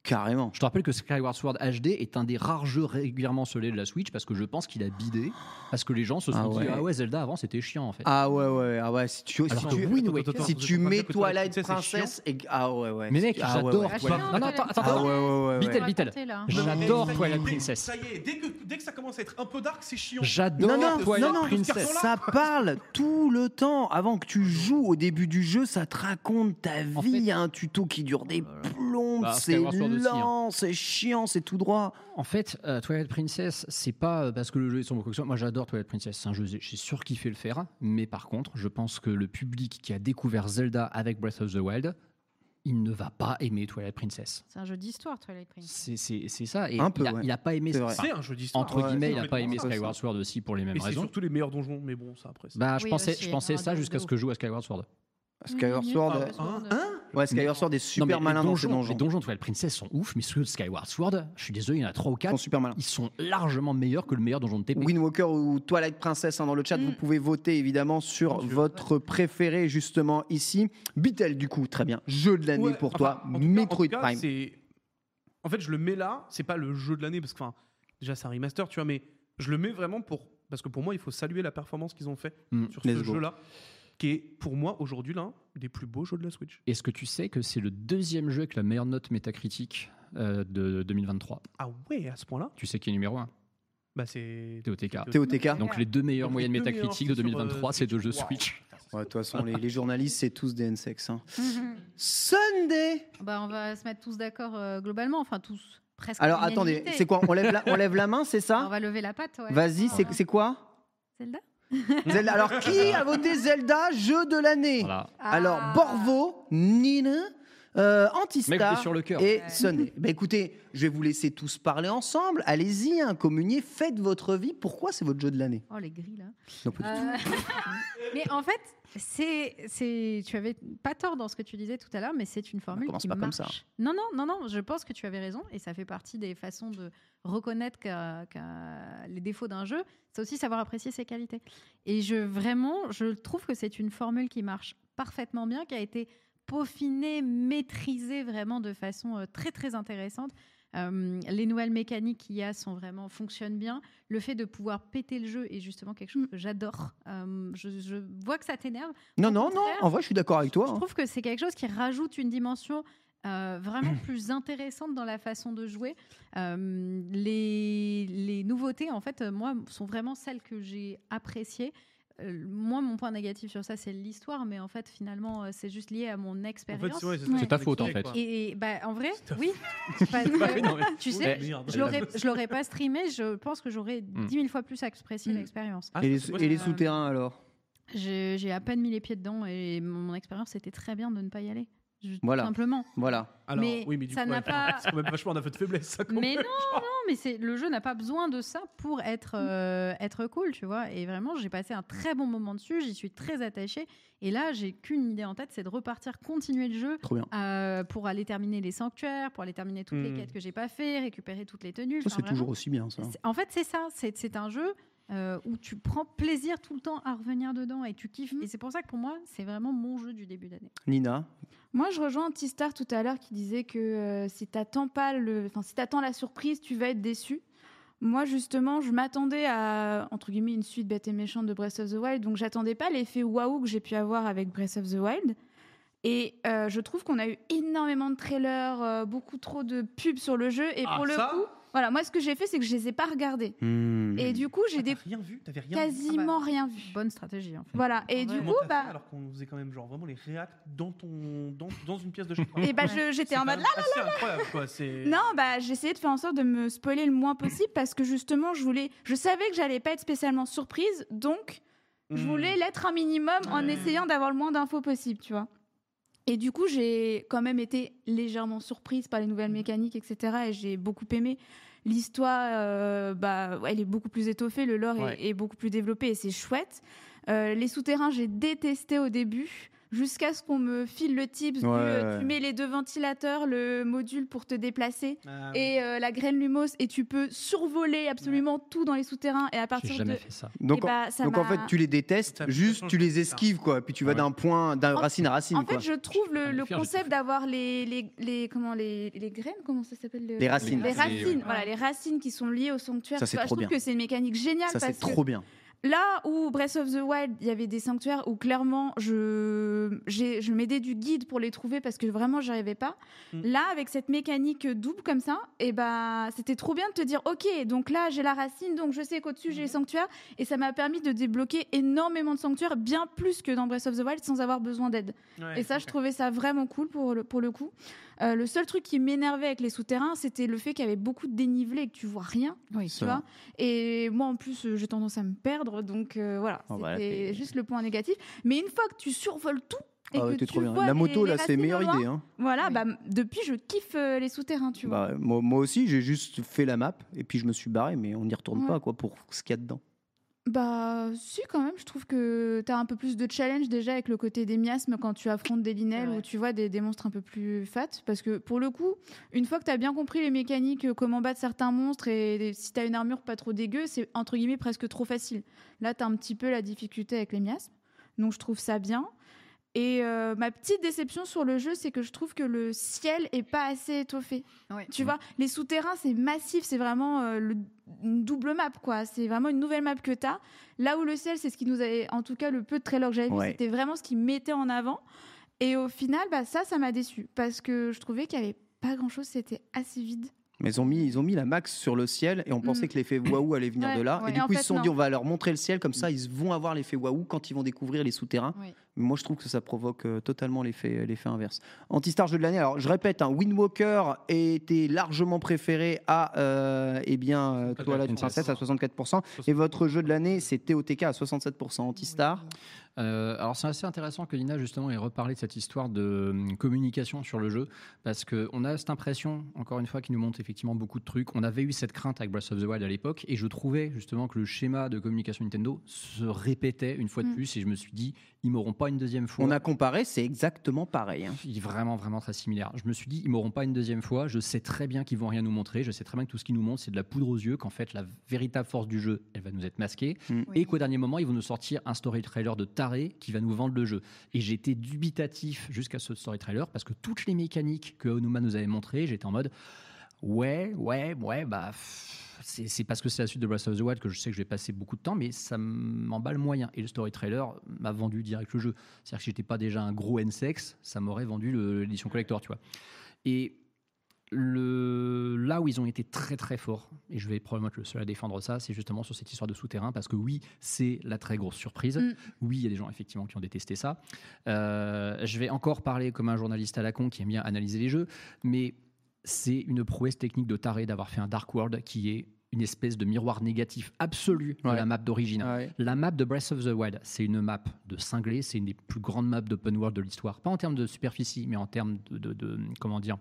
[SPEAKER 1] Carrément.
[SPEAKER 4] Je te rappelle que Skyward Sword HD est un des rares jeux régulièrement solés de la Switch parce que je pense qu'il a bidé, parce que les gens se sont
[SPEAKER 1] Ah
[SPEAKER 4] dit
[SPEAKER 1] ouais.
[SPEAKER 4] ah ouais Zelda avant c'était chiant en fait.
[SPEAKER 1] Ah ouais, ouais, ah ouais. Si tu,
[SPEAKER 4] Alors
[SPEAKER 1] si
[SPEAKER 4] que
[SPEAKER 1] tu,
[SPEAKER 4] Wind Waker,
[SPEAKER 1] si
[SPEAKER 4] faut-
[SPEAKER 1] tu
[SPEAKER 4] faut pas
[SPEAKER 1] mets
[SPEAKER 4] dire que Twilight
[SPEAKER 1] Twilight
[SPEAKER 4] Princess, c'est
[SPEAKER 1] Princess et. Ah ouais, ouais.
[SPEAKER 4] Mais mec,
[SPEAKER 1] ah ouais,
[SPEAKER 4] j'adore
[SPEAKER 1] ouais.
[SPEAKER 4] Twilight Non, non, attends, attends,
[SPEAKER 1] Ah ouais, ouais, ouais, ouais.
[SPEAKER 4] Vitel, Vitel. J'adore Twilight Princess.
[SPEAKER 3] Ça y est, dès que, dès que ça commence à être un peu dark, c'est chiant.
[SPEAKER 4] J'adore
[SPEAKER 1] non, non,
[SPEAKER 4] Twilight
[SPEAKER 1] non, non,
[SPEAKER 4] Princess. Ah
[SPEAKER 1] Ça parle tout le temps. Avant que tu joues au début du jeu, ça te raconte ta vie. Il y a un tuto qui dure des plombes.
[SPEAKER 4] Bah,
[SPEAKER 1] c'est
[SPEAKER 4] Skyward Sword aussi, hein.
[SPEAKER 1] lent, c'est chiant, c'est tout droit.
[SPEAKER 4] En fait, euh, Twilight Princess, c'est pas euh, parce que le jeu est sombre ou quoi que ce soit. Moi, j'adore Twilight Princess. C'est un jeu, j'ai j'ai surkiffé le faire. Mais par contre, je pense que le public qui a découvert Zelda avec Breath of the Wild, il ne va pas aimer Twilight Princess.
[SPEAKER 5] C'est un jeu d'histoire, Twilight Princess.
[SPEAKER 4] C'est- C'est c'est ça. Et
[SPEAKER 1] Un peu,
[SPEAKER 4] il, a,
[SPEAKER 1] ouais.
[SPEAKER 4] il a pas aimé.
[SPEAKER 1] C'est vrai.
[SPEAKER 4] enfin,
[SPEAKER 3] C'est un jeu d'histoire.
[SPEAKER 4] Entre
[SPEAKER 1] Ouais,
[SPEAKER 4] guillemets,
[SPEAKER 3] c'est
[SPEAKER 4] il a pas aimé
[SPEAKER 3] complètement ça,
[SPEAKER 4] Skyward
[SPEAKER 3] ça.
[SPEAKER 4] Sword aussi pour les mêmes
[SPEAKER 3] Et c'est
[SPEAKER 4] raisons.
[SPEAKER 3] surtout les meilleurs donjons, mais bon, ça après. c'est-
[SPEAKER 4] Bah, je
[SPEAKER 5] Oui,
[SPEAKER 4] pensais,
[SPEAKER 5] aussi, hein, Mm,
[SPEAKER 4] je pensais
[SPEAKER 5] un
[SPEAKER 4] ça
[SPEAKER 5] donjon
[SPEAKER 4] jusqu'à
[SPEAKER 5] de
[SPEAKER 4] ce que je joue à Skyward Sword.
[SPEAKER 1] Skyward Sword.
[SPEAKER 3] Ah,
[SPEAKER 1] euh,
[SPEAKER 3] hein,
[SPEAKER 1] Ouais, Skyward Sword est super
[SPEAKER 4] Non, mais les
[SPEAKER 1] malin dans ses
[SPEAKER 4] donjons,
[SPEAKER 1] donjons.
[SPEAKER 4] Les donjons de Twilight Princess sont ouf, mais ceux de Skyward Sword, je suis désolé, il y en a 3 ou
[SPEAKER 1] Ils sont
[SPEAKER 4] 4.
[SPEAKER 1] super malins.
[SPEAKER 4] Ils sont largement meilleurs que le meilleur donjon de TP.
[SPEAKER 1] Wind Walker ou Twilight Princess hein, dans le chat, vous pouvez voter évidemment sur votre préféré justement ici. Beatle du coup, très bien. Jeu de l'année
[SPEAKER 3] Ouais,
[SPEAKER 1] pour
[SPEAKER 3] enfin,
[SPEAKER 1] toi,
[SPEAKER 3] en tout cas- en
[SPEAKER 1] Metroid
[SPEAKER 3] tout cas,
[SPEAKER 1] Prime.
[SPEAKER 3] c'est- En fait, je le mets là, c'est pas le jeu de l'année, parce que enfin, déjà, c'est un remaster, tu vois, mais je le mets vraiment pour. Parce que pour moi, il faut saluer la performance qu'ils ont fait
[SPEAKER 4] Mm.
[SPEAKER 3] sur ce
[SPEAKER 1] Let's go.
[SPEAKER 3] jeu-là, qui est pour moi aujourd'hui l'un des plus beaux jeux de la Switch.
[SPEAKER 4] Est-ce que tu sais que c'est le deuxième jeu avec la meilleure note métacritique euh, de 2023
[SPEAKER 3] Ah ouais, à ce point-là
[SPEAKER 4] Tu sais qui est numéro 1
[SPEAKER 3] Bah, c'est.
[SPEAKER 4] TOTK.
[SPEAKER 1] TOTK.
[SPEAKER 4] Donc les deux meilleures
[SPEAKER 3] Donc, les
[SPEAKER 4] moyennes
[SPEAKER 3] deux
[SPEAKER 4] métacritiques de
[SPEAKER 3] meilleurs sur, euh,
[SPEAKER 4] 2023, c'est deux jeux
[SPEAKER 3] Switch.
[SPEAKER 4] Switch.
[SPEAKER 1] Ouais, de toute façon, les, les journalistes, c'est tous des NSEX. hein.
[SPEAKER 5] Mhm.
[SPEAKER 1] Sunday
[SPEAKER 5] Bah, on va se mettre tous d'accord euh, globalement, enfin tous, presque.
[SPEAKER 1] Alors
[SPEAKER 5] à
[SPEAKER 1] attendez,
[SPEAKER 5] l'unanimité.
[SPEAKER 1] c'est quoi on lève, la, on lève la main, c'est
[SPEAKER 5] On
[SPEAKER 1] ça
[SPEAKER 5] va lever la patte, Ah ouais. Oh
[SPEAKER 1] Vas-y, c'est c'est quoi
[SPEAKER 5] Zelda
[SPEAKER 1] Zelda. Alors qui a voté Zelda jeu de l'année
[SPEAKER 4] Voilà.
[SPEAKER 1] Alors
[SPEAKER 5] Ah.
[SPEAKER 1] Borvo, Nina, euh,
[SPEAKER 4] Mec, je l'ai
[SPEAKER 1] Antistar
[SPEAKER 4] sur le cœur.
[SPEAKER 1] et
[SPEAKER 5] Ouais.
[SPEAKER 1] Sunday. Bah, écoutez, je vais vous laisser tous parler ensemble. Allez-y, hein, communiez, faites votre vie. Pourquoi c'est votre jeu de l'année
[SPEAKER 5] Oh, les grilles, là.
[SPEAKER 1] Non, pas du tout.
[SPEAKER 5] Euh, mais en fait, c'est, c'est, tu avais pas tort dans ce que tu disais tout à l'heure, mais c'est une formule
[SPEAKER 1] commence
[SPEAKER 5] qui
[SPEAKER 1] pas comme
[SPEAKER 5] marche.
[SPEAKER 1] ça. hein.
[SPEAKER 5] Non, non, non, non. Je pense que tu avais raison, et ça fait partie des façons de reconnaître qu'à- qu'à les défauts d'un jeu. C'est aussi savoir apprécier ses qualités. Et je vraiment, je trouve que c'est une formule qui marche parfaitement bien, qui a été peaufinée, maîtrisée vraiment de façon euh, très très intéressante. Euh, les nouvelles mécaniques qu'il y a sont vraiment fonctionnent bien le fait de pouvoir péter le jeu est justement quelque chose que j'adore. Euh, je, je vois que ça t'énerve.
[SPEAKER 1] Mm. non,
[SPEAKER 5] Au
[SPEAKER 1] non, non.
[SPEAKER 5] contraire,
[SPEAKER 1] En vrai, je suis d'accord avec toi.
[SPEAKER 5] Je
[SPEAKER 1] hein.
[SPEAKER 5] trouve que c'est quelque chose qui rajoute une dimension euh, vraiment plus intéressante dans la façon de jouer. Euh, les, les nouveautés, en fait, euh, moi, sont vraiment celles que j'ai appréciées. Euh, moi, mon point négatif sur ça, c'est l'histoire, mais en fait, finalement, euh, c'est juste lié à mon
[SPEAKER 3] En fait,
[SPEAKER 5] expérience.
[SPEAKER 3] c'est ouais,
[SPEAKER 5] Ouais.
[SPEAKER 3] ça
[SPEAKER 4] C'est ta
[SPEAKER 3] qu'on
[SPEAKER 4] faute, en
[SPEAKER 3] explique,
[SPEAKER 4] fait.
[SPEAKER 3] quoi.
[SPEAKER 5] Et, et, bah, en vrai,
[SPEAKER 3] C'est ta
[SPEAKER 5] oui. parce que-
[SPEAKER 3] Non, mais-
[SPEAKER 5] tu sais,
[SPEAKER 3] Merde.
[SPEAKER 5] je l'aurais- je l'aurais pas streamé, je pense que j'aurais
[SPEAKER 4] Mm.
[SPEAKER 5] dix mille fois plus apprécié
[SPEAKER 2] Mm.
[SPEAKER 5] l'expérience.
[SPEAKER 3] Ah,
[SPEAKER 1] et
[SPEAKER 3] c'est
[SPEAKER 1] les,
[SPEAKER 3] moi,
[SPEAKER 1] et
[SPEAKER 3] c'est-
[SPEAKER 1] les souterrains alors
[SPEAKER 5] J'ai j'ai à peine mis les pieds dedans et mon, mon expérience était très bien de ne pas y aller. Je-
[SPEAKER 1] Voilà.
[SPEAKER 5] Tout simplement.
[SPEAKER 1] Voilà.
[SPEAKER 3] Alors,
[SPEAKER 5] mais
[SPEAKER 3] oui, mais du
[SPEAKER 5] ça
[SPEAKER 3] coup,
[SPEAKER 5] n'a
[SPEAKER 3] ouais,
[SPEAKER 5] pas-
[SPEAKER 3] C'est quand même vachement un aveu de faiblesse, ça. quand
[SPEAKER 5] Mais
[SPEAKER 3] même.
[SPEAKER 5] non, Non, mais c'est le jeu n'a pas besoin de ça pour être euh, être cool, tu vois. Et vraiment, j'ai passé un très bon moment dessus, j'y suis très attachée. Et là, j'ai qu'une idée en tête, c'est de repartir, continuer le jeu
[SPEAKER 1] Trop bien. Mmh.
[SPEAKER 5] euh, pour aller terminer les sanctuaires, pour aller terminer toutes les
[SPEAKER 3] Mm.
[SPEAKER 5] quêtes que j'ai pas fait, récupérer toutes les tenues.
[SPEAKER 1] Ça,
[SPEAKER 5] Enfin,
[SPEAKER 1] c'est
[SPEAKER 5] vraiment,
[SPEAKER 1] toujours aussi bien ça.
[SPEAKER 5] C'est- En fait, c'est ça. C'est c'est un jeu euh, où tu prends plaisir tout le temps à revenir dedans et tu kiffes. Et c'est pour ça que pour moi, c'est vraiment mon jeu du début d'année.
[SPEAKER 1] Nina,
[SPEAKER 2] Moi, je rejoins Antistar tout à l'heure qui disait que euh, si t'attends pas le, enfin si t'attends la surprise, tu vas être déçu. Moi, justement, je m'attendais à entre guillemets une suite bête et méchante de Breath of the Wild, donc j'attendais pas l'effet waouh que j'ai pu avoir avec Breath of the Wild. Et euh, je trouve qu'on a eu énormément de trailers, euh, beaucoup trop de pubs sur le jeu. Et
[SPEAKER 3] Ah,
[SPEAKER 2] pour le
[SPEAKER 3] ça
[SPEAKER 2] coup, voilà, moi, ce que j'ai fait, c'est que je les ai pas regardés.
[SPEAKER 3] Hmm.
[SPEAKER 2] Et du coup, j'ai
[SPEAKER 3] T'as
[SPEAKER 2] des
[SPEAKER 3] rien vu, Ah, bah, t'avais rien vu.
[SPEAKER 2] quasiment rien vu.
[SPEAKER 5] Bonne stratégie, en fait.
[SPEAKER 2] Voilà. Et
[SPEAKER 5] Ouais.
[SPEAKER 2] du
[SPEAKER 3] Comment
[SPEAKER 2] coup,
[SPEAKER 3] t'as fait
[SPEAKER 2] bah,
[SPEAKER 3] alors qu'on faisait quand même genre vraiment les réacts dans ton dans, dans une pièce de chez toi.
[SPEAKER 2] et bah,
[SPEAKER 5] Ouais.
[SPEAKER 2] je- j'étais en mode
[SPEAKER 3] là C'est incroyable quoi, c'est
[SPEAKER 2] Non, bah j'ai essayé de faire en sorte de me spoiler le moins possible parce que justement, je voulais, je savais que j'allais pas être spécialement surprise, donc je
[SPEAKER 3] Hmm.
[SPEAKER 2] voulais l'être un minimum en essayant d'avoir le moins d'infos possible, tu vois. Et du coup, j'ai quand même été légèrement surprise par les nouvelles mécaniques, etc. Et j'ai beaucoup aimé l'histoire. euh, bah, ouais, elle est beaucoup plus étoffée, le lore est-
[SPEAKER 1] Ouais.
[SPEAKER 2] est, beaucoup plus développé et c'est chouette. Euh, les souterrains, j'ai détesté au début. Jusqu'à ce qu'on me file le tips du,
[SPEAKER 1] Ouais,
[SPEAKER 2] euh,
[SPEAKER 1] ouais.
[SPEAKER 2] tu mets les deux ventilateurs, le module pour te déplacer
[SPEAKER 3] Ah
[SPEAKER 2] et euh, la graine lumos et tu peux survoler absolument tout dans les souterrains et à partir
[SPEAKER 1] jamais
[SPEAKER 2] de
[SPEAKER 1] fait
[SPEAKER 4] ça.
[SPEAKER 1] Donc,
[SPEAKER 2] Eh
[SPEAKER 1] en-
[SPEAKER 2] bah, ça
[SPEAKER 1] donc en
[SPEAKER 2] m'a-
[SPEAKER 1] fait, tu les détestes, juste tu les esquives, quoi. Puis tu vas d'un point, d'un
[SPEAKER 2] En-
[SPEAKER 1] racine à racine,
[SPEAKER 2] En
[SPEAKER 1] quoi.
[SPEAKER 2] fait, je trouve le,
[SPEAKER 1] faire,
[SPEAKER 2] le
[SPEAKER 1] j'ai
[SPEAKER 2] concept d'avoir les, les, les- comment, les, les graines, comment ça s'appelle le-
[SPEAKER 1] Les racines.
[SPEAKER 2] Les
[SPEAKER 1] Les racines,
[SPEAKER 2] racines,
[SPEAKER 1] ouais.
[SPEAKER 2] voilà, les racines qui sont liées au sanctuaire.
[SPEAKER 1] Ça,
[SPEAKER 2] Tu
[SPEAKER 1] c'est
[SPEAKER 2] vois,
[SPEAKER 1] trop
[SPEAKER 2] je trouve
[SPEAKER 1] bien.
[SPEAKER 2] que c'est une mécanique géniale.
[SPEAKER 1] Ça, c'est
[SPEAKER 2] parce que
[SPEAKER 1] trop bien.
[SPEAKER 2] Là où Breath of the Wild, il y avait des sanctuaires où clairement je, j'ai- je m'aidais du guide pour les trouver parce que vraiment j'y arrivais pas.
[SPEAKER 8] Mm.
[SPEAKER 2] Là, avec cette mécanique double comme ça, et ben c'était trop bien de te dire ok, donc là j'ai la racine, donc je sais qu'au-dessus
[SPEAKER 8] Mm.
[SPEAKER 2] j'ai les sanctuaires et ça m'a permis de débloquer énormément de sanctuaires, bien plus que dans Breath of the Wild sans avoir besoin d'aide.
[SPEAKER 8] Ouais,
[SPEAKER 2] et ça, je
[SPEAKER 8] ok.
[SPEAKER 2] trouvais ça vraiment cool pour le, pour le coup. Euh, le seul truc qui m'énervait avec les souterrains, c'était le fait qu'il y avait beaucoup de dénivelé et que tu vois rien, tu
[SPEAKER 1] Ça
[SPEAKER 2] vois.
[SPEAKER 1] va.
[SPEAKER 2] Et moi, en plus, euh, j'ai tendance à me perdre, donc euh, voilà,
[SPEAKER 1] Oh, bah,
[SPEAKER 2] c'était juste le point négatif. Mais une fois que tu survoles tout et
[SPEAKER 1] Ah ouais,
[SPEAKER 2] que
[SPEAKER 1] t'es
[SPEAKER 2] tu
[SPEAKER 1] trop bien.
[SPEAKER 2] vois
[SPEAKER 1] La
[SPEAKER 2] les-
[SPEAKER 1] moto,
[SPEAKER 2] les
[SPEAKER 1] là, c'est
[SPEAKER 2] racines au
[SPEAKER 1] meilleure
[SPEAKER 2] loin,
[SPEAKER 1] idée, hein.
[SPEAKER 2] Voilà, bah, m- depuis, je kiffe euh, les souterrains, tu vois.
[SPEAKER 1] Bah, moi, moi aussi, j'ai juste fait la map et puis je me suis barré, mais on n'y retourne
[SPEAKER 2] Ouais.
[SPEAKER 1] pas, quoi, pour ce qu'il y a dedans.
[SPEAKER 2] Bah, si, quand même, je trouve que t'as un peu plus de challenge déjà avec le côté des miasmes quand tu affrontes des linelles ou tu vois des, des monstres un peu plus fat. Parce que pour le coup, une fois que t'as bien compris les mécaniques, euh, comment battre certains monstres et des- si t'as une armure pas trop dégueu, c'est entre guillemets presque trop facile. Là, t'as un petit peu la difficulté avec les miasmes. Donc, je trouve ça bien. Et euh, ma petite déception sur le jeu, c'est que je trouve que le ciel est pas assez étoffé. Tu vois, les souterrains, c'est massif, c'est vraiment euh, le- une double map, quoi. C'est vraiment une nouvelle map que tu as. Là où le ciel, c'est ce qui nous avait, en tout cas, le peu de trailers que j'avais
[SPEAKER 8] Ouais.
[SPEAKER 2] vu, c'était vraiment ce qui mettait en avant. Et au final, bah, ça, ça m'a déçu parce que je trouvais qu'il y avait pas grand chose, c'était assez vide.
[SPEAKER 1] Mais ils ont mis, ils ont mis la max sur le ciel et on pensait
[SPEAKER 2] Mm.
[SPEAKER 1] que l'effet waouh allait venir
[SPEAKER 2] Ouais,
[SPEAKER 1] de là.
[SPEAKER 2] ouais.
[SPEAKER 1] Et du
[SPEAKER 2] Et en
[SPEAKER 1] coup, ils
[SPEAKER 2] fait,
[SPEAKER 1] se sont
[SPEAKER 2] non. Mm.
[SPEAKER 1] dit, on va leur montrer le ciel, comme ça, ils vont avoir l'effet waouh quand ils vont découvrir les souterrains.
[SPEAKER 2] Oui.
[SPEAKER 1] Mais moi, je trouve que ça provoque euh, totalement l'effet l'effet inverse. Antistar jeu de l'année. Alors, je répète, hein, Wind Walker était largement préféré à euh, eh bien, euh, Twilight Princess à 64%. Et votre jeu de l'année, c'est TOTK à 67%. Antistar.
[SPEAKER 4] Euh, alors c'est assez intéressant que Lina justement ait reparlé de cette histoire de hum, communication sur le jeu parce que on a cette impression encore une fois qu'il nous montre effectivement beaucoup de trucs. On avait eu cette crainte avec Breath of the Wild à l'époque et je trouvais justement que le schéma de communication Nintendo se répétait une fois de
[SPEAKER 1] Mm.
[SPEAKER 4] plus et je me suis dit ils m'auront pas une deuxième
[SPEAKER 3] hein.
[SPEAKER 4] fois.
[SPEAKER 1] On a comparé, c'est exactement pareil. hein.
[SPEAKER 4] Il est vraiment, vraiment très similaire. Je me suis dit, ils m'auront pas une deuxième fois. Je sais très bien qu'ils vont rien nous montrer. Je sais très bien que tout ce qu'ils nous montrent, c'est de la poudre aux yeux. Qu'en fait, la véritable force du jeu, elle va nous être masquée.
[SPEAKER 1] Mm.
[SPEAKER 4] Et qu'au dernier moment, ils vont nous sortir un story trailer de taré qui va nous vendre le jeu. Et j'étais dubitatif jusqu'à ce story trailer parce que toutes les mécaniques que Onuma nous avait montrées, j'étais en mode, ouais, ouais, ouais, bah. pff, C'est c'est parce que c'est la suite de Breath of the Wild que je sais que je vais passer beaucoup de temps, mais ça m'emballe moyen. Et le story trailer m'a vendu direct le jeu. C'est-à-dire que si j'étais pas déjà un gros N-Sex, ça m'aurait vendu le- l'édition collector, tu vois. Et le, là où ils ont été très très forts, et je vais probablement être le seul à défendre ça, c'est justement sur cette histoire de souterrain, parce que oui, c'est la très grosse surprise. Oui, il y a des gens effectivement qui ont détesté ça. Euh, je vais encore parler comme un journaliste à la con qui aime bien analyser les jeux, mais c'est une prouesse technique de taré d'avoir fait un Dark World qui est une espèce de miroir négatif absolu de la map d'origine. La map de Breath of the Wild, c'est une map de cinglé, c'est une des plus grandes maps d'open world de l'histoire. Pas en termes de superficie, mais en termes de, de- de- comment dire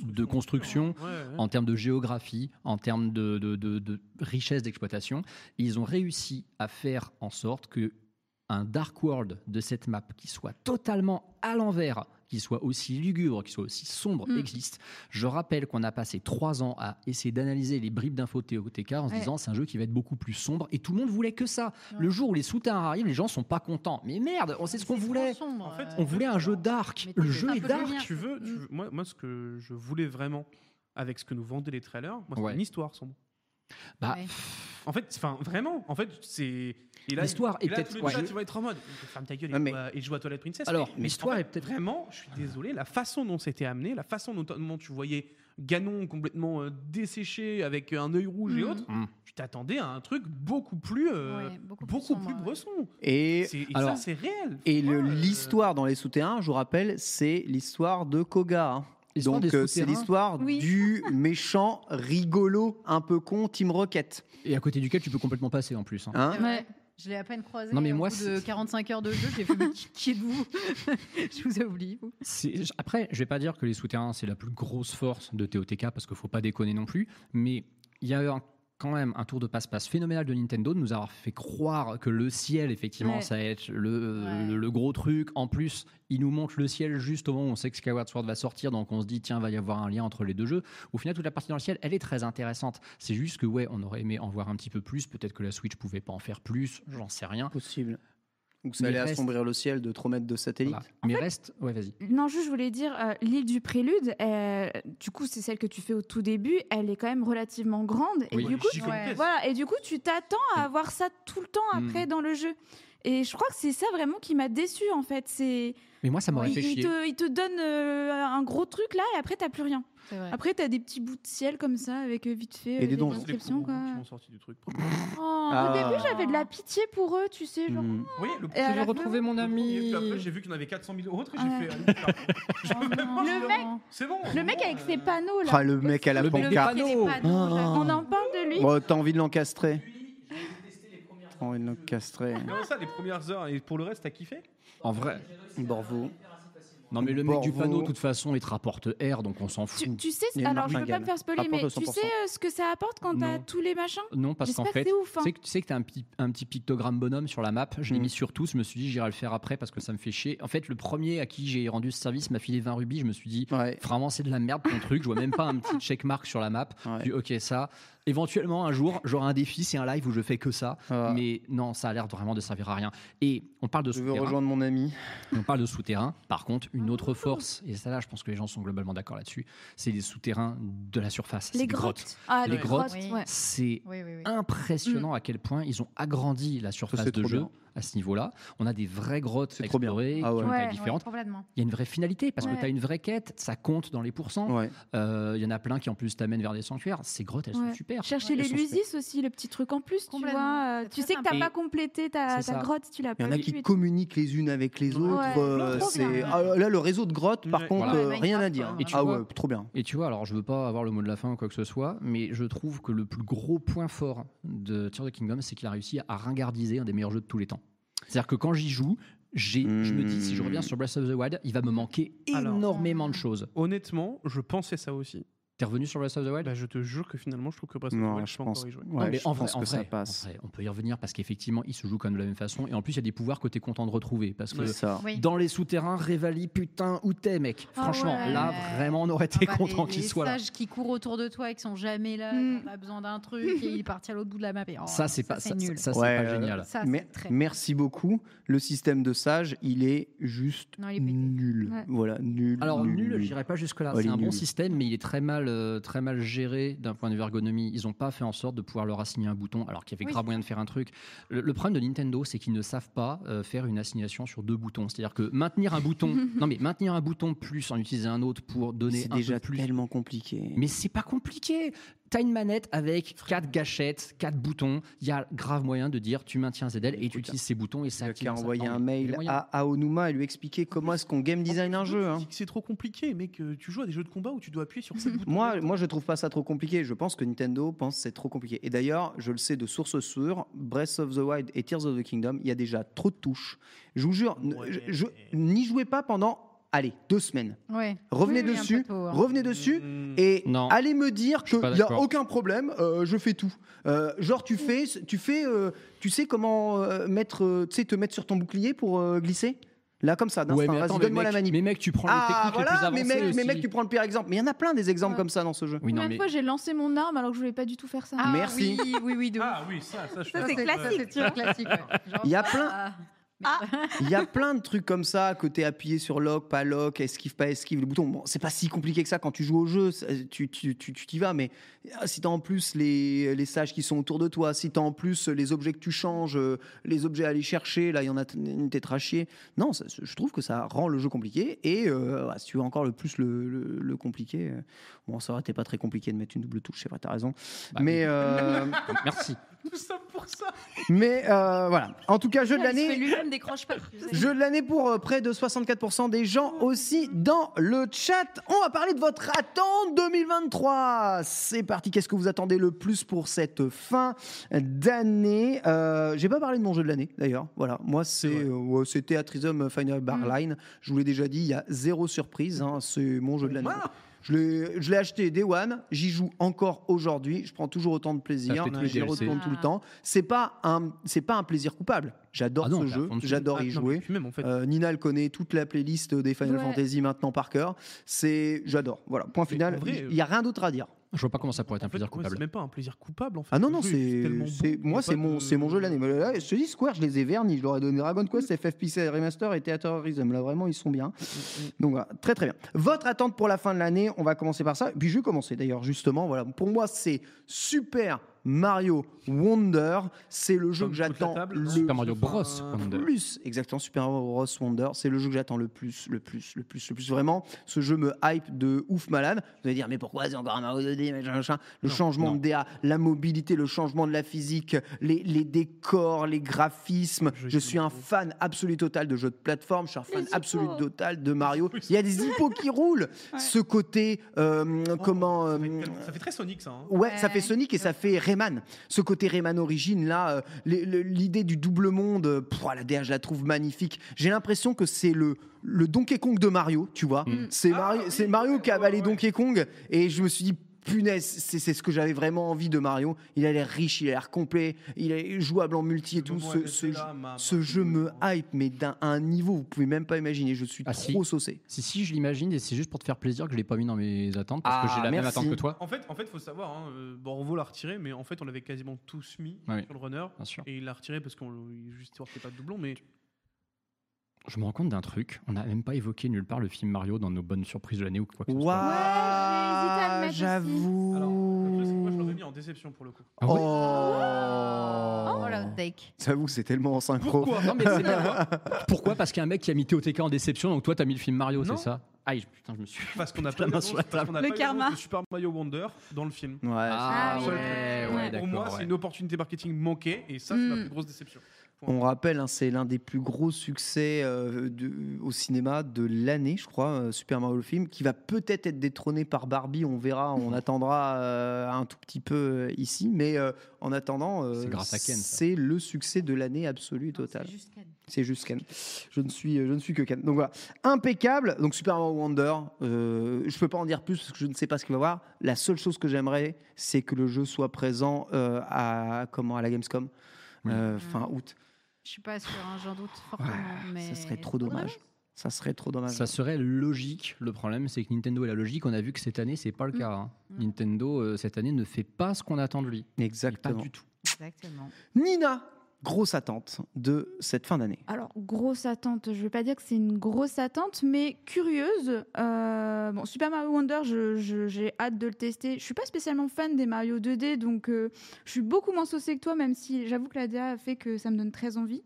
[SPEAKER 3] de
[SPEAKER 4] construction, en termes de géographie, en termes de, de- de- de richesse d'exploitation. Et Ils ont réussi à faire en sorte que un dark world de cette map qui soit totalement à l'envers, qui soit aussi lugubre, qui soit aussi sombre,
[SPEAKER 1] Mm.
[SPEAKER 4] existe. Je rappelle qu'on a passé trois ans à essayer d'analyser les bribes d'infos TOTK en se
[SPEAKER 1] Ouais.
[SPEAKER 4] disant c'est un jeu qui va être beaucoup plus sombre et tout le monde voulait que ça. Le jour où les souterrains arrivent, les gens sont pas contents. Mais merde, on sait ce qu'on voulait. on voulait un jeu dark. Le jeu est dark.
[SPEAKER 3] Tu veux,
[SPEAKER 2] Mm.
[SPEAKER 3] tu veux- moi, moi, ce que je voulais vraiment avec ce que nous vendaient les trailers, moi, c'est
[SPEAKER 4] Ouais.
[SPEAKER 3] une histoire sombre.
[SPEAKER 4] Bah,
[SPEAKER 3] En fait, enfin, vraiment, en fait, c'est. et là,
[SPEAKER 4] L'histoire
[SPEAKER 3] et
[SPEAKER 4] est
[SPEAKER 3] là,
[SPEAKER 4] peut-être-
[SPEAKER 3] tout le
[SPEAKER 4] ouais.
[SPEAKER 3] chat, tu vas être en mode, ferme ta gueule et,
[SPEAKER 4] Ouais, mais-
[SPEAKER 3] joue à- et joue à Toilette Princess.
[SPEAKER 4] Alors,
[SPEAKER 3] mais
[SPEAKER 4] l'histoire
[SPEAKER 3] est peut-être. Vraiment, je suis désolé, la façon dont c'était amené, la façon dont dont tu voyais Ganon complètement euh, desséché avec euh, un œil rouge et
[SPEAKER 5] Mhm.
[SPEAKER 3] autres,
[SPEAKER 4] Mm.
[SPEAKER 3] tu t'attendais à un truc beaucoup plus. euh,
[SPEAKER 5] Ouais,
[SPEAKER 3] beaucoup, plus bresson.
[SPEAKER 1] Et,
[SPEAKER 3] C'est- et ça, c'est réel.
[SPEAKER 1] Et le- l'histoire dans les souterrains, je vous rappelle, c'est l'histoire de Koga. hein.
[SPEAKER 4] L'histoire
[SPEAKER 1] Donc
[SPEAKER 4] des
[SPEAKER 1] euh, c'est
[SPEAKER 4] souterrains.
[SPEAKER 1] l'histoire du méchant rigolo, un peu con, Team Rocket.
[SPEAKER 4] Et à côté duquel tu peux complètement passer en plus. hein.
[SPEAKER 1] Hein
[SPEAKER 5] C'est vrai. Je l'ai à peine croisé. euh,
[SPEAKER 4] Non, mais
[SPEAKER 5] au
[SPEAKER 4] moi,
[SPEAKER 5] bout
[SPEAKER 4] c'est-
[SPEAKER 5] de 45 heures de jeu, j'ai fait mais qui- qui êtes-vous Je vous ai oublié. vous.
[SPEAKER 4] C'est- j- Après, je vais pas dire que les souterrains, c'est la plus grosse force de TOTK, parce qu'il faut pas déconner non plus, mais il y a un quand même un tour de passe-passe phénoménal de Nintendo de nous avoir fait croire que le ciel, effectivement,
[SPEAKER 8] Ouais.
[SPEAKER 4] ça va être le, le- le gros truc. En plus, il nous montre le ciel juste au moment où on sait que Skyward Sword va sortir, donc on se dit, tiens, va y avoir un lien entre les deux jeux. Au final, toute la partie dans le ciel, elle est très intéressante. C'est juste que, ouais, on aurait aimé en voir un petit peu plus. Peut-être que la Switch pouvait pas en faire plus, j'en sais rien.
[SPEAKER 1] Possible. Donc ça
[SPEAKER 4] Mais
[SPEAKER 1] allait
[SPEAKER 4] reste-
[SPEAKER 1] assombrir le ciel de 3 mètres de satellite.
[SPEAKER 8] Oh
[SPEAKER 4] Mais reste, ouais, vas-y.
[SPEAKER 8] Non, juste, je voulais dire, euh, l'île du Prélude, euh, du coup, c'est celle que tu fais au tout début, elle est quand même relativement grande. Et,
[SPEAKER 4] Oui,
[SPEAKER 8] du, coup, tu,
[SPEAKER 4] gigantesque.
[SPEAKER 8] voilà, et du coup, tu t'attends à avoir ça tout le temps après
[SPEAKER 4] Mm.
[SPEAKER 8] dans le jeu. Et je crois que c'est ça vraiment qui m'a déçu en fait. C'est
[SPEAKER 4] Mais moi, ça m'aurait
[SPEAKER 8] il,
[SPEAKER 4] fait
[SPEAKER 8] il
[SPEAKER 4] chier.
[SPEAKER 8] te, il te donne euh, un gros truc là et après t'as plus rien. Après t'as des petits bouts de ciel comme ça avec euh, vite fait
[SPEAKER 1] Et
[SPEAKER 8] euh,
[SPEAKER 1] des
[SPEAKER 8] des
[SPEAKER 1] donjons.
[SPEAKER 8] inscriptions quoi.
[SPEAKER 3] Ils m'ont sorti du truc.
[SPEAKER 8] Oh,
[SPEAKER 1] Ah.
[SPEAKER 8] Au début j'avais de la pitié pour eux, tu sais. Genre,
[SPEAKER 4] Mm.
[SPEAKER 8] oh.
[SPEAKER 3] Oui, le
[SPEAKER 8] Et à la
[SPEAKER 4] retrouvé mon
[SPEAKER 3] ami. Après, j'ai vu qu'il y en avait 400 000 autres et j'ai fait. allez, putain. J'ai vraiment dit,
[SPEAKER 8] Oh le mec,
[SPEAKER 3] C'est bon.
[SPEAKER 8] le mec avec ses panneaux là.
[SPEAKER 1] Ah, le mec à la
[SPEAKER 4] Le mec des
[SPEAKER 1] pancarte. Ah.
[SPEAKER 4] panneaux.
[SPEAKER 8] On en parle de lui.
[SPEAKER 1] Bon, T'as envie de l'encastrer T'as envie de l'encastrer.
[SPEAKER 3] Ah,
[SPEAKER 8] Ah,
[SPEAKER 3] Comment ça, les premières heures et pour le reste, t'as kiffé
[SPEAKER 4] En vrai.
[SPEAKER 1] Borvo.
[SPEAKER 4] Non, mais le mec du
[SPEAKER 1] Borvo.
[SPEAKER 4] panneau, de toute façon, il te rapporte R, donc on s'en fout.
[SPEAKER 8] Tu, tu sais,
[SPEAKER 4] Il y a une
[SPEAKER 8] alors je veux pas
[SPEAKER 4] martingale.
[SPEAKER 8] me faire spoiler, mais
[SPEAKER 4] Rapporte
[SPEAKER 8] tu
[SPEAKER 4] 100%.
[SPEAKER 8] sais euh, ce que ça apporte quand t'as
[SPEAKER 4] Non.
[SPEAKER 8] tous les machins
[SPEAKER 4] Non, parce qu'en
[SPEAKER 8] J'espère que
[SPEAKER 4] fait,
[SPEAKER 8] c'est ouf, hein.
[SPEAKER 4] tu sais que- tu sais que t'as un petit, un petit pictogramme bonhomme sur la map. Je
[SPEAKER 1] Mm.
[SPEAKER 4] l'ai mis sur tous. Je me suis dit, j'irai le faire après parce que ça me fait chier. En fait, le premier à qui j'ai rendu ce service m'a filé 20 rubis. Je me suis dit, vraiment, c'est de la merde ton truc. Je vois même pas un petit checkmark sur la map. Je dis, ok, ça. Éventuellement, un jour, j'aurai un défi. C'est un live où je fais que ça. Mais non, ça a l'air vraiment de servir à rien. Et on parle de
[SPEAKER 1] Ah. Je veux
[SPEAKER 4] souterrain.
[SPEAKER 1] rejoindre mon ami.
[SPEAKER 4] On parle de souterrain. Par contre,
[SPEAKER 8] Ah,
[SPEAKER 4] une autre force, et ça là, je pense que les gens sont globalement d'accord là-dessus, c'est les souterrains de la surface.
[SPEAKER 8] Les
[SPEAKER 4] c'est des
[SPEAKER 8] grottes. Ah,
[SPEAKER 4] les
[SPEAKER 8] les
[SPEAKER 4] grottes,
[SPEAKER 8] grottes, ouais.
[SPEAKER 4] c'est
[SPEAKER 8] Oui, oui, Mm. oui.
[SPEAKER 4] impressionnant à quel point ils ont agrandi la surface
[SPEAKER 1] c'est
[SPEAKER 4] de
[SPEAKER 1] trop
[SPEAKER 4] jeu
[SPEAKER 1] bien.
[SPEAKER 4] à ce niveau-là. On a des vraies grottes
[SPEAKER 1] trop bien.
[SPEAKER 4] explorées,
[SPEAKER 1] Ah ouais.
[SPEAKER 4] qui ont une taille
[SPEAKER 5] Ouais,
[SPEAKER 4] différente.
[SPEAKER 5] complètement.
[SPEAKER 4] Il y a une vraie finalité parce
[SPEAKER 5] Ouais.
[SPEAKER 4] que tu as une vraie quête, ça compte dans les pourcents. Euh,
[SPEAKER 1] Il
[SPEAKER 4] y en a plein qui en plus t'amènent vers des sanctuaires. Ces grottes, elles
[SPEAKER 8] Ouais.
[SPEAKER 4] sont super.
[SPEAKER 8] Chercher
[SPEAKER 4] Elles
[SPEAKER 8] les
[SPEAKER 4] sont super.
[SPEAKER 8] lusis aussi, le petit truc en plus, tu vois. euh, Tu sais que
[SPEAKER 4] sympa.
[SPEAKER 8] t'as
[SPEAKER 4] Et-
[SPEAKER 8] pas complété ta,
[SPEAKER 4] c'est
[SPEAKER 8] ta
[SPEAKER 4] ça.
[SPEAKER 8] grotte, tu l'as pas
[SPEAKER 1] y en a
[SPEAKER 8] vu
[SPEAKER 1] qui
[SPEAKER 8] et tout.
[SPEAKER 1] communiquent les unes avec les autres.
[SPEAKER 8] Ouais.
[SPEAKER 1] euh,
[SPEAKER 8] Trop bien.
[SPEAKER 1] c'est- ah, là, le réseau de grottes, par contre,
[SPEAKER 4] Voilà.
[SPEAKER 1] euh, rien à dire.
[SPEAKER 4] Et tu
[SPEAKER 1] Ah
[SPEAKER 4] vois-
[SPEAKER 1] ouais, trop bien.
[SPEAKER 4] Et tu vois, alors je veux pas avoir le mot de la fin ou quoi que ce soit, mais je trouve que le plus gros point fort de Tears of the Kingdom, c'est qu'il a réussi à ringardiser un des meilleurs jeux de tous les temps. C'est-à-dire que quand j'y joue, j'ai, je me dis, si je
[SPEAKER 1] Hmm.
[SPEAKER 4] reviens sur Breath of the Wild, il va me manquer
[SPEAKER 3] Alors.
[SPEAKER 4] énormément de choses.
[SPEAKER 3] Honnêtement, je pensais ça aussi.
[SPEAKER 4] T'es revenu sur Breath of the Wild
[SPEAKER 3] Bah, Je te jure que finalement, je trouve que Breath of the
[SPEAKER 1] Non,
[SPEAKER 3] Wild,
[SPEAKER 1] je
[SPEAKER 3] je peux
[SPEAKER 1] pense-
[SPEAKER 3] encore y jouer.
[SPEAKER 1] ouais,
[SPEAKER 4] Non, mais
[SPEAKER 1] je
[SPEAKER 4] en vrai,
[SPEAKER 1] pense
[SPEAKER 4] en
[SPEAKER 1] que ça
[SPEAKER 4] vrai,
[SPEAKER 1] passe.
[SPEAKER 4] en vrai, on peut y revenir parce qu'effectivement, il se joue comme de la même façon. Et en plus, il y a des pouvoirs que t'es content de retrouver. Parce que
[SPEAKER 1] C'est ça.
[SPEAKER 5] Oui.
[SPEAKER 4] dans les souterrains, Révali, putain, où t'es, mec
[SPEAKER 5] Ah
[SPEAKER 4] Franchement,
[SPEAKER 5] ouais.
[SPEAKER 4] là, vraiment, on aurait été
[SPEAKER 5] Ah bah,
[SPEAKER 4] content
[SPEAKER 5] les-
[SPEAKER 4] qu'il
[SPEAKER 5] les
[SPEAKER 4] soit là.
[SPEAKER 5] sages qui courent autour de toi et qui sont jamais là,
[SPEAKER 8] Mm.
[SPEAKER 5] quand t'as besoin d'un truc et ils partent à l'autre bout de la map. Et, oh,
[SPEAKER 4] Ça, c'est pas- ça-
[SPEAKER 5] nul.
[SPEAKER 4] ça, c'est
[SPEAKER 1] Ouais,
[SPEAKER 4] pas
[SPEAKER 1] euh,
[SPEAKER 4] génial.
[SPEAKER 5] Ça,
[SPEAKER 1] mer-
[SPEAKER 5] c'est très-
[SPEAKER 1] merci beaucoup. Le système de sage, il est juste
[SPEAKER 5] Non, il est pété.
[SPEAKER 1] nul.
[SPEAKER 5] Ouais.
[SPEAKER 1] Voilà, nul.
[SPEAKER 4] Alors nul,
[SPEAKER 1] nul.
[SPEAKER 4] j'irai pas jusque là.
[SPEAKER 1] Ouais, Oh, il
[SPEAKER 4] c'est
[SPEAKER 1] est
[SPEAKER 4] un bon
[SPEAKER 1] nul.
[SPEAKER 4] système, mais il est très mal, euh, très mal géré d'un point de vue ergonomie. Ils ont pas fait en sorte de pouvoir leur assigner un bouton, alors qu'il y avait
[SPEAKER 5] Oui,
[SPEAKER 4] grave
[SPEAKER 5] c'est
[SPEAKER 4] moyen de faire un truc. Le, le problème de Nintendo, c'est qu'ils ne savent pas euh, faire une assignation sur deux boutons. C'est-à-dire que maintenir un bouton, non mais maintenir un bouton plus en utiliser un autre pour donner
[SPEAKER 1] C'est
[SPEAKER 4] un
[SPEAKER 1] déjà
[SPEAKER 4] peu plus.
[SPEAKER 1] tellement compliqué.
[SPEAKER 4] Mais c'est pas compliqué. T'as une manette avec quatre gâchettes, quatre boutons. Il y a grave moyen de dire tu maintiens ZL et tu utilises ces boutons et ça
[SPEAKER 1] Il a
[SPEAKER 4] active.
[SPEAKER 1] qu'à
[SPEAKER 4] ça.
[SPEAKER 1] envoyer
[SPEAKER 4] Non,
[SPEAKER 1] un
[SPEAKER 4] mais il y a
[SPEAKER 1] mail
[SPEAKER 4] moyen.
[SPEAKER 1] à Aonuma et lui expliquer comment est-ce qu'on game design un jeu. hein.
[SPEAKER 3] Tu dis que C'est trop compliqué, mec. euh, Tu joues à des jeux de combat où tu dois appuyer sur cette boutons.
[SPEAKER 1] Moi, moi, je trouve pas ça trop compliqué. Je pense que Nintendo pense que c'est trop compliqué. Et d'ailleurs, je le sais de source sûre, Breath of the Wild et Tears of the Kingdom, il y a déjà trop de touches. Je vous jure, ne- je- je- n'y jouez pas pendant, allez, deux semaines.
[SPEAKER 5] Ouais.
[SPEAKER 1] Revenez
[SPEAKER 5] Oui, oui, un peu
[SPEAKER 1] dessus,
[SPEAKER 5] tôt, hein.
[SPEAKER 1] revenez dessus et
[SPEAKER 4] Non.
[SPEAKER 1] allez me dire qu'il
[SPEAKER 4] pas
[SPEAKER 1] n'y a
[SPEAKER 4] d'accord.
[SPEAKER 1] aucun problème, euh, je fais tout. Euh, genre, tu fais, tu fais, euh, tu sais comment euh, mettre, euh, tu sais, te mettre sur ton bouclier pour euh, glisser Là, comme ça, d'instinct.
[SPEAKER 4] Ouais, mais
[SPEAKER 1] Vas-y,
[SPEAKER 4] attends, mais
[SPEAKER 1] donne-moi la
[SPEAKER 4] mec,
[SPEAKER 1] manip.
[SPEAKER 4] mais mec, tu prends les
[SPEAKER 1] Ah,
[SPEAKER 4] techniques les plus
[SPEAKER 1] voilà, mais
[SPEAKER 4] avancées
[SPEAKER 1] mec, mais
[SPEAKER 4] aussi.
[SPEAKER 1] mec, tu prends le pire exemple. Mais il y en a plein des exemples comme ça dans ce jeu.
[SPEAKER 4] Oui, non,
[SPEAKER 8] Combien de
[SPEAKER 4] mais-
[SPEAKER 8] fois j'ai lancé mon arme alors que je voulais pas du tout faire ça
[SPEAKER 5] Ah,
[SPEAKER 1] Merci.
[SPEAKER 5] Oui, oui, oui. de ouf.
[SPEAKER 3] Ah oui, ça, ça, je
[SPEAKER 8] Ça,
[SPEAKER 3] fais
[SPEAKER 8] c'est
[SPEAKER 3] ça,
[SPEAKER 8] classique,
[SPEAKER 3] ouais.
[SPEAKER 8] tu vois.
[SPEAKER 5] Classique. ouais. Genre,
[SPEAKER 1] Il y a
[SPEAKER 5] ah,
[SPEAKER 1] plein-
[SPEAKER 5] ah.
[SPEAKER 1] Il y a plein de trucs comme ça, côté appuyé sur lock, pas lock, esquive, pas esquive, le bouton. Bon, c'est pas si compliqué que ça quand tu joues au jeu, ça- tu tu- tu- tu t'y vas, mais ah, si t'as en plus les, les sages qui sont autour de toi, si t'as en plus les objets que tu changes, euh, les objets à aller chercher, là, il y en a t- une tête rachée. Non, ça- je trouve que ça rend le jeu compliqué. Et euh, ah, si tu veux encore le plus le, le- le compliqué, euh, bon, ça aurait été pas très compliqué de mettre une double touche, c'est vrai, t'as raison.
[SPEAKER 4] Bah
[SPEAKER 1] mais,
[SPEAKER 4] oui.
[SPEAKER 1] euh,
[SPEAKER 4] Merci.
[SPEAKER 3] Tout ça pour ça.
[SPEAKER 1] mais euh, voilà. En tout cas, jeu de
[SPEAKER 5] Il se fait
[SPEAKER 1] l'année.
[SPEAKER 5] lui-même des croche-pas.
[SPEAKER 1] Jeu de l'année pour euh, près de 64% des gens aussi dans le chat. On va parler de votre attente 2023. C'est parti. Qu'est-ce que vous attendez le plus pour cette fin d'année Euh, J'ai pas parlé de mon jeu de l'année d'ailleurs. Voilà, moi c'est euh, ouais, euh,
[SPEAKER 4] Mm. Ah.
[SPEAKER 1] c'était Atrisum Final Bar Line. Je vous l'ai déjà dit, il y a zéro surprise. hein. C'est mon jeu de l'année. Je l'ai- je l'ai acheté Day One, j'y joue encore aujourd'hui, je prends toujours autant de
[SPEAKER 4] T'as
[SPEAKER 1] plaisir,
[SPEAKER 4] acheté tous les
[SPEAKER 1] j'y
[SPEAKER 4] DLC.
[SPEAKER 1] retourne tout le
[SPEAKER 4] Ah.
[SPEAKER 1] temps. C'est pas un, c'est pas un plaisir coupable. J'adore
[SPEAKER 4] Ah non,
[SPEAKER 1] ce
[SPEAKER 4] t'es à
[SPEAKER 1] jeu,
[SPEAKER 4] fond dessus.
[SPEAKER 1] j'adore
[SPEAKER 4] Ah,
[SPEAKER 1] y
[SPEAKER 4] non,
[SPEAKER 1] jouer.
[SPEAKER 4] mais puis même, en fait-
[SPEAKER 1] Euh, Nina elle connaît toute la playlist des Final
[SPEAKER 4] Ouais.
[SPEAKER 1] Fantasy maintenant par cœur. C'est, j'adore. Voilà, point final.
[SPEAKER 3] vrai,
[SPEAKER 1] Il y a rien d'autre à dire.
[SPEAKER 4] Je vois pas comment ça pourrait être un plaisir
[SPEAKER 3] Ouais,
[SPEAKER 4] coupable.
[SPEAKER 3] c'est même pas un plaisir coupable en fait.
[SPEAKER 1] Ah non, non,
[SPEAKER 3] Le jeu est
[SPEAKER 1] c'est.
[SPEAKER 3] tellement beau,
[SPEAKER 1] c'est-
[SPEAKER 3] il y a
[SPEAKER 1] Moi,
[SPEAKER 3] pas
[SPEAKER 1] c'est mon,
[SPEAKER 3] de-
[SPEAKER 1] c'est mon jeu de l'année. Mais là, je te dis, Square, je les ai vernis. Je leur ai donné Dragon Quest,
[SPEAKER 3] Mm.
[SPEAKER 1] FFPC Remaster et Theaterism. Là, vraiment, ils sont bien.
[SPEAKER 3] mm.
[SPEAKER 1] Donc, voilà, très, très bien. Votre attente pour la fin de l'année, on va commencer par ça. Puis, je vais commencer d'ailleurs, justement. Voilà. Pour moi, c'est Super Mario Wonder. C'est le jeu que j'attends. le
[SPEAKER 4] Super Mario Bros. Wonder.
[SPEAKER 1] plus, exactement, Super Mario Bros Wonder, c'est le jeu que j'attends le plus, le plus, le plus, le plus. Vraiment, ce jeu me hype de ouf malade. Vous allez dire, mais pourquoi c'est encore un Mario 2D, machin, machin. Le changement de DA, la mobilité, le changement de la physique, les, les décors, les graphismes. Je suis un fan absolu total de jeux de plateforme, je suis un fan absolu total de Mario. Il y a des hippos qui roulent. Ce côté, euh, comment... euh,
[SPEAKER 3] Oh, Ça fait très Sonic ça. hein.
[SPEAKER 1] Ouais, ça fait Sonic et ça fait Rayman. Ce côté Rayman origine là, euh, les- le- l'idée du double monde, euh, pouah, la DA, je la trouve magnifique. J'ai l'impression que c'est le le Donkey Kong de Mario, tu vois.
[SPEAKER 3] Mm.
[SPEAKER 1] C'est
[SPEAKER 3] Ah
[SPEAKER 1] Mario, c'est Mario qui a avalé Donkey Kong et je me suis dit punaise, c'est c'est ce que j'avais vraiment envie de Mario. Il a l'air riche, il a l'air complet, il est jouable en multi et tout.
[SPEAKER 3] moment où
[SPEAKER 1] Ce,
[SPEAKER 3] elle
[SPEAKER 1] ce
[SPEAKER 3] était
[SPEAKER 1] jeu-
[SPEAKER 3] là, ma-
[SPEAKER 1] ce jeu me hype, mais d'un un niveau, vous pouvez même pas imaginer. Je suis
[SPEAKER 4] Ah, si.
[SPEAKER 1] trop saucé.
[SPEAKER 4] Si, si, je l'imagine et c'est juste pour te faire plaisir que je l'ai pas mis dans mes attentes parce que
[SPEAKER 1] Ah,
[SPEAKER 4] j'ai la même
[SPEAKER 1] merci.
[SPEAKER 4] attente que toi.
[SPEAKER 3] En fait, en fait, faut savoir. Hein, euh, Borvo l'a retiré, mais en fait, on l'avait quasiment tous mis
[SPEAKER 4] Ouais.
[SPEAKER 3] sur le runner.
[SPEAKER 4] Ah Bien sûr.
[SPEAKER 3] Et il l'a retiré parce qu'on juste histoire qu'il n'y ait pas de doublon. Mais
[SPEAKER 4] Je me rends compte d'un truc, on n'a même pas évoqué nulle part le film Mario dans nos bonnes surprises de l'année ou quoi que ce soit.
[SPEAKER 1] Waouh, j'avoue.
[SPEAKER 3] le truc, c'est que moi, je l'aurais mis en déception pour le coup.
[SPEAKER 4] Ah ouais
[SPEAKER 1] Oh,
[SPEAKER 5] Oh, l'outbreak.
[SPEAKER 1] J'avoue, c'est tellement en synchro.
[SPEAKER 4] Pourquoi Non, mais c'est pas- Pourquoi Parce qu'il y a un mec qui a mis TOTK en déception, donc toi t'as mis le film Mario, c'est ça Aïe, putain, je me suis.
[SPEAKER 3] Parce qu'on a
[SPEAKER 4] Putain,
[SPEAKER 3] pas eu
[SPEAKER 4] mince,
[SPEAKER 3] l'annonce-
[SPEAKER 4] ouais.
[SPEAKER 3] parce qu'on a
[SPEAKER 5] Le
[SPEAKER 3] pas eu
[SPEAKER 5] karma.
[SPEAKER 3] l'annonce de Super Mario Wonder dans le film.
[SPEAKER 1] Ouais,
[SPEAKER 4] Ah,
[SPEAKER 3] C'est le
[SPEAKER 4] ouais,
[SPEAKER 3] seul truc.
[SPEAKER 4] ouais,
[SPEAKER 3] Pour
[SPEAKER 4] d'accord,
[SPEAKER 3] moi,
[SPEAKER 4] ouais.
[SPEAKER 3] c'est une opportunité marketing manquée et ça, c'est ma plus grosse déception.
[SPEAKER 1] On rappelle, hein, c'est l'un des plus gros succès euh, de- au cinéma de l'année, je crois, euh, Super Mario le film, qui va peut-être être détrôné par Barbie. On verra, on attendra euh, un tout petit peu euh, ici, mais euh, en attendant, euh,
[SPEAKER 4] C'est grâce à Ken, ça.
[SPEAKER 1] c'est le succès de l'année absolue totale. C'est juste Ken. Je ne suis, euh, je ne suis que Ken. Donc voilà, impeccable. Donc Super Mario Wonder. euh, je peux pas en dire plus parce que je ne sais pas ce qu'il va y avoir. La seule chose que j'aimerais, c'est que le jeu soit présent euh, à comment à la Gamescom euh, fin août.
[SPEAKER 5] Je suis pas sûre, hein, j'en doute fortement. mais
[SPEAKER 1] Ça serait trop dommage. Ça serait trop dommage.
[SPEAKER 4] Ça serait logique. Le problème, c'est que Nintendo est la logique. On a vu que cette année, c'est pas le cas. hein. Nintendo, euh, cette année, ne fait pas ce qu'on attend de lui.
[SPEAKER 1] Exactement.
[SPEAKER 4] Pas du tout.
[SPEAKER 5] Exactement.
[SPEAKER 1] Nina, grosse attente de cette fin d'année.
[SPEAKER 2] Alors, grosse attente, je ne vais pas dire que c'est une grosse attente, mais curieuse. Euh, bon, Super Mario Wonder, je- je- j'ai hâte de le tester. Je ne suis pas spécialement fan des Mario 2D, donc euh, je suis beaucoup moins saucée que toi, même si j'avoue que la DA a fait que ça me donne très envie.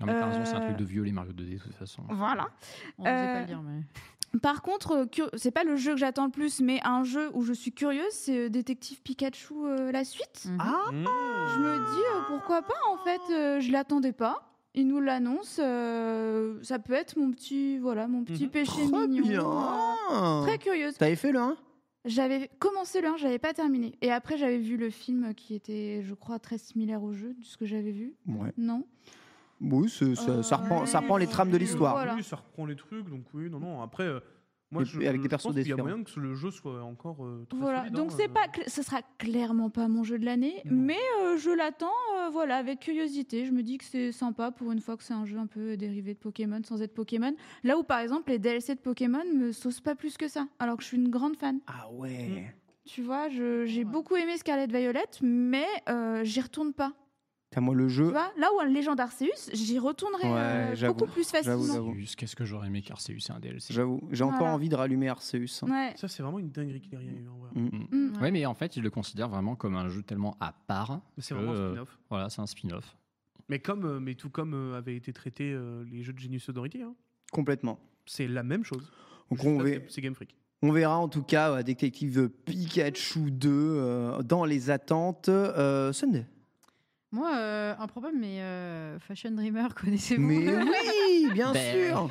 [SPEAKER 4] Non, mais t'as raison,
[SPEAKER 2] Euh,
[SPEAKER 4] c'est un truc de violé Mario 2D, de toute façon.
[SPEAKER 2] Voilà.
[SPEAKER 5] On osait pas
[SPEAKER 2] Euh,
[SPEAKER 5] le dire, mais.
[SPEAKER 2] Par contre, euh, cur- c'est pas le jeu que j'attends le plus, mais un jeu où je suis curieuse, c'est euh, Détective Pikachu euh, la suite.
[SPEAKER 1] Ah
[SPEAKER 2] Je me dis euh, pourquoi pas en fait, euh, je l'attendais pas. Il nous l'annonce, euh, ça peut être mon petit voilà, mon petit péché mignon. euh, très curieuse.
[SPEAKER 1] T'avais fait le 1
[SPEAKER 2] J'avais commencé le 1, j'avais pas terminé. Et après j'avais vu le film qui était je crois très similaire au jeu de ce que j'avais vu.
[SPEAKER 1] Ouais.
[SPEAKER 2] Non.
[SPEAKER 1] Oui, c'est- ça, ça reprend, ça reprend les trames de l'histoire.
[SPEAKER 3] Oui, ça reprend les trucs. Donc oui, non, non. Après, euh, moi,
[SPEAKER 1] Et-
[SPEAKER 3] je,
[SPEAKER 1] et avec des
[SPEAKER 3] je
[SPEAKER 1] persos
[SPEAKER 3] pense qu'il y a
[SPEAKER 1] différents.
[SPEAKER 3] moyen que le jeu soit encore euh, très
[SPEAKER 2] Voilà,
[SPEAKER 3] solide,
[SPEAKER 2] donc
[SPEAKER 3] hein,
[SPEAKER 2] c'est
[SPEAKER 3] euh.
[SPEAKER 2] pas, cl- ce sera clairement pas mon jeu de l'année, mais euh, je l'attends, euh, voilà, avec curiosité. Je me dis que c'est sympa pour une fois que c'est un jeu un peu dérivé de Pokémon, sans être Pokémon. Là où par exemple les DLC de Pokémon me saucent pas plus que ça, alors que je suis une grande fan.
[SPEAKER 1] Ah ouais.
[SPEAKER 2] Tu vois, je- j'ai beaucoup aimé Scarlet Violet, mais euh, j'y retourne pas.
[SPEAKER 1] T'as moi le
[SPEAKER 2] Tu
[SPEAKER 1] jeu.
[SPEAKER 2] vois, là où un Legend Arceus, j'y retournerai euh, beaucoup plus facilement.
[SPEAKER 4] Arceus, Qu'est-ce que j'aurais aimé qu'Arceus c'est un DLC
[SPEAKER 1] J'avoue, j'ai encore
[SPEAKER 2] Voilà.
[SPEAKER 1] envie de rallumer Arceus. hein.
[SPEAKER 2] Ouais.
[SPEAKER 3] Ça, c'est vraiment une dinguerie qu'il ait rien eu. hein, ouais.
[SPEAKER 4] Mm. Ouais, mais en fait, je le considère vraiment comme un jeu tellement à part.
[SPEAKER 3] c'est
[SPEAKER 4] que,
[SPEAKER 3] vraiment un
[SPEAKER 4] euh,
[SPEAKER 3] spin-off.
[SPEAKER 4] Voilà, c'est un spin-off.
[SPEAKER 3] Mais comme, euh, mais tout comme euh, avaient été traités euh, les jeux de Genius Authority, hein,
[SPEAKER 1] Complètement.
[SPEAKER 3] c'est la même chose.
[SPEAKER 1] Donc
[SPEAKER 3] Juste
[SPEAKER 1] on
[SPEAKER 3] là,
[SPEAKER 1] va-
[SPEAKER 3] c'est- c'est Game Freak.
[SPEAKER 1] On verra en tout cas euh, Détective Pikachu 2 euh, dans les attentes euh, Sunday.
[SPEAKER 5] Moi, euh, un problème, mais euh, Fashion Dreamer, connaissez-vous
[SPEAKER 1] Mais oui, bien
[SPEAKER 5] Ben.
[SPEAKER 1] sûr.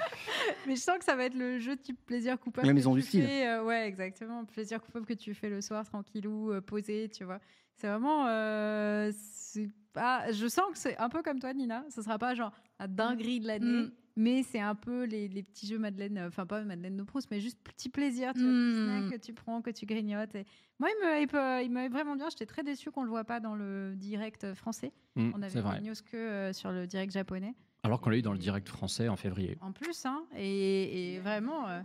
[SPEAKER 5] Mais je sens que ça va être le jeu type plaisir coupable.
[SPEAKER 1] La
[SPEAKER 5] que
[SPEAKER 1] maison
[SPEAKER 5] tu
[SPEAKER 1] du style.
[SPEAKER 5] fais, euh, ouais, exactement. Plaisir coupable que tu fais le soir, tranquillou, euh, posé, tu vois. C'est vraiment.
[SPEAKER 4] Mm.
[SPEAKER 5] euh, c'est pas... Je sens que c'est un peu comme toi, Nina. Ce sera pas genre la dinguerie de l'année, Mais c'est un peu les, les petits jeux Madeleine, euh, enfin pas Madeleine de Proust, mais juste petit plaisir tu vois,
[SPEAKER 4] Mm.
[SPEAKER 8] Hmm.
[SPEAKER 5] petit snack que tu prends, que tu grignotes. et- Moi, il me hype, euh, il me hype vraiment bien. J'étais très déçue qu'on le voit pas dans le direct euh, français.
[SPEAKER 4] Hmm,
[SPEAKER 5] On
[SPEAKER 4] c'est
[SPEAKER 5] avait
[SPEAKER 4] vrai.
[SPEAKER 5] une news que euh, sur le direct japonais.
[SPEAKER 4] Alors qu'on l'a eu dans le direct français en février.
[SPEAKER 5] En plus, hein, et, et vraiment. euh,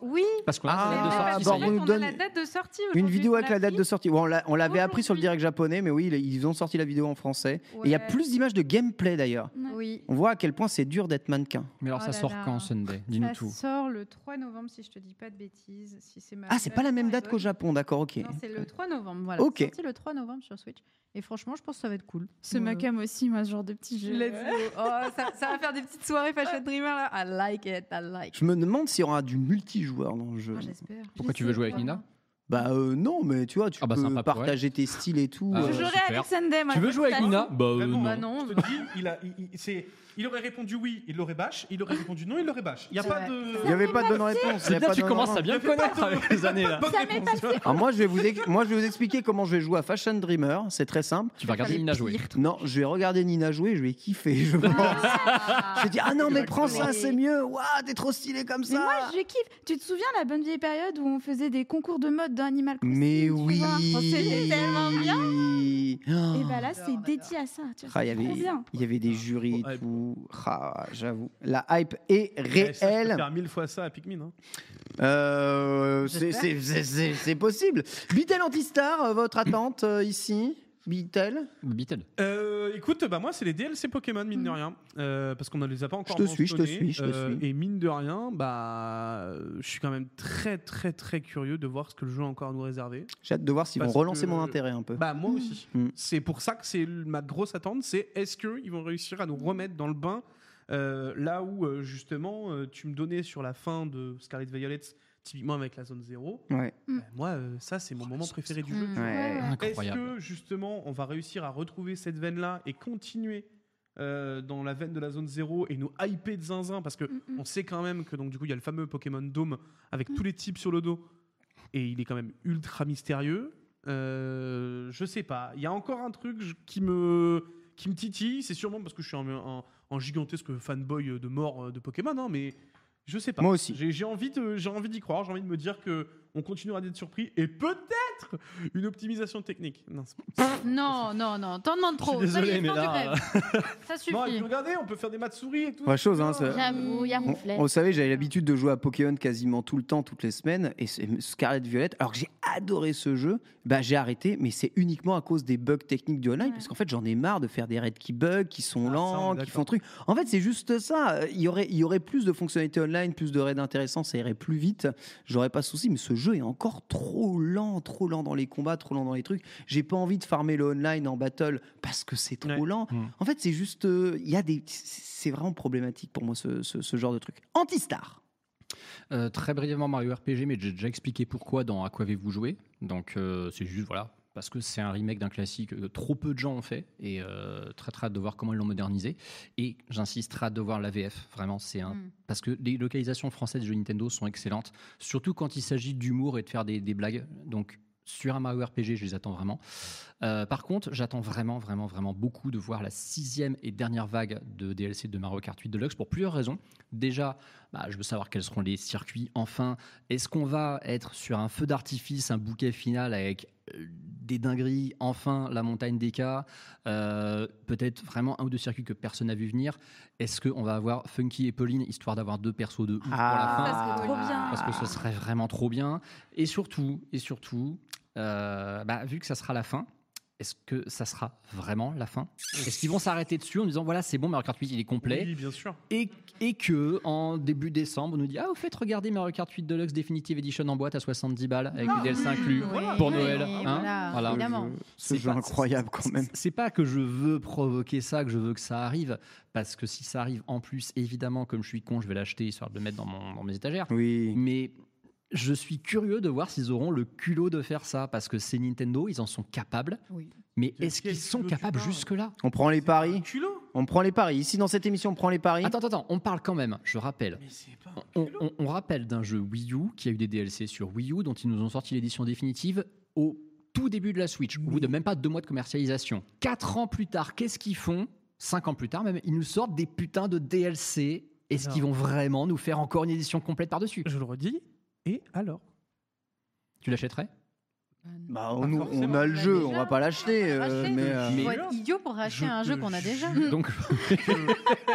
[SPEAKER 4] Oui. Parce qu'on a
[SPEAKER 1] Ah,
[SPEAKER 4] la date de sortie, ça
[SPEAKER 1] bah,
[SPEAKER 4] y est.
[SPEAKER 1] on nous donne
[SPEAKER 5] la date de sortie
[SPEAKER 1] Une
[SPEAKER 5] aujourd'hui,
[SPEAKER 1] vidéo
[SPEAKER 5] on
[SPEAKER 1] avec la date de sortie. Ouais, on l'a- on l'avait appris sur le direct japonais, mais oui, ils- ils ont sorti la vidéo en français. Et il y a
[SPEAKER 5] Ouais.
[SPEAKER 1] plus d'images de gameplay d'ailleurs.
[SPEAKER 5] Oui.
[SPEAKER 1] On voit à quel point c'est dur d'être mannequin.
[SPEAKER 4] Mais
[SPEAKER 5] alors, Oh ça là sort là. quand,
[SPEAKER 4] Sunday
[SPEAKER 5] ça sort le 3 novembre, si je te dis pas de bêtises. Si c'est ma
[SPEAKER 1] Ah, c'est pas la même
[SPEAKER 5] mémoire est
[SPEAKER 1] date qu'au
[SPEAKER 5] bonne.
[SPEAKER 1] Japon, d'accord, ok.
[SPEAKER 5] Non, c'est le 3 novembre, voilà.
[SPEAKER 1] Ok.
[SPEAKER 5] C'est sorti le 3 novembre sur Switch. Et franchement, je pense que ça va être cool. Euh,
[SPEAKER 8] C'est ma cam aussi, moi, ce genre de petit jeu.
[SPEAKER 5] Let's go. Oh, ça, ça va faire des petites soirées Fashion Dreamer là. Ah, I like it, I like.
[SPEAKER 1] Je me demande s'il y aura du multijoueur dans le jeu.
[SPEAKER 5] Ah, J'espère.
[SPEAKER 4] Pourquoi tu veux jouer avec Nina bah,
[SPEAKER 1] Bah euh, non, mais tu vois, tu peux partager tes styles et tout.
[SPEAKER 4] Ah,
[SPEAKER 1] euh,
[SPEAKER 4] je jouerai
[SPEAKER 1] super.
[SPEAKER 4] avec Sunday, moi, Tu veux jouer avec Nina Bah, euh, Vraiment. non. Bah,
[SPEAKER 3] Je te dis, il, a, il, il- c'est- il aurait répondu oui, il l'aurait bâche. Il aurait répondu non, il l'aurait bâche. Il n'y a
[SPEAKER 1] C'est
[SPEAKER 3] pas
[SPEAKER 1] vrai.
[SPEAKER 3] de.
[SPEAKER 1] Il y avait pas de bonne réponse, il y
[SPEAKER 4] C'est
[SPEAKER 1] a
[SPEAKER 4] bien,
[SPEAKER 1] pas
[SPEAKER 4] tu
[SPEAKER 1] de-
[SPEAKER 4] commences à bien
[SPEAKER 1] Il
[SPEAKER 4] me
[SPEAKER 1] y avait pas
[SPEAKER 4] connaître avec les années là.
[SPEAKER 1] Alors moi, je vais vous ex- moi je vais vous expliquer comment je vais jouer à Fashion Dreamer. C'est très simple.
[SPEAKER 4] Tu vas regarder
[SPEAKER 1] Et
[SPEAKER 4] Nina
[SPEAKER 1] puis-
[SPEAKER 4] jouer.
[SPEAKER 1] Non, je vais regarder Nina jouer. Je vais kiffer. Je pense. je vais dire ah non mais prends ça, c'est mieux. Waouh, t'es trop stylé comme
[SPEAKER 8] Mais moi,
[SPEAKER 1] ça.
[SPEAKER 8] je kiffe. Tu te souviens la bonne vieille période où on faisait des concours de mode dans Animal Crossing
[SPEAKER 1] Mais oui.
[SPEAKER 8] C'était tellement bien.
[SPEAKER 1] Oh.
[SPEAKER 8] Et bah là, c'est dédié à ça. tu vois,
[SPEAKER 1] Ah, il y
[SPEAKER 8] c'est trop
[SPEAKER 1] avait,
[SPEAKER 8] bien.
[SPEAKER 1] il y avait des jurys, et tout. Ah, j'avoue, la hype est
[SPEAKER 3] Eh, ça, je
[SPEAKER 1] réelle.
[SPEAKER 3] préfère mille fois ça à Pikmin. hein.
[SPEAKER 1] Euh, c'est- c'est
[SPEAKER 3] J'espère.
[SPEAKER 1] c'est- c'est- c'est possible. Bitel Antistar, euh, votre attente euh, ici Bitel
[SPEAKER 4] Bitel.
[SPEAKER 3] Euh, écoute, bah moi c'est les DLC Pokémon mine de rien, Euh, parce qu'on ne les a pas encore.
[SPEAKER 1] Mm. Je te suis, je te
[SPEAKER 3] mentionnés. Euh,
[SPEAKER 1] suis, je te suis.
[SPEAKER 3] Et mine de rien, bah euh, je suis quand même très très très curieux de voir ce que le jeu a encore à nous réserver.
[SPEAKER 1] J'ai hâte de voir s'ils vont
[SPEAKER 3] Parce
[SPEAKER 1] relancer
[SPEAKER 3] que-
[SPEAKER 1] mon intérêt un peu. Mm.
[SPEAKER 3] Bah moi aussi. C'est pour ça que c'est l- ma grosse attente, c'est est-ce qu'ils vont réussir à nous remettre dans le bain euh, là où euh, justement euh, tu me donnais sur la fin de Scarlet Violet, typiquement avec la zone 0
[SPEAKER 1] Ouais.
[SPEAKER 3] bah, moi euh, ça c'est mon moment préféré du
[SPEAKER 1] zéro.
[SPEAKER 3] jeu. tu vois.
[SPEAKER 1] Ouais.
[SPEAKER 3] Est-ce
[SPEAKER 4] Incroyable.
[SPEAKER 3] que justement on va réussir à retrouver cette veine là et continuer euh, dans la veine de la zone 0 et nous hyper de zinzin parce que on sait quand même que donc du coup il y a le fameux Pokémon Dome avec tous les types sur le dos et il est quand même ultra mystérieux. Euh, je sais pas. Il y a encore un truc je- qui me qui me titille. C'est sûrement parce que je suis un, un- un gigantesque fanboy de mort euh, de Pokémon, hein, mais je sais pas.
[SPEAKER 1] Moi aussi.
[SPEAKER 3] J'ai j'ai envie de j'ai envie d'y croire. J'ai envie de me dire que on continuera d'être surpris et peut-être une optimisation technique. Non, c'est
[SPEAKER 5] Non, non, non, t'en demandes trop.
[SPEAKER 3] Je suis désolé,
[SPEAKER 5] Oh, Ça y est,
[SPEAKER 3] mais
[SPEAKER 5] fin du
[SPEAKER 3] là, euh,
[SPEAKER 5] rêve. Ça suffit.
[SPEAKER 3] Non, et puis regardez, on peut faire des matsuri et tout.
[SPEAKER 1] Pas chose, hein, ça-
[SPEAKER 5] J'avoue, il y a
[SPEAKER 1] On,
[SPEAKER 5] Ronflet.
[SPEAKER 1] on le savait, j'avais l'habitude de jouer à Pokémon quasiment tout le temps, toutes les semaines, et c'est Scarlet Violet. Alors que j'ai adoré ce jeu, bah j'ai arrêté, mais c'est uniquement à cause des bugs techniques du online, parce qu'en fait j'en ai marre de faire des raids qui bug, qui sont lents, qui font truc. En fait, c'est juste ça. Il y aurait, il y aurait plus de fonctionnalités online, plus de raids intéressants, ça irait plus vite. J'aurais pas de souci, mais ce jeu est encore trop lent, trop lent dans les combats, trop lent dans les trucs. J'ai pas envie de farmer le online en battle parce que c'est trop lent. En fait, c'est juste, euh, il y a des, c'est vraiment problématique pour moi ce, ce- ce genre de truc. Antistar.
[SPEAKER 4] Euh, très brièvement Mario RPG, mais j'ai déjà expliqué pourquoi dans À quoi avez-vous joué. Donc euh, c'est juste voilà parce que c'est un remake d'un classique que trop peu de gens ont fait et euh, très très hâte de voir comment ils l'ont modernisé. Et j'insiste, très hâte de voir la VF. Vraiment, c'est un
[SPEAKER 5] Mm.
[SPEAKER 4] parce que les localisations françaises des jeux Nintendo sont excellentes, surtout quand il s'agit d'humour et de faire des, des blagues. Donc sur un Mario RPG, je les attends vraiment. Euh, par contre, j'attends vraiment, vraiment, vraiment beaucoup de voir la sixième et dernière vague de DLC de Mario Kart 8 Deluxe pour plusieurs raisons. Déjà, bah, je veux savoir quels seront les circuits. Enfin, est-ce qu'on va être sur un feu d'artifice, un bouquet final avec euh, des dingueries Enfin, la montagne des cas. Euh, Peut-être vraiment un ou deux circuits que personne n'a vu venir. Est-ce qu'on va avoir Funky et Pauline, histoire d'avoir deux persos de ouf
[SPEAKER 1] Ah,
[SPEAKER 4] pour la fin
[SPEAKER 1] ça serait trop bien.
[SPEAKER 4] Parce que ce serait vraiment trop bien. Et surtout, et surtout euh, bah, vu que ça sera la fin, est-ce que ça sera vraiment la fin Est-ce qu'ils vont s'arrêter dessus en disant voilà, c'est bon, Mario Kart 8 il est complet
[SPEAKER 3] Oui, bien sûr.
[SPEAKER 4] et, et que en début décembre, on nous dit ah, au fait, regardez Mario Kart 8 Deluxe Definitive Edition en boîte à 70 balles avec
[SPEAKER 5] Ah,
[SPEAKER 4] du DLC
[SPEAKER 5] oui,
[SPEAKER 4] inclus
[SPEAKER 5] oui,
[SPEAKER 4] pour
[SPEAKER 5] oui,
[SPEAKER 4] Noël.
[SPEAKER 5] oui,
[SPEAKER 4] hein
[SPEAKER 5] voilà,
[SPEAKER 4] Voilà.
[SPEAKER 5] évidemment.
[SPEAKER 1] Ce jeu incroyable quand même.
[SPEAKER 4] C'est pas que je veux provoquer ça, que je veux que ça arrive, parce que si ça arrive en plus, évidemment, comme je suis con, je vais l'acheter histoire de le mettre dans, mon- dans mes étagères.
[SPEAKER 1] Oui.
[SPEAKER 4] Mais je suis curieux de voir s'ils auront le culot de faire ça, parce que c'est Nintendo, ils en sont capables. Mais est-ce qu'ils sont capables jusque-là
[SPEAKER 1] On prend les paris. On prend les paris. Ici dans cette émission, on prend les paris.
[SPEAKER 4] Attends, attends, attends, on parle quand même, je rappelle. on, on- on rappelle d'un jeu Wii U qui a eu des DLC sur Wii U dont ils nous ont sorti l'édition définitive au tout début de la Switch, au bout de même pas deux mois de commercialisation. Quatre ans plus tard, qu'est-ce qu'ils font cinq ans plus tard même, ils nous sortent des putains de DLC. Est-ce
[SPEAKER 3] Alors.
[SPEAKER 4] qu'ils vont vraiment nous faire encore une édition complète par-dessus
[SPEAKER 3] Je le redis. Et alors
[SPEAKER 4] Tu l'achèterais
[SPEAKER 1] Bah, on, nous- on a le jeu, on va pas l'acheter. euh,
[SPEAKER 10] Acheter,
[SPEAKER 1] mais,
[SPEAKER 10] Il
[SPEAKER 1] euh,
[SPEAKER 10] faut être idiot pour racheter
[SPEAKER 1] je
[SPEAKER 10] un jeu
[SPEAKER 1] te
[SPEAKER 10] qu'on a déjà.
[SPEAKER 4] Donc,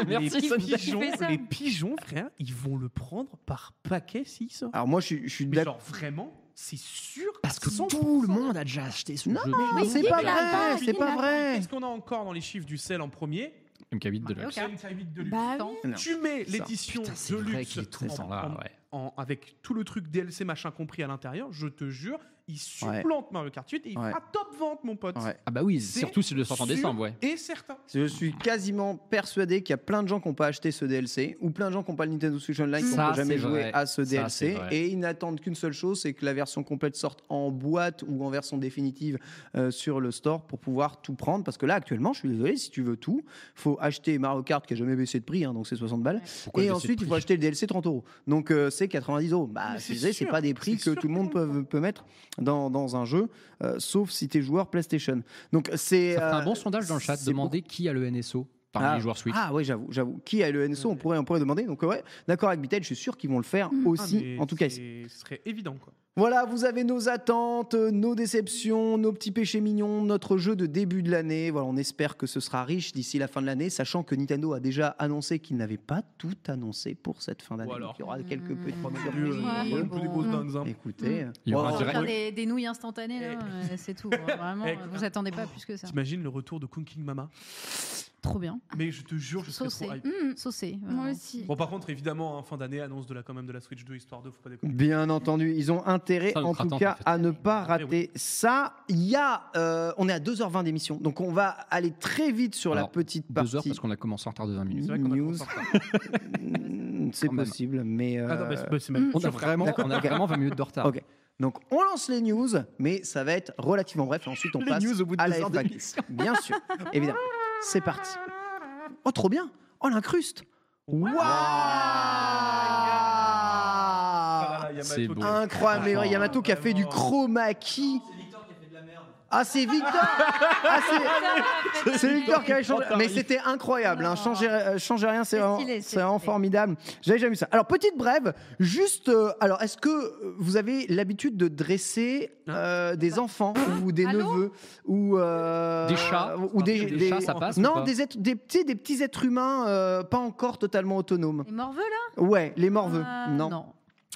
[SPEAKER 3] les,
[SPEAKER 10] Sonia.
[SPEAKER 3] pigeons,
[SPEAKER 10] Qui fait ça
[SPEAKER 3] les pigeons, frère, ils vont le prendre par paquet s'ils sortent.
[SPEAKER 1] Alors moi, je, suis- je suis
[SPEAKER 3] Mais genre, vraiment, c'est sûr.
[SPEAKER 4] Parce que tout le monde a déjà acheté ce jeu.
[SPEAKER 1] mais c'est pas vrai, c'est pas vrai.
[SPEAKER 3] Qu'est-ce qu'on a encore dans les chiffres du sel en premier
[SPEAKER 4] MK8 de
[SPEAKER 3] Deluxe. MK8 Deluxe.
[SPEAKER 4] Bah
[SPEAKER 10] oui.
[SPEAKER 3] Tu mets
[SPEAKER 4] Ça,
[SPEAKER 3] l'édition
[SPEAKER 4] putain, c'est
[SPEAKER 3] de
[SPEAKER 4] vrai
[SPEAKER 3] luxe
[SPEAKER 4] qu'il est tout le temps là, ouais.
[SPEAKER 3] avec tout le truc DLC machin compris à l'intérieur, je te jure, il
[SPEAKER 4] Ouais.
[SPEAKER 3] supplante Mario Kart 8 et il
[SPEAKER 1] Ouais.
[SPEAKER 3] fera top vente, mon pote.
[SPEAKER 1] Ouais.
[SPEAKER 4] Ah bah oui,
[SPEAKER 3] C'est
[SPEAKER 4] surtout s'ils le sortent en
[SPEAKER 3] sûr
[SPEAKER 4] décembre, ouais.
[SPEAKER 3] Et certain.
[SPEAKER 1] Je suis quasiment persuadé qu'il y a plein de gens qui n'ont pas acheté ce DLC ou plein de gens qui n'ont pas le Nintendo Switch Online qui
[SPEAKER 4] Ça,
[SPEAKER 1] n'ont jamais
[SPEAKER 4] c'est
[SPEAKER 1] joué
[SPEAKER 4] vrai.
[SPEAKER 1] à ce
[SPEAKER 4] Ça, c'est
[SPEAKER 1] DLC
[SPEAKER 4] vrai.
[SPEAKER 1] et ils n'attendent qu'une seule chose, c'est que la version complète sorte en boîte ou en version définitive euh, sur le store pour pouvoir tout prendre parce que là actuellement, je suis désolé, si tu veux tout, faut acheter Mario Kart qui a jamais baissé de prix, hein, donc c'est 60 balles
[SPEAKER 4] Pourquoi
[SPEAKER 1] et
[SPEAKER 4] baisser de
[SPEAKER 1] ensuite il faut
[SPEAKER 4] prix
[SPEAKER 1] acheter le DLC 30 euros, donc euh, c'est 90 euros. Bah,
[SPEAKER 4] Mais
[SPEAKER 1] je
[SPEAKER 4] c'est
[SPEAKER 1] disais, c'est
[SPEAKER 4] sûr,
[SPEAKER 1] pas des prix
[SPEAKER 4] c'est
[SPEAKER 1] que tout le monde peut, peut mettre dans, dans un jeu, euh, sauf si t'es joueur PlayStation. Donc c'est
[SPEAKER 4] Ça fera un
[SPEAKER 1] euh,
[SPEAKER 4] bon sondage dans le chat.
[SPEAKER 1] c'est
[SPEAKER 4] Demandez qui a le NSO parmi
[SPEAKER 1] ah,
[SPEAKER 4] les joueurs Switch.
[SPEAKER 1] Ah oui, j'avoue, j'avoue. Qui a le NSO on, pourrait, on pourrait demander. Donc, ouais, d'accord avec Bitel, je suis sûr qu'ils vont le faire
[SPEAKER 3] Ah,
[SPEAKER 1] aussi,
[SPEAKER 3] mais
[SPEAKER 1] en tout cas ici.
[SPEAKER 3] c'est- Ce serait évident, quoi.
[SPEAKER 1] Voilà, vous avez nos attentes, euh, nos déceptions, nos petits péchés mignons, notre jeu de début de l'année. Voilà, on espère que ce sera riche d'ici la fin de l'année, sachant que Nintendo a déjà annoncé qu'il n'avait pas tout annoncé pour cette fin d'année.
[SPEAKER 3] Ou alors.
[SPEAKER 1] Donc, Il y aura quelques
[SPEAKER 3] plus,
[SPEAKER 1] petites
[SPEAKER 3] euh,
[SPEAKER 1] surprises.
[SPEAKER 3] il y aura un peu des grosses dingues, hein.
[SPEAKER 1] Écoutez,
[SPEAKER 4] Il y aura
[SPEAKER 10] Pour
[SPEAKER 4] un
[SPEAKER 1] voilà.
[SPEAKER 4] direct.
[SPEAKER 10] faire des, des nouilles instantanées, là, euh, c'est tout. hein. Vraiment,
[SPEAKER 3] Eh,
[SPEAKER 10] euh, vous attendez pas plus que ça.
[SPEAKER 3] T'imagines le retour de Cooking Mama
[SPEAKER 10] Trop bien.
[SPEAKER 3] Mais je te jure, je serais
[SPEAKER 10] Saucé.
[SPEAKER 3] trop hype.
[SPEAKER 10] Mmh, Saucé.
[SPEAKER 8] Moi
[SPEAKER 10] vraiment.
[SPEAKER 8] aussi.
[SPEAKER 3] Bon, par contre, évidemment, hein, fin d'année, annonce de la, quand même de la Switch 2, histoire 2, faut pas déconner.
[SPEAKER 1] Bien entendu, ils ont intérêt
[SPEAKER 4] Ça,
[SPEAKER 1] en
[SPEAKER 4] notre
[SPEAKER 1] tout
[SPEAKER 4] attente,
[SPEAKER 1] cas
[SPEAKER 4] en fait.
[SPEAKER 1] à ne pas rater ça. Il y a, euh, on est à 2h20 d'émission, donc on va aller très vite sur la
[SPEAKER 4] Alors,
[SPEAKER 1] petite
[SPEAKER 4] Deux heures
[SPEAKER 1] partie
[SPEAKER 4] parce qu'on a commencé en retard de 20 minutes.
[SPEAKER 1] news. C'est possible, mais
[SPEAKER 3] Ah non,
[SPEAKER 1] euh,
[SPEAKER 3] mais c'est- mais c'est même-
[SPEAKER 4] On
[SPEAKER 3] je
[SPEAKER 4] a
[SPEAKER 3] regarde.
[SPEAKER 4] vraiment,
[SPEAKER 1] D'accord.
[SPEAKER 4] on a vraiment 20 minutes de retard.
[SPEAKER 1] Ok. Donc on lance les news, mais ça va être relativement bref. Et ensuite on
[SPEAKER 4] Les
[SPEAKER 1] passe
[SPEAKER 4] news au bout de
[SPEAKER 1] à la
[SPEAKER 4] deux heures
[SPEAKER 1] FAQ.
[SPEAKER 4] d'émission.
[SPEAKER 1] Bien sûr, évidemment. C'est parti. Oh trop bien. Oh l'incruste. Waouh. Bah.
[SPEAKER 3] Ah, Yamato
[SPEAKER 4] C'est
[SPEAKER 3] qui-
[SPEAKER 4] beau.
[SPEAKER 1] Incroyable, mais ouais,
[SPEAKER 4] Franchement.
[SPEAKER 1] Yamato qui a fait du chroma key. Ah, c'est Victor Ah, c'est- C'est Victor qui avait changé. Mais c'était incroyable. Hein. Changez, euh, changez rien, c'est vraiment,
[SPEAKER 10] stylé, c'est
[SPEAKER 1] c'est vraiment formidable. J'avais jamais vu ça. Alors, petite brève. Juste, euh, alors, est-ce que euh, vous avez l'habitude de dresser
[SPEAKER 4] Hein
[SPEAKER 1] euh, des enfants ou des
[SPEAKER 10] Allô
[SPEAKER 1] neveux ou euh,
[SPEAKER 4] Des chats
[SPEAKER 1] ou des,
[SPEAKER 4] Des chats, ça passe ou
[SPEAKER 1] Non,
[SPEAKER 4] pas
[SPEAKER 1] des, êtres- des, petits, des petits êtres humains euh, pas encore totalement autonomes.
[SPEAKER 10] Les morveux, là
[SPEAKER 1] Ouais, les morveux.
[SPEAKER 5] Ah.
[SPEAKER 10] Euh, non.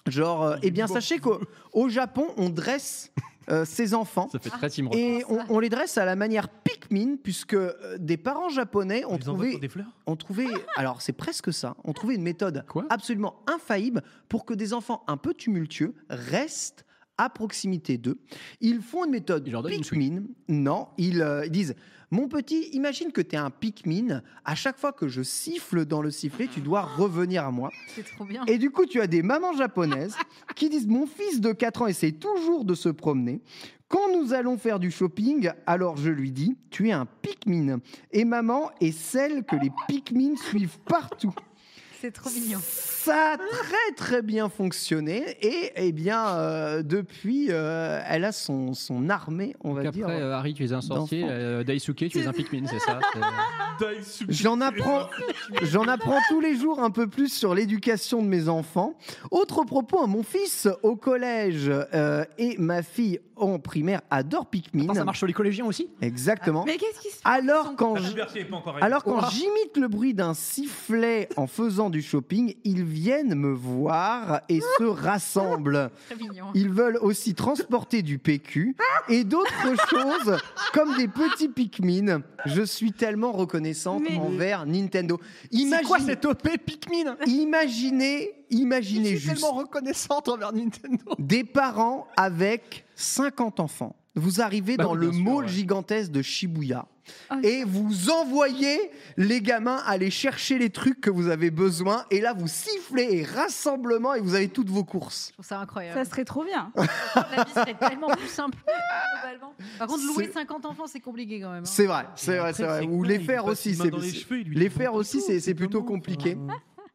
[SPEAKER 1] Genre, euh, eh bien, sachez qu'au au Japon, on dresse euh, ses enfants.
[SPEAKER 4] Ça fait très Team Rocket.
[SPEAKER 1] Et on, on les dresse à la manière Pikmin, puisque euh, des parents japonais ont
[SPEAKER 3] Ils envoient
[SPEAKER 1] trouvé,
[SPEAKER 3] pour des fleurs
[SPEAKER 1] ont trouvé, alors c'est presque ça, ont trouvé une méthode
[SPEAKER 4] Quoi
[SPEAKER 1] absolument infaillible pour que des enfants un peu tumultueux restent à proximité d'eux. Ils font une méthode
[SPEAKER 4] Ils leur donnent une
[SPEAKER 1] Pikmin. Non, ils, euh, ils disent, mon petit, imagine que tu es un Pikmin, à chaque fois que je siffle dans le sifflet, tu dois revenir à moi.
[SPEAKER 10] C'est trop bien.
[SPEAKER 1] Et du coup, tu as des mamans japonaises qui disent Mon fils de 4 ans essaie toujours de se promener. Quand nous allons faire du shopping, alors je lui dis Tu es un Pikmin. Et maman est celle que les Pikmin suivent partout.
[SPEAKER 10] C'est trop mignon.
[SPEAKER 1] Ça a très très bien fonctionné. Et eh bien, euh, depuis, euh, elle a son, son armée, on va
[SPEAKER 4] Après,
[SPEAKER 1] dire.
[SPEAKER 4] euh, Harry, tu es un sorcier.
[SPEAKER 1] d'enfant.
[SPEAKER 4] euh, Daisuke, tu es un Pikmin, c'est ça c'est-
[SPEAKER 1] J'en apprends, j'en apprends tous les jours un peu plus sur l'éducation de mes enfants. Autre propos, hein, mon fils au collège euh, et ma fille en primaire adorent Pikmin.
[SPEAKER 4] Attends, ça marche sur les collégiens aussi Ah,
[SPEAKER 1] Exactement.
[SPEAKER 8] Mais qu'est-ce qui se
[SPEAKER 1] Ah. Alors quand,
[SPEAKER 3] La
[SPEAKER 1] je-
[SPEAKER 3] puberté est pas encore arrivée.
[SPEAKER 1] alors quand
[SPEAKER 4] Ouah.
[SPEAKER 1] j'imite le bruit d'un sifflet en faisant du shopping, ils viennent me voir et se rassemblent.
[SPEAKER 10] Très mignon.
[SPEAKER 1] Ils veulent aussi transporter du PQ et d'autres choses comme des petits Pikmin. Je suis tellement reconnaissante
[SPEAKER 8] Mais-
[SPEAKER 1] envers Nintendo. Imagine-
[SPEAKER 4] OP Pikmin hein
[SPEAKER 1] imaginez, imaginez juste
[SPEAKER 4] reconnaissante envers Nintendo.
[SPEAKER 1] des parents avec 50 enfants. Vous arrivez
[SPEAKER 4] Bah
[SPEAKER 1] dans
[SPEAKER 4] oui,
[SPEAKER 1] le
[SPEAKER 4] bien sûr,
[SPEAKER 1] mall
[SPEAKER 4] ouais.
[SPEAKER 1] gigantesque de Shibuya
[SPEAKER 8] Oh,
[SPEAKER 1] et vous envoyez les gamins aller chercher les trucs que vous avez besoin et là vous sifflez et rassemblement et vous avez toutes vos courses.
[SPEAKER 10] Je trouve ça incroyable.
[SPEAKER 8] Ça serait trop bien.
[SPEAKER 10] La vie serait tellement plus simple, globalement. Par contre, louer
[SPEAKER 1] C'est-
[SPEAKER 10] 50 enfants, c'est compliqué quand même. hein.
[SPEAKER 1] C'est vrai, c'est
[SPEAKER 3] Et
[SPEAKER 1] vrai,
[SPEAKER 3] après,
[SPEAKER 1] c'est vrai.
[SPEAKER 3] c'est
[SPEAKER 1] Ou
[SPEAKER 3] quoi,
[SPEAKER 1] les
[SPEAKER 3] il
[SPEAKER 1] faire
[SPEAKER 3] passe
[SPEAKER 1] aussi,
[SPEAKER 3] une main
[SPEAKER 1] c'est
[SPEAKER 3] dans les cheveux, il lui
[SPEAKER 1] les
[SPEAKER 3] dit,
[SPEAKER 1] faire
[SPEAKER 3] bon,
[SPEAKER 1] aussi,
[SPEAKER 3] tout,
[SPEAKER 1] c'est c'est plutôt
[SPEAKER 3] comment,
[SPEAKER 1] compliqué.
[SPEAKER 3] enfin,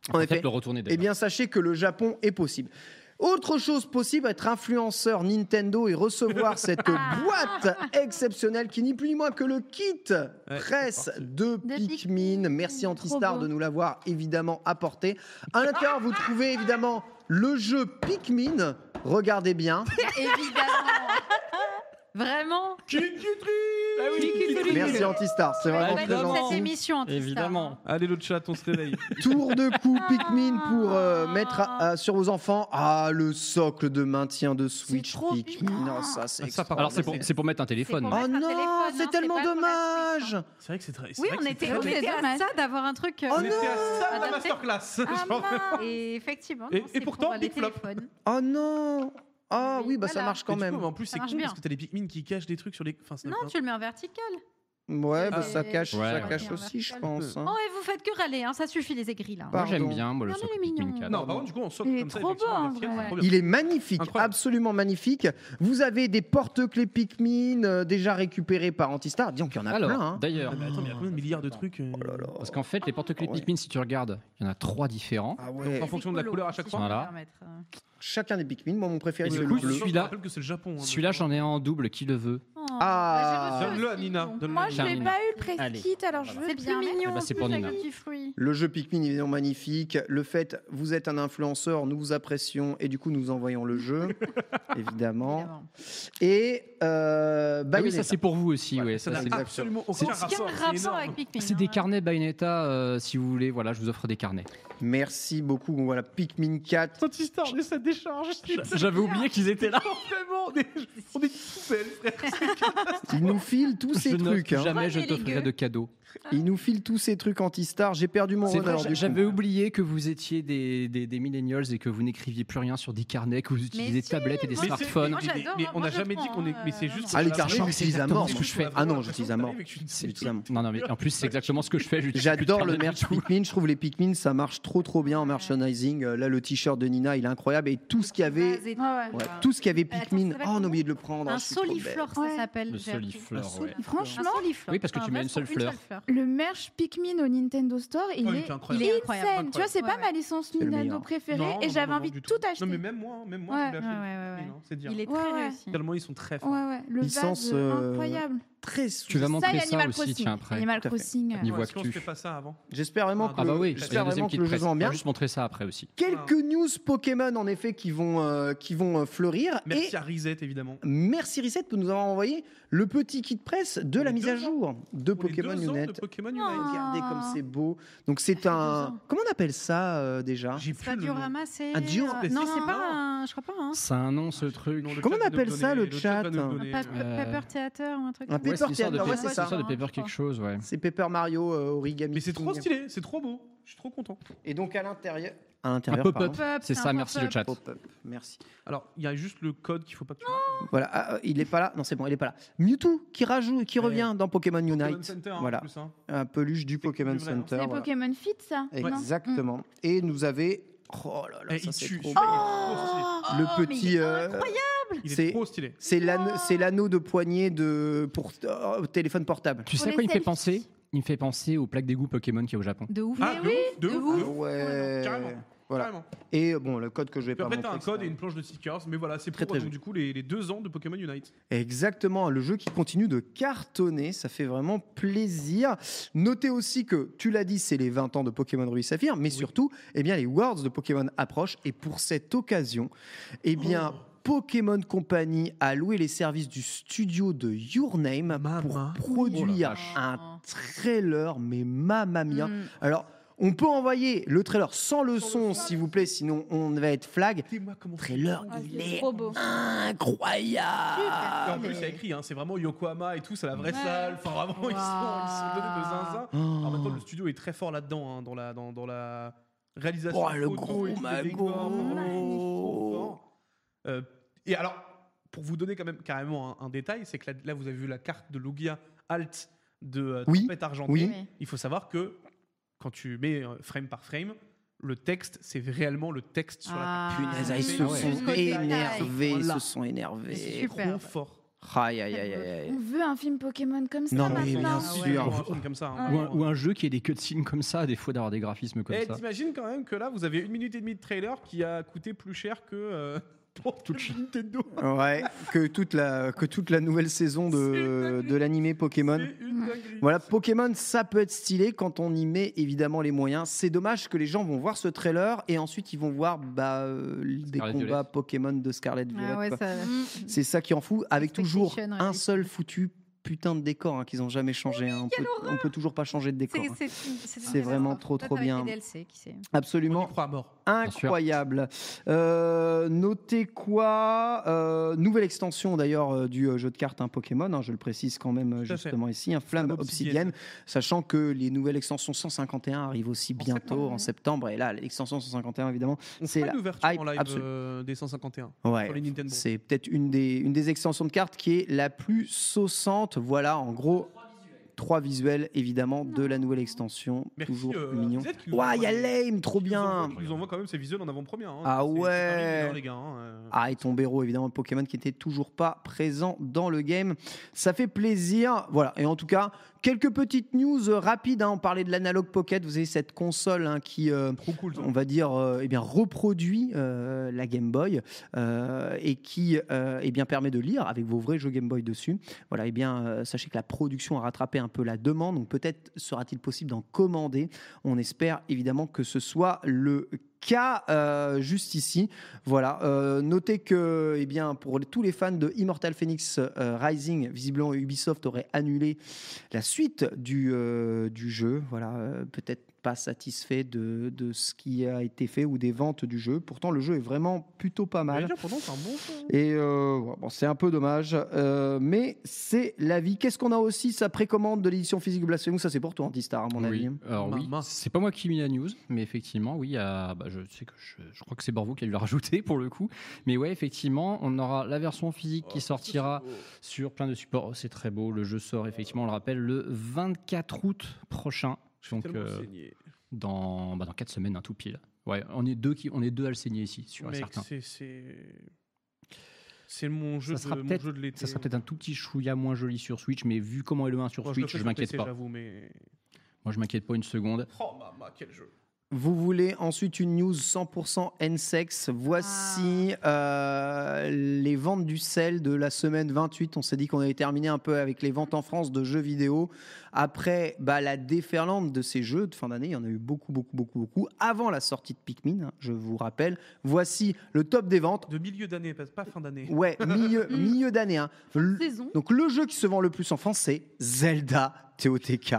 [SPEAKER 1] En
[SPEAKER 4] Peut-être
[SPEAKER 1] effet,
[SPEAKER 4] le retourner
[SPEAKER 1] Eh
[SPEAKER 4] d'ailleurs.
[SPEAKER 1] bien, sachez que le Japon est possible. Autre chose possible, être influenceur Nintendo et recevoir cette boîte exceptionnelle qui n'est plus ni moins que le kit presse de Pikmin. Merci Antistar
[SPEAKER 11] beau.
[SPEAKER 1] de nous l'avoir évidemment apporté. À l'intérieur, vous trouvez évidemment le jeu Pikmin. Regardez bien.
[SPEAKER 10] Évidemment.
[SPEAKER 5] Vraiment
[SPEAKER 10] Bah
[SPEAKER 1] Merci Antistar, c'est vraiment très gentil.
[SPEAKER 3] Allez, l'autre chat, on se réveille.
[SPEAKER 1] Tour de coup Pikmin pour euh, mettre à- à- sur vos enfants ah, le socle de maintien de Switch Pikmin. Non, ça, c'est
[SPEAKER 3] Ah,
[SPEAKER 4] Alors, c'est pour, c'est pour mettre un téléphone.
[SPEAKER 1] Oh non,
[SPEAKER 10] hein,
[SPEAKER 1] c'est tellement dommage. Oh
[SPEAKER 3] C'est vrai que c'est très.
[SPEAKER 5] Oui, on était, on était à ça d'avoir un truc. euh,
[SPEAKER 3] On était à ça de la masterclass. Genre, vraiment.
[SPEAKER 5] Et effectivement.
[SPEAKER 3] Et-
[SPEAKER 5] non,
[SPEAKER 3] et
[SPEAKER 5] c'est
[SPEAKER 3] pourtant,
[SPEAKER 5] pour, euh, les
[SPEAKER 3] Big Flop.
[SPEAKER 5] téléphones.
[SPEAKER 1] Oh non Ah oui, bah ça
[SPEAKER 5] voilà.
[SPEAKER 1] marche quand
[SPEAKER 3] Mais du
[SPEAKER 1] même.
[SPEAKER 3] coup, en plus, c'est con
[SPEAKER 5] marche bien.
[SPEAKER 3] parce que t'as les Pikmin qui cachent des trucs sur les. Enfin, hein. c'est
[SPEAKER 5] Non,
[SPEAKER 3] n'importe
[SPEAKER 5] tu le mets en vertical.
[SPEAKER 1] Ouais, bah ça
[SPEAKER 5] Et-
[SPEAKER 1] cache,
[SPEAKER 3] Ouais,
[SPEAKER 1] ça
[SPEAKER 3] ouais.
[SPEAKER 1] cache aussi, je pense. hein.
[SPEAKER 5] Oh, et vous faites que râler, hein, ça suffit les aigris là.
[SPEAKER 1] Moi, j'aime bien, moi, le
[SPEAKER 5] Regardez,
[SPEAKER 1] socle
[SPEAKER 5] il est
[SPEAKER 1] Pikmin
[SPEAKER 5] mignon.
[SPEAKER 1] quatre. Ah. Non, par contre,
[SPEAKER 3] Du coup, on sort
[SPEAKER 5] Il est
[SPEAKER 3] comme ça.
[SPEAKER 5] trop
[SPEAKER 3] effectivement,
[SPEAKER 5] beau,
[SPEAKER 3] en vertical,
[SPEAKER 5] en
[SPEAKER 3] c'est
[SPEAKER 5] vrai.
[SPEAKER 3] trop bien.
[SPEAKER 1] Il est magnifique, absolument magnifique. Vous avez des porte-clés Pikmin euh, déjà récupérés par Antistar. Disons qu'il y en a
[SPEAKER 4] Alors,
[SPEAKER 1] plein. hein. Oh
[SPEAKER 4] d'ailleurs.
[SPEAKER 3] Mais attends, mais il y a combien de milliards de trucs euh,
[SPEAKER 4] Parce qu'en fait, les porte-clés
[SPEAKER 1] Ah
[SPEAKER 4] Pikmin, si tu regardes, il y en a trois différents.
[SPEAKER 3] En fonction de la couleur à chaque fois.
[SPEAKER 4] Voilà.
[SPEAKER 1] Chacun des Pikmin, moi mon préféré
[SPEAKER 4] Et
[SPEAKER 1] c'est
[SPEAKER 4] du
[SPEAKER 1] le
[SPEAKER 4] coup,
[SPEAKER 1] bleu.
[SPEAKER 3] Je
[SPEAKER 4] celui-là,
[SPEAKER 3] rappelle que c'est le Japon. hein.
[SPEAKER 4] celui-là, j'en ai un en double. Qui le veut
[SPEAKER 1] Ah.
[SPEAKER 3] Donne-le à Nina. donne-le à
[SPEAKER 8] Moi, je
[SPEAKER 3] Nina.
[SPEAKER 8] n'ai pas eu le press
[SPEAKER 4] Allez.
[SPEAKER 8] kit, alors je veux
[SPEAKER 5] C'est
[SPEAKER 8] bien.
[SPEAKER 5] plus mignon,
[SPEAKER 4] Eh ben,
[SPEAKER 5] en
[SPEAKER 4] c'est
[SPEAKER 5] plus,
[SPEAKER 4] pour
[SPEAKER 5] avec
[SPEAKER 4] Nina.
[SPEAKER 5] le petit fruit.
[SPEAKER 1] Le jeu Pikmin évidemment magnifique. Le fait, vous êtes un influenceur, nous vous apprécions et du coup nous envoyons le jeu, évidemment. Et euh,
[SPEAKER 4] Ah oui,
[SPEAKER 1] Bayonetta.
[SPEAKER 4] ça c'est pour vous aussi. ouais,
[SPEAKER 3] ça
[SPEAKER 4] ça,
[SPEAKER 3] n'a
[SPEAKER 4] c'est-
[SPEAKER 3] absolument aucun
[SPEAKER 4] c'est-
[SPEAKER 3] rapport, c'est énorme.
[SPEAKER 4] C'est des carnets Bayonetta, euh, si vous voulez. Voilà, je vous offre des carnets.
[SPEAKER 1] Merci beaucoup. Voilà, Pikmin 4.
[SPEAKER 3] Cette histoire de sa décharge.
[SPEAKER 4] J'avais oublié qu'ils étaient là.
[SPEAKER 3] Vraiment, on est, on est une poubelle, frère.
[SPEAKER 1] Il nous file tous ces
[SPEAKER 4] Je note
[SPEAKER 1] trucs.
[SPEAKER 4] que
[SPEAKER 1] hein.
[SPEAKER 4] Jamais je t'offrirai de cadeaux.
[SPEAKER 5] Ah.
[SPEAKER 1] Il nous file tous ces trucs anti-star. J'ai perdu mon
[SPEAKER 4] C'est vrai,
[SPEAKER 1] honneur.
[SPEAKER 4] j'a-
[SPEAKER 1] du coup.
[SPEAKER 4] j'avais oublié que vous étiez des, des, des millennials et que vous n'écriviez plus rien sur des carnets, que vous utilisez des
[SPEAKER 5] si,
[SPEAKER 4] tablettes et des
[SPEAKER 5] moi,
[SPEAKER 4] smartphones.
[SPEAKER 5] moi, j'adore,
[SPEAKER 3] Mais on
[SPEAKER 5] moi,
[SPEAKER 3] n'a
[SPEAKER 5] je
[SPEAKER 3] jamais dit
[SPEAKER 5] prends,
[SPEAKER 8] Oh
[SPEAKER 3] qu'on est.
[SPEAKER 5] hein,
[SPEAKER 3] Mais c'est
[SPEAKER 5] euh,
[SPEAKER 3] juste.
[SPEAKER 1] Ah, les carnets,
[SPEAKER 4] Franchement, c'est
[SPEAKER 1] j'utilise à
[SPEAKER 4] exactement
[SPEAKER 1] mort.
[SPEAKER 4] ce que je fais.
[SPEAKER 1] Ah non, j'utilise à mort.
[SPEAKER 3] C'est
[SPEAKER 1] J'utilise à mort.
[SPEAKER 4] Non, non, mais en plus, c'est exactement ce que je fais. j'utilise plus de
[SPEAKER 1] J'adore le
[SPEAKER 4] carnets
[SPEAKER 1] merch
[SPEAKER 4] du tout.
[SPEAKER 1] Pikmin. Je trouve les Pikmin, ça marche trop trop bien en merchandising. Euh, Là, le t-shirt de Nina, il est incroyable. Et tout ce qu'il y avait,
[SPEAKER 5] Ouais,
[SPEAKER 1] ouais, tout ce qu'il y avait Pikmin. Oh, on a oublié de le prendre.
[SPEAKER 5] Un
[SPEAKER 1] Ah, je suis trop bête.
[SPEAKER 5] soliflore, ça s'appelle.
[SPEAKER 4] Le
[SPEAKER 5] j'ai appris.
[SPEAKER 4] soliflore, Un ouais. soliflore.
[SPEAKER 8] Franchement,
[SPEAKER 5] Un soliflore.
[SPEAKER 4] Oui, parce que
[SPEAKER 5] Un
[SPEAKER 4] tu mets
[SPEAKER 5] vase
[SPEAKER 4] une seule
[SPEAKER 5] pour
[SPEAKER 4] fleur.
[SPEAKER 8] le merch Pikmin au Nintendo Store, il,
[SPEAKER 3] Oh, il
[SPEAKER 8] est,
[SPEAKER 3] était incroyable. Il est incroyable,
[SPEAKER 8] insane. Tu vois, c'est
[SPEAKER 5] incroyable.
[SPEAKER 8] pas ma licence
[SPEAKER 1] le
[SPEAKER 8] Nintendo
[SPEAKER 1] meilleur.
[SPEAKER 8] préférée
[SPEAKER 3] Non, non,
[SPEAKER 8] et
[SPEAKER 3] non,
[SPEAKER 8] j'avais
[SPEAKER 3] non,
[SPEAKER 8] envie de
[SPEAKER 3] du
[SPEAKER 8] tout acheter.
[SPEAKER 3] Non, mais même moi, hein, même moi,
[SPEAKER 8] Ouais.
[SPEAKER 3] je l'ai acheté.
[SPEAKER 5] Ouais, ouais, ouais,
[SPEAKER 3] Mais
[SPEAKER 5] ouais.
[SPEAKER 3] non, C'est dire.
[SPEAKER 5] Il est
[SPEAKER 8] Ouais,
[SPEAKER 5] très
[SPEAKER 8] ouais.
[SPEAKER 5] réussi.
[SPEAKER 3] Tellement ils sont très
[SPEAKER 8] Ouais,
[SPEAKER 3] forts.
[SPEAKER 8] ouais, le
[SPEAKER 1] Licence,
[SPEAKER 8] vase
[SPEAKER 1] euh,
[SPEAKER 8] euh, incroyable.
[SPEAKER 1] Très
[SPEAKER 4] Tu vas
[SPEAKER 8] Ça, il
[SPEAKER 4] montrer
[SPEAKER 8] y a
[SPEAKER 4] ça,
[SPEAKER 8] Animal
[SPEAKER 4] aussi,
[SPEAKER 8] Crossing.
[SPEAKER 4] tiens, après.
[SPEAKER 8] Animal
[SPEAKER 1] Tout à fait.
[SPEAKER 8] Crossing. euh,
[SPEAKER 4] N'y vois
[SPEAKER 3] Est-ce
[SPEAKER 4] que
[SPEAKER 3] qu'on
[SPEAKER 4] tu.
[SPEAKER 3] se fait pas ça avant
[SPEAKER 1] J'espère vraiment que
[SPEAKER 4] Ah bah
[SPEAKER 1] le-
[SPEAKER 4] oui,
[SPEAKER 1] j'espère
[SPEAKER 4] la deuxième
[SPEAKER 1] vraiment
[SPEAKER 4] qui
[SPEAKER 1] que
[SPEAKER 4] te
[SPEAKER 1] le jeu
[SPEAKER 4] presse.
[SPEAKER 1] se vend
[SPEAKER 4] On
[SPEAKER 1] bien.
[SPEAKER 4] va juste montrer ça après aussi.
[SPEAKER 1] Quelques news Pokémon en effet qui vont euh, qui vont euh, fleurir.
[SPEAKER 3] Merci
[SPEAKER 1] Et
[SPEAKER 3] à Reset, évidemment.
[SPEAKER 1] merci Reset pour nous avoir envoyé le petit kit presse de la
[SPEAKER 3] les
[SPEAKER 1] mise
[SPEAKER 3] deux
[SPEAKER 1] à jour de
[SPEAKER 3] Pour les
[SPEAKER 1] Pokémon
[SPEAKER 3] deux ans de
[SPEAKER 1] Unite.
[SPEAKER 3] Pokémon
[SPEAKER 5] Oh.
[SPEAKER 3] Unite.
[SPEAKER 1] Regardez comme c'est beau. Donc c'est un comment on appelle ça euh, déjà
[SPEAKER 3] J'ai
[SPEAKER 5] C'est pas
[SPEAKER 3] plus le nom.
[SPEAKER 5] diorama, c'est.
[SPEAKER 1] Un dior-
[SPEAKER 5] euh,
[SPEAKER 3] Mais
[SPEAKER 5] Non,
[SPEAKER 3] si,
[SPEAKER 5] c'est
[SPEAKER 3] non.
[SPEAKER 5] pas un. Je crois pas. hein.
[SPEAKER 4] C'est un nom ce truc.
[SPEAKER 3] Non, le
[SPEAKER 1] Comment
[SPEAKER 3] chat
[SPEAKER 1] on
[SPEAKER 3] va nous
[SPEAKER 1] appelle ça,
[SPEAKER 3] donner,
[SPEAKER 1] le
[SPEAKER 3] va
[SPEAKER 1] chat
[SPEAKER 3] nous
[SPEAKER 1] Un
[SPEAKER 3] donner,
[SPEAKER 5] Pa-
[SPEAKER 3] euh,
[SPEAKER 4] Euh,
[SPEAKER 5] Paper Theater ou un truc.
[SPEAKER 1] Un
[SPEAKER 5] comme
[SPEAKER 4] Ouais,
[SPEAKER 5] ça.
[SPEAKER 4] c'est
[SPEAKER 1] Paper
[SPEAKER 4] une histoire de
[SPEAKER 1] Theater, ouais,
[SPEAKER 4] paper-
[SPEAKER 1] c'est
[SPEAKER 4] c'est
[SPEAKER 1] ça.
[SPEAKER 4] une histoire de paper quelque chose, ouais.
[SPEAKER 1] C'est Paper Mario euh, Origami.
[SPEAKER 3] Mais c'est trop
[SPEAKER 1] King.
[SPEAKER 3] stylé, c'est trop beau. Je suis trop content.
[SPEAKER 1] Et donc à l'intérieur à
[SPEAKER 4] Un
[SPEAKER 1] l'intérieur
[SPEAKER 4] pop-up,
[SPEAKER 1] pardon.
[SPEAKER 5] Pop-up,
[SPEAKER 4] c'est
[SPEAKER 5] c'est
[SPEAKER 4] ça,
[SPEAKER 5] un
[SPEAKER 4] merci le
[SPEAKER 5] pop-up.
[SPEAKER 4] chat.
[SPEAKER 1] Pop-up. Merci.
[SPEAKER 3] Alors, il y a juste le code qu'il faut pas que tu
[SPEAKER 1] Voilà, ah, euh, il est pas là. Non, c'est bon, il est pas là. Mewtwo qui rajoute qui
[SPEAKER 3] Ouais.
[SPEAKER 1] revient dans Pokémon
[SPEAKER 3] Eh Pokémon
[SPEAKER 1] Unite.
[SPEAKER 3] Center, hein, en
[SPEAKER 1] voilà.
[SPEAKER 3] plus, hein.
[SPEAKER 1] Un peluche du Pokémon
[SPEAKER 3] plus vrai, hein.
[SPEAKER 1] Center.
[SPEAKER 8] C'est
[SPEAKER 1] voilà.
[SPEAKER 8] Pokémon Fit, ça non
[SPEAKER 1] Exactement. Et nous avez. Oh là là,
[SPEAKER 3] Eh,
[SPEAKER 1] ça
[SPEAKER 2] Mm.
[SPEAKER 3] il
[SPEAKER 1] c'est
[SPEAKER 3] tue.
[SPEAKER 1] trop
[SPEAKER 3] celui-là,
[SPEAKER 1] beau. Le
[SPEAKER 5] mais il
[SPEAKER 1] petit.
[SPEAKER 5] est
[SPEAKER 1] euh,
[SPEAKER 3] Il est trop stylé. Il est
[SPEAKER 1] c'est-
[SPEAKER 3] trop stylé.
[SPEAKER 1] c'est l'anneau- c'est l'anneau de poignet de pour oh, téléphone portable.
[SPEAKER 4] Tu
[SPEAKER 8] Pour
[SPEAKER 4] sais à
[SPEAKER 8] les
[SPEAKER 4] quoi il me fait
[SPEAKER 8] selfies.
[SPEAKER 4] penser Il me fait penser aux plaques d'égout Pokémon qu'il y a au Japon.
[SPEAKER 5] De ouf.
[SPEAKER 3] Ah, de ouf, de ouf.
[SPEAKER 1] Ouais.
[SPEAKER 3] Carrément.
[SPEAKER 1] Voilà.
[SPEAKER 3] Carrément.
[SPEAKER 1] Et euh, bon, le code que je vais
[SPEAKER 3] Puis
[SPEAKER 1] pas
[SPEAKER 3] après,
[SPEAKER 1] montrer.
[SPEAKER 3] t'as un code et
[SPEAKER 1] etc.
[SPEAKER 3] une planche de stickers, mais voilà, c'est
[SPEAKER 1] Très,
[SPEAKER 3] pour
[SPEAKER 1] très
[SPEAKER 3] donc, du
[SPEAKER 1] joli.
[SPEAKER 3] coup les, les deux ans de Pokémon Unite.
[SPEAKER 1] Exactement, le jeu qui continue de cartonner, ça fait vraiment plaisir. Notez aussi que, tu l'as dit, c'est les 20 ans de Pokémon Ruby Saphir, mais surtout, eh bien, les Worlds de Pokémon approchent. Et pour cette occasion, eh
[SPEAKER 3] Oh.
[SPEAKER 1] bien, Pokémon Company a loué les services du studio de Your Name
[SPEAKER 3] Maman.
[SPEAKER 1] pour produire un trailer, mais mamma mia. Alors, on peut envoyer le trailer sans le son, s'il vous plaît, sinon on va être flag.
[SPEAKER 3] Dis-moi comment.
[SPEAKER 1] Trailer,
[SPEAKER 8] Ah,
[SPEAKER 1] il
[SPEAKER 8] c'est
[SPEAKER 1] est
[SPEAKER 8] trop beau.
[SPEAKER 1] incroyable.
[SPEAKER 3] Et en plus, il y a écrit, hein, c'est vraiment Yokohama et tout, c'est la vraie salle. Enfin, vraiment, ils sont, ils sont donnés de zinzin. En
[SPEAKER 1] Oh.
[SPEAKER 3] même temps, le studio est très fort là-dedans, hein, dans, la, dans, dans la réalisation.
[SPEAKER 1] Oh, le
[SPEAKER 3] photo
[SPEAKER 1] gros
[SPEAKER 3] et tout, les
[SPEAKER 1] magot.
[SPEAKER 3] décors, vraiment, ils sont forts. Euh, et alors, pour vous donner quand même carrément un, un détail, c'est que là, là, vous avez vu la carte de Lugia Alt de euh,
[SPEAKER 1] Oui,
[SPEAKER 3] Tempête Argentée.
[SPEAKER 1] oui.
[SPEAKER 5] Oui.
[SPEAKER 3] Il faut savoir que quand tu mets euh, frame par frame, le texte, c'est réellement le texte sur la carte.
[SPEAKER 5] Ah,
[SPEAKER 1] Punaise, ah, ils se
[SPEAKER 5] mais
[SPEAKER 1] sont
[SPEAKER 5] jusqu'au détail.
[SPEAKER 1] énervés, ils
[SPEAKER 3] Voilà.
[SPEAKER 1] se sont énervés.
[SPEAKER 5] Super.
[SPEAKER 3] Trop fort.
[SPEAKER 1] Aïe, aïe, aïe, aïe, aïe.
[SPEAKER 8] On veut un film Pokémon comme ça
[SPEAKER 4] Non,
[SPEAKER 8] maintenant.
[SPEAKER 4] mais bien
[SPEAKER 3] Ah ouais, on va prendre comme ça. hein.
[SPEAKER 4] Ou un, ou un jeu qui ait des cutscenes comme ça, des fois d'avoir des graphismes comme
[SPEAKER 3] Eh,
[SPEAKER 4] ça.
[SPEAKER 3] t'imagines quand même que là, vous avez une minute et demie de trailer qui a coûté plus cher que euh, pour toute Nintendo.
[SPEAKER 1] Ouais, que toute la, que toute la nouvelle saison de, de l'animé Pokémon. Voilà, Pokémon, ça peut être stylé quand on y met évidemment les moyens. C'est dommage que les gens vont voir ce trailer et ensuite ils vont voir bah, euh, des
[SPEAKER 4] Scarlet
[SPEAKER 1] combats
[SPEAKER 4] Violet.
[SPEAKER 1] Pokémon de Scarlet
[SPEAKER 5] Ah
[SPEAKER 1] Violet.
[SPEAKER 5] ouais,
[SPEAKER 1] quoi.
[SPEAKER 5] ça-
[SPEAKER 1] C'est ça qui en fout, avec toujours
[SPEAKER 5] Expectation,
[SPEAKER 1] un
[SPEAKER 5] ouais.
[SPEAKER 1] seul foutu putain de décor hein, qu'ils ont jamais changé. hein. on, peut, on peut toujours pas changer de décor. hein.
[SPEAKER 5] C'est- C'est
[SPEAKER 1] C'est vraiment trop trop bien.
[SPEAKER 5] DLC, qui sait.
[SPEAKER 1] Absolument. Incroyable. Euh, notez quoi Euh, Nouvelle extension d'ailleurs euh, du euh, jeu de cartes hein, Pokémon, hein, je le précise quand même euh,
[SPEAKER 3] Tout à fait.
[SPEAKER 1] justement ici, un Flamme Obsidienne, sachant que les nouvelles extensions 151 arrivent aussi bientôt en septembre. Et là, l'extension 151 évidemment, c'est
[SPEAKER 3] C'est
[SPEAKER 1] la
[SPEAKER 3] l'ouverture
[SPEAKER 1] hype
[SPEAKER 3] en live
[SPEAKER 1] absolue.
[SPEAKER 3] euh, des 151
[SPEAKER 1] Ouais,
[SPEAKER 3] sur les Nintendo.
[SPEAKER 1] c'est peut-être une des, une des extensions de cartes qui est la plus saussante. Voilà, en gros, trois visuels évidemment de la nouvelle extension. Toujours
[SPEAKER 3] euh,
[SPEAKER 1] mignon.
[SPEAKER 3] Z qui nous
[SPEAKER 1] Ouah, il y a
[SPEAKER 3] envoie les-
[SPEAKER 1] Lame, trop bien.
[SPEAKER 3] Ils nous envoient quand même ces visuels en avant-première. hein.
[SPEAKER 1] Ah
[SPEAKER 3] C'est- c'est pas
[SPEAKER 1] ouais.
[SPEAKER 3] régulier, les gars, hein, euh.
[SPEAKER 1] Ah, et Tombero, évidemment, Pokémon qui était toujours pas présent dans le game. Ça fait plaisir. Voilà. Et en tout cas, quelques petites news euh, rapides. hein. On parlait de l'Analog Pocket. Vous avez cette console hein, qui, euh, on va dire, euh, eh bien, reproduit euh, la Game Boy euh, et qui euh, eh bien, permet de lire avec vos vrais jeux Game Boy dessus. Voilà. Eh bien, euh, sachez que la production a rattrapé un peu la demande. Donc, peut-être sera-t-il possible d'en commander. On espère évidemment que ce soit le cas euh, juste ici. Voilà. Euh, notez que, eh bien, pour tous les fans de Immortal Phoenix euh, Rising, visiblement Ubisoft aurait annulé la suite du, euh, du jeu. Voilà. euh, Peut-être pas satisfait de, de ce qui a été fait ou des ventes du jeu. Pourtant, le jeu est vraiment plutôt pas mal.
[SPEAKER 3] J'allais dire, pourtant, c'est un bon jeu.
[SPEAKER 1] Et euh, ouais, bon, c'est un peu dommage, euh, mais c'est la vie. Qu'est-ce qu'on a aussi Sa précommande de l'édition physique de Blasphemous, ça c'est pour toi, Antistar, à mon avis.
[SPEAKER 4] Alors oui, c'est pas moi qui ai mis la news, mais effectivement, oui, il y a- bah, je sais que je, je crois que c'est Borvo qui l'a rajouté pour le coup. Mais ouais, effectivement, on aura la version physique
[SPEAKER 3] Oh,
[SPEAKER 4] qui sortira sur plein de supports. Oh, c'est très beau, le jeu sort effectivement, on le rappelle, le 24 août prochain. Donc,
[SPEAKER 3] tellement
[SPEAKER 4] euh,
[SPEAKER 3] saigné.
[SPEAKER 4] dans, bah, dans 4 semaines, hein, tout pile. Ouais, on est deux, qui, on est deux à le saigner ici, sur
[SPEAKER 3] Mec,
[SPEAKER 4] certains.
[SPEAKER 3] c'est- c'est. C'est mon jeu
[SPEAKER 4] Ça sera
[SPEAKER 3] de mon
[SPEAKER 4] peut-être
[SPEAKER 3] jeu de l'été.
[SPEAKER 4] ça sera peut-être un tout petit chouïa moins joli sur Switch, mais vu comment est le 1 sur
[SPEAKER 3] Moi, le
[SPEAKER 4] Switch,
[SPEAKER 3] fais
[SPEAKER 4] je
[SPEAKER 3] sur
[SPEAKER 4] m'inquiète
[SPEAKER 3] PC,
[SPEAKER 4] pas.
[SPEAKER 3] J'avoue, mais.
[SPEAKER 4] Moi, je m'inquiète pas une seconde.
[SPEAKER 3] Oh, maman, quel jeu.
[SPEAKER 1] Vous voulez ensuite une news 100% N-Sex. Voici euh, les ventes du sel de la semaine 28. On s'est dit qu'on avait terminé un peu avec les ventes en France de jeux vidéo. Après bah, la déferlante de ces jeux de fin d'année, il y en a eu beaucoup, beaucoup, beaucoup, beaucoup. Avant la sortie de Pikmin, hein, je vous rappelle. Voici le top des ventes.
[SPEAKER 3] De milieu d'année, pas pas fin d'année.
[SPEAKER 1] Ouais, milieu, milieu d'année. hein. Le- Donc le jeu qui se vend le plus en France, c'est Zelda TOTK.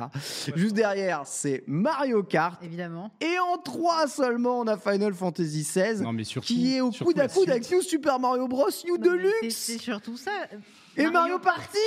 [SPEAKER 1] Juste derrière, c'est Mario Kart.
[SPEAKER 5] Évidemment.
[SPEAKER 1] Et en 3 seulement, on a Final Fantasy XVI,
[SPEAKER 4] Non, mais surtout-
[SPEAKER 1] qui est au
[SPEAKER 4] surtout
[SPEAKER 1] coude à
[SPEAKER 4] la
[SPEAKER 1] coude
[SPEAKER 4] suite.
[SPEAKER 1] avec New Super Mario Bros. New Deluxe
[SPEAKER 5] C'est surtout ça. euh,
[SPEAKER 1] et Mario Party.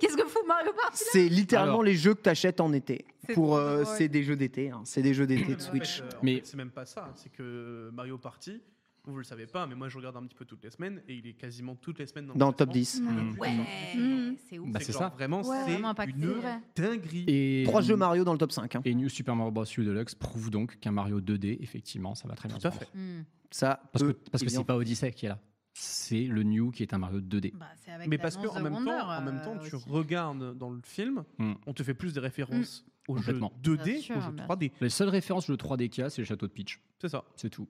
[SPEAKER 5] Qu'est-ce que fout Mario Party là
[SPEAKER 1] C'est littéralement
[SPEAKER 5] Alors.
[SPEAKER 1] les jeux que t'achètes en été.
[SPEAKER 5] C'est
[SPEAKER 1] Pour,
[SPEAKER 5] trop
[SPEAKER 1] euh,
[SPEAKER 5] drôle.
[SPEAKER 1] c'est des jeux d'été, hein. c'est des jeux d'été de Switch.
[SPEAKER 3] mais euh, c'est même pas ça. hein. C'est que Mario Party, vous le savez pas, mais moi je regarde un petit peu toutes les semaines et il est quasiment toutes les semaines dans,
[SPEAKER 1] Dans le top
[SPEAKER 3] classement.
[SPEAKER 1] 10.
[SPEAKER 3] Le
[SPEAKER 1] Mm.
[SPEAKER 3] plus
[SPEAKER 1] Ouais.
[SPEAKER 3] fort.
[SPEAKER 12] Hmm.
[SPEAKER 5] C'est
[SPEAKER 4] Bah, c'est
[SPEAKER 3] genre
[SPEAKER 4] ça.
[SPEAKER 3] Vraiment,
[SPEAKER 5] Ouais,
[SPEAKER 3] c'est
[SPEAKER 5] vraiment impacté,
[SPEAKER 3] une
[SPEAKER 5] c'est vrai.
[SPEAKER 3] dinguerie.
[SPEAKER 4] Et
[SPEAKER 1] Trois jeux Mario dans le top hein. 5.
[SPEAKER 4] Et New Super Mario Bros. U Deluxe prouve donc qu'un Mario 2D, effectivement, ça va très bien. Tout à
[SPEAKER 3] fait.
[SPEAKER 5] Hmm.
[SPEAKER 1] Ça
[SPEAKER 4] parce que
[SPEAKER 1] peut
[SPEAKER 4] parce que
[SPEAKER 1] bien
[SPEAKER 4] c'est pas Odyssey qui est là. C'est le New qui est un Mario 2D.
[SPEAKER 5] c'est avec
[SPEAKER 3] Mais parce que
[SPEAKER 5] l'annonce
[SPEAKER 3] en
[SPEAKER 5] de
[SPEAKER 3] même temps,
[SPEAKER 5] Wonder,
[SPEAKER 3] en même temps,
[SPEAKER 5] euh,
[SPEAKER 3] tu
[SPEAKER 5] aussi.
[SPEAKER 3] regardes dans le film,
[SPEAKER 4] Mm.
[SPEAKER 3] on te fait plus des références
[SPEAKER 4] Mm.
[SPEAKER 3] aux jeux
[SPEAKER 4] Complètement.
[SPEAKER 3] 2D qu'aux jeux 3D.
[SPEAKER 4] Les seules références au jeu 3D qu'il y a, c'est le château de Peach.
[SPEAKER 3] C'est ça.
[SPEAKER 4] C'est tout.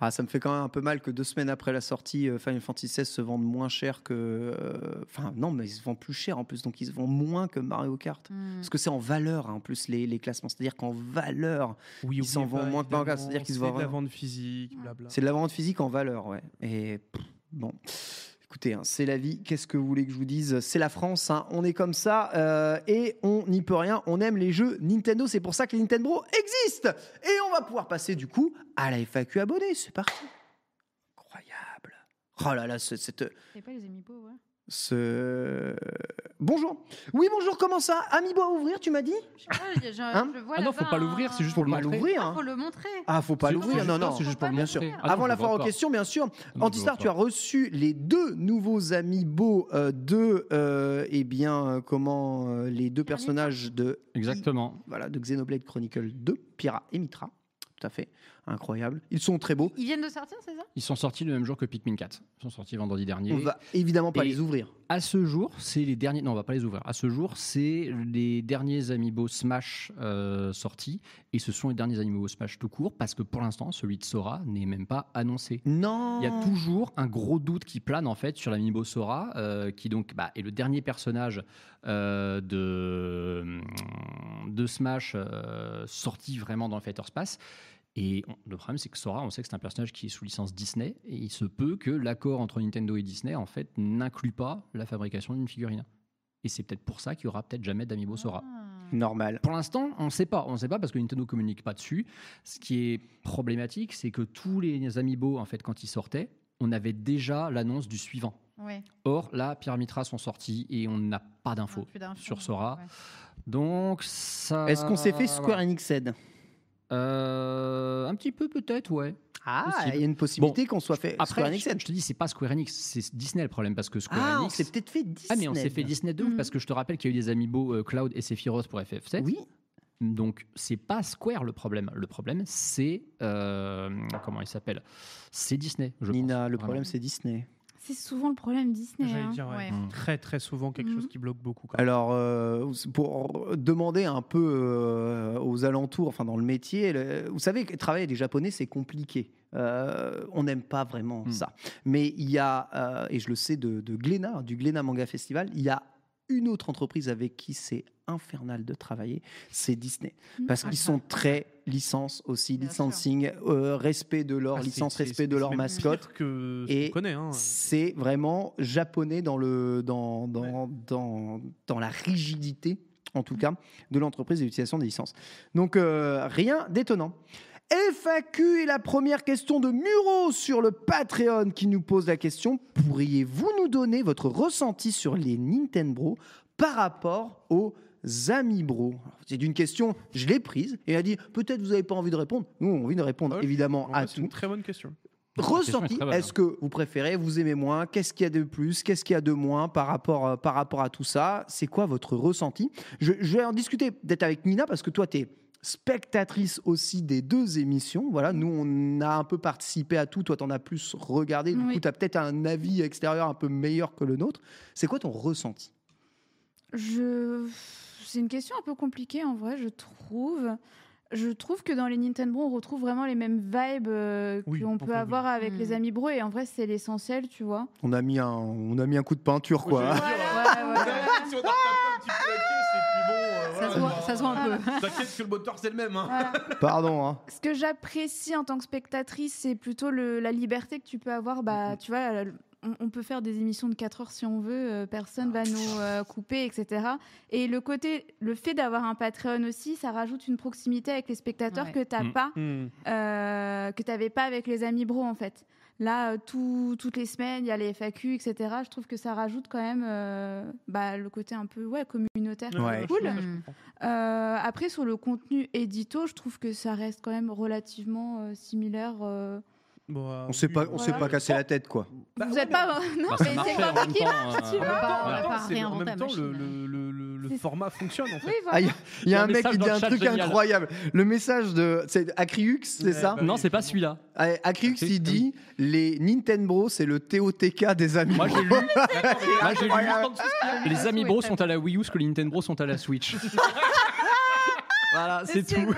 [SPEAKER 1] Ah, ça me fait quand même un peu mal que deux semaines après la sortie, euh, Final Fantasy XVI se vendent moins cher que. euh, Enfin, non, mais ils se vendent plus cher en plus, donc ils se vendent moins que Mario Kart.
[SPEAKER 5] Mm.
[SPEAKER 1] Parce que c'est en valeur, hein, en plus, les, les classements. C'est-à-dire qu'en valeur,
[SPEAKER 3] Oui,
[SPEAKER 1] ils s'en
[SPEAKER 3] oubliez
[SPEAKER 1] vendent
[SPEAKER 3] pas,
[SPEAKER 1] moins que Mario Kart.
[SPEAKER 3] évidemment,
[SPEAKER 1] C'est-à-dire qu'ils se
[SPEAKER 3] c'est de
[SPEAKER 1] vendent.
[SPEAKER 3] la
[SPEAKER 1] vraiment-
[SPEAKER 3] vente physique, blabla.
[SPEAKER 1] C'est de la vente physique en valeur, ouais. Et pff, bon. Écoutez, hein, c'est la vie. Qu'est-ce que vous voulez que je vous dise C'est la France. hein. On est comme ça euh, et on n'y peut rien. On aime les jeux Nintendo. C'est pour ça que les Nintendo existent. Et on va pouvoir passer du coup à la FAQ abonnée. C'est parti. Incroyable. Oh là là, ce- cette,
[SPEAKER 5] C'est pas les amiibo, ouais.
[SPEAKER 1] ce- Bonjour. Oui, bonjour. Comment ça Amiibo à ouvrir, tu m'as dit
[SPEAKER 5] Ah, je- je-
[SPEAKER 1] Hein
[SPEAKER 5] je vois
[SPEAKER 1] Ah non,
[SPEAKER 5] là-bas
[SPEAKER 1] faut pas l'ouvrir,
[SPEAKER 5] un-
[SPEAKER 1] c'est juste pour le Faut pas montrer. l'ouvrir,
[SPEAKER 5] Ah,
[SPEAKER 1] hein.
[SPEAKER 5] Faut le montrer.
[SPEAKER 1] Ah, faut pas
[SPEAKER 4] C'est-
[SPEAKER 1] l'ouvrir,
[SPEAKER 4] c'est
[SPEAKER 1] non,
[SPEAKER 4] juste-
[SPEAKER 1] non.
[SPEAKER 4] non, c'est juste pour le
[SPEAKER 1] bien
[SPEAKER 4] montrer.
[SPEAKER 1] sûr.
[SPEAKER 4] Ah non,
[SPEAKER 1] Avant
[SPEAKER 4] je
[SPEAKER 1] la
[SPEAKER 4] vois
[SPEAKER 1] foire aux
[SPEAKER 4] pas.
[SPEAKER 1] questions, bien sûr.
[SPEAKER 4] je
[SPEAKER 1] Antistar,
[SPEAKER 4] vois
[SPEAKER 1] tu as reçu les deux nouveaux amiibo euh, de, euh, eh bien, euh, comment, euh, les deux personnages de.
[SPEAKER 4] Exactement.
[SPEAKER 1] Voilà, de Xenoblade Chronicle 2, Pyra et Mitra. Tout à fait. Incroyable. Ils sont très beaux.
[SPEAKER 5] Ils viennent de sortir, c'est ça
[SPEAKER 4] Ils sont sortis le même jour que Pikmin 4. Ils sont sortis vendredi dernier.
[SPEAKER 1] On va évidemment pas
[SPEAKER 4] Et
[SPEAKER 1] les ouvrir.
[SPEAKER 4] À ce jour, c'est les derniers. Non, on va pas les ouvrir. À ce jour, c'est les derniers Amiibo Smash euh, sortis. Et ce sont les derniers Amiibo Smash tout court parce que pour l'instant, celui de Sora n'est même pas annoncé.
[SPEAKER 1] Non
[SPEAKER 4] Il y a toujours un gros doute qui plane en fait sur l'Amiibo Sora, euh, qui donc bah, est le dernier personnage euh, de, euh, de Smash euh, sorti vraiment dans le Fighter Space. Et on- le problème, c'est que Sora, on sait que c'est un personnage qui est sous licence Disney, et il se peut que l'accord entre Nintendo et Disney, en fait, n'inclut pas la fabrication d'une figurine. Et c'est peut-être pour ça qu'il y aura peut-être jamais d'Amiibo Sora.
[SPEAKER 1] Normal.
[SPEAKER 4] Pour l'instant, on ne sait pas. On sait pas parce que Nintendo communique pas dessus. Ce qui est problématique, c'est que tous les Amiibo, en fait, quand ils sortaient, on avait déjà l'annonce du suivant.
[SPEAKER 5] Ouais.
[SPEAKER 4] Or, là, Pierre Mitra sont sortis et on n'a pas d'infos
[SPEAKER 5] Ah, plus d'infos,
[SPEAKER 4] sur Sora. Donc, ça.
[SPEAKER 1] Est-ce qu'on s'est fait Square
[SPEAKER 4] voilà.
[SPEAKER 1] Enix Ed
[SPEAKER 4] Euh, un petit peu peut-être, ouais.
[SPEAKER 1] Ah,
[SPEAKER 4] Possible.
[SPEAKER 1] il y a une possibilité qu'on soit fait
[SPEAKER 4] Après,
[SPEAKER 1] Square Enix
[SPEAKER 4] je, je te dis, c'est pas Square Enix, c'est Disney le problème parce que Square
[SPEAKER 1] Ah, on
[SPEAKER 4] Enix.
[SPEAKER 1] s'est peut-être fait Disney.
[SPEAKER 4] Ah, mais on s'est fait Disney de ouf, parce que je te rappelle qu'il y a eu des amiibo euh, Cloud et Sephiroth pour FF7.
[SPEAKER 1] Oui.
[SPEAKER 4] Donc c'est pas Square le problème. Le problème c'est euh, comment il s'appelle C'est Disney. Je
[SPEAKER 1] Nina, le
[SPEAKER 4] problème,
[SPEAKER 1] c'est Disney.
[SPEAKER 2] C'est souvent le problème Disney.
[SPEAKER 4] J'allais
[SPEAKER 2] hein.
[SPEAKER 4] dire, ouais. Ouais.
[SPEAKER 3] Très, très souvent, quelque chose qui bloque beaucoup.
[SPEAKER 1] Alors, euh, pour demander un peu euh, aux alentours, enfin dans le métier, le- vous savez que travailler avec des Japonais, c'est compliqué. Euh, on n'aime pas vraiment ça. Mais il y a, euh, et je le sais de, de Glénat, du Glénat Manga Festival, il y a une autre entreprise avec qui c'est infernal de travailler, c'est Disney.
[SPEAKER 13] Mm.
[SPEAKER 1] Parce
[SPEAKER 13] Ah,
[SPEAKER 1] qu'ils
[SPEAKER 13] ça.
[SPEAKER 1] sont très licence aussi, licensing, euh, respect de leur
[SPEAKER 3] Ah, c'est-
[SPEAKER 1] licence,
[SPEAKER 3] c'est-
[SPEAKER 1] respect de
[SPEAKER 3] c'est
[SPEAKER 1] leur
[SPEAKER 3] même pire
[SPEAKER 1] mascotte.
[SPEAKER 3] que ce
[SPEAKER 1] et
[SPEAKER 3] qu'on connaît, hein.
[SPEAKER 1] c'est vraiment japonais dans, le, dans, dans, dans, dans la rigidité, en
[SPEAKER 3] Mm.
[SPEAKER 1] tout cas, de l'entreprise et l'utilisation des licences. Donc, euh, rien d'étonnant. FAQ et la première question de Muro sur le Patreon qui nous pose la question pourriez-vous nous donner votre ressenti sur les Nintendo par rapport aux Amibro Alors, C'est une question, je l'ai prise et elle a dit peut-être vous n'avez pas envie de répondre. Nous, on a envie de répondre
[SPEAKER 3] Ah
[SPEAKER 1] évidemment à
[SPEAKER 3] C'est une
[SPEAKER 1] tout
[SPEAKER 3] très bonne question. hein.
[SPEAKER 1] ressenti Est-ce que vous préférez, vous aimez moins Qu'est-ce qu'il y a de plus Qu'est-ce qu'il y a de moins par rapport, euh, par rapport à tout ça C'est quoi votre ressenti je, je vais en discuter peut-être avec Nina parce que toi, tu es spectatrice aussi des deux émissions. Voilà, nous, on a un peu participé à tout. Toi, tu en as plus regardé. Du coup, tu as peut-être un avis extérieur un peu meilleur que le nôtre. C'est quoi ton ressenti
[SPEAKER 2] Je... C'est une question un peu compliquée en vrai, je trouve. Je trouve que dans les Nintendo, on retrouve vraiment les mêmes vibes euh,
[SPEAKER 1] Oui,
[SPEAKER 2] qu'on
[SPEAKER 1] en
[SPEAKER 2] peut
[SPEAKER 1] fait, oui.
[SPEAKER 2] avoir avec
[SPEAKER 3] Mm.
[SPEAKER 2] les Amiibo et en vrai, c'est l'essentiel, tu vois.
[SPEAKER 1] on a, mis un, on a mis un coup de peinture, quoi.
[SPEAKER 3] Ah, Si on a un petit peu la queue, c'est plus bon. euh, voilà.
[SPEAKER 2] se voit- ça se voit un peu.
[SPEAKER 3] T'inquiète que le moteur, c'est le même. hein.
[SPEAKER 1] Pardon, hein.
[SPEAKER 2] Ce que j'apprécie en tant que spectatrice, c'est plutôt le- la liberté que tu peux avoir.
[SPEAKER 5] Mm-hmm.
[SPEAKER 2] Bah, tu vois, la- on, on peut faire des émissions de 4 heures si on veut, euh, personne va
[SPEAKER 5] Ah.
[SPEAKER 2] nous euh, couper, etc. Et le côté, le fait d'avoir un Patreon aussi, ça rajoute une proximité avec les spectateurs
[SPEAKER 5] Ouais.
[SPEAKER 2] que t'as
[SPEAKER 5] Mm.
[SPEAKER 2] pas,
[SPEAKER 5] Mm.
[SPEAKER 2] euh, que t'avais pas avec les amis bro en fait. Là, euh, tout- toutes les semaines, il y a les FAQ, etc. Je trouve que ça rajoute quand même euh, bah, le côté un peu ouais, communautaire.
[SPEAKER 5] Ouais.
[SPEAKER 2] Cool.
[SPEAKER 5] Ouais, je comprends.
[SPEAKER 2] Euh, après, sur le contenu édito, je trouve que ça reste quand même relativement euh, similaire. euh.
[SPEAKER 1] On s'est pas, on s'est
[SPEAKER 2] Voilà.
[SPEAKER 1] pas cassé la tête, quoi.
[SPEAKER 2] Vous n'êtes pas. euh,
[SPEAKER 1] Bah,
[SPEAKER 2] non, mais c'est pas moi qui
[SPEAKER 1] euh,
[SPEAKER 2] lâche, tu
[SPEAKER 3] En même
[SPEAKER 2] vois.
[SPEAKER 3] temps, en même temps,
[SPEAKER 5] pas
[SPEAKER 3] c'est- En
[SPEAKER 5] réinventer
[SPEAKER 3] même
[SPEAKER 5] la
[SPEAKER 3] temps, le- le le- le- le format fonctionne. en fait.
[SPEAKER 1] Ah, Il y a- il y, a un mec qui dit un truc incroyable. Le message de. C'est Acriux, c'est ça
[SPEAKER 3] bah
[SPEAKER 4] Non, c'est pas celui-là.
[SPEAKER 1] Ah, Acriux, il dit les Nintendo, c'est le TOTK des amis.
[SPEAKER 4] Moi, j'ai lu. Moi, j'ai lu.
[SPEAKER 1] Incroyable.
[SPEAKER 2] Ah
[SPEAKER 4] Les Amiibo sont à la Wii U, ce que les Nintendo sont à la Switch. voilà, c'est tout.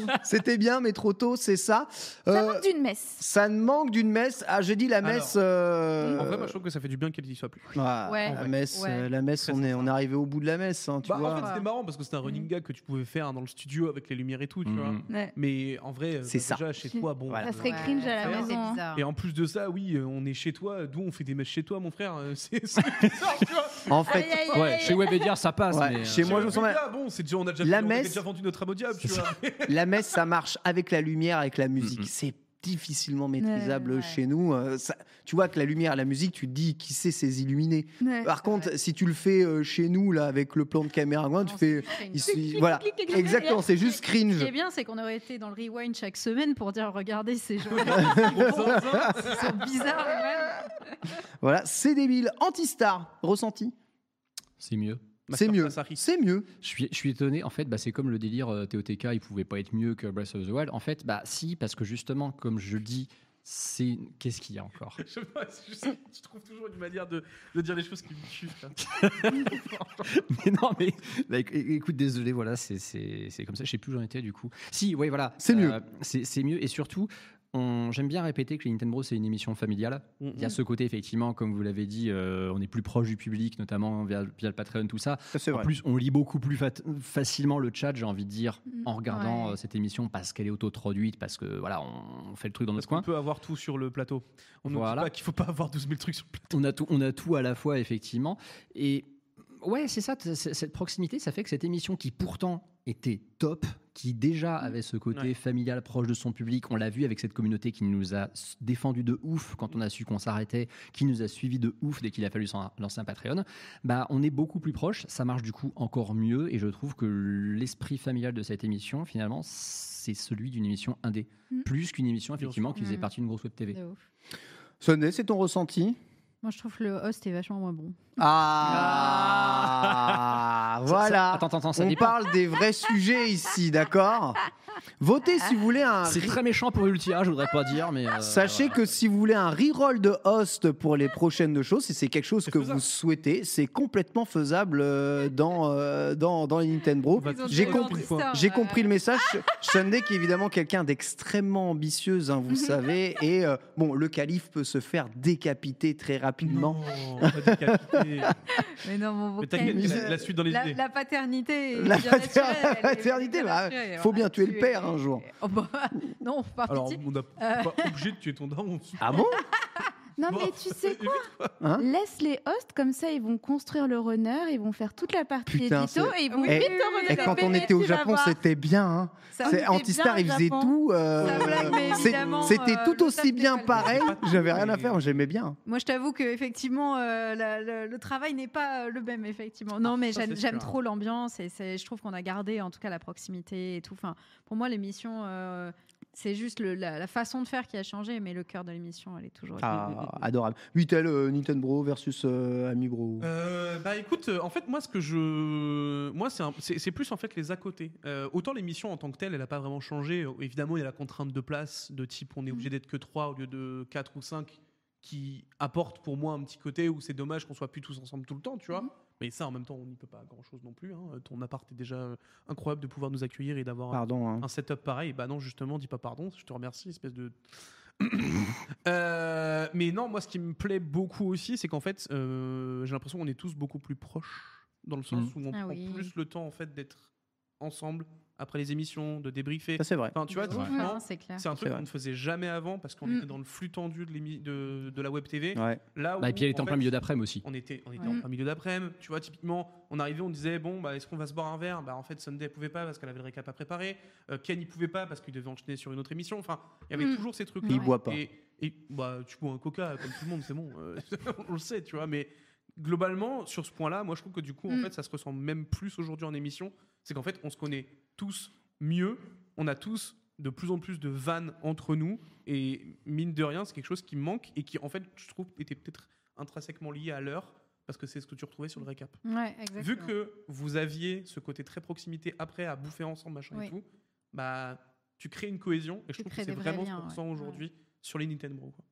[SPEAKER 1] C'était bien, mais trop tôt, c'est ça.
[SPEAKER 2] Ça
[SPEAKER 1] Euh,
[SPEAKER 2] manque d'une messe.
[SPEAKER 1] Ça ne manque d'une messe. Ah, j'ai dit la messe. euh,
[SPEAKER 3] En vrai, moi, je trouve que ça fait du bien qu'elle y soit plus.
[SPEAKER 1] Ah,
[SPEAKER 3] Ouais.
[SPEAKER 1] la messe,
[SPEAKER 3] Ouais.
[SPEAKER 1] euh, la messe on, est, on est arrivé au bout de la messe. hein, tu
[SPEAKER 3] Bah,
[SPEAKER 1] vois.
[SPEAKER 3] en fait, c'était marrant parce que c'était un running gag que tu pouvais faire dans le studio avec les lumières et tout, tu vois.
[SPEAKER 2] Ouais.
[SPEAKER 3] Mais en vrai, euh,
[SPEAKER 1] C'est
[SPEAKER 3] bah,
[SPEAKER 1] ça.
[SPEAKER 3] déjà chez toi, bon.
[SPEAKER 1] Voilà.
[SPEAKER 2] Ça serait
[SPEAKER 3] euh,
[SPEAKER 2] cringe à la
[SPEAKER 3] faire.
[SPEAKER 2] maison, hein.
[SPEAKER 3] Et en plus de ça, oui, euh, on est chez toi. D'où on fait des messes chez toi, mon frère euh, C'est c'est bizarre, tu vois.
[SPEAKER 1] En fait- Aïe, aïe, aïe,
[SPEAKER 4] Ouais, chez Webedia, ça passe.
[SPEAKER 1] Ouais,
[SPEAKER 4] mais, euh,
[SPEAKER 1] chez moi, je me sens mal.
[SPEAKER 3] Ah bon, c'est déjà on a déjà,
[SPEAKER 1] La
[SPEAKER 3] on avait
[SPEAKER 1] messe-
[SPEAKER 3] déjà vendu notre âme au diable, tu vois.
[SPEAKER 1] la messe, ça marche avec la lumière, avec la musique. C'est difficilement maîtrisable chez nous. Euh, ça- tu vois que la lumière, la musique, tu te dis qui c'est ces illuminés.
[SPEAKER 2] Ouais.
[SPEAKER 1] Par contre, si tu le fais euh, chez nous là avec le plan de caméra, loin, tu
[SPEAKER 10] Euh,
[SPEAKER 1] fais, il se- voilà,
[SPEAKER 5] clic, clic, clic,
[SPEAKER 1] exactement,
[SPEAKER 5] clic.
[SPEAKER 1] c'est juste
[SPEAKER 5] Ce
[SPEAKER 1] cringe.
[SPEAKER 5] qui est bien, c'est qu'on aurait été dans le rewind chaque semaine pour dire regardez ces gens ils sont bizarres les mêmes.
[SPEAKER 1] Voilà, c'est débile. Anti-star, ressenti.
[SPEAKER 4] C'est mieux.
[SPEAKER 1] C'est mieux. C'est mieux.
[SPEAKER 4] Je suis, je suis étonné. En fait, bah, c'est comme le délire euh, TOTK, il pouvait pas être mieux que Breath of the Wild. En fait, bah si, parce que justement, comme je dis, c'est. Qu'est-ce qu'il y a encore
[SPEAKER 3] Je sais pas, c'est juste que tu trouves toujours une manière de, de dire les choses qui me tuent. frère.
[SPEAKER 4] mais non, mais bah, éc- écoute, désolé, voilà, c'est- c'est c'est comme ça. Je sais plus où j'en étais du coup. Si, oui, voilà. Euh,
[SPEAKER 1] C'est mieux.
[SPEAKER 4] C'est c'est mieux. Et surtout, on- j'aime bien répéter que les Nintendo, c'est une émission familiale.
[SPEAKER 3] Mm-hmm.
[SPEAKER 1] Mhm.
[SPEAKER 4] Il y a ce côté, effectivement, comme vous l'avez dit, euh, on est plus proche du public, notamment via, via le Patreon, tout ça.
[SPEAKER 1] C'est
[SPEAKER 4] En plus, on lit beaucoup plus fat- facilement le chat, j'ai envie de dire,
[SPEAKER 3] Mhm.
[SPEAKER 4] en regardant
[SPEAKER 3] Ouais.
[SPEAKER 4] euh, cette émission parce qu'elle est autoproduite, parce que voilà, on, on fait le truc dans notre coin.
[SPEAKER 3] On peut avoir tout sur le plateau. On nous dit pas qu'il faut pas avoir 12 000 trucs sur le plateau.
[SPEAKER 4] On a tout, on a tout à la fois, effectivement. Et ouais, c'est ça, t- c- cette proximité, ça fait que cette émission qui pourtant était top, qui déjà avait ce côté
[SPEAKER 1] Ouais.
[SPEAKER 4] familial proche de son public, on l'a vu avec cette communauté qui nous a s- défendu de ouf quand on a su qu'on s'arrêtait, qui nous a suivi de ouf dès qu'il a fallu s'en- lancer un Patreon, bah on est beaucoup plus proche, ça marche du coup encore mieux et je trouve que l'esprit familial de cette émission finalement c'est celui d'une émission indé,
[SPEAKER 5] Mm.
[SPEAKER 4] plus qu'une émission effectivement
[SPEAKER 5] sûr.
[SPEAKER 4] qui faisait
[SPEAKER 5] Mm.
[SPEAKER 4] partie d'une grosse web TV.
[SPEAKER 5] De ouf.
[SPEAKER 1] Sonnet, c'est ton ressenti
[SPEAKER 5] Moi, je trouve que le host est vachement moins bon.
[SPEAKER 1] Ah, voilà.
[SPEAKER 4] attends, attends, ça
[SPEAKER 1] On
[SPEAKER 4] dépend.
[SPEAKER 1] parle des vrais sujets ici, d'accord Votez si vous voulez un.
[SPEAKER 4] C'est très méchant pour Ultia, je voudrais pas dire, mais. euh,
[SPEAKER 1] Sachez que si vous voulez un reroll de host pour les prochaines deux choses, si c'est quelque chose que vous souhaitez, c'est complètement faisable euh, dans, euh, dans, dans les Nintendo.
[SPEAKER 3] Ils ont
[SPEAKER 1] J'ai
[SPEAKER 3] tellement
[SPEAKER 1] compris,
[SPEAKER 3] de points.
[SPEAKER 1] j'ai compris le message. Sunday qui est évidemment quelqu'un d'extrêmement ambitieuse, hein, vous le savez. Et euh, bon, le calife peut se faire décapiter très rapidement.
[SPEAKER 10] Mais non, mon beau
[SPEAKER 1] Mais t'inquiète,
[SPEAKER 10] Ken,
[SPEAKER 1] la- la suite dans les
[SPEAKER 10] la,
[SPEAKER 1] idées.
[SPEAKER 10] la paternité. est
[SPEAKER 1] La
[SPEAKER 10] bien
[SPEAKER 1] pater-
[SPEAKER 10] naturelle, elle est bien
[SPEAKER 1] paternité, bah,
[SPEAKER 10] naturelle,
[SPEAKER 1] faut
[SPEAKER 10] on
[SPEAKER 1] bien
[SPEAKER 10] a
[SPEAKER 1] tuer le
[SPEAKER 10] tué-
[SPEAKER 1] père un jour.
[SPEAKER 10] Oh bah, non, pas
[SPEAKER 3] Alors,
[SPEAKER 10] pitié.
[SPEAKER 3] on n'a
[SPEAKER 10] Euh,
[SPEAKER 3] pas obligé de tuer ton daron.
[SPEAKER 1] Ah bon
[SPEAKER 8] Non, mais tu sais quoi
[SPEAKER 1] Hein
[SPEAKER 8] Laisse les hosts, comme ça, ils vont construire le runner, ils vont faire toute la partie
[SPEAKER 1] Putain,
[SPEAKER 8] édito
[SPEAKER 1] c'est-
[SPEAKER 8] et ils vont
[SPEAKER 1] Eh,
[SPEAKER 8] vite hein, te redonner
[SPEAKER 1] Et
[SPEAKER 8] le
[SPEAKER 1] quand on
[SPEAKER 8] bébé,
[SPEAKER 1] était au
[SPEAKER 8] tu vas
[SPEAKER 1] Japon,
[SPEAKER 8] voir.
[SPEAKER 1] c'était bien. hein.
[SPEAKER 8] Ça
[SPEAKER 1] C'est-
[SPEAKER 8] c'était
[SPEAKER 1] Antistar,
[SPEAKER 8] bien
[SPEAKER 1] il
[SPEAKER 8] au
[SPEAKER 1] faisait
[SPEAKER 8] Japon.
[SPEAKER 1] tout. euh,
[SPEAKER 10] Ça blague, mais
[SPEAKER 1] c'est-
[SPEAKER 10] évidemment,
[SPEAKER 1] c'était
[SPEAKER 10] euh,
[SPEAKER 1] tout aussi bien pareil. J'avais rien à faire, moi, j'aimais bien.
[SPEAKER 10] Moi, je t'avoue que effectivement, euh, la- la- le travail n'est pas euh, le même, effectivement. Non, mais
[SPEAKER 5] ça,
[SPEAKER 10] j'aime
[SPEAKER 5] c'est
[SPEAKER 10] j'aime
[SPEAKER 5] sûr.
[SPEAKER 10] trop l'ambiance et c'est- je trouve qu'on a gardé, en tout cas, la proximité et tout. Enfin, pour moi, l'émission, euh, c'est juste le- la, la façon de faire qui a changé, mais le cœur de l'émission, elle est toujours.
[SPEAKER 1] Ah, adorable. Vitel, euh, Nintendo Bro versus euh, Ami Bro.
[SPEAKER 3] Euh, bah écoute, euh, en fait moi ce que je, moi c'est un- c'est c'est plus en fait les à côté. Euh, autant l'émission en tant que telle, elle a pas vraiment changé. Euh, Évidemment, il y a la contrainte de place de type on est obligé d'être que 3 au lieu de 4 ou 5 qui apporte pour moi un petit côté où c'est dommage qu'on soit plus tous ensemble tout le temps, tu vois. Mais ça en même temps, on n'y peut pas grand chose non plus. hein. Euh, Ton appart est déjà euh, incroyable de pouvoir nous accueillir et d'avoir un,
[SPEAKER 1] Pardon, hein.
[SPEAKER 3] un setup pareil. Bah non, justement, dis pas pardon. Je te remercie, espèce de euh, mais non, moi, ce qui me plaît beaucoup aussi, c'est qu'en fait, euh, j'ai l'impression qu'on est tous beaucoup plus proches, dans le sens
[SPEAKER 1] Mhm.
[SPEAKER 3] où on
[SPEAKER 1] Ah
[SPEAKER 3] prend
[SPEAKER 1] oui.
[SPEAKER 3] plus le temps en fait d'être ensemble après les émissions, de débriefer.
[SPEAKER 1] Ça, c'est vrai.
[SPEAKER 3] Enfin, tu vois,
[SPEAKER 1] De ouf,
[SPEAKER 3] typiquement,
[SPEAKER 10] hein, c'est clair.
[SPEAKER 3] c'est un
[SPEAKER 10] C'est
[SPEAKER 3] truc
[SPEAKER 10] vrai.
[SPEAKER 3] qu'on ne faisait jamais avant parce qu'on
[SPEAKER 10] Mm.
[SPEAKER 3] était dans le flux tendu de, l'émi- de, de la web TV.
[SPEAKER 1] Ouais.
[SPEAKER 3] Là
[SPEAKER 4] Bah, et puis elle était en plein milieu d'après-midi aussi.
[SPEAKER 3] On était, on était
[SPEAKER 1] Mm.
[SPEAKER 4] Ouais.
[SPEAKER 3] en plein milieu d'après-midi. Tu vois, typiquement, on arrivait, on disait bon, bah, est-ce qu'on va se boire un verre Bah, en fait, Sunday pouvait pas parce qu'elle avait le récap à préparer. Euh, Ken il pouvait pas parce qu'il devait enchaîner sur une autre émission. Enfin, il y avait
[SPEAKER 1] Mm.
[SPEAKER 3] toujours ces trucs.
[SPEAKER 1] Il boit pas.
[SPEAKER 3] Et, et, bah, tu bois un coca comme tout le monde, c'est bon. Euh, on le sait, tu vois. Mais globalement, sur ce point-là, moi, je trouve que du coup, en
[SPEAKER 1] Mm.
[SPEAKER 3] fait, ça se ressent même plus aujourd'hui en émission. C'est qu'en fait, on se connaît tous mieux. On a tous de plus en plus de vannes entre nous. Et mine de rien, c'est quelque chose qui manque et qui, en fait, je trouve, était peut-être intrinsèquement lié à l'heure. Parce que c'est ce que tu retrouvais sur le récap.
[SPEAKER 10] Ouais, exactement.
[SPEAKER 3] Vu que vous aviez ce côté très proximité après à bouffer ensemble, machin
[SPEAKER 10] Oui.
[SPEAKER 3] et tout, bah, tu crées une cohésion. Et je trouve que
[SPEAKER 10] crées
[SPEAKER 3] c'est
[SPEAKER 10] des vrais
[SPEAKER 3] vraiment ce
[SPEAKER 10] liens,
[SPEAKER 3] qu'on
[SPEAKER 10] ouais.
[SPEAKER 3] ressent aujourd'hui sur les Nintendo. quoi.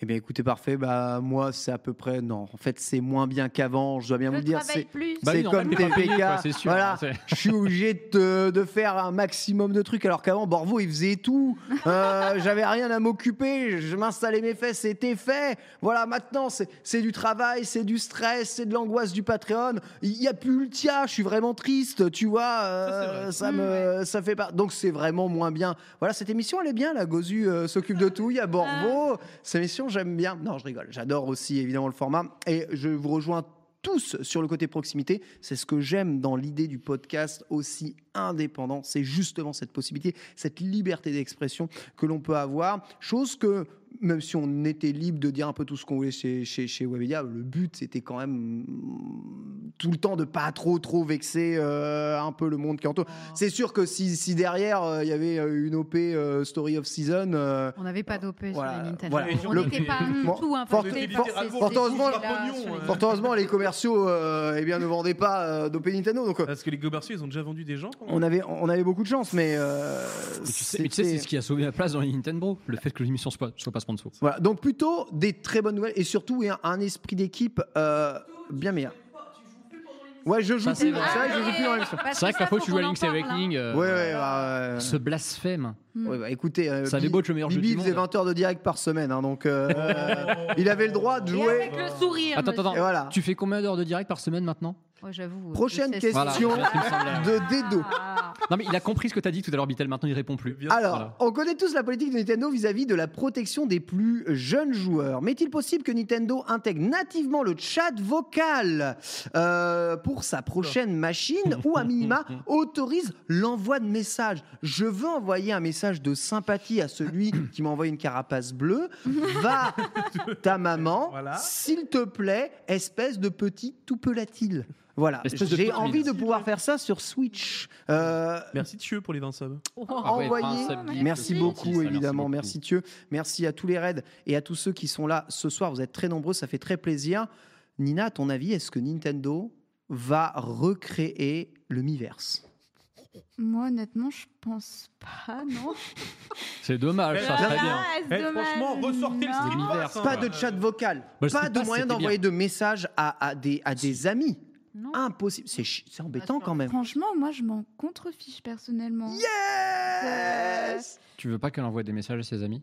[SPEAKER 1] Eh bien, écoutez, parfait. Bah, moi, c'est à peu près. Non, en fait, c'est moins bien qu'avant. Je dois bien
[SPEAKER 8] Je
[SPEAKER 1] vous le dire.
[SPEAKER 8] travaille
[SPEAKER 1] C'est
[SPEAKER 8] plus.
[SPEAKER 1] c'est
[SPEAKER 8] Bah oui, non,
[SPEAKER 1] comme
[SPEAKER 8] mais t'es pas payé, quoi,
[SPEAKER 1] TPK.
[SPEAKER 8] c'est sûr,
[SPEAKER 1] voilà.
[SPEAKER 8] hein, c'est-
[SPEAKER 1] Je suis obligé de, de faire un maximum de trucs. Alors qu'avant, Borvo, il faisait tout. Euh, J'avais rien à m'occuper. Je m'installais mes fesses. C'était fait. Voilà. Maintenant, c'est c'est du travail, c'est du stress, c'est de l'angoisse du Patreon. Il n'y a plus Ultia. Je suis vraiment triste. Tu vois, euh, ça, me, ça fait pas. Donc, c'est vraiment moins bien. Voilà. Cette émission, elle est bien. La Gozu euh, s'occupe de tout. Il y a Borvo. Cette émission, j'aime bien. Non, je rigole. J'adore aussi, évidemment, le format. Et je vous rejoins tous sur le côté proximité. C'est ce que j'aime dans l'idée du podcast aussi indépendant. C'est justement cette possibilité, cette liberté d'expression que l'on peut avoir. Chose que, même si on était libre de dire un peu tout ce qu'on voulait chez, chez, chez Webedia, le but c'était quand même mm, tout le temps de pas trop trop vexer euh, un peu le monde qui entoure. C'est sûr que si, si derrière euh, il y avait euh, une OP euh, Story of Season, euh,
[SPEAKER 10] On n'avait pas d'OP sur
[SPEAKER 1] voilà,
[SPEAKER 10] la Nintendo.
[SPEAKER 1] voilà.
[SPEAKER 10] On
[SPEAKER 1] Le-
[SPEAKER 10] n'était pas du
[SPEAKER 1] Bon,
[SPEAKER 10] tout
[SPEAKER 1] fort-
[SPEAKER 10] impacté
[SPEAKER 1] fort-
[SPEAKER 10] par ces- ces
[SPEAKER 1] fort heureusement-
[SPEAKER 10] sujets-là sur les-
[SPEAKER 1] fort heureusement, les commerciaux euh, eh bien, ne vendaient pas euh, d'OP Nintendo. Donc, euh,
[SPEAKER 3] Parce que les commerciaux, ils ont déjà vendu des gens. quand même.
[SPEAKER 1] on avait, on avait beaucoup de chance, mais. euh,
[SPEAKER 4] Mais tu sais, mais tu sais, c'est
[SPEAKER 1] c'était-
[SPEAKER 4] ce qui a sauvé la place dans les Nintendo, le fait que l'émission soit, soit pas sponsor.
[SPEAKER 1] Voilà, donc plutôt des très bonnes nouvelles et surtout oui, un, un esprit d'équipe euh, bien meilleur. Ouais, je joue
[SPEAKER 4] Ça,
[SPEAKER 1] plus.
[SPEAKER 4] c'est
[SPEAKER 1] C'est
[SPEAKER 4] vrai.
[SPEAKER 1] vrai, que je joue plus dans l'émission.
[SPEAKER 4] C'est vrai que parfois tu joues à Link's
[SPEAKER 10] hein.
[SPEAKER 4] Awakening. euh,
[SPEAKER 1] Ouais, ouais, bah, ouais.
[SPEAKER 4] Ce blasphème.
[SPEAKER 1] Ouais, bah, écoutez, euh,
[SPEAKER 4] Ça
[SPEAKER 1] Bi-
[SPEAKER 4] débauche le meilleur jeu
[SPEAKER 1] Bibi
[SPEAKER 4] du
[SPEAKER 1] faisait 20 heures de direct par semaine, hein, donc euh, il avait le droit de jouer.
[SPEAKER 10] avec le sourire,
[SPEAKER 4] Attends, attends,
[SPEAKER 10] monsieur.
[SPEAKER 4] attends. Tu fais combien d'heures de direct par semaine maintenant
[SPEAKER 10] Oh, j'avoue.
[SPEAKER 1] Prochaine
[SPEAKER 10] je sais ça.
[SPEAKER 1] question
[SPEAKER 4] Voilà, c'est ce qui me semblait.
[SPEAKER 1] de Dedo.
[SPEAKER 2] Ah.
[SPEAKER 4] Non, mais il a compris ce que t'as dit tout à l'heure, Bitel. Maintenant, il répond plus.
[SPEAKER 1] Alors,
[SPEAKER 4] Voilà.
[SPEAKER 1] on connaît tous la politique de Nintendo vis-à-vis de la protection des plus jeunes joueurs. Mais est-il possible que Nintendo intègre nativement le chat vocal euh, pour sa prochaine machine ou à minima autorise l'envoi de messages Je veux envoyer un message de sympathie à celui qui m'a envoyé une carapace bleue. Va ta maman, s'il te plaît, espèce de petit toupelatile. Voilà,
[SPEAKER 3] Espèce de
[SPEAKER 1] j'ai
[SPEAKER 3] Pikmin.
[SPEAKER 1] envie de pouvoir faire ça sur Switch. Euh,
[SPEAKER 3] Merci Thieu pour les 20 subs.
[SPEAKER 10] Oh,
[SPEAKER 4] Ah
[SPEAKER 1] envoyez. merci, beaucoup, évidemment. Merci, Thieu. Merci à tous les raids et à tous ceux qui sont là ce soir. Vous êtes très nombreux, ça fait très plaisir. Nina, à ton avis, est-ce que Nintendo va recréer le Miiverse
[SPEAKER 2] Moi, honnêtement, je pense pas, non.
[SPEAKER 4] C'est dommage, ça,
[SPEAKER 2] Voilà,
[SPEAKER 4] très bien.
[SPEAKER 2] c'est Eh, dommage. franchement, ressortez le Non. Street Pass, hein.
[SPEAKER 1] Pas de chat vocal,
[SPEAKER 4] Bah, le
[SPEAKER 1] pas
[SPEAKER 4] Street
[SPEAKER 1] de
[SPEAKER 4] Pass,
[SPEAKER 1] moyen
[SPEAKER 4] c'était
[SPEAKER 1] d'envoyer
[SPEAKER 4] bien.
[SPEAKER 1] de messages à, à des, à des amis. Impossible. C'est chi- c'est embêtant quand même.
[SPEAKER 2] Franchement, moi, je m'en contrefiche personnellement.
[SPEAKER 1] Yes
[SPEAKER 4] Tu veux pas qu'elle envoie des messages à ses amis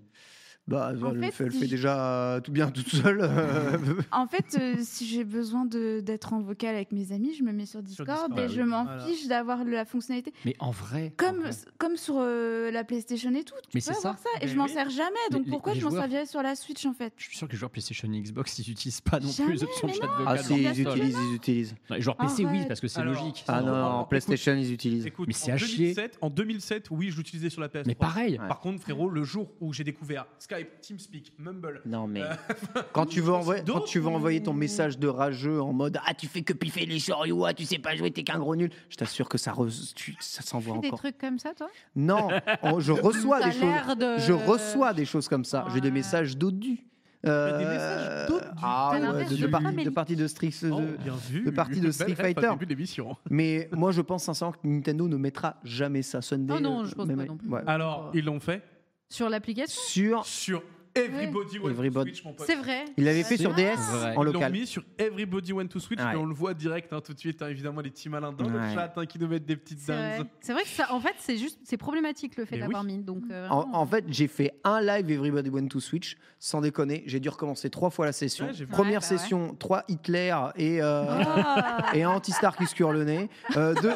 [SPEAKER 1] Bah,
[SPEAKER 2] En
[SPEAKER 1] elle,
[SPEAKER 2] fait,
[SPEAKER 1] le fait, elle le
[SPEAKER 2] si
[SPEAKER 1] fait
[SPEAKER 2] je-
[SPEAKER 1] déjà euh, tout bien toute seule. euh,
[SPEAKER 2] En fait, euh, si j'ai besoin de- d'être en vocal avec mes amis, je me mets sur Discord,
[SPEAKER 4] Discord,
[SPEAKER 2] et
[SPEAKER 4] bah
[SPEAKER 2] je
[SPEAKER 4] oui.
[SPEAKER 2] m'en
[SPEAKER 4] Voilà.
[SPEAKER 2] fiche d'avoir le- la fonctionnalité.
[SPEAKER 4] Mais en vrai.
[SPEAKER 2] Comme, comme sur euh, la PlayStation et tout, tu
[SPEAKER 4] Mais
[SPEAKER 2] peux
[SPEAKER 4] c'est
[SPEAKER 2] avoir
[SPEAKER 4] ça.
[SPEAKER 2] ça, et
[SPEAKER 4] Mais
[SPEAKER 2] je m'en
[SPEAKER 4] oui.
[SPEAKER 2] sers jamais,
[SPEAKER 4] Mais
[SPEAKER 2] donc
[SPEAKER 4] les-
[SPEAKER 2] pourquoi
[SPEAKER 4] les
[SPEAKER 2] je m'en
[SPEAKER 4] joueurs-
[SPEAKER 2] servirais sur la Switch en fait
[SPEAKER 4] Je suis sûr que les joueurs PlayStation et Xbox, ils utilisent pas non
[SPEAKER 2] Jamais,
[SPEAKER 4] plus les options de
[SPEAKER 2] mais
[SPEAKER 4] chat
[SPEAKER 2] non. Ah
[SPEAKER 4] vocal.
[SPEAKER 1] Ah si,
[SPEAKER 4] dans
[SPEAKER 1] ils
[SPEAKER 4] leur console.
[SPEAKER 1] utilisent, ils utilisent.
[SPEAKER 4] Non, les joueurs PC, oui,
[SPEAKER 2] Arrête.
[SPEAKER 4] parce que c'est
[SPEAKER 3] Alors-
[SPEAKER 4] logique.
[SPEAKER 1] Ah
[SPEAKER 4] sinon-
[SPEAKER 1] non, en PlayStation, ils utilisent.
[SPEAKER 3] Écoute,
[SPEAKER 4] Mais c'est
[SPEAKER 3] en
[SPEAKER 4] à chier.
[SPEAKER 3] 2007, En 2007, oui, je l'utilisais sur la PS3.
[SPEAKER 4] Mais pareil.
[SPEAKER 3] Par contre, frérot, le jour où j'ai découvert Skype, TeamSpeak, Mumble.
[SPEAKER 1] Non, mais.
[SPEAKER 3] Euh,
[SPEAKER 1] Quand tu, veux envoyer, quand tu veux envoyer ton message de rageux en mode Ah, tu fais que piffer les choriots, ah, tu sais pas jouer, t'es qu'un gros nul, je t'assure que ça, re- tu- ça s'envoie
[SPEAKER 10] Tu fais des
[SPEAKER 1] encore.
[SPEAKER 10] trucs comme ça, toi
[SPEAKER 1] Non, on- je reçois
[SPEAKER 10] T'as
[SPEAKER 1] des
[SPEAKER 10] l'air
[SPEAKER 1] choses.
[SPEAKER 10] de-
[SPEAKER 1] Je reçois des choses comme ça. J'ai des messages dodus. Euh,
[SPEAKER 3] des messages dodus.
[SPEAKER 1] Ah
[SPEAKER 3] T'as
[SPEAKER 1] ouais,
[SPEAKER 3] l'inverse
[SPEAKER 1] de,
[SPEAKER 3] du
[SPEAKER 1] de par-
[SPEAKER 3] Amélie.
[SPEAKER 1] de partie de Street, de,
[SPEAKER 3] bien vu.
[SPEAKER 1] de partie de
[SPEAKER 3] Belle
[SPEAKER 1] Street
[SPEAKER 3] ref au
[SPEAKER 1] Fighter.
[SPEAKER 3] début de l'émission.
[SPEAKER 1] Mais moi, je pense sincèrement que Nintendo ne mettra jamais ça. Sunday.
[SPEAKER 10] Oh non,
[SPEAKER 1] euh,
[SPEAKER 10] je pense
[SPEAKER 1] même-
[SPEAKER 10] pas non plus.
[SPEAKER 1] ouais.
[SPEAKER 3] Alors, Ah, ils l'ont fait
[SPEAKER 10] Sur l'application
[SPEAKER 1] Sur.
[SPEAKER 3] sur Everybody Went
[SPEAKER 1] Everybody.
[SPEAKER 3] to Switch, mon pote.
[SPEAKER 10] C'est vrai.
[SPEAKER 1] Ils l'avaient fait
[SPEAKER 3] C'est
[SPEAKER 1] sur DS
[SPEAKER 3] vrai.
[SPEAKER 1] en
[SPEAKER 3] Ils l'ont
[SPEAKER 1] local.
[SPEAKER 3] mis sur Everybody Went to Switch
[SPEAKER 1] Ouais.
[SPEAKER 3] et on le voit direct hein, tout de suite. hein, évidemment, les petits malins dans
[SPEAKER 1] Ouais.
[SPEAKER 3] le chat hein, qui nous mettent des petites
[SPEAKER 10] C'est vrai.
[SPEAKER 3] dingues.
[SPEAKER 10] C'est vrai que ça, en fait, c'est juste, c'est problématique le fait
[SPEAKER 3] Mais
[SPEAKER 10] d'avoir
[SPEAKER 3] oui.
[SPEAKER 10] mis. Donc, euh,
[SPEAKER 1] En,
[SPEAKER 10] vraiment.
[SPEAKER 1] en fait, j'ai fait un live Everybody Went to Switch, sans déconner. J'ai dû recommencer trois fois la session.
[SPEAKER 3] Ouais, j'ai vu.
[SPEAKER 10] Ouais,
[SPEAKER 1] Première
[SPEAKER 10] bah ouais. Oh.
[SPEAKER 1] session, trois Hitler et, euh,
[SPEAKER 10] Ah.
[SPEAKER 1] et un anti-star qui se cure le nez. Euh, deux-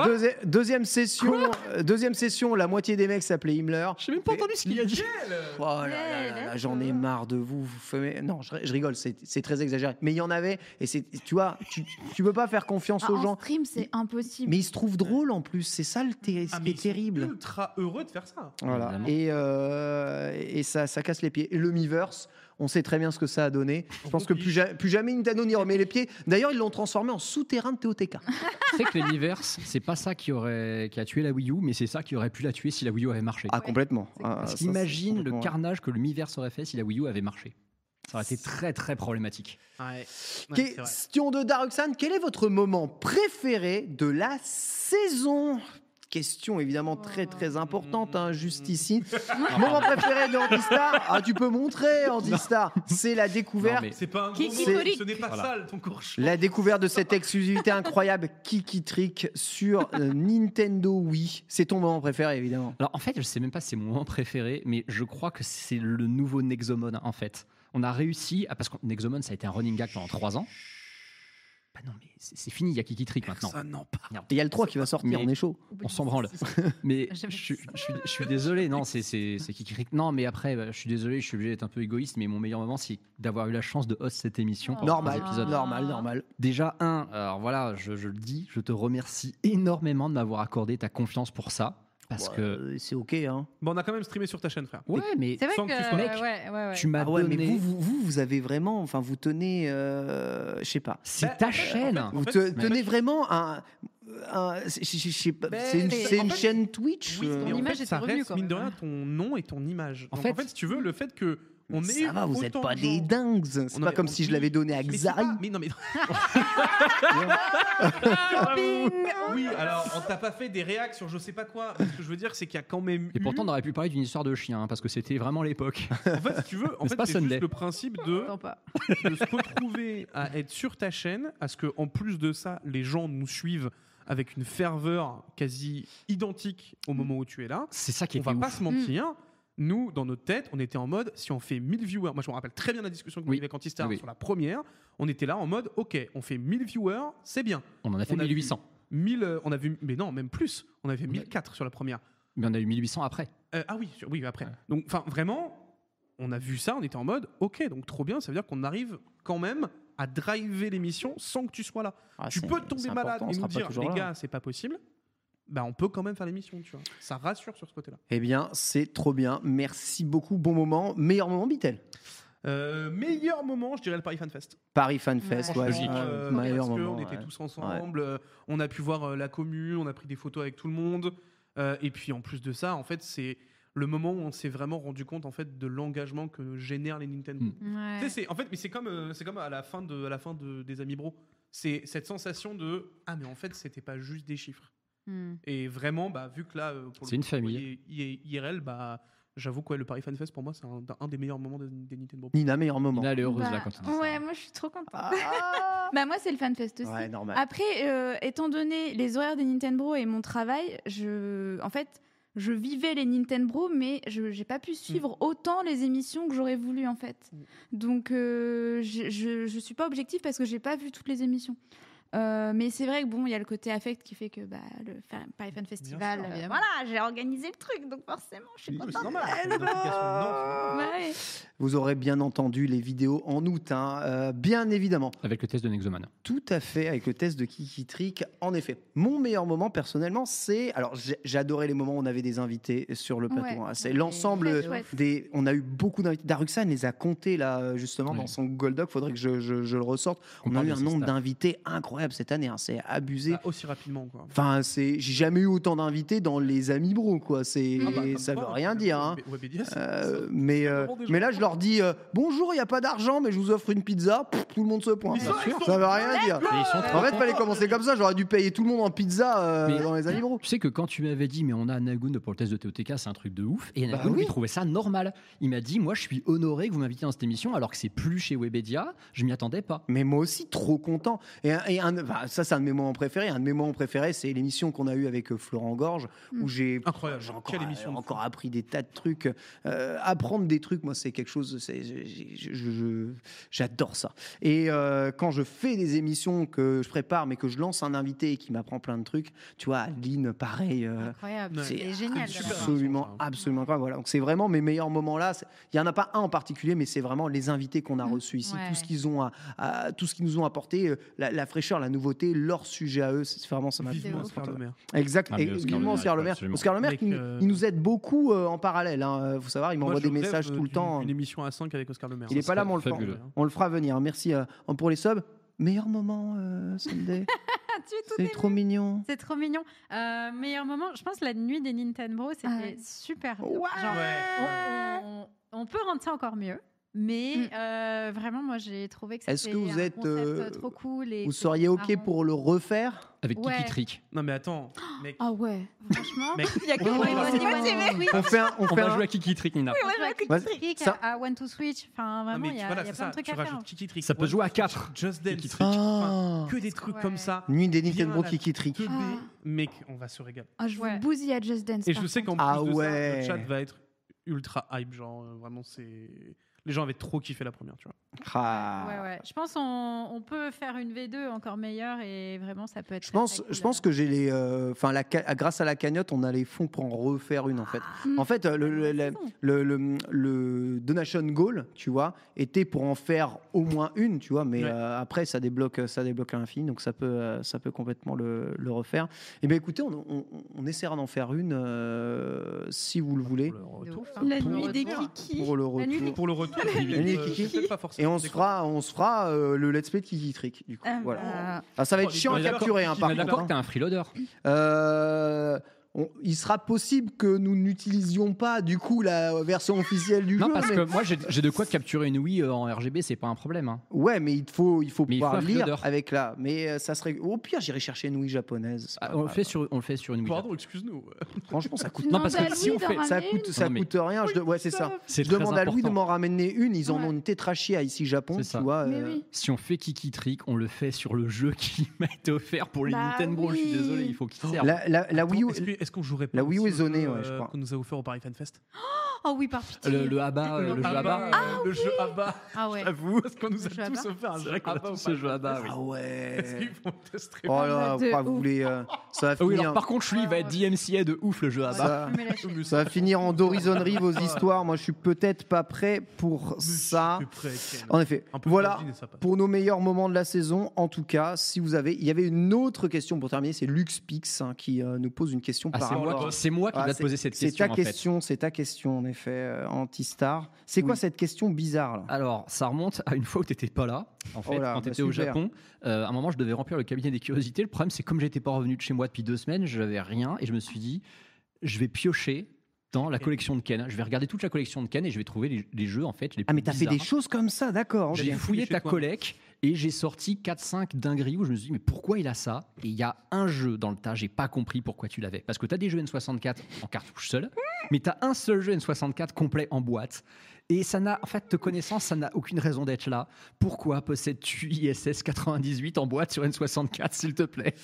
[SPEAKER 1] deuxi- deuxième, session, euh, deuxième session, la moitié des mecs s'appelaient Himmler.
[SPEAKER 4] J'ai même pas entendu ce qu'il a dit.
[SPEAKER 1] Oh là là là là, j'en ai marre de vous. vous fumez- Non, je, je rigole, c'est c'est très exagéré. Mais il y en avait, et c'est- tu vois, tu, tu peux pas faire confiance
[SPEAKER 2] Ah,
[SPEAKER 1] aux
[SPEAKER 2] En
[SPEAKER 1] gens.
[SPEAKER 2] stream, c'est impossible.
[SPEAKER 1] Mais ils se trouvent drôles en plus, c'est ça le terri-
[SPEAKER 3] Ah,
[SPEAKER 1] ce
[SPEAKER 3] mais
[SPEAKER 1] qui
[SPEAKER 3] ils
[SPEAKER 1] est
[SPEAKER 3] sont
[SPEAKER 1] terrible.
[SPEAKER 3] ultra heureux de faire ça.
[SPEAKER 1] Voilà.
[SPEAKER 4] Évidemment.
[SPEAKER 1] Et, euh, et ça, ça casse les pieds. Et le Miiverse, on sait très bien ce que ça a donné. Je pense que plus, ja- plus jamais Nintendo n'y remet les pieds. D'ailleurs, ils l'ont transformé en souterrain de TOTK.
[SPEAKER 4] Tu sais que l'universe, c'est pas ça qui, aurait, qui a tué la Wii U, mais c'est ça qui aurait pu la tuer si la Wii U avait marché.
[SPEAKER 1] Ah, complètement. Ah,
[SPEAKER 4] Parce
[SPEAKER 1] ça,
[SPEAKER 4] qu'imagine
[SPEAKER 1] c'est complètement-
[SPEAKER 4] le carnage que le Miiverse aurait fait si la Wii U avait marché. Ça aurait été très très problématique.
[SPEAKER 3] Ouais. Ouais, c'est vrai.
[SPEAKER 1] Question de Daruxan quel est votre moment préféré de la saison Question évidemment très
[SPEAKER 3] Oh.
[SPEAKER 1] très importante, hein, juste ici. Moment préféré de Antistar Ah, tu peux montrer Antistar C'est la découverte
[SPEAKER 4] Non, mais-
[SPEAKER 3] C'est pas un gros
[SPEAKER 1] Kiki
[SPEAKER 3] mot,
[SPEAKER 1] Tolik.
[SPEAKER 3] ce n'est pas
[SPEAKER 4] Voilà.
[SPEAKER 3] sale ton courge.
[SPEAKER 1] La découverte de cette exclusivité incroyable Kiki Trick sur euh, Nintendo Wii, c'est ton moment préféré évidemment.
[SPEAKER 4] Alors en fait, je sais même pas si c'est mon moment préféré, mais je crois que c'est le nouveau Nexomon en fait. On a réussi à parce que Nexomon ça a été un running gag pendant trois ans. Bah non, mais c'est c'est fini, il y a Kiki Trick maintenant. Merde.
[SPEAKER 1] Et il y a le 3 qui va sortir,
[SPEAKER 4] Mais-
[SPEAKER 1] on est chaud.
[SPEAKER 4] On s'en branle. Mais je, suis- je suis- je suis désolé, non, c'est c'est- c'est qui crie. Non, mais après, bah, je suis désolé, je suis obligé d'être un peu égoïste, mais mon meilleur moment, c'est d'avoir eu la chance de host cette émission. pendant
[SPEAKER 1] Normal,
[SPEAKER 4] trois épisodes.
[SPEAKER 1] normal, normal.
[SPEAKER 4] Déjà, un, alors voilà, je, je le dis, je te remercie énormément de m'avoir accordé ta confiance pour ça. Parce
[SPEAKER 1] Ouais,
[SPEAKER 4] que.
[SPEAKER 1] C'est ok, hein.
[SPEAKER 3] Bon, on a quand même streamé sur ta chaîne, frère.
[SPEAKER 4] Ouais, mais.
[SPEAKER 10] C'est vrai
[SPEAKER 3] Sans
[SPEAKER 10] que,
[SPEAKER 3] que tu sois-
[SPEAKER 10] ouais, ouais, ouais.
[SPEAKER 4] tu m'as
[SPEAKER 1] Ah ouais, mais
[SPEAKER 4] donné-
[SPEAKER 1] vous, vous, vous, vous avez vraiment, enfin, vous tenez, euh, je sais pas.
[SPEAKER 4] C'est
[SPEAKER 3] Bah,
[SPEAKER 4] ta chaîne.
[SPEAKER 1] vous
[SPEAKER 4] en fait,
[SPEAKER 1] te-
[SPEAKER 4] mais-
[SPEAKER 1] tenez vraiment un, un- c'est- je- je- je sais pas,
[SPEAKER 3] Ben,
[SPEAKER 1] c'est une,
[SPEAKER 3] mais
[SPEAKER 1] c'est
[SPEAKER 3] en
[SPEAKER 1] une
[SPEAKER 3] fait-
[SPEAKER 1] chaîne Twitch.
[SPEAKER 3] Oui,
[SPEAKER 1] euh,
[SPEAKER 3] mais en fait, ça reste, mine de rien, ton nom et ton image. Donc, En, fait, si tu veux, le fait que on ait
[SPEAKER 1] ça va, vous
[SPEAKER 3] êtes
[SPEAKER 1] êtes pas des dingues. C'est pas comme si je l'avais donné à Xari.
[SPEAKER 3] Mais non, mais.
[SPEAKER 1] Ah,
[SPEAKER 3] oui, alors on t'a pas fait des réacts sur je sais pas quoi. Ce que je veux dire, c'est qu'il y a quand même.
[SPEAKER 4] Et
[SPEAKER 3] eu-
[SPEAKER 4] pourtant, on aurait pu parler d'une histoire de chien, hein, parce que c'était vraiment l'époque.
[SPEAKER 3] En fait, si tu veux, en
[SPEAKER 4] Mais c'est
[SPEAKER 3] fait,
[SPEAKER 4] pas
[SPEAKER 3] c'est juste
[SPEAKER 4] Sunday.
[SPEAKER 3] le principe de, de se retrouver à être sur ta chaîne, à ce que, en plus de ça, les gens nous suivent avec une ferveur quasi identique au moment où tu es là.
[SPEAKER 4] C'est ça qui
[SPEAKER 3] On
[SPEAKER 4] était
[SPEAKER 3] va pas
[SPEAKER 4] ouf.
[SPEAKER 3] se mentir. Nous, dans notre tête, on était en mode, si on fait 1000 viewers, moi je me rappelle très bien la discussion qu'on a eu avec Antistar
[SPEAKER 4] Oui.
[SPEAKER 3] sur la première, on était là en mode, ok, on fait 1000 viewers, c'est bien.
[SPEAKER 4] On en a fait
[SPEAKER 3] vu
[SPEAKER 4] 1800.
[SPEAKER 3] 1000, euh, on a vu, mais non, même plus, on avait 1004 sur la première.
[SPEAKER 4] Mais on a eu 1800 après.
[SPEAKER 3] Euh, ah oui, sur- oui après. Donc, enfin, vraiment, on a vu ça, on était en mode, ok, donc trop bien, ça veut dire qu'on arrive quand même à driver l'émission sans que tu sois là.
[SPEAKER 1] Ah,
[SPEAKER 3] tu
[SPEAKER 1] c'est-
[SPEAKER 3] peux tomber
[SPEAKER 1] c'est
[SPEAKER 3] malade
[SPEAKER 1] important, on
[SPEAKER 3] et
[SPEAKER 1] sera
[SPEAKER 3] nous
[SPEAKER 1] pas
[SPEAKER 3] dire,
[SPEAKER 1] toujours
[SPEAKER 3] les
[SPEAKER 1] là.
[SPEAKER 3] gars, c'est pas possible. Bah, on peut quand même faire l'émission, tu vois. Ça rassure sur ce côté-là.
[SPEAKER 1] Eh bien, c'est trop bien. Merci beaucoup. Bon moment. Meilleur moment, Bitel.
[SPEAKER 3] Euh, meilleur moment, je dirais le Paris Fan Fest.
[SPEAKER 1] Paris Fan Fest. Ouais,
[SPEAKER 3] Franchement,
[SPEAKER 1] ouais,
[SPEAKER 3] euh,
[SPEAKER 1] meilleur
[SPEAKER 3] parce que
[SPEAKER 1] moment.
[SPEAKER 3] on était
[SPEAKER 1] ouais.
[SPEAKER 3] tous
[SPEAKER 1] Ouais.
[SPEAKER 3] ensemble, euh, on a pu voir euh, la commune, on a pris des photos avec tout le monde. euh, et puis en plus de ça, en fait, c'est le moment où on s'est vraiment rendu compte en fait de l'engagement que génèrent les Nintendo.
[SPEAKER 4] Hmm.
[SPEAKER 10] Ouais.
[SPEAKER 3] Tu sais, c'est- en fait, mais c'est comme euh, c'est comme à la fin de à la fin de- des Amis Bro. C'est cette sensation de ah mais en fait c'était pas juste des chiffres.
[SPEAKER 10] Hmm.
[SPEAKER 3] Et vraiment bah vu que là euh, pour le
[SPEAKER 4] C'est une
[SPEAKER 3] coup,
[SPEAKER 4] famille.
[SPEAKER 3] I- I- IRL bah j'avoue quoi le Paris Fan Fest pour moi c'est un, un des meilleurs moments des, des Nintendo.
[SPEAKER 1] Nina, meilleur moment.
[SPEAKER 4] Nina, elle est heureuse
[SPEAKER 2] Bah,
[SPEAKER 4] là quand on dit ça.
[SPEAKER 2] ouais, moi je suis trop contente. bah moi c'est le fanfest aussi.
[SPEAKER 4] Ah. Ouais, normal.
[SPEAKER 2] Après, euh, étant donné les horaires des Nintendo et mon travail, je, en fait, je vivais les Nintendo, mais je j'ai pas pu
[SPEAKER 4] Mm.
[SPEAKER 2] suivre autant les émissions que j'aurais voulu en fait. Donc euh, je, je je suis pas objective parce que j'ai pas vu toutes les émissions. Euh, mais c'est vrai que bon, il y a le côté affect qui fait que bah, le Fa- Paris Fan Festival,
[SPEAKER 10] sûr,
[SPEAKER 2] euh,
[SPEAKER 10] évidemment.
[SPEAKER 2] voilà, j'ai organisé le truc, donc forcément, je suis contente.
[SPEAKER 1] Euh,
[SPEAKER 2] Ouais.
[SPEAKER 1] Vous aurez bien entendu les vidéos en août, hein, euh, bien évidemment.
[SPEAKER 4] Avec le test de Nexoman.
[SPEAKER 1] Tout à fait, avec le test de Kiki Trick. En effet, mon meilleur moment personnellement, c'est. Alors, j'ai- j'ai adoré les moments où on avait des invités sur le plateau.
[SPEAKER 4] Ouais.
[SPEAKER 1] hein. C'est l'ensemble
[SPEAKER 4] Très chouette.
[SPEAKER 1] des. On a eu beaucoup d'invités. Daruxan les a comptés, là, euh, justement, dans son Google Doc. Faudrait que je, je- je le ressorte. On, a
[SPEAKER 3] parle
[SPEAKER 1] eu
[SPEAKER 3] de
[SPEAKER 1] un
[SPEAKER 3] ses
[SPEAKER 1] nombre
[SPEAKER 3] stats.
[SPEAKER 1] d'invités incroyable cette année. hein. C'est abusé.
[SPEAKER 3] Bah, aussi rapidement quoi.
[SPEAKER 1] Enfin, c'est j'ai jamais eu autant d'invités dans les amis bro quoi. C'est
[SPEAKER 3] Ah bah, comme
[SPEAKER 1] ça
[SPEAKER 3] quoi,
[SPEAKER 1] veut rien dire. hein.
[SPEAKER 3] Webedia, c'est-
[SPEAKER 1] Euh, mais euh,
[SPEAKER 3] des gens.
[SPEAKER 1] mais là, je leur dis euh, bonjour, il y a pas d'argent, mais je vous offre une pizza. Pff, tout le monde se pointe.
[SPEAKER 3] Ils sont-
[SPEAKER 1] Bien
[SPEAKER 3] ils
[SPEAKER 1] sûr.
[SPEAKER 3] sont-
[SPEAKER 1] ça veut rien
[SPEAKER 3] Let's
[SPEAKER 1] dire.
[SPEAKER 3] go Ils sont trop
[SPEAKER 1] en fait, fallait commencer comme ça. J'aurais dû payer tout le monde en pizza euh, dans les amis bro.
[SPEAKER 4] Tu sais que quand tu m'avais dit, mais on a Nagun pour le test de TOTK, c'est un truc de ouf. Et
[SPEAKER 1] Bah
[SPEAKER 4] Nagun, lui,
[SPEAKER 1] oui.
[SPEAKER 4] trouvait ça normal. Il m'a dit, moi, je suis honoré que vous m'invitiez dans cette émission, alors que c'est plus chez Webedia. Je m'y attendais pas.
[SPEAKER 1] Mais moi aussi, trop content. Et, un- et un- bah, ça, c'est un de mes moments préférés. Un de mes moments préférés, c'est l'émission qu'on a eue avec euh, Florent Gorge,
[SPEAKER 3] Mm.
[SPEAKER 1] où j'ai
[SPEAKER 3] Incroyable.
[SPEAKER 1] j'ai encore, euh,
[SPEAKER 3] Quelle émission de
[SPEAKER 1] encore appris des tas de trucs. Euh, apprendre des trucs, moi, c'est quelque chose. c'est- j'ai- j'ai- je- je- je- J'adore ça. Et euh, quand je fais des émissions que je prépare, mais que je lance un invité et qui m'apprend plein de trucs, tu vois, Aline, pareil. euh,
[SPEAKER 10] Incroyable.
[SPEAKER 1] c'est
[SPEAKER 10] C'est génial. de la part.
[SPEAKER 1] Absolument,
[SPEAKER 3] Hein.
[SPEAKER 1] absolument incroyable. Voilà. Donc c'est vraiment mes meilleurs moments là. C'est- Il y en a pas un en particulier, mais c'est vraiment les invités qu'on a
[SPEAKER 3] Mmh.
[SPEAKER 1] reçus ici,
[SPEAKER 10] Ouais.
[SPEAKER 1] tout ce qu'ils ont, à, à- tout ce qu'ils nous ont apporté, euh, la, la fraîcheur, la nouveauté, leur sujet à eux. C'est vraiment ça m'a
[SPEAKER 3] Vivement
[SPEAKER 1] vraiment-
[SPEAKER 3] Oscar Le Maire.
[SPEAKER 1] Exact.
[SPEAKER 3] Ah, mais Oscar Le
[SPEAKER 1] Exactement,
[SPEAKER 3] Maire,
[SPEAKER 1] Oscar Le Maire.
[SPEAKER 3] absolument.
[SPEAKER 1] Oscar Le Maire,
[SPEAKER 3] Mec,
[SPEAKER 1] qui nous-
[SPEAKER 3] euh,
[SPEAKER 1] il nous aide beaucoup euh, en parallèle. hein. Faut savoir, il
[SPEAKER 3] Moi,
[SPEAKER 1] m'envoie
[SPEAKER 3] je
[SPEAKER 1] des
[SPEAKER 3] rêve euh,
[SPEAKER 1] messages tout le
[SPEAKER 3] d'une-
[SPEAKER 1] temps.
[SPEAKER 3] Une émission à 5 avec Oscar Le Maire.
[SPEAKER 1] Il n'est pas là, mais on le, fera, on le fera venir. Merci euh, pour les subs. Meilleur moment, euh, Sunday.
[SPEAKER 10] Ah,
[SPEAKER 1] c'est trop mignon.
[SPEAKER 10] C'est trop mignon. Euh, meilleur moment, je pense la nuit des Nintendo, c'était
[SPEAKER 2] Ah
[SPEAKER 10] super. bien. Genre, on, on- on peut rendre ça encore mieux, mais
[SPEAKER 2] Mm.
[SPEAKER 10] euh, vraiment, moi, j'ai trouvé que c'était
[SPEAKER 1] Est-ce que vous
[SPEAKER 10] un
[SPEAKER 1] êtes,
[SPEAKER 10] concept
[SPEAKER 1] euh,
[SPEAKER 10] trop cool. Et
[SPEAKER 1] Vous
[SPEAKER 10] c'était
[SPEAKER 1] seriez OK
[SPEAKER 10] marrant.
[SPEAKER 1] pour le refaire
[SPEAKER 4] Avec
[SPEAKER 10] Kiki Ouais. Trick.
[SPEAKER 3] Non, mais attends. Mec.
[SPEAKER 2] Ah ouais.
[SPEAKER 10] Franchement,
[SPEAKER 3] Mec.
[SPEAKER 10] il y a que
[SPEAKER 3] Oh.
[SPEAKER 10] moi et moi,
[SPEAKER 3] C'est
[SPEAKER 10] c'est motivé. Oui.
[SPEAKER 1] On fait un- on
[SPEAKER 4] On
[SPEAKER 1] fait
[SPEAKER 4] va
[SPEAKER 1] un-
[SPEAKER 4] jouer à Kiki Trick, Nina.
[SPEAKER 10] Oui, on va jouer à
[SPEAKER 1] Vas-y.
[SPEAKER 10] Quick Trick,
[SPEAKER 1] Ça-
[SPEAKER 10] à à One to Switch. Enfin, vraiment, il y a,
[SPEAKER 3] voilà,
[SPEAKER 10] il y a
[SPEAKER 3] c'est
[SPEAKER 10] plein de
[SPEAKER 3] ça,
[SPEAKER 10] truc
[SPEAKER 3] tu
[SPEAKER 10] à faire. hein.
[SPEAKER 3] rajoutes Kiki Trick.
[SPEAKER 4] Ça peut jouer à 4.
[SPEAKER 3] Just Dance.
[SPEAKER 10] Ah.
[SPEAKER 3] Ah.
[SPEAKER 1] Enfin,
[SPEAKER 3] que des trucs comme ça.
[SPEAKER 1] Nuit des
[SPEAKER 3] Bien
[SPEAKER 1] Nintendo
[SPEAKER 3] à
[SPEAKER 1] Kiki Trick.
[SPEAKER 3] teubée.
[SPEAKER 2] Ah.
[SPEAKER 3] Mec, on va se régaler.
[SPEAKER 2] Ah, je vous bousille à Just Dance.
[SPEAKER 3] Et
[SPEAKER 2] par
[SPEAKER 3] je sais
[SPEAKER 2] contre.
[SPEAKER 3] qu'en
[SPEAKER 1] Ah
[SPEAKER 3] plus de ça,
[SPEAKER 1] ouais.
[SPEAKER 3] le chat va être ultra hype. Genre, euh, vraiment, c'est. les gens avaient trop kiffé la première, tu vois.
[SPEAKER 1] Ah.
[SPEAKER 10] Ouais, ouais. Je pense qu'on on peut faire une V2 encore meilleure et vraiment ça peut être.
[SPEAKER 1] Je pense, je pense que j'ai les. euh, Enfin, la ca- grâce à la cagnotte, on a les fonds pour en refaire une, en fait.
[SPEAKER 3] Hmm.
[SPEAKER 1] En fait, euh, le, le- le- le- le- le donation goal, tu vois, était pour en faire au moins une, tu vois, mais euh, après, ça débloque, ça débloque à l'infini, donc ça peut, euh, ça peut complètement le, le refaire. Et bien, écoutez, on, on- on essaiera d'en faire une, euh, si vous
[SPEAKER 3] Bah,
[SPEAKER 1] le voulez.
[SPEAKER 3] La
[SPEAKER 1] Pour-
[SPEAKER 3] nuit des
[SPEAKER 1] Pour le
[SPEAKER 3] La nuit des-
[SPEAKER 1] retour.
[SPEAKER 3] Pour le retour,
[SPEAKER 1] La nuit des
[SPEAKER 3] euh,
[SPEAKER 1] kikis.
[SPEAKER 3] peut-être pas forcément
[SPEAKER 1] Et on se fera, on se fera euh, le let's play de Kiki Trick, du coup.
[SPEAKER 3] Ah,
[SPEAKER 1] voilà.
[SPEAKER 3] bah.
[SPEAKER 1] Ah, ça va être
[SPEAKER 4] On est
[SPEAKER 1] chiant à
[SPEAKER 4] d'accord-
[SPEAKER 1] capturer, hein,
[SPEAKER 4] on
[SPEAKER 1] par
[SPEAKER 4] est
[SPEAKER 1] contre.
[SPEAKER 4] d'accord que t'as un
[SPEAKER 1] freeloader. Euh, on- il sera possible que nous n'utilisions pas, du coup, la version officielle du
[SPEAKER 4] Non,
[SPEAKER 1] jeu.
[SPEAKER 4] parce
[SPEAKER 1] mais-
[SPEAKER 4] que moi, j'ai j'ai de quoi capturer une Wii euh, en RGB, c'est pas un problème. hein.
[SPEAKER 1] Ouais, mais il te faut, il faut
[SPEAKER 4] il
[SPEAKER 1] pouvoir
[SPEAKER 4] faut un
[SPEAKER 1] lire
[SPEAKER 4] freeloader.
[SPEAKER 1] avec la. Mais euh, ça serait. Au pire, j'irai chercher une Wii japonaise. c'est pas
[SPEAKER 4] Ah, On le,
[SPEAKER 1] grave.
[SPEAKER 4] fait sur, on le fait sur une Wii.
[SPEAKER 3] Pardon, excuse-nous.
[SPEAKER 1] Franchement, ça coûte.
[SPEAKER 4] Non, parce que si on fait.
[SPEAKER 1] ça coûte, ça coûte rien. Je, de- ouais, c'est ça.
[SPEAKER 4] C'est
[SPEAKER 1] Je
[SPEAKER 4] très
[SPEAKER 1] demande à Louis de
[SPEAKER 4] important.
[SPEAKER 1] m'en ramener une. Ils en ont une tétrachie à ici Japon, tu vois. euh,
[SPEAKER 4] Si on fait Kiki Trick, on le fait sur le jeu qui m'a été offert pour les
[SPEAKER 1] Bah
[SPEAKER 4] Nintendo. Je suis
[SPEAKER 1] oui.
[SPEAKER 4] désolé, il faut qu'il serve.
[SPEAKER 1] La, la, la Wii U.
[SPEAKER 3] Est-ce que- est-ce qu'on jouerait pas
[SPEAKER 1] La Wii U est
[SPEAKER 3] aussi au
[SPEAKER 1] zonée,
[SPEAKER 3] jeu,
[SPEAKER 1] ouais, je
[SPEAKER 3] euh,
[SPEAKER 1] crois.
[SPEAKER 3] Qu'on nous a offert au Paris Fan Fest
[SPEAKER 10] Oh oui, par pitié.
[SPEAKER 4] Le, le ABBA, euh, le jeu ABBA.
[SPEAKER 3] le jeu ABBA.
[SPEAKER 10] Ah ouais.
[SPEAKER 3] J'avoue, parce qu'on nous a
[SPEAKER 10] Le jeu
[SPEAKER 3] tous
[SPEAKER 10] ABBA.
[SPEAKER 3] offert un
[SPEAKER 4] C'est
[SPEAKER 3] jeu
[SPEAKER 4] vrai qu'on a
[SPEAKER 3] ABBA.
[SPEAKER 4] tous ce jeu ABBA, oui.
[SPEAKER 1] Ah ouais.
[SPEAKER 3] Est-ce qu'ils vont tester
[SPEAKER 1] Oh là, faut pas vous voulez. euh, ça va
[SPEAKER 4] Ah oui,
[SPEAKER 1] finir.
[SPEAKER 4] alors, par contre, lui, il va être DMCA de ouf le jeu ABBA.
[SPEAKER 1] Ça, ça va finir en dorisonnerie vos histoires. Moi, je suis peut-être pas prêt pour ça. En effet. Voilà pour nos meilleurs moments de la saison. En tout cas, si vous avez, il y avait une autre question pour terminer. C'est LuxPix hein, qui euh, nous pose une question
[SPEAKER 4] Ah,
[SPEAKER 1] par
[SPEAKER 4] c'est moi
[SPEAKER 1] rapport- Ah,
[SPEAKER 4] qui- c'est moi qui dois te
[SPEAKER 1] c'est-
[SPEAKER 4] poser cette
[SPEAKER 1] C'est
[SPEAKER 4] question,
[SPEAKER 1] ta
[SPEAKER 4] en fait.
[SPEAKER 1] question. C'est ta question en effet, euh, anti-star. C'est quoi cette question bizarre là
[SPEAKER 4] Alors, ça remonte à une fois où t'étais pas là, en fait,
[SPEAKER 1] Oh là,
[SPEAKER 4] quand
[SPEAKER 1] bah,
[SPEAKER 4] t'étais au
[SPEAKER 1] super.
[SPEAKER 4] Japon. Euh, à un moment, je devais remplir le cabinet des curiosités. Le problème, c'est comme j'étais pas revenu de chez moi depuis deux semaines, j'avais rien et je me suis dit, je vais piocher dans la collection de Ken. Je vais regarder toute la collection de Ken et je vais trouver les, les jeux en fait les
[SPEAKER 1] Ah mais
[SPEAKER 4] plus
[SPEAKER 1] t'as fait des
[SPEAKER 4] bizarres.
[SPEAKER 1] choses comme ça, d'accord
[SPEAKER 4] J'ai fouillé ta collec et j'ai sorti 4-5 dingueries où je me suis dit, mais pourquoi il a ça Et il y a un jeu dans le tas, j'ai pas compris pourquoi tu l'avais. Parce que t'as des jeux N64 en cartouche seule, mais t'as un seul jeu N64 complet en boîte. Et ça n'a, en fait, te connaissant, ça n'a aucune raison d'être là. Pourquoi possèdes-tu ISS 98 en boîte sur N64, s'il te plaît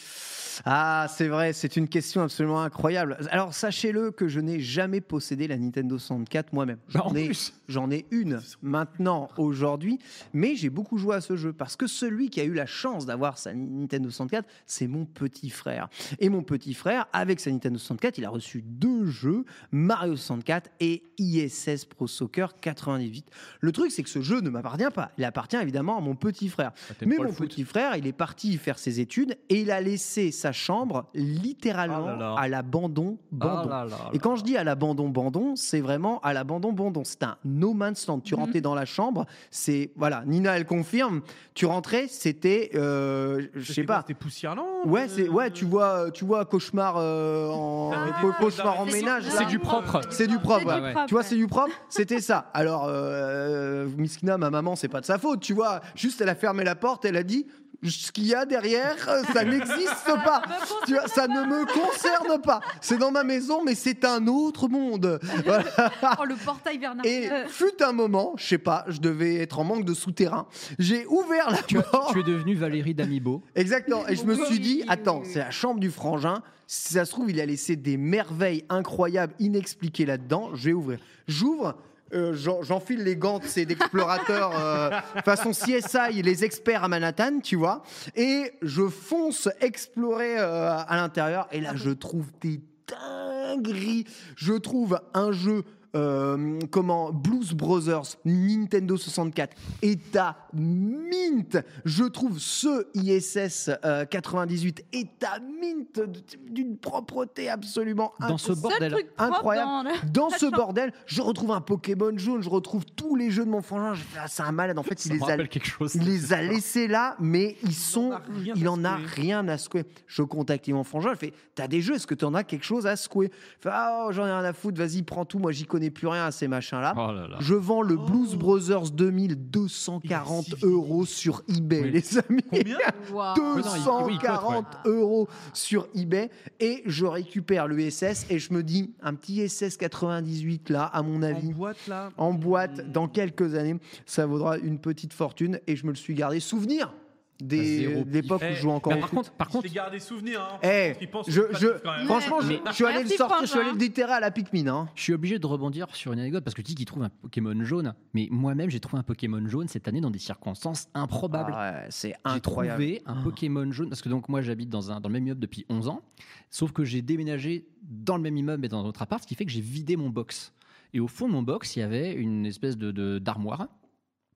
[SPEAKER 1] Ah, c'est vrai, c'est une question absolument incroyable. Alors, sachez-le que je n'ai jamais possédé la Nintendo 64 moi-même.
[SPEAKER 4] Bah,
[SPEAKER 1] J'en ai, j'en ai une maintenant, aujourd'hui, mais j'ai beaucoup joué à ce jeu parce que celui qui a eu la chance d'avoir sa Nintendo 64, c'est mon petit frère. Et mon petit frère, avec sa Nintendo 64, il a reçu deux jeux, Mario 64 et ISS Pro Soccer 98. Le truc, c'est que ce jeu ne m'appartient pas. Il appartient évidemment à mon petit frère.
[SPEAKER 4] Ah, t'aimes
[SPEAKER 1] Mais
[SPEAKER 4] pas
[SPEAKER 1] mon
[SPEAKER 4] le foot.
[SPEAKER 1] petit frère, il est parti faire ses études et il a laissé sa chambre littéralement à l'abandon. Bandon.
[SPEAKER 4] Ah là là
[SPEAKER 1] et quand je dis à l'abandon, bandon, c'est vraiment à l'abandon, bandon. C'est un no man's land.
[SPEAKER 4] Mhm.
[SPEAKER 1] Tu rentrais dans la chambre, c'est. Voilà, Nina, elle confirme. Tu rentrais, c'était. euh, je sais pas.
[SPEAKER 3] C'était poussièrement
[SPEAKER 1] Ouais,
[SPEAKER 4] euh,
[SPEAKER 1] c'est ouais, tu vois, tu vois cauchemar euh, en
[SPEAKER 4] Ah,
[SPEAKER 1] co- cauchemar en
[SPEAKER 4] C'est du-
[SPEAKER 1] ménage.
[SPEAKER 4] c'est
[SPEAKER 1] là.
[SPEAKER 4] du propre.
[SPEAKER 1] C'est du propre.
[SPEAKER 4] C'est du
[SPEAKER 1] ouais.
[SPEAKER 4] propre,
[SPEAKER 1] Tu vois, c'est du propre. C'était ça. Alors, euh, Miskina, ma maman, c'est pas de sa faute, tu vois. Juste, elle a fermé la porte, elle a dit. Ce qu'il y a derrière, euh, ça n'existe pas. Tu vois, ça ne me concerne pas. C'est dans ma maison, mais c'est un autre monde. Voilà.
[SPEAKER 10] Oh, le portail Bernard.
[SPEAKER 1] Et fut un moment, je sais pas, je devais être en manque de souterrain. J'ai ouvert la porte.
[SPEAKER 4] Tu es devenu Valérie Damibo.
[SPEAKER 1] Exactement. Et je me
[SPEAKER 4] Oui.
[SPEAKER 1] suis dit, attends, c'est la chambre du frangin. Si ça se trouve, il a laissé des merveilles incroyables, inexpliquées là-dedans. Je vais ouvrir. J'ouvre. euh, j'en- J'enfile les gants, c'est d'explorateurs euh, façon CSI, les experts à Manhattan, tu vois. Et je fonce explorer euh, à l'intérieur. Et là, je trouve des dingueries. Je trouve un jeu euh, comment Blues Brothers Nintendo 64 état mint je trouve ce ISS euh, 98 état mint d- d'une propreté absolument
[SPEAKER 4] Dans ce
[SPEAKER 1] inc-
[SPEAKER 4] bordel. Seul truc propre dans
[SPEAKER 1] incroyable
[SPEAKER 4] le-
[SPEAKER 1] dans ce bordel je retrouve un Pokémon jaune je retrouve tous les jeux de mon frangin Je fais, ah, c'est un malade en fait
[SPEAKER 4] Ça
[SPEAKER 1] il
[SPEAKER 4] me
[SPEAKER 1] les a
[SPEAKER 4] rappelle quelque chose.
[SPEAKER 1] il les a laissés là mais ils sont il en a rien à secouer je contacte mon frangin je fais t'as des jeux est-ce que t'en as quelque chose à secouer Il fait, ah oh, j'en ai rien à foutre vas-y prends tout moi j'y connais plus rien à ces machins là
[SPEAKER 4] Oh là là.
[SPEAKER 1] je vends le Blues Brothers 2240 euros sur eBay, les amis.
[SPEAKER 10] Waouh.
[SPEAKER 1] 240 euros sur eBay. Et je récupère le SS et je me dis, un petit SS 98 là, à mon avis. En
[SPEAKER 3] boîte là
[SPEAKER 1] En boîte, dans quelques années, ça vaudra une petite fortune et je me le suis gardé. Souvenir des, des pop où je joue encore au
[SPEAKER 3] Eh, bah, par
[SPEAKER 1] foot.
[SPEAKER 3] contre, par contre, je garde des souvenirs. Hein,
[SPEAKER 1] Eh,
[SPEAKER 3] Ils pensent
[SPEAKER 1] je,
[SPEAKER 3] au
[SPEAKER 1] je-
[SPEAKER 3] passif, quand même.
[SPEAKER 1] franchement, je, je suis allé le sortir, je suis allé le déterrer à la Pikmin. Hein.
[SPEAKER 4] Je suis obligé de rebondir sur une anecdote parce que tu dis qu'il trouve un Pokémon jaune, mais moi-même j'ai trouvé un Pokémon jaune cette année dans des circonstances improbables.
[SPEAKER 1] Euh, c'est
[SPEAKER 4] incroyable. J'ai trouvé un Pokémon jaune parce que donc moi j'habite dans, un- dans le même immeuble depuis 11 ans, sauf que j'ai déménagé dans le même immeuble mais dans un autre appart, ce qui fait que j'ai vidé mon box. Et au fond de mon box, il y avait une espèce de- de d'armoire.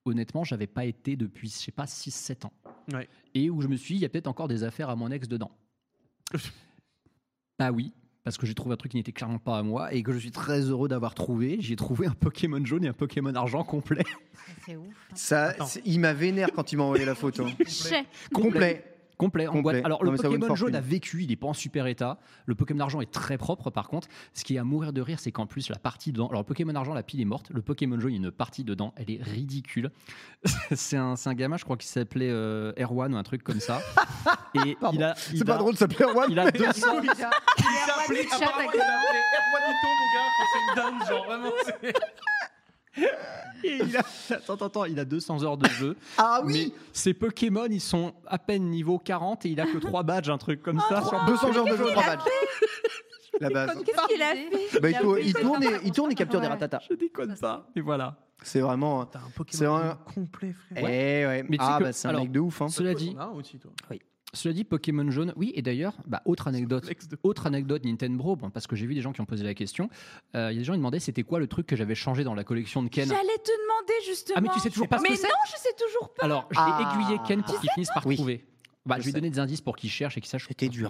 [SPEAKER 4] Honnêtement, j'avais pas été depuis, je sais pas, 6-7 ans.
[SPEAKER 3] Ouais.
[SPEAKER 4] Et où je me suis dit, il y a peut-être encore des affaires à mon ex dedans. Bah oui, parce que j'ai trouvé un truc qui n'était clairement pas à moi et que je suis très heureux d'avoir trouvé. J'ai trouvé un Pokémon jaune et un Pokémon argent complet.
[SPEAKER 10] C'est ouf.
[SPEAKER 1] Ça, c'est- il m'a vénère quand il m'a envoyé la photo.
[SPEAKER 10] Chais.
[SPEAKER 1] Complet.
[SPEAKER 4] Complet, en
[SPEAKER 1] Complet.
[SPEAKER 4] boîte. Alors,
[SPEAKER 1] Non,
[SPEAKER 4] le
[SPEAKER 1] mais ça vaut une
[SPEAKER 4] Pokémon jaune
[SPEAKER 1] fortune.
[SPEAKER 4] a vécu, il n'est pas en super état. Le Pokémon argent est très propre, par contre. Ce qui est à mourir de rire, c'est qu'en plus, la partie dedans. Alors, le Pokémon argent, la pile est morte. Le Pokémon jaune, il y a une partie dedans. Elle est ridicule. c'est un, c'est un gamin, je crois, qui s'appelait euh, Erwan ou un truc comme ça. Et il a. C'est
[SPEAKER 1] pas drôle de s'appeler Erwan.
[SPEAKER 4] Il a 200.
[SPEAKER 3] Il s'est appelé, apparemment, il s'est appelé Erwanito, mon gars. Enfin, C'est une dingue, genre, vraiment. c'est-
[SPEAKER 4] Et il a... Attends, attends, attends, il a 200 heures de jeu.
[SPEAKER 1] Ah
[SPEAKER 4] oui Mais ses Pokémon, ils sont à peine niveau 40 et il a que 3 badges, un truc comme ça. sur-
[SPEAKER 1] 200 heures de jeu, 3 badges. La base.
[SPEAKER 8] Qu'est-ce qu'il a fait
[SPEAKER 1] Bah, il, tourne, il, tourne et, il tourne et capture des ratatas.
[SPEAKER 4] Je déconne pas. Et voilà.
[SPEAKER 1] C'est vraiment. C'est un
[SPEAKER 3] complet, frère.
[SPEAKER 1] Eh ouais.
[SPEAKER 4] Mais tu sais
[SPEAKER 1] ah,
[SPEAKER 4] que-
[SPEAKER 1] bah, c'est un
[SPEAKER 4] alors,
[SPEAKER 1] mec de ouf. Hein.
[SPEAKER 4] Cela dit,
[SPEAKER 3] T'en as un aussi, toi.
[SPEAKER 4] Cela dit, Pokémon jaune, oui, et d'ailleurs, bah, autre anecdote, autre anecdote Nintendo, bon, parce que j'ai vu des gens qui ont posé la question, euh, il y a des gens qui demandaient c'était quoi le truc que j'avais changé dans la collection de Ken.
[SPEAKER 8] J'allais te demander justement.
[SPEAKER 4] Ah, mais tu sais toujours pas ce
[SPEAKER 8] Mais
[SPEAKER 4] que c'est
[SPEAKER 8] non, je sais toujours pas.
[SPEAKER 4] Alors, je l'ai
[SPEAKER 2] Ah.
[SPEAKER 4] aiguillé
[SPEAKER 1] Ah.
[SPEAKER 4] Ken pour qu'il finisse par trouver. Bah, je,
[SPEAKER 1] Je
[SPEAKER 4] lui ai
[SPEAKER 1] sais.
[SPEAKER 4] donné des indices pour qu'il cherche et qu'il sache. C'était dur.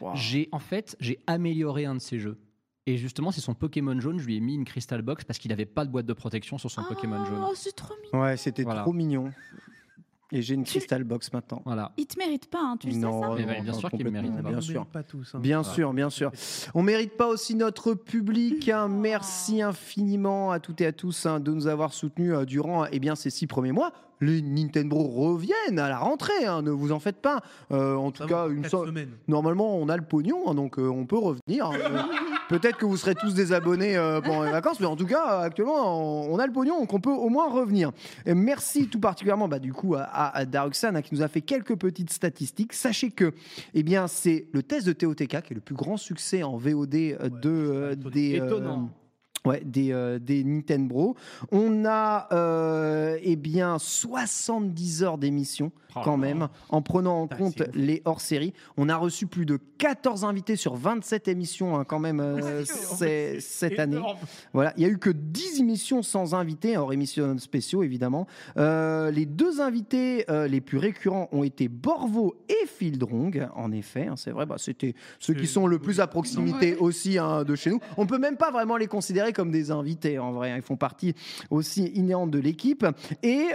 [SPEAKER 1] Wow.
[SPEAKER 4] J'ai en fait, j'ai amélioré un de ses jeux. Et justement, c'est son Pokémon jaune. Je lui ai mis une Crystal Box parce qu'il n'avait pas de boîte de protection sur son Pokémon jaune.
[SPEAKER 8] Oh, c'est trop mignon.
[SPEAKER 1] Ouais, c'était
[SPEAKER 4] Voilà.
[SPEAKER 1] trop mignon. Et j'ai une Crystal Box maintenant.
[SPEAKER 4] Voilà.
[SPEAKER 8] Il te mérite pas, hein, tu le sais
[SPEAKER 1] Non, Eh ben.
[SPEAKER 8] ça
[SPEAKER 2] Eh
[SPEAKER 1] non, non, complètement, Bien sûr.
[SPEAKER 3] Pas tous. hein.
[SPEAKER 1] Bien
[SPEAKER 3] Voilà.
[SPEAKER 1] sûr, bien sûr. On mérite pas aussi notre public.
[SPEAKER 3] Ah.
[SPEAKER 1] hein. Merci infiniment à toutes et à tous hein, de nous avoir soutenus euh, durant eh bien, ces six premiers mois. Les Nintendo reviennent à la rentrée, hein, ne vous en faites pas. Euh, en tout cas, une
[SPEAKER 3] quatre
[SPEAKER 1] so-
[SPEAKER 3] semaines.
[SPEAKER 1] normalement, on a le pognon, hein, donc euh, on peut revenir. hein. Euh, Peut-être que vous serez tous des abonnés euh, pendant les vacances, mais en tout cas, euh, actuellement, on, on a le pognon, donc on peut au moins revenir. Et merci tout particulièrement, bah, du coup, à, à, à Daruxan, hein, qui nous a fait quelques petites statistiques. Sachez que, eh bien, c'est le test de TOTK qui est le plus grand succès en VOD euh, de euh, des. euh,
[SPEAKER 4] Étonnant.
[SPEAKER 1] Ouais, des, euh, des Nintendo Bros. On a euh, eh bien 70 heures d'émission
[SPEAKER 4] Oh
[SPEAKER 1] quand
[SPEAKER 4] là
[SPEAKER 1] même,
[SPEAKER 4] là.
[SPEAKER 1] en prenant en
[SPEAKER 3] Putain,
[SPEAKER 1] compte
[SPEAKER 3] c'est ouf.
[SPEAKER 1] les hors-séries. On a reçu plus de 14 invités sur 27 émissions hein, quand même euh,
[SPEAKER 3] Ah, c'est sûr.
[SPEAKER 1] c'est- cette année.
[SPEAKER 3] énorme.
[SPEAKER 1] Voilà, il y a eu que 10 émissions sans invités, hors émissions spéciaux évidemment. Euh, les deux invités euh, les plus récurrents ont été Borvo et Fildrong, en effet, hein, c'est vrai, bah, c'était ceux qui
[SPEAKER 3] C'est-
[SPEAKER 1] sont le plus à proximité
[SPEAKER 5] Ouais.
[SPEAKER 1] aussi hein, de chez nous. On peut même pas vraiment les considérer comme des invités en vrai, hein, ils font partie aussi inhérente de l'équipe. Et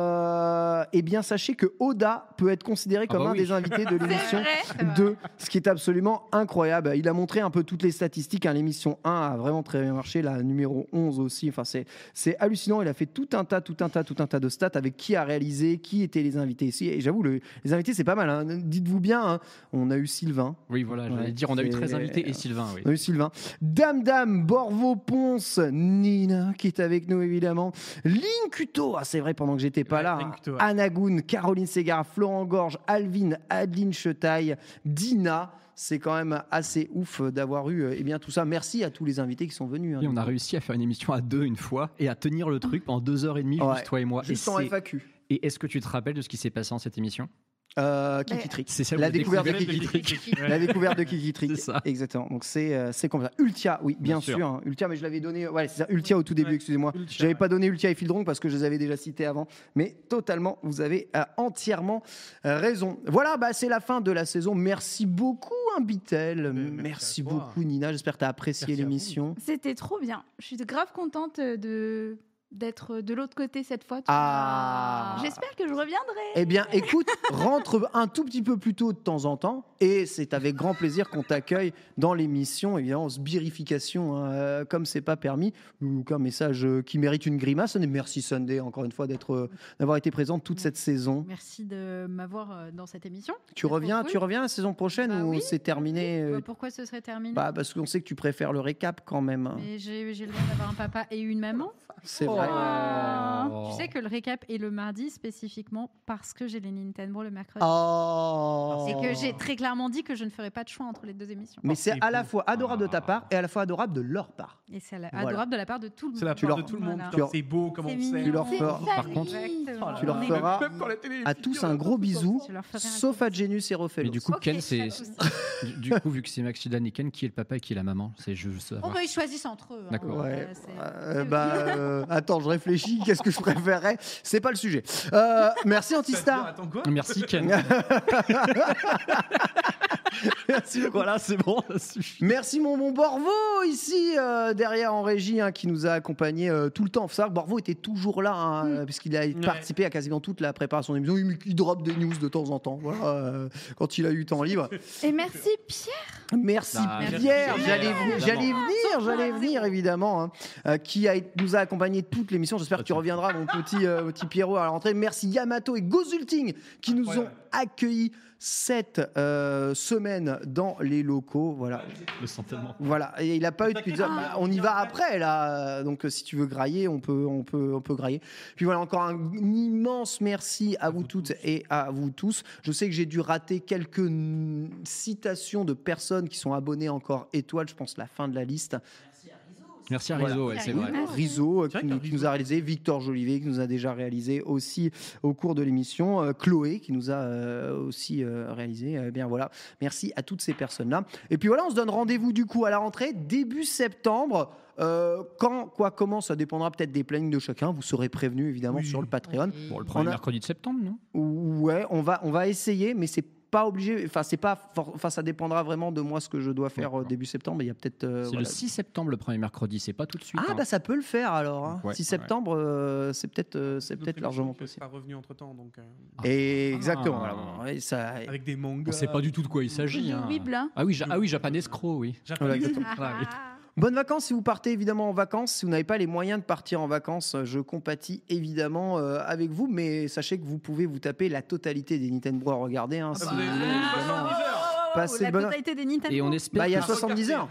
[SPEAKER 1] euh, eh bien sachez que Oda peut être considéré
[SPEAKER 4] Ah
[SPEAKER 1] comme
[SPEAKER 4] bah
[SPEAKER 1] un
[SPEAKER 4] oui.
[SPEAKER 1] des invités de l'émission
[SPEAKER 5] vrai,
[SPEAKER 1] 2, ce qui est absolument incroyable. Il a montré un peu toutes les statistiques. hein. L'émission 1 a vraiment très bien marché, la numéro 11 aussi. Enfin, c'est, c'est hallucinant. Il a fait tout un tas, tout un tas, tout un tas de stats avec qui a réalisé, qui étaient les invités ici. Et j'avoue, le- les invités, c'est pas mal. hein. Dites-vous bien, hein. on a eu Sylvain,
[SPEAKER 4] Oui, voilà, Bah, j'allais
[SPEAKER 1] Ouais,
[SPEAKER 4] dire, on a eu
[SPEAKER 1] c'est-
[SPEAKER 4] 13 invités et Sylvain, oui.
[SPEAKER 1] on a eu Sylvain. Dame Dame, Borvo Ponce, Nina qui est avec nous évidemment. Linkuto, ah, c'est vrai pendant que j'étais pas
[SPEAKER 3] Ouais,
[SPEAKER 1] là. hein. Ah,
[SPEAKER 3] Linkuto, ouais.
[SPEAKER 1] Anagoun, Caroline Ségara, Florent Gorge, Alvin, Adeline Chetaille, Dina. C'est quand même assez ouf d'avoir eu euh, eh bien, tout ça. Merci à tous les invités qui sont venus. hein.
[SPEAKER 4] Et on a réussi à faire une émission à deux une fois et à tenir le truc pendant deux heures et demie,
[SPEAKER 1] Ouais.
[SPEAKER 4] juste toi et moi.
[SPEAKER 1] Juste
[SPEAKER 4] et
[SPEAKER 1] en
[SPEAKER 4] c'est-
[SPEAKER 1] FAQ.
[SPEAKER 4] et est-ce que tu te rappelles de ce qui s'est passé en cette émission
[SPEAKER 1] Euh,
[SPEAKER 8] Mais-
[SPEAKER 1] Kiki Trick.
[SPEAKER 4] C'est celle où
[SPEAKER 1] La
[SPEAKER 4] on a
[SPEAKER 1] découverte de
[SPEAKER 4] découvert
[SPEAKER 1] Kiki
[SPEAKER 4] Kiki Trick.
[SPEAKER 1] La découverte de Kiki Trick.
[SPEAKER 4] C'est ça.
[SPEAKER 1] Exactement. Donc c'est euh, c'est comme ça. Ultia, oui, bien,
[SPEAKER 4] Bien
[SPEAKER 1] sûr.
[SPEAKER 4] sûr.
[SPEAKER 1] hein. Ultia, mais je l'avais donné. Ouais, c'est ça. Ultia au tout début,
[SPEAKER 3] Ouais,
[SPEAKER 1] excusez-moi.
[SPEAKER 3] Ultia,
[SPEAKER 1] J'avais
[SPEAKER 3] ouais.
[SPEAKER 1] pas donné Ultia et Fildron parce que je les avais déjà cités avant. Mais totalement, vous avez euh, entièrement euh, raison. Voilà, bah, c'est la fin de la saison. Merci beaucoup, hein, Bitel.
[SPEAKER 3] Mais
[SPEAKER 1] Merci,
[SPEAKER 3] merci à toi.
[SPEAKER 1] beaucoup, Nina. J'espère que tu as apprécié
[SPEAKER 3] Merci à vous.
[SPEAKER 1] l'émission.
[SPEAKER 8] C'était trop bien. Je suis grave contente de d'être de l'autre côté cette fois.
[SPEAKER 1] Ah.
[SPEAKER 8] J'espère que je reviendrai.
[SPEAKER 1] Eh bien, écoute, rentre un tout petit peu plus tôt de temps en temps, et c'est avec grand plaisir qu'on t'accueille dans l'émission, évidemment, sbirification, hein, euh, comme c'est pas permis, ou qu'un message euh, qui mérite une grimace. Et Merci Sunday, encore une fois, d'être, euh, d'avoir été présente toute cette saison.
[SPEAKER 10] Merci de m'avoir euh, dans cette émission.
[SPEAKER 1] Tu
[SPEAKER 10] C'est
[SPEAKER 1] reviens,
[SPEAKER 10] trop cool.
[SPEAKER 1] tu reviens la saison prochaine
[SPEAKER 10] Bah
[SPEAKER 1] ou
[SPEAKER 10] oui,
[SPEAKER 1] c'est terminé euh,
[SPEAKER 10] Bah, pourquoi ce serait terminé
[SPEAKER 1] bah, parce qu'on sait que tu préfères le récap quand même. hein.
[SPEAKER 10] Mais j'ai j'ai le droit d'avoir un papa et une maman.
[SPEAKER 1] C'est
[SPEAKER 10] Oh,
[SPEAKER 1] Oh.
[SPEAKER 10] Tu sais que le récap est le mardi spécifiquement parce que j'ai les Nintendo le mercredi.
[SPEAKER 1] Oh.
[SPEAKER 10] Et que j'ai très clairement dit que je ne ferai pas de choix entre les deux émissions.
[SPEAKER 1] Mais c'est à la fois adorable de ta part et à la fois adorable de leur part.
[SPEAKER 10] Et c'est la-
[SPEAKER 1] Voilà.
[SPEAKER 10] adorable de la part de tout le monde.
[SPEAKER 1] C'est la part de tout le monde, putain,
[SPEAKER 3] c'est beau, comment on s'aime.
[SPEAKER 1] Tu leur feras, par contre, tu leur feras à tous un gros bisou, sauf à Genius et Rofelos.
[SPEAKER 4] Mais du coup, Ken, c'est. du- du coup, vu que c'est Max Chidan et Ken, qui est le papa et qui est la maman C'est je veux
[SPEAKER 10] Oh,
[SPEAKER 4] savoir.
[SPEAKER 10] bah, ils choisissent entre eux. hein.
[SPEAKER 4] D'accord.
[SPEAKER 1] Ouais.
[SPEAKER 10] Euh, c'est-
[SPEAKER 1] Euh, bah, euh, attends, je réfléchis. Qu'est-ce que je préférerais C'est pas le sujet. Euh, merci Antistar.
[SPEAKER 3] Attends quoi
[SPEAKER 4] Merci, Ken.
[SPEAKER 1] Merci.
[SPEAKER 4] Voilà, c'est bon.
[SPEAKER 1] Merci mon bon Borvo ici euh, derrière en régie hein, qui nous a accompagnés euh, tout le temps. Faut savoir que Borvo était toujours là hein, puisqu'il a participé à quasiment toute la préparation d'émission. Il, il drop des news de temps en temps. Voilà, euh, quand il a eu temps libre.
[SPEAKER 8] Et merci Pierre.
[SPEAKER 1] Merci
[SPEAKER 8] Bah,
[SPEAKER 1] ben. Pierre,
[SPEAKER 8] merci,
[SPEAKER 1] j'allais
[SPEAKER 8] Pierre,
[SPEAKER 1] j'allais
[SPEAKER 8] évidemment.
[SPEAKER 1] venir, j'allais venir évidemment, hein, euh, qui a, nous a accompagné toute l'émission. J'espère que tu reviendras, mon petit, euh, petit Pierrot, à la rentrée. Merci Yamato et Gozulting qui nous ont accueillis cette euh, semaine dans les locaux. Voilà.
[SPEAKER 4] Je me sens tellement.
[SPEAKER 1] Voilà, et il n'a pas eu de pizza.
[SPEAKER 4] Ah.
[SPEAKER 1] Bah, on y va après, là. Donc, euh, si tu veux grailler, on peut, on peut, on peut grailler. Puis voilà, encore un immense merci à vous toutes et à vous tous. Je sais que j'ai dû rater quelques n- citations de personnes qui sont abonnées encore étoiles. Je pense la fin de la liste.
[SPEAKER 4] Merci à Rizzo, Ah, ouais, c'est vrai.
[SPEAKER 1] Rizzo, euh, qui, nous- qui nous a réalisé, Victor Jolivet, qui nous a déjà réalisé aussi au cours de l'émission, euh, Chloé, qui nous a euh, aussi euh, réalisé. Eh bien voilà, merci à toutes ces personnes-là. Et puis voilà, on se donne rendez-vous du coup à la rentrée, début septembre. Euh, quand, quoi, comment, ça dépendra peut-être des plannings de chacun. Vous serez prévenus évidemment sur le Patreon.
[SPEAKER 4] Bon, le
[SPEAKER 1] On
[SPEAKER 4] premier
[SPEAKER 1] a-
[SPEAKER 4] mercredi de septembre, non
[SPEAKER 1] Ouais, on va, on va essayer, mais c'est pas obligé. Enfin, c'est pas. for- Enfin, ça dépendra vraiment de moi ce que je dois faire euh, début septembre. Il y a peut-être. euh,
[SPEAKER 4] C'est le
[SPEAKER 1] voilà.
[SPEAKER 4] 6 septembre, le premier mercredi. C'est pas tout de suite.
[SPEAKER 1] Ah
[SPEAKER 4] hein.
[SPEAKER 1] bah ça peut le faire alors. hein.
[SPEAKER 4] Ouais,
[SPEAKER 1] 6
[SPEAKER 4] ouais.
[SPEAKER 1] septembre, euh, c'est peut-être, euh, c'est peut-être largement possible.
[SPEAKER 3] pas revenu entre temps, donc. euh,
[SPEAKER 1] Et exactement.
[SPEAKER 4] Ah.
[SPEAKER 1] voilà, ouais, ça...
[SPEAKER 3] Avec des mangas.
[SPEAKER 4] On sait pas du tout de quoi il s'agit.
[SPEAKER 1] Du
[SPEAKER 4] hein.
[SPEAKER 1] Weebla.
[SPEAKER 4] Ah oui, ja- ah oui, Japan Escrow, oui.
[SPEAKER 1] Voilà, exactement.
[SPEAKER 4] Ah oui.
[SPEAKER 1] Bonnes vacances si vous partez évidemment en vacances. Si vous n'avez pas les moyens de partir en vacances, je compatis évidemment euh, avec vous, mais sachez que vous pouvez vous taper la totalité des Nintendo à regarder.
[SPEAKER 10] Ah,
[SPEAKER 1] hein,
[SPEAKER 10] bah,
[SPEAKER 1] si vous voulez
[SPEAKER 10] oh,
[SPEAKER 1] vraiment passer
[SPEAKER 10] la
[SPEAKER 1] le bonheur.
[SPEAKER 10] totalité des Nintendo.
[SPEAKER 4] Et on espère
[SPEAKER 1] Bah, il y a
[SPEAKER 4] que-
[SPEAKER 1] 70 heures.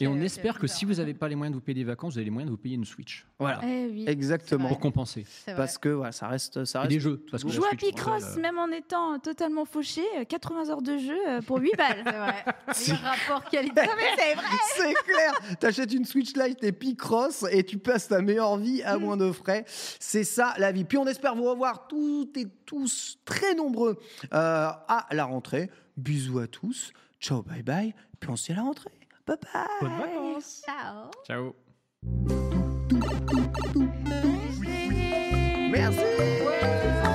[SPEAKER 4] Et on espère que si vous n'avez pas les moyens de vous payer des vacances, vous avez les moyens de vous payer une Switch.
[SPEAKER 1] Voilà.
[SPEAKER 8] Eh oui.
[SPEAKER 1] Exactement.
[SPEAKER 4] Pour compenser.
[SPEAKER 8] C'est vrai.
[SPEAKER 1] Parce que voilà, ça reste, ça reste.
[SPEAKER 4] des jeux, parce que la
[SPEAKER 8] Jouer à
[SPEAKER 4] Switch, on
[SPEAKER 8] Picross,
[SPEAKER 4] rappelle, euh,
[SPEAKER 8] même en étant totalement fauché, euh, 80 heures de jeu euh, pour 8 balles.
[SPEAKER 10] C'est vrai. rapport qualité. Non, mais c'est vrai.
[SPEAKER 1] C'est clair. T'achètes une Switch Lite et Picross et tu passes ta meilleure vie à moins de frais. C'est ça la vie. Puis on espère vous revoir toutes et tous très nombreux euh, à la rentrée. Bisous à tous. Ciao, bye bye. Puis on se dit à la rentrée. Bye bye.
[SPEAKER 10] Ciao.
[SPEAKER 4] Ciao.
[SPEAKER 1] Merci.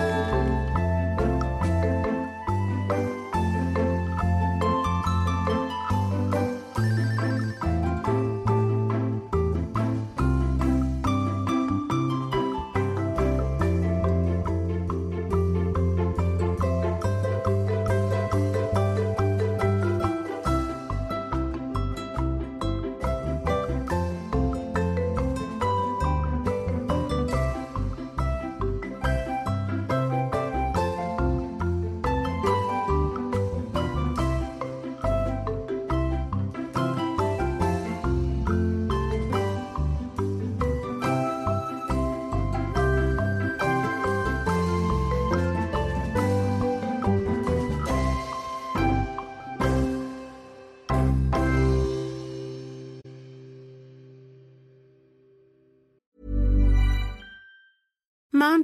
[SPEAKER 12] Mom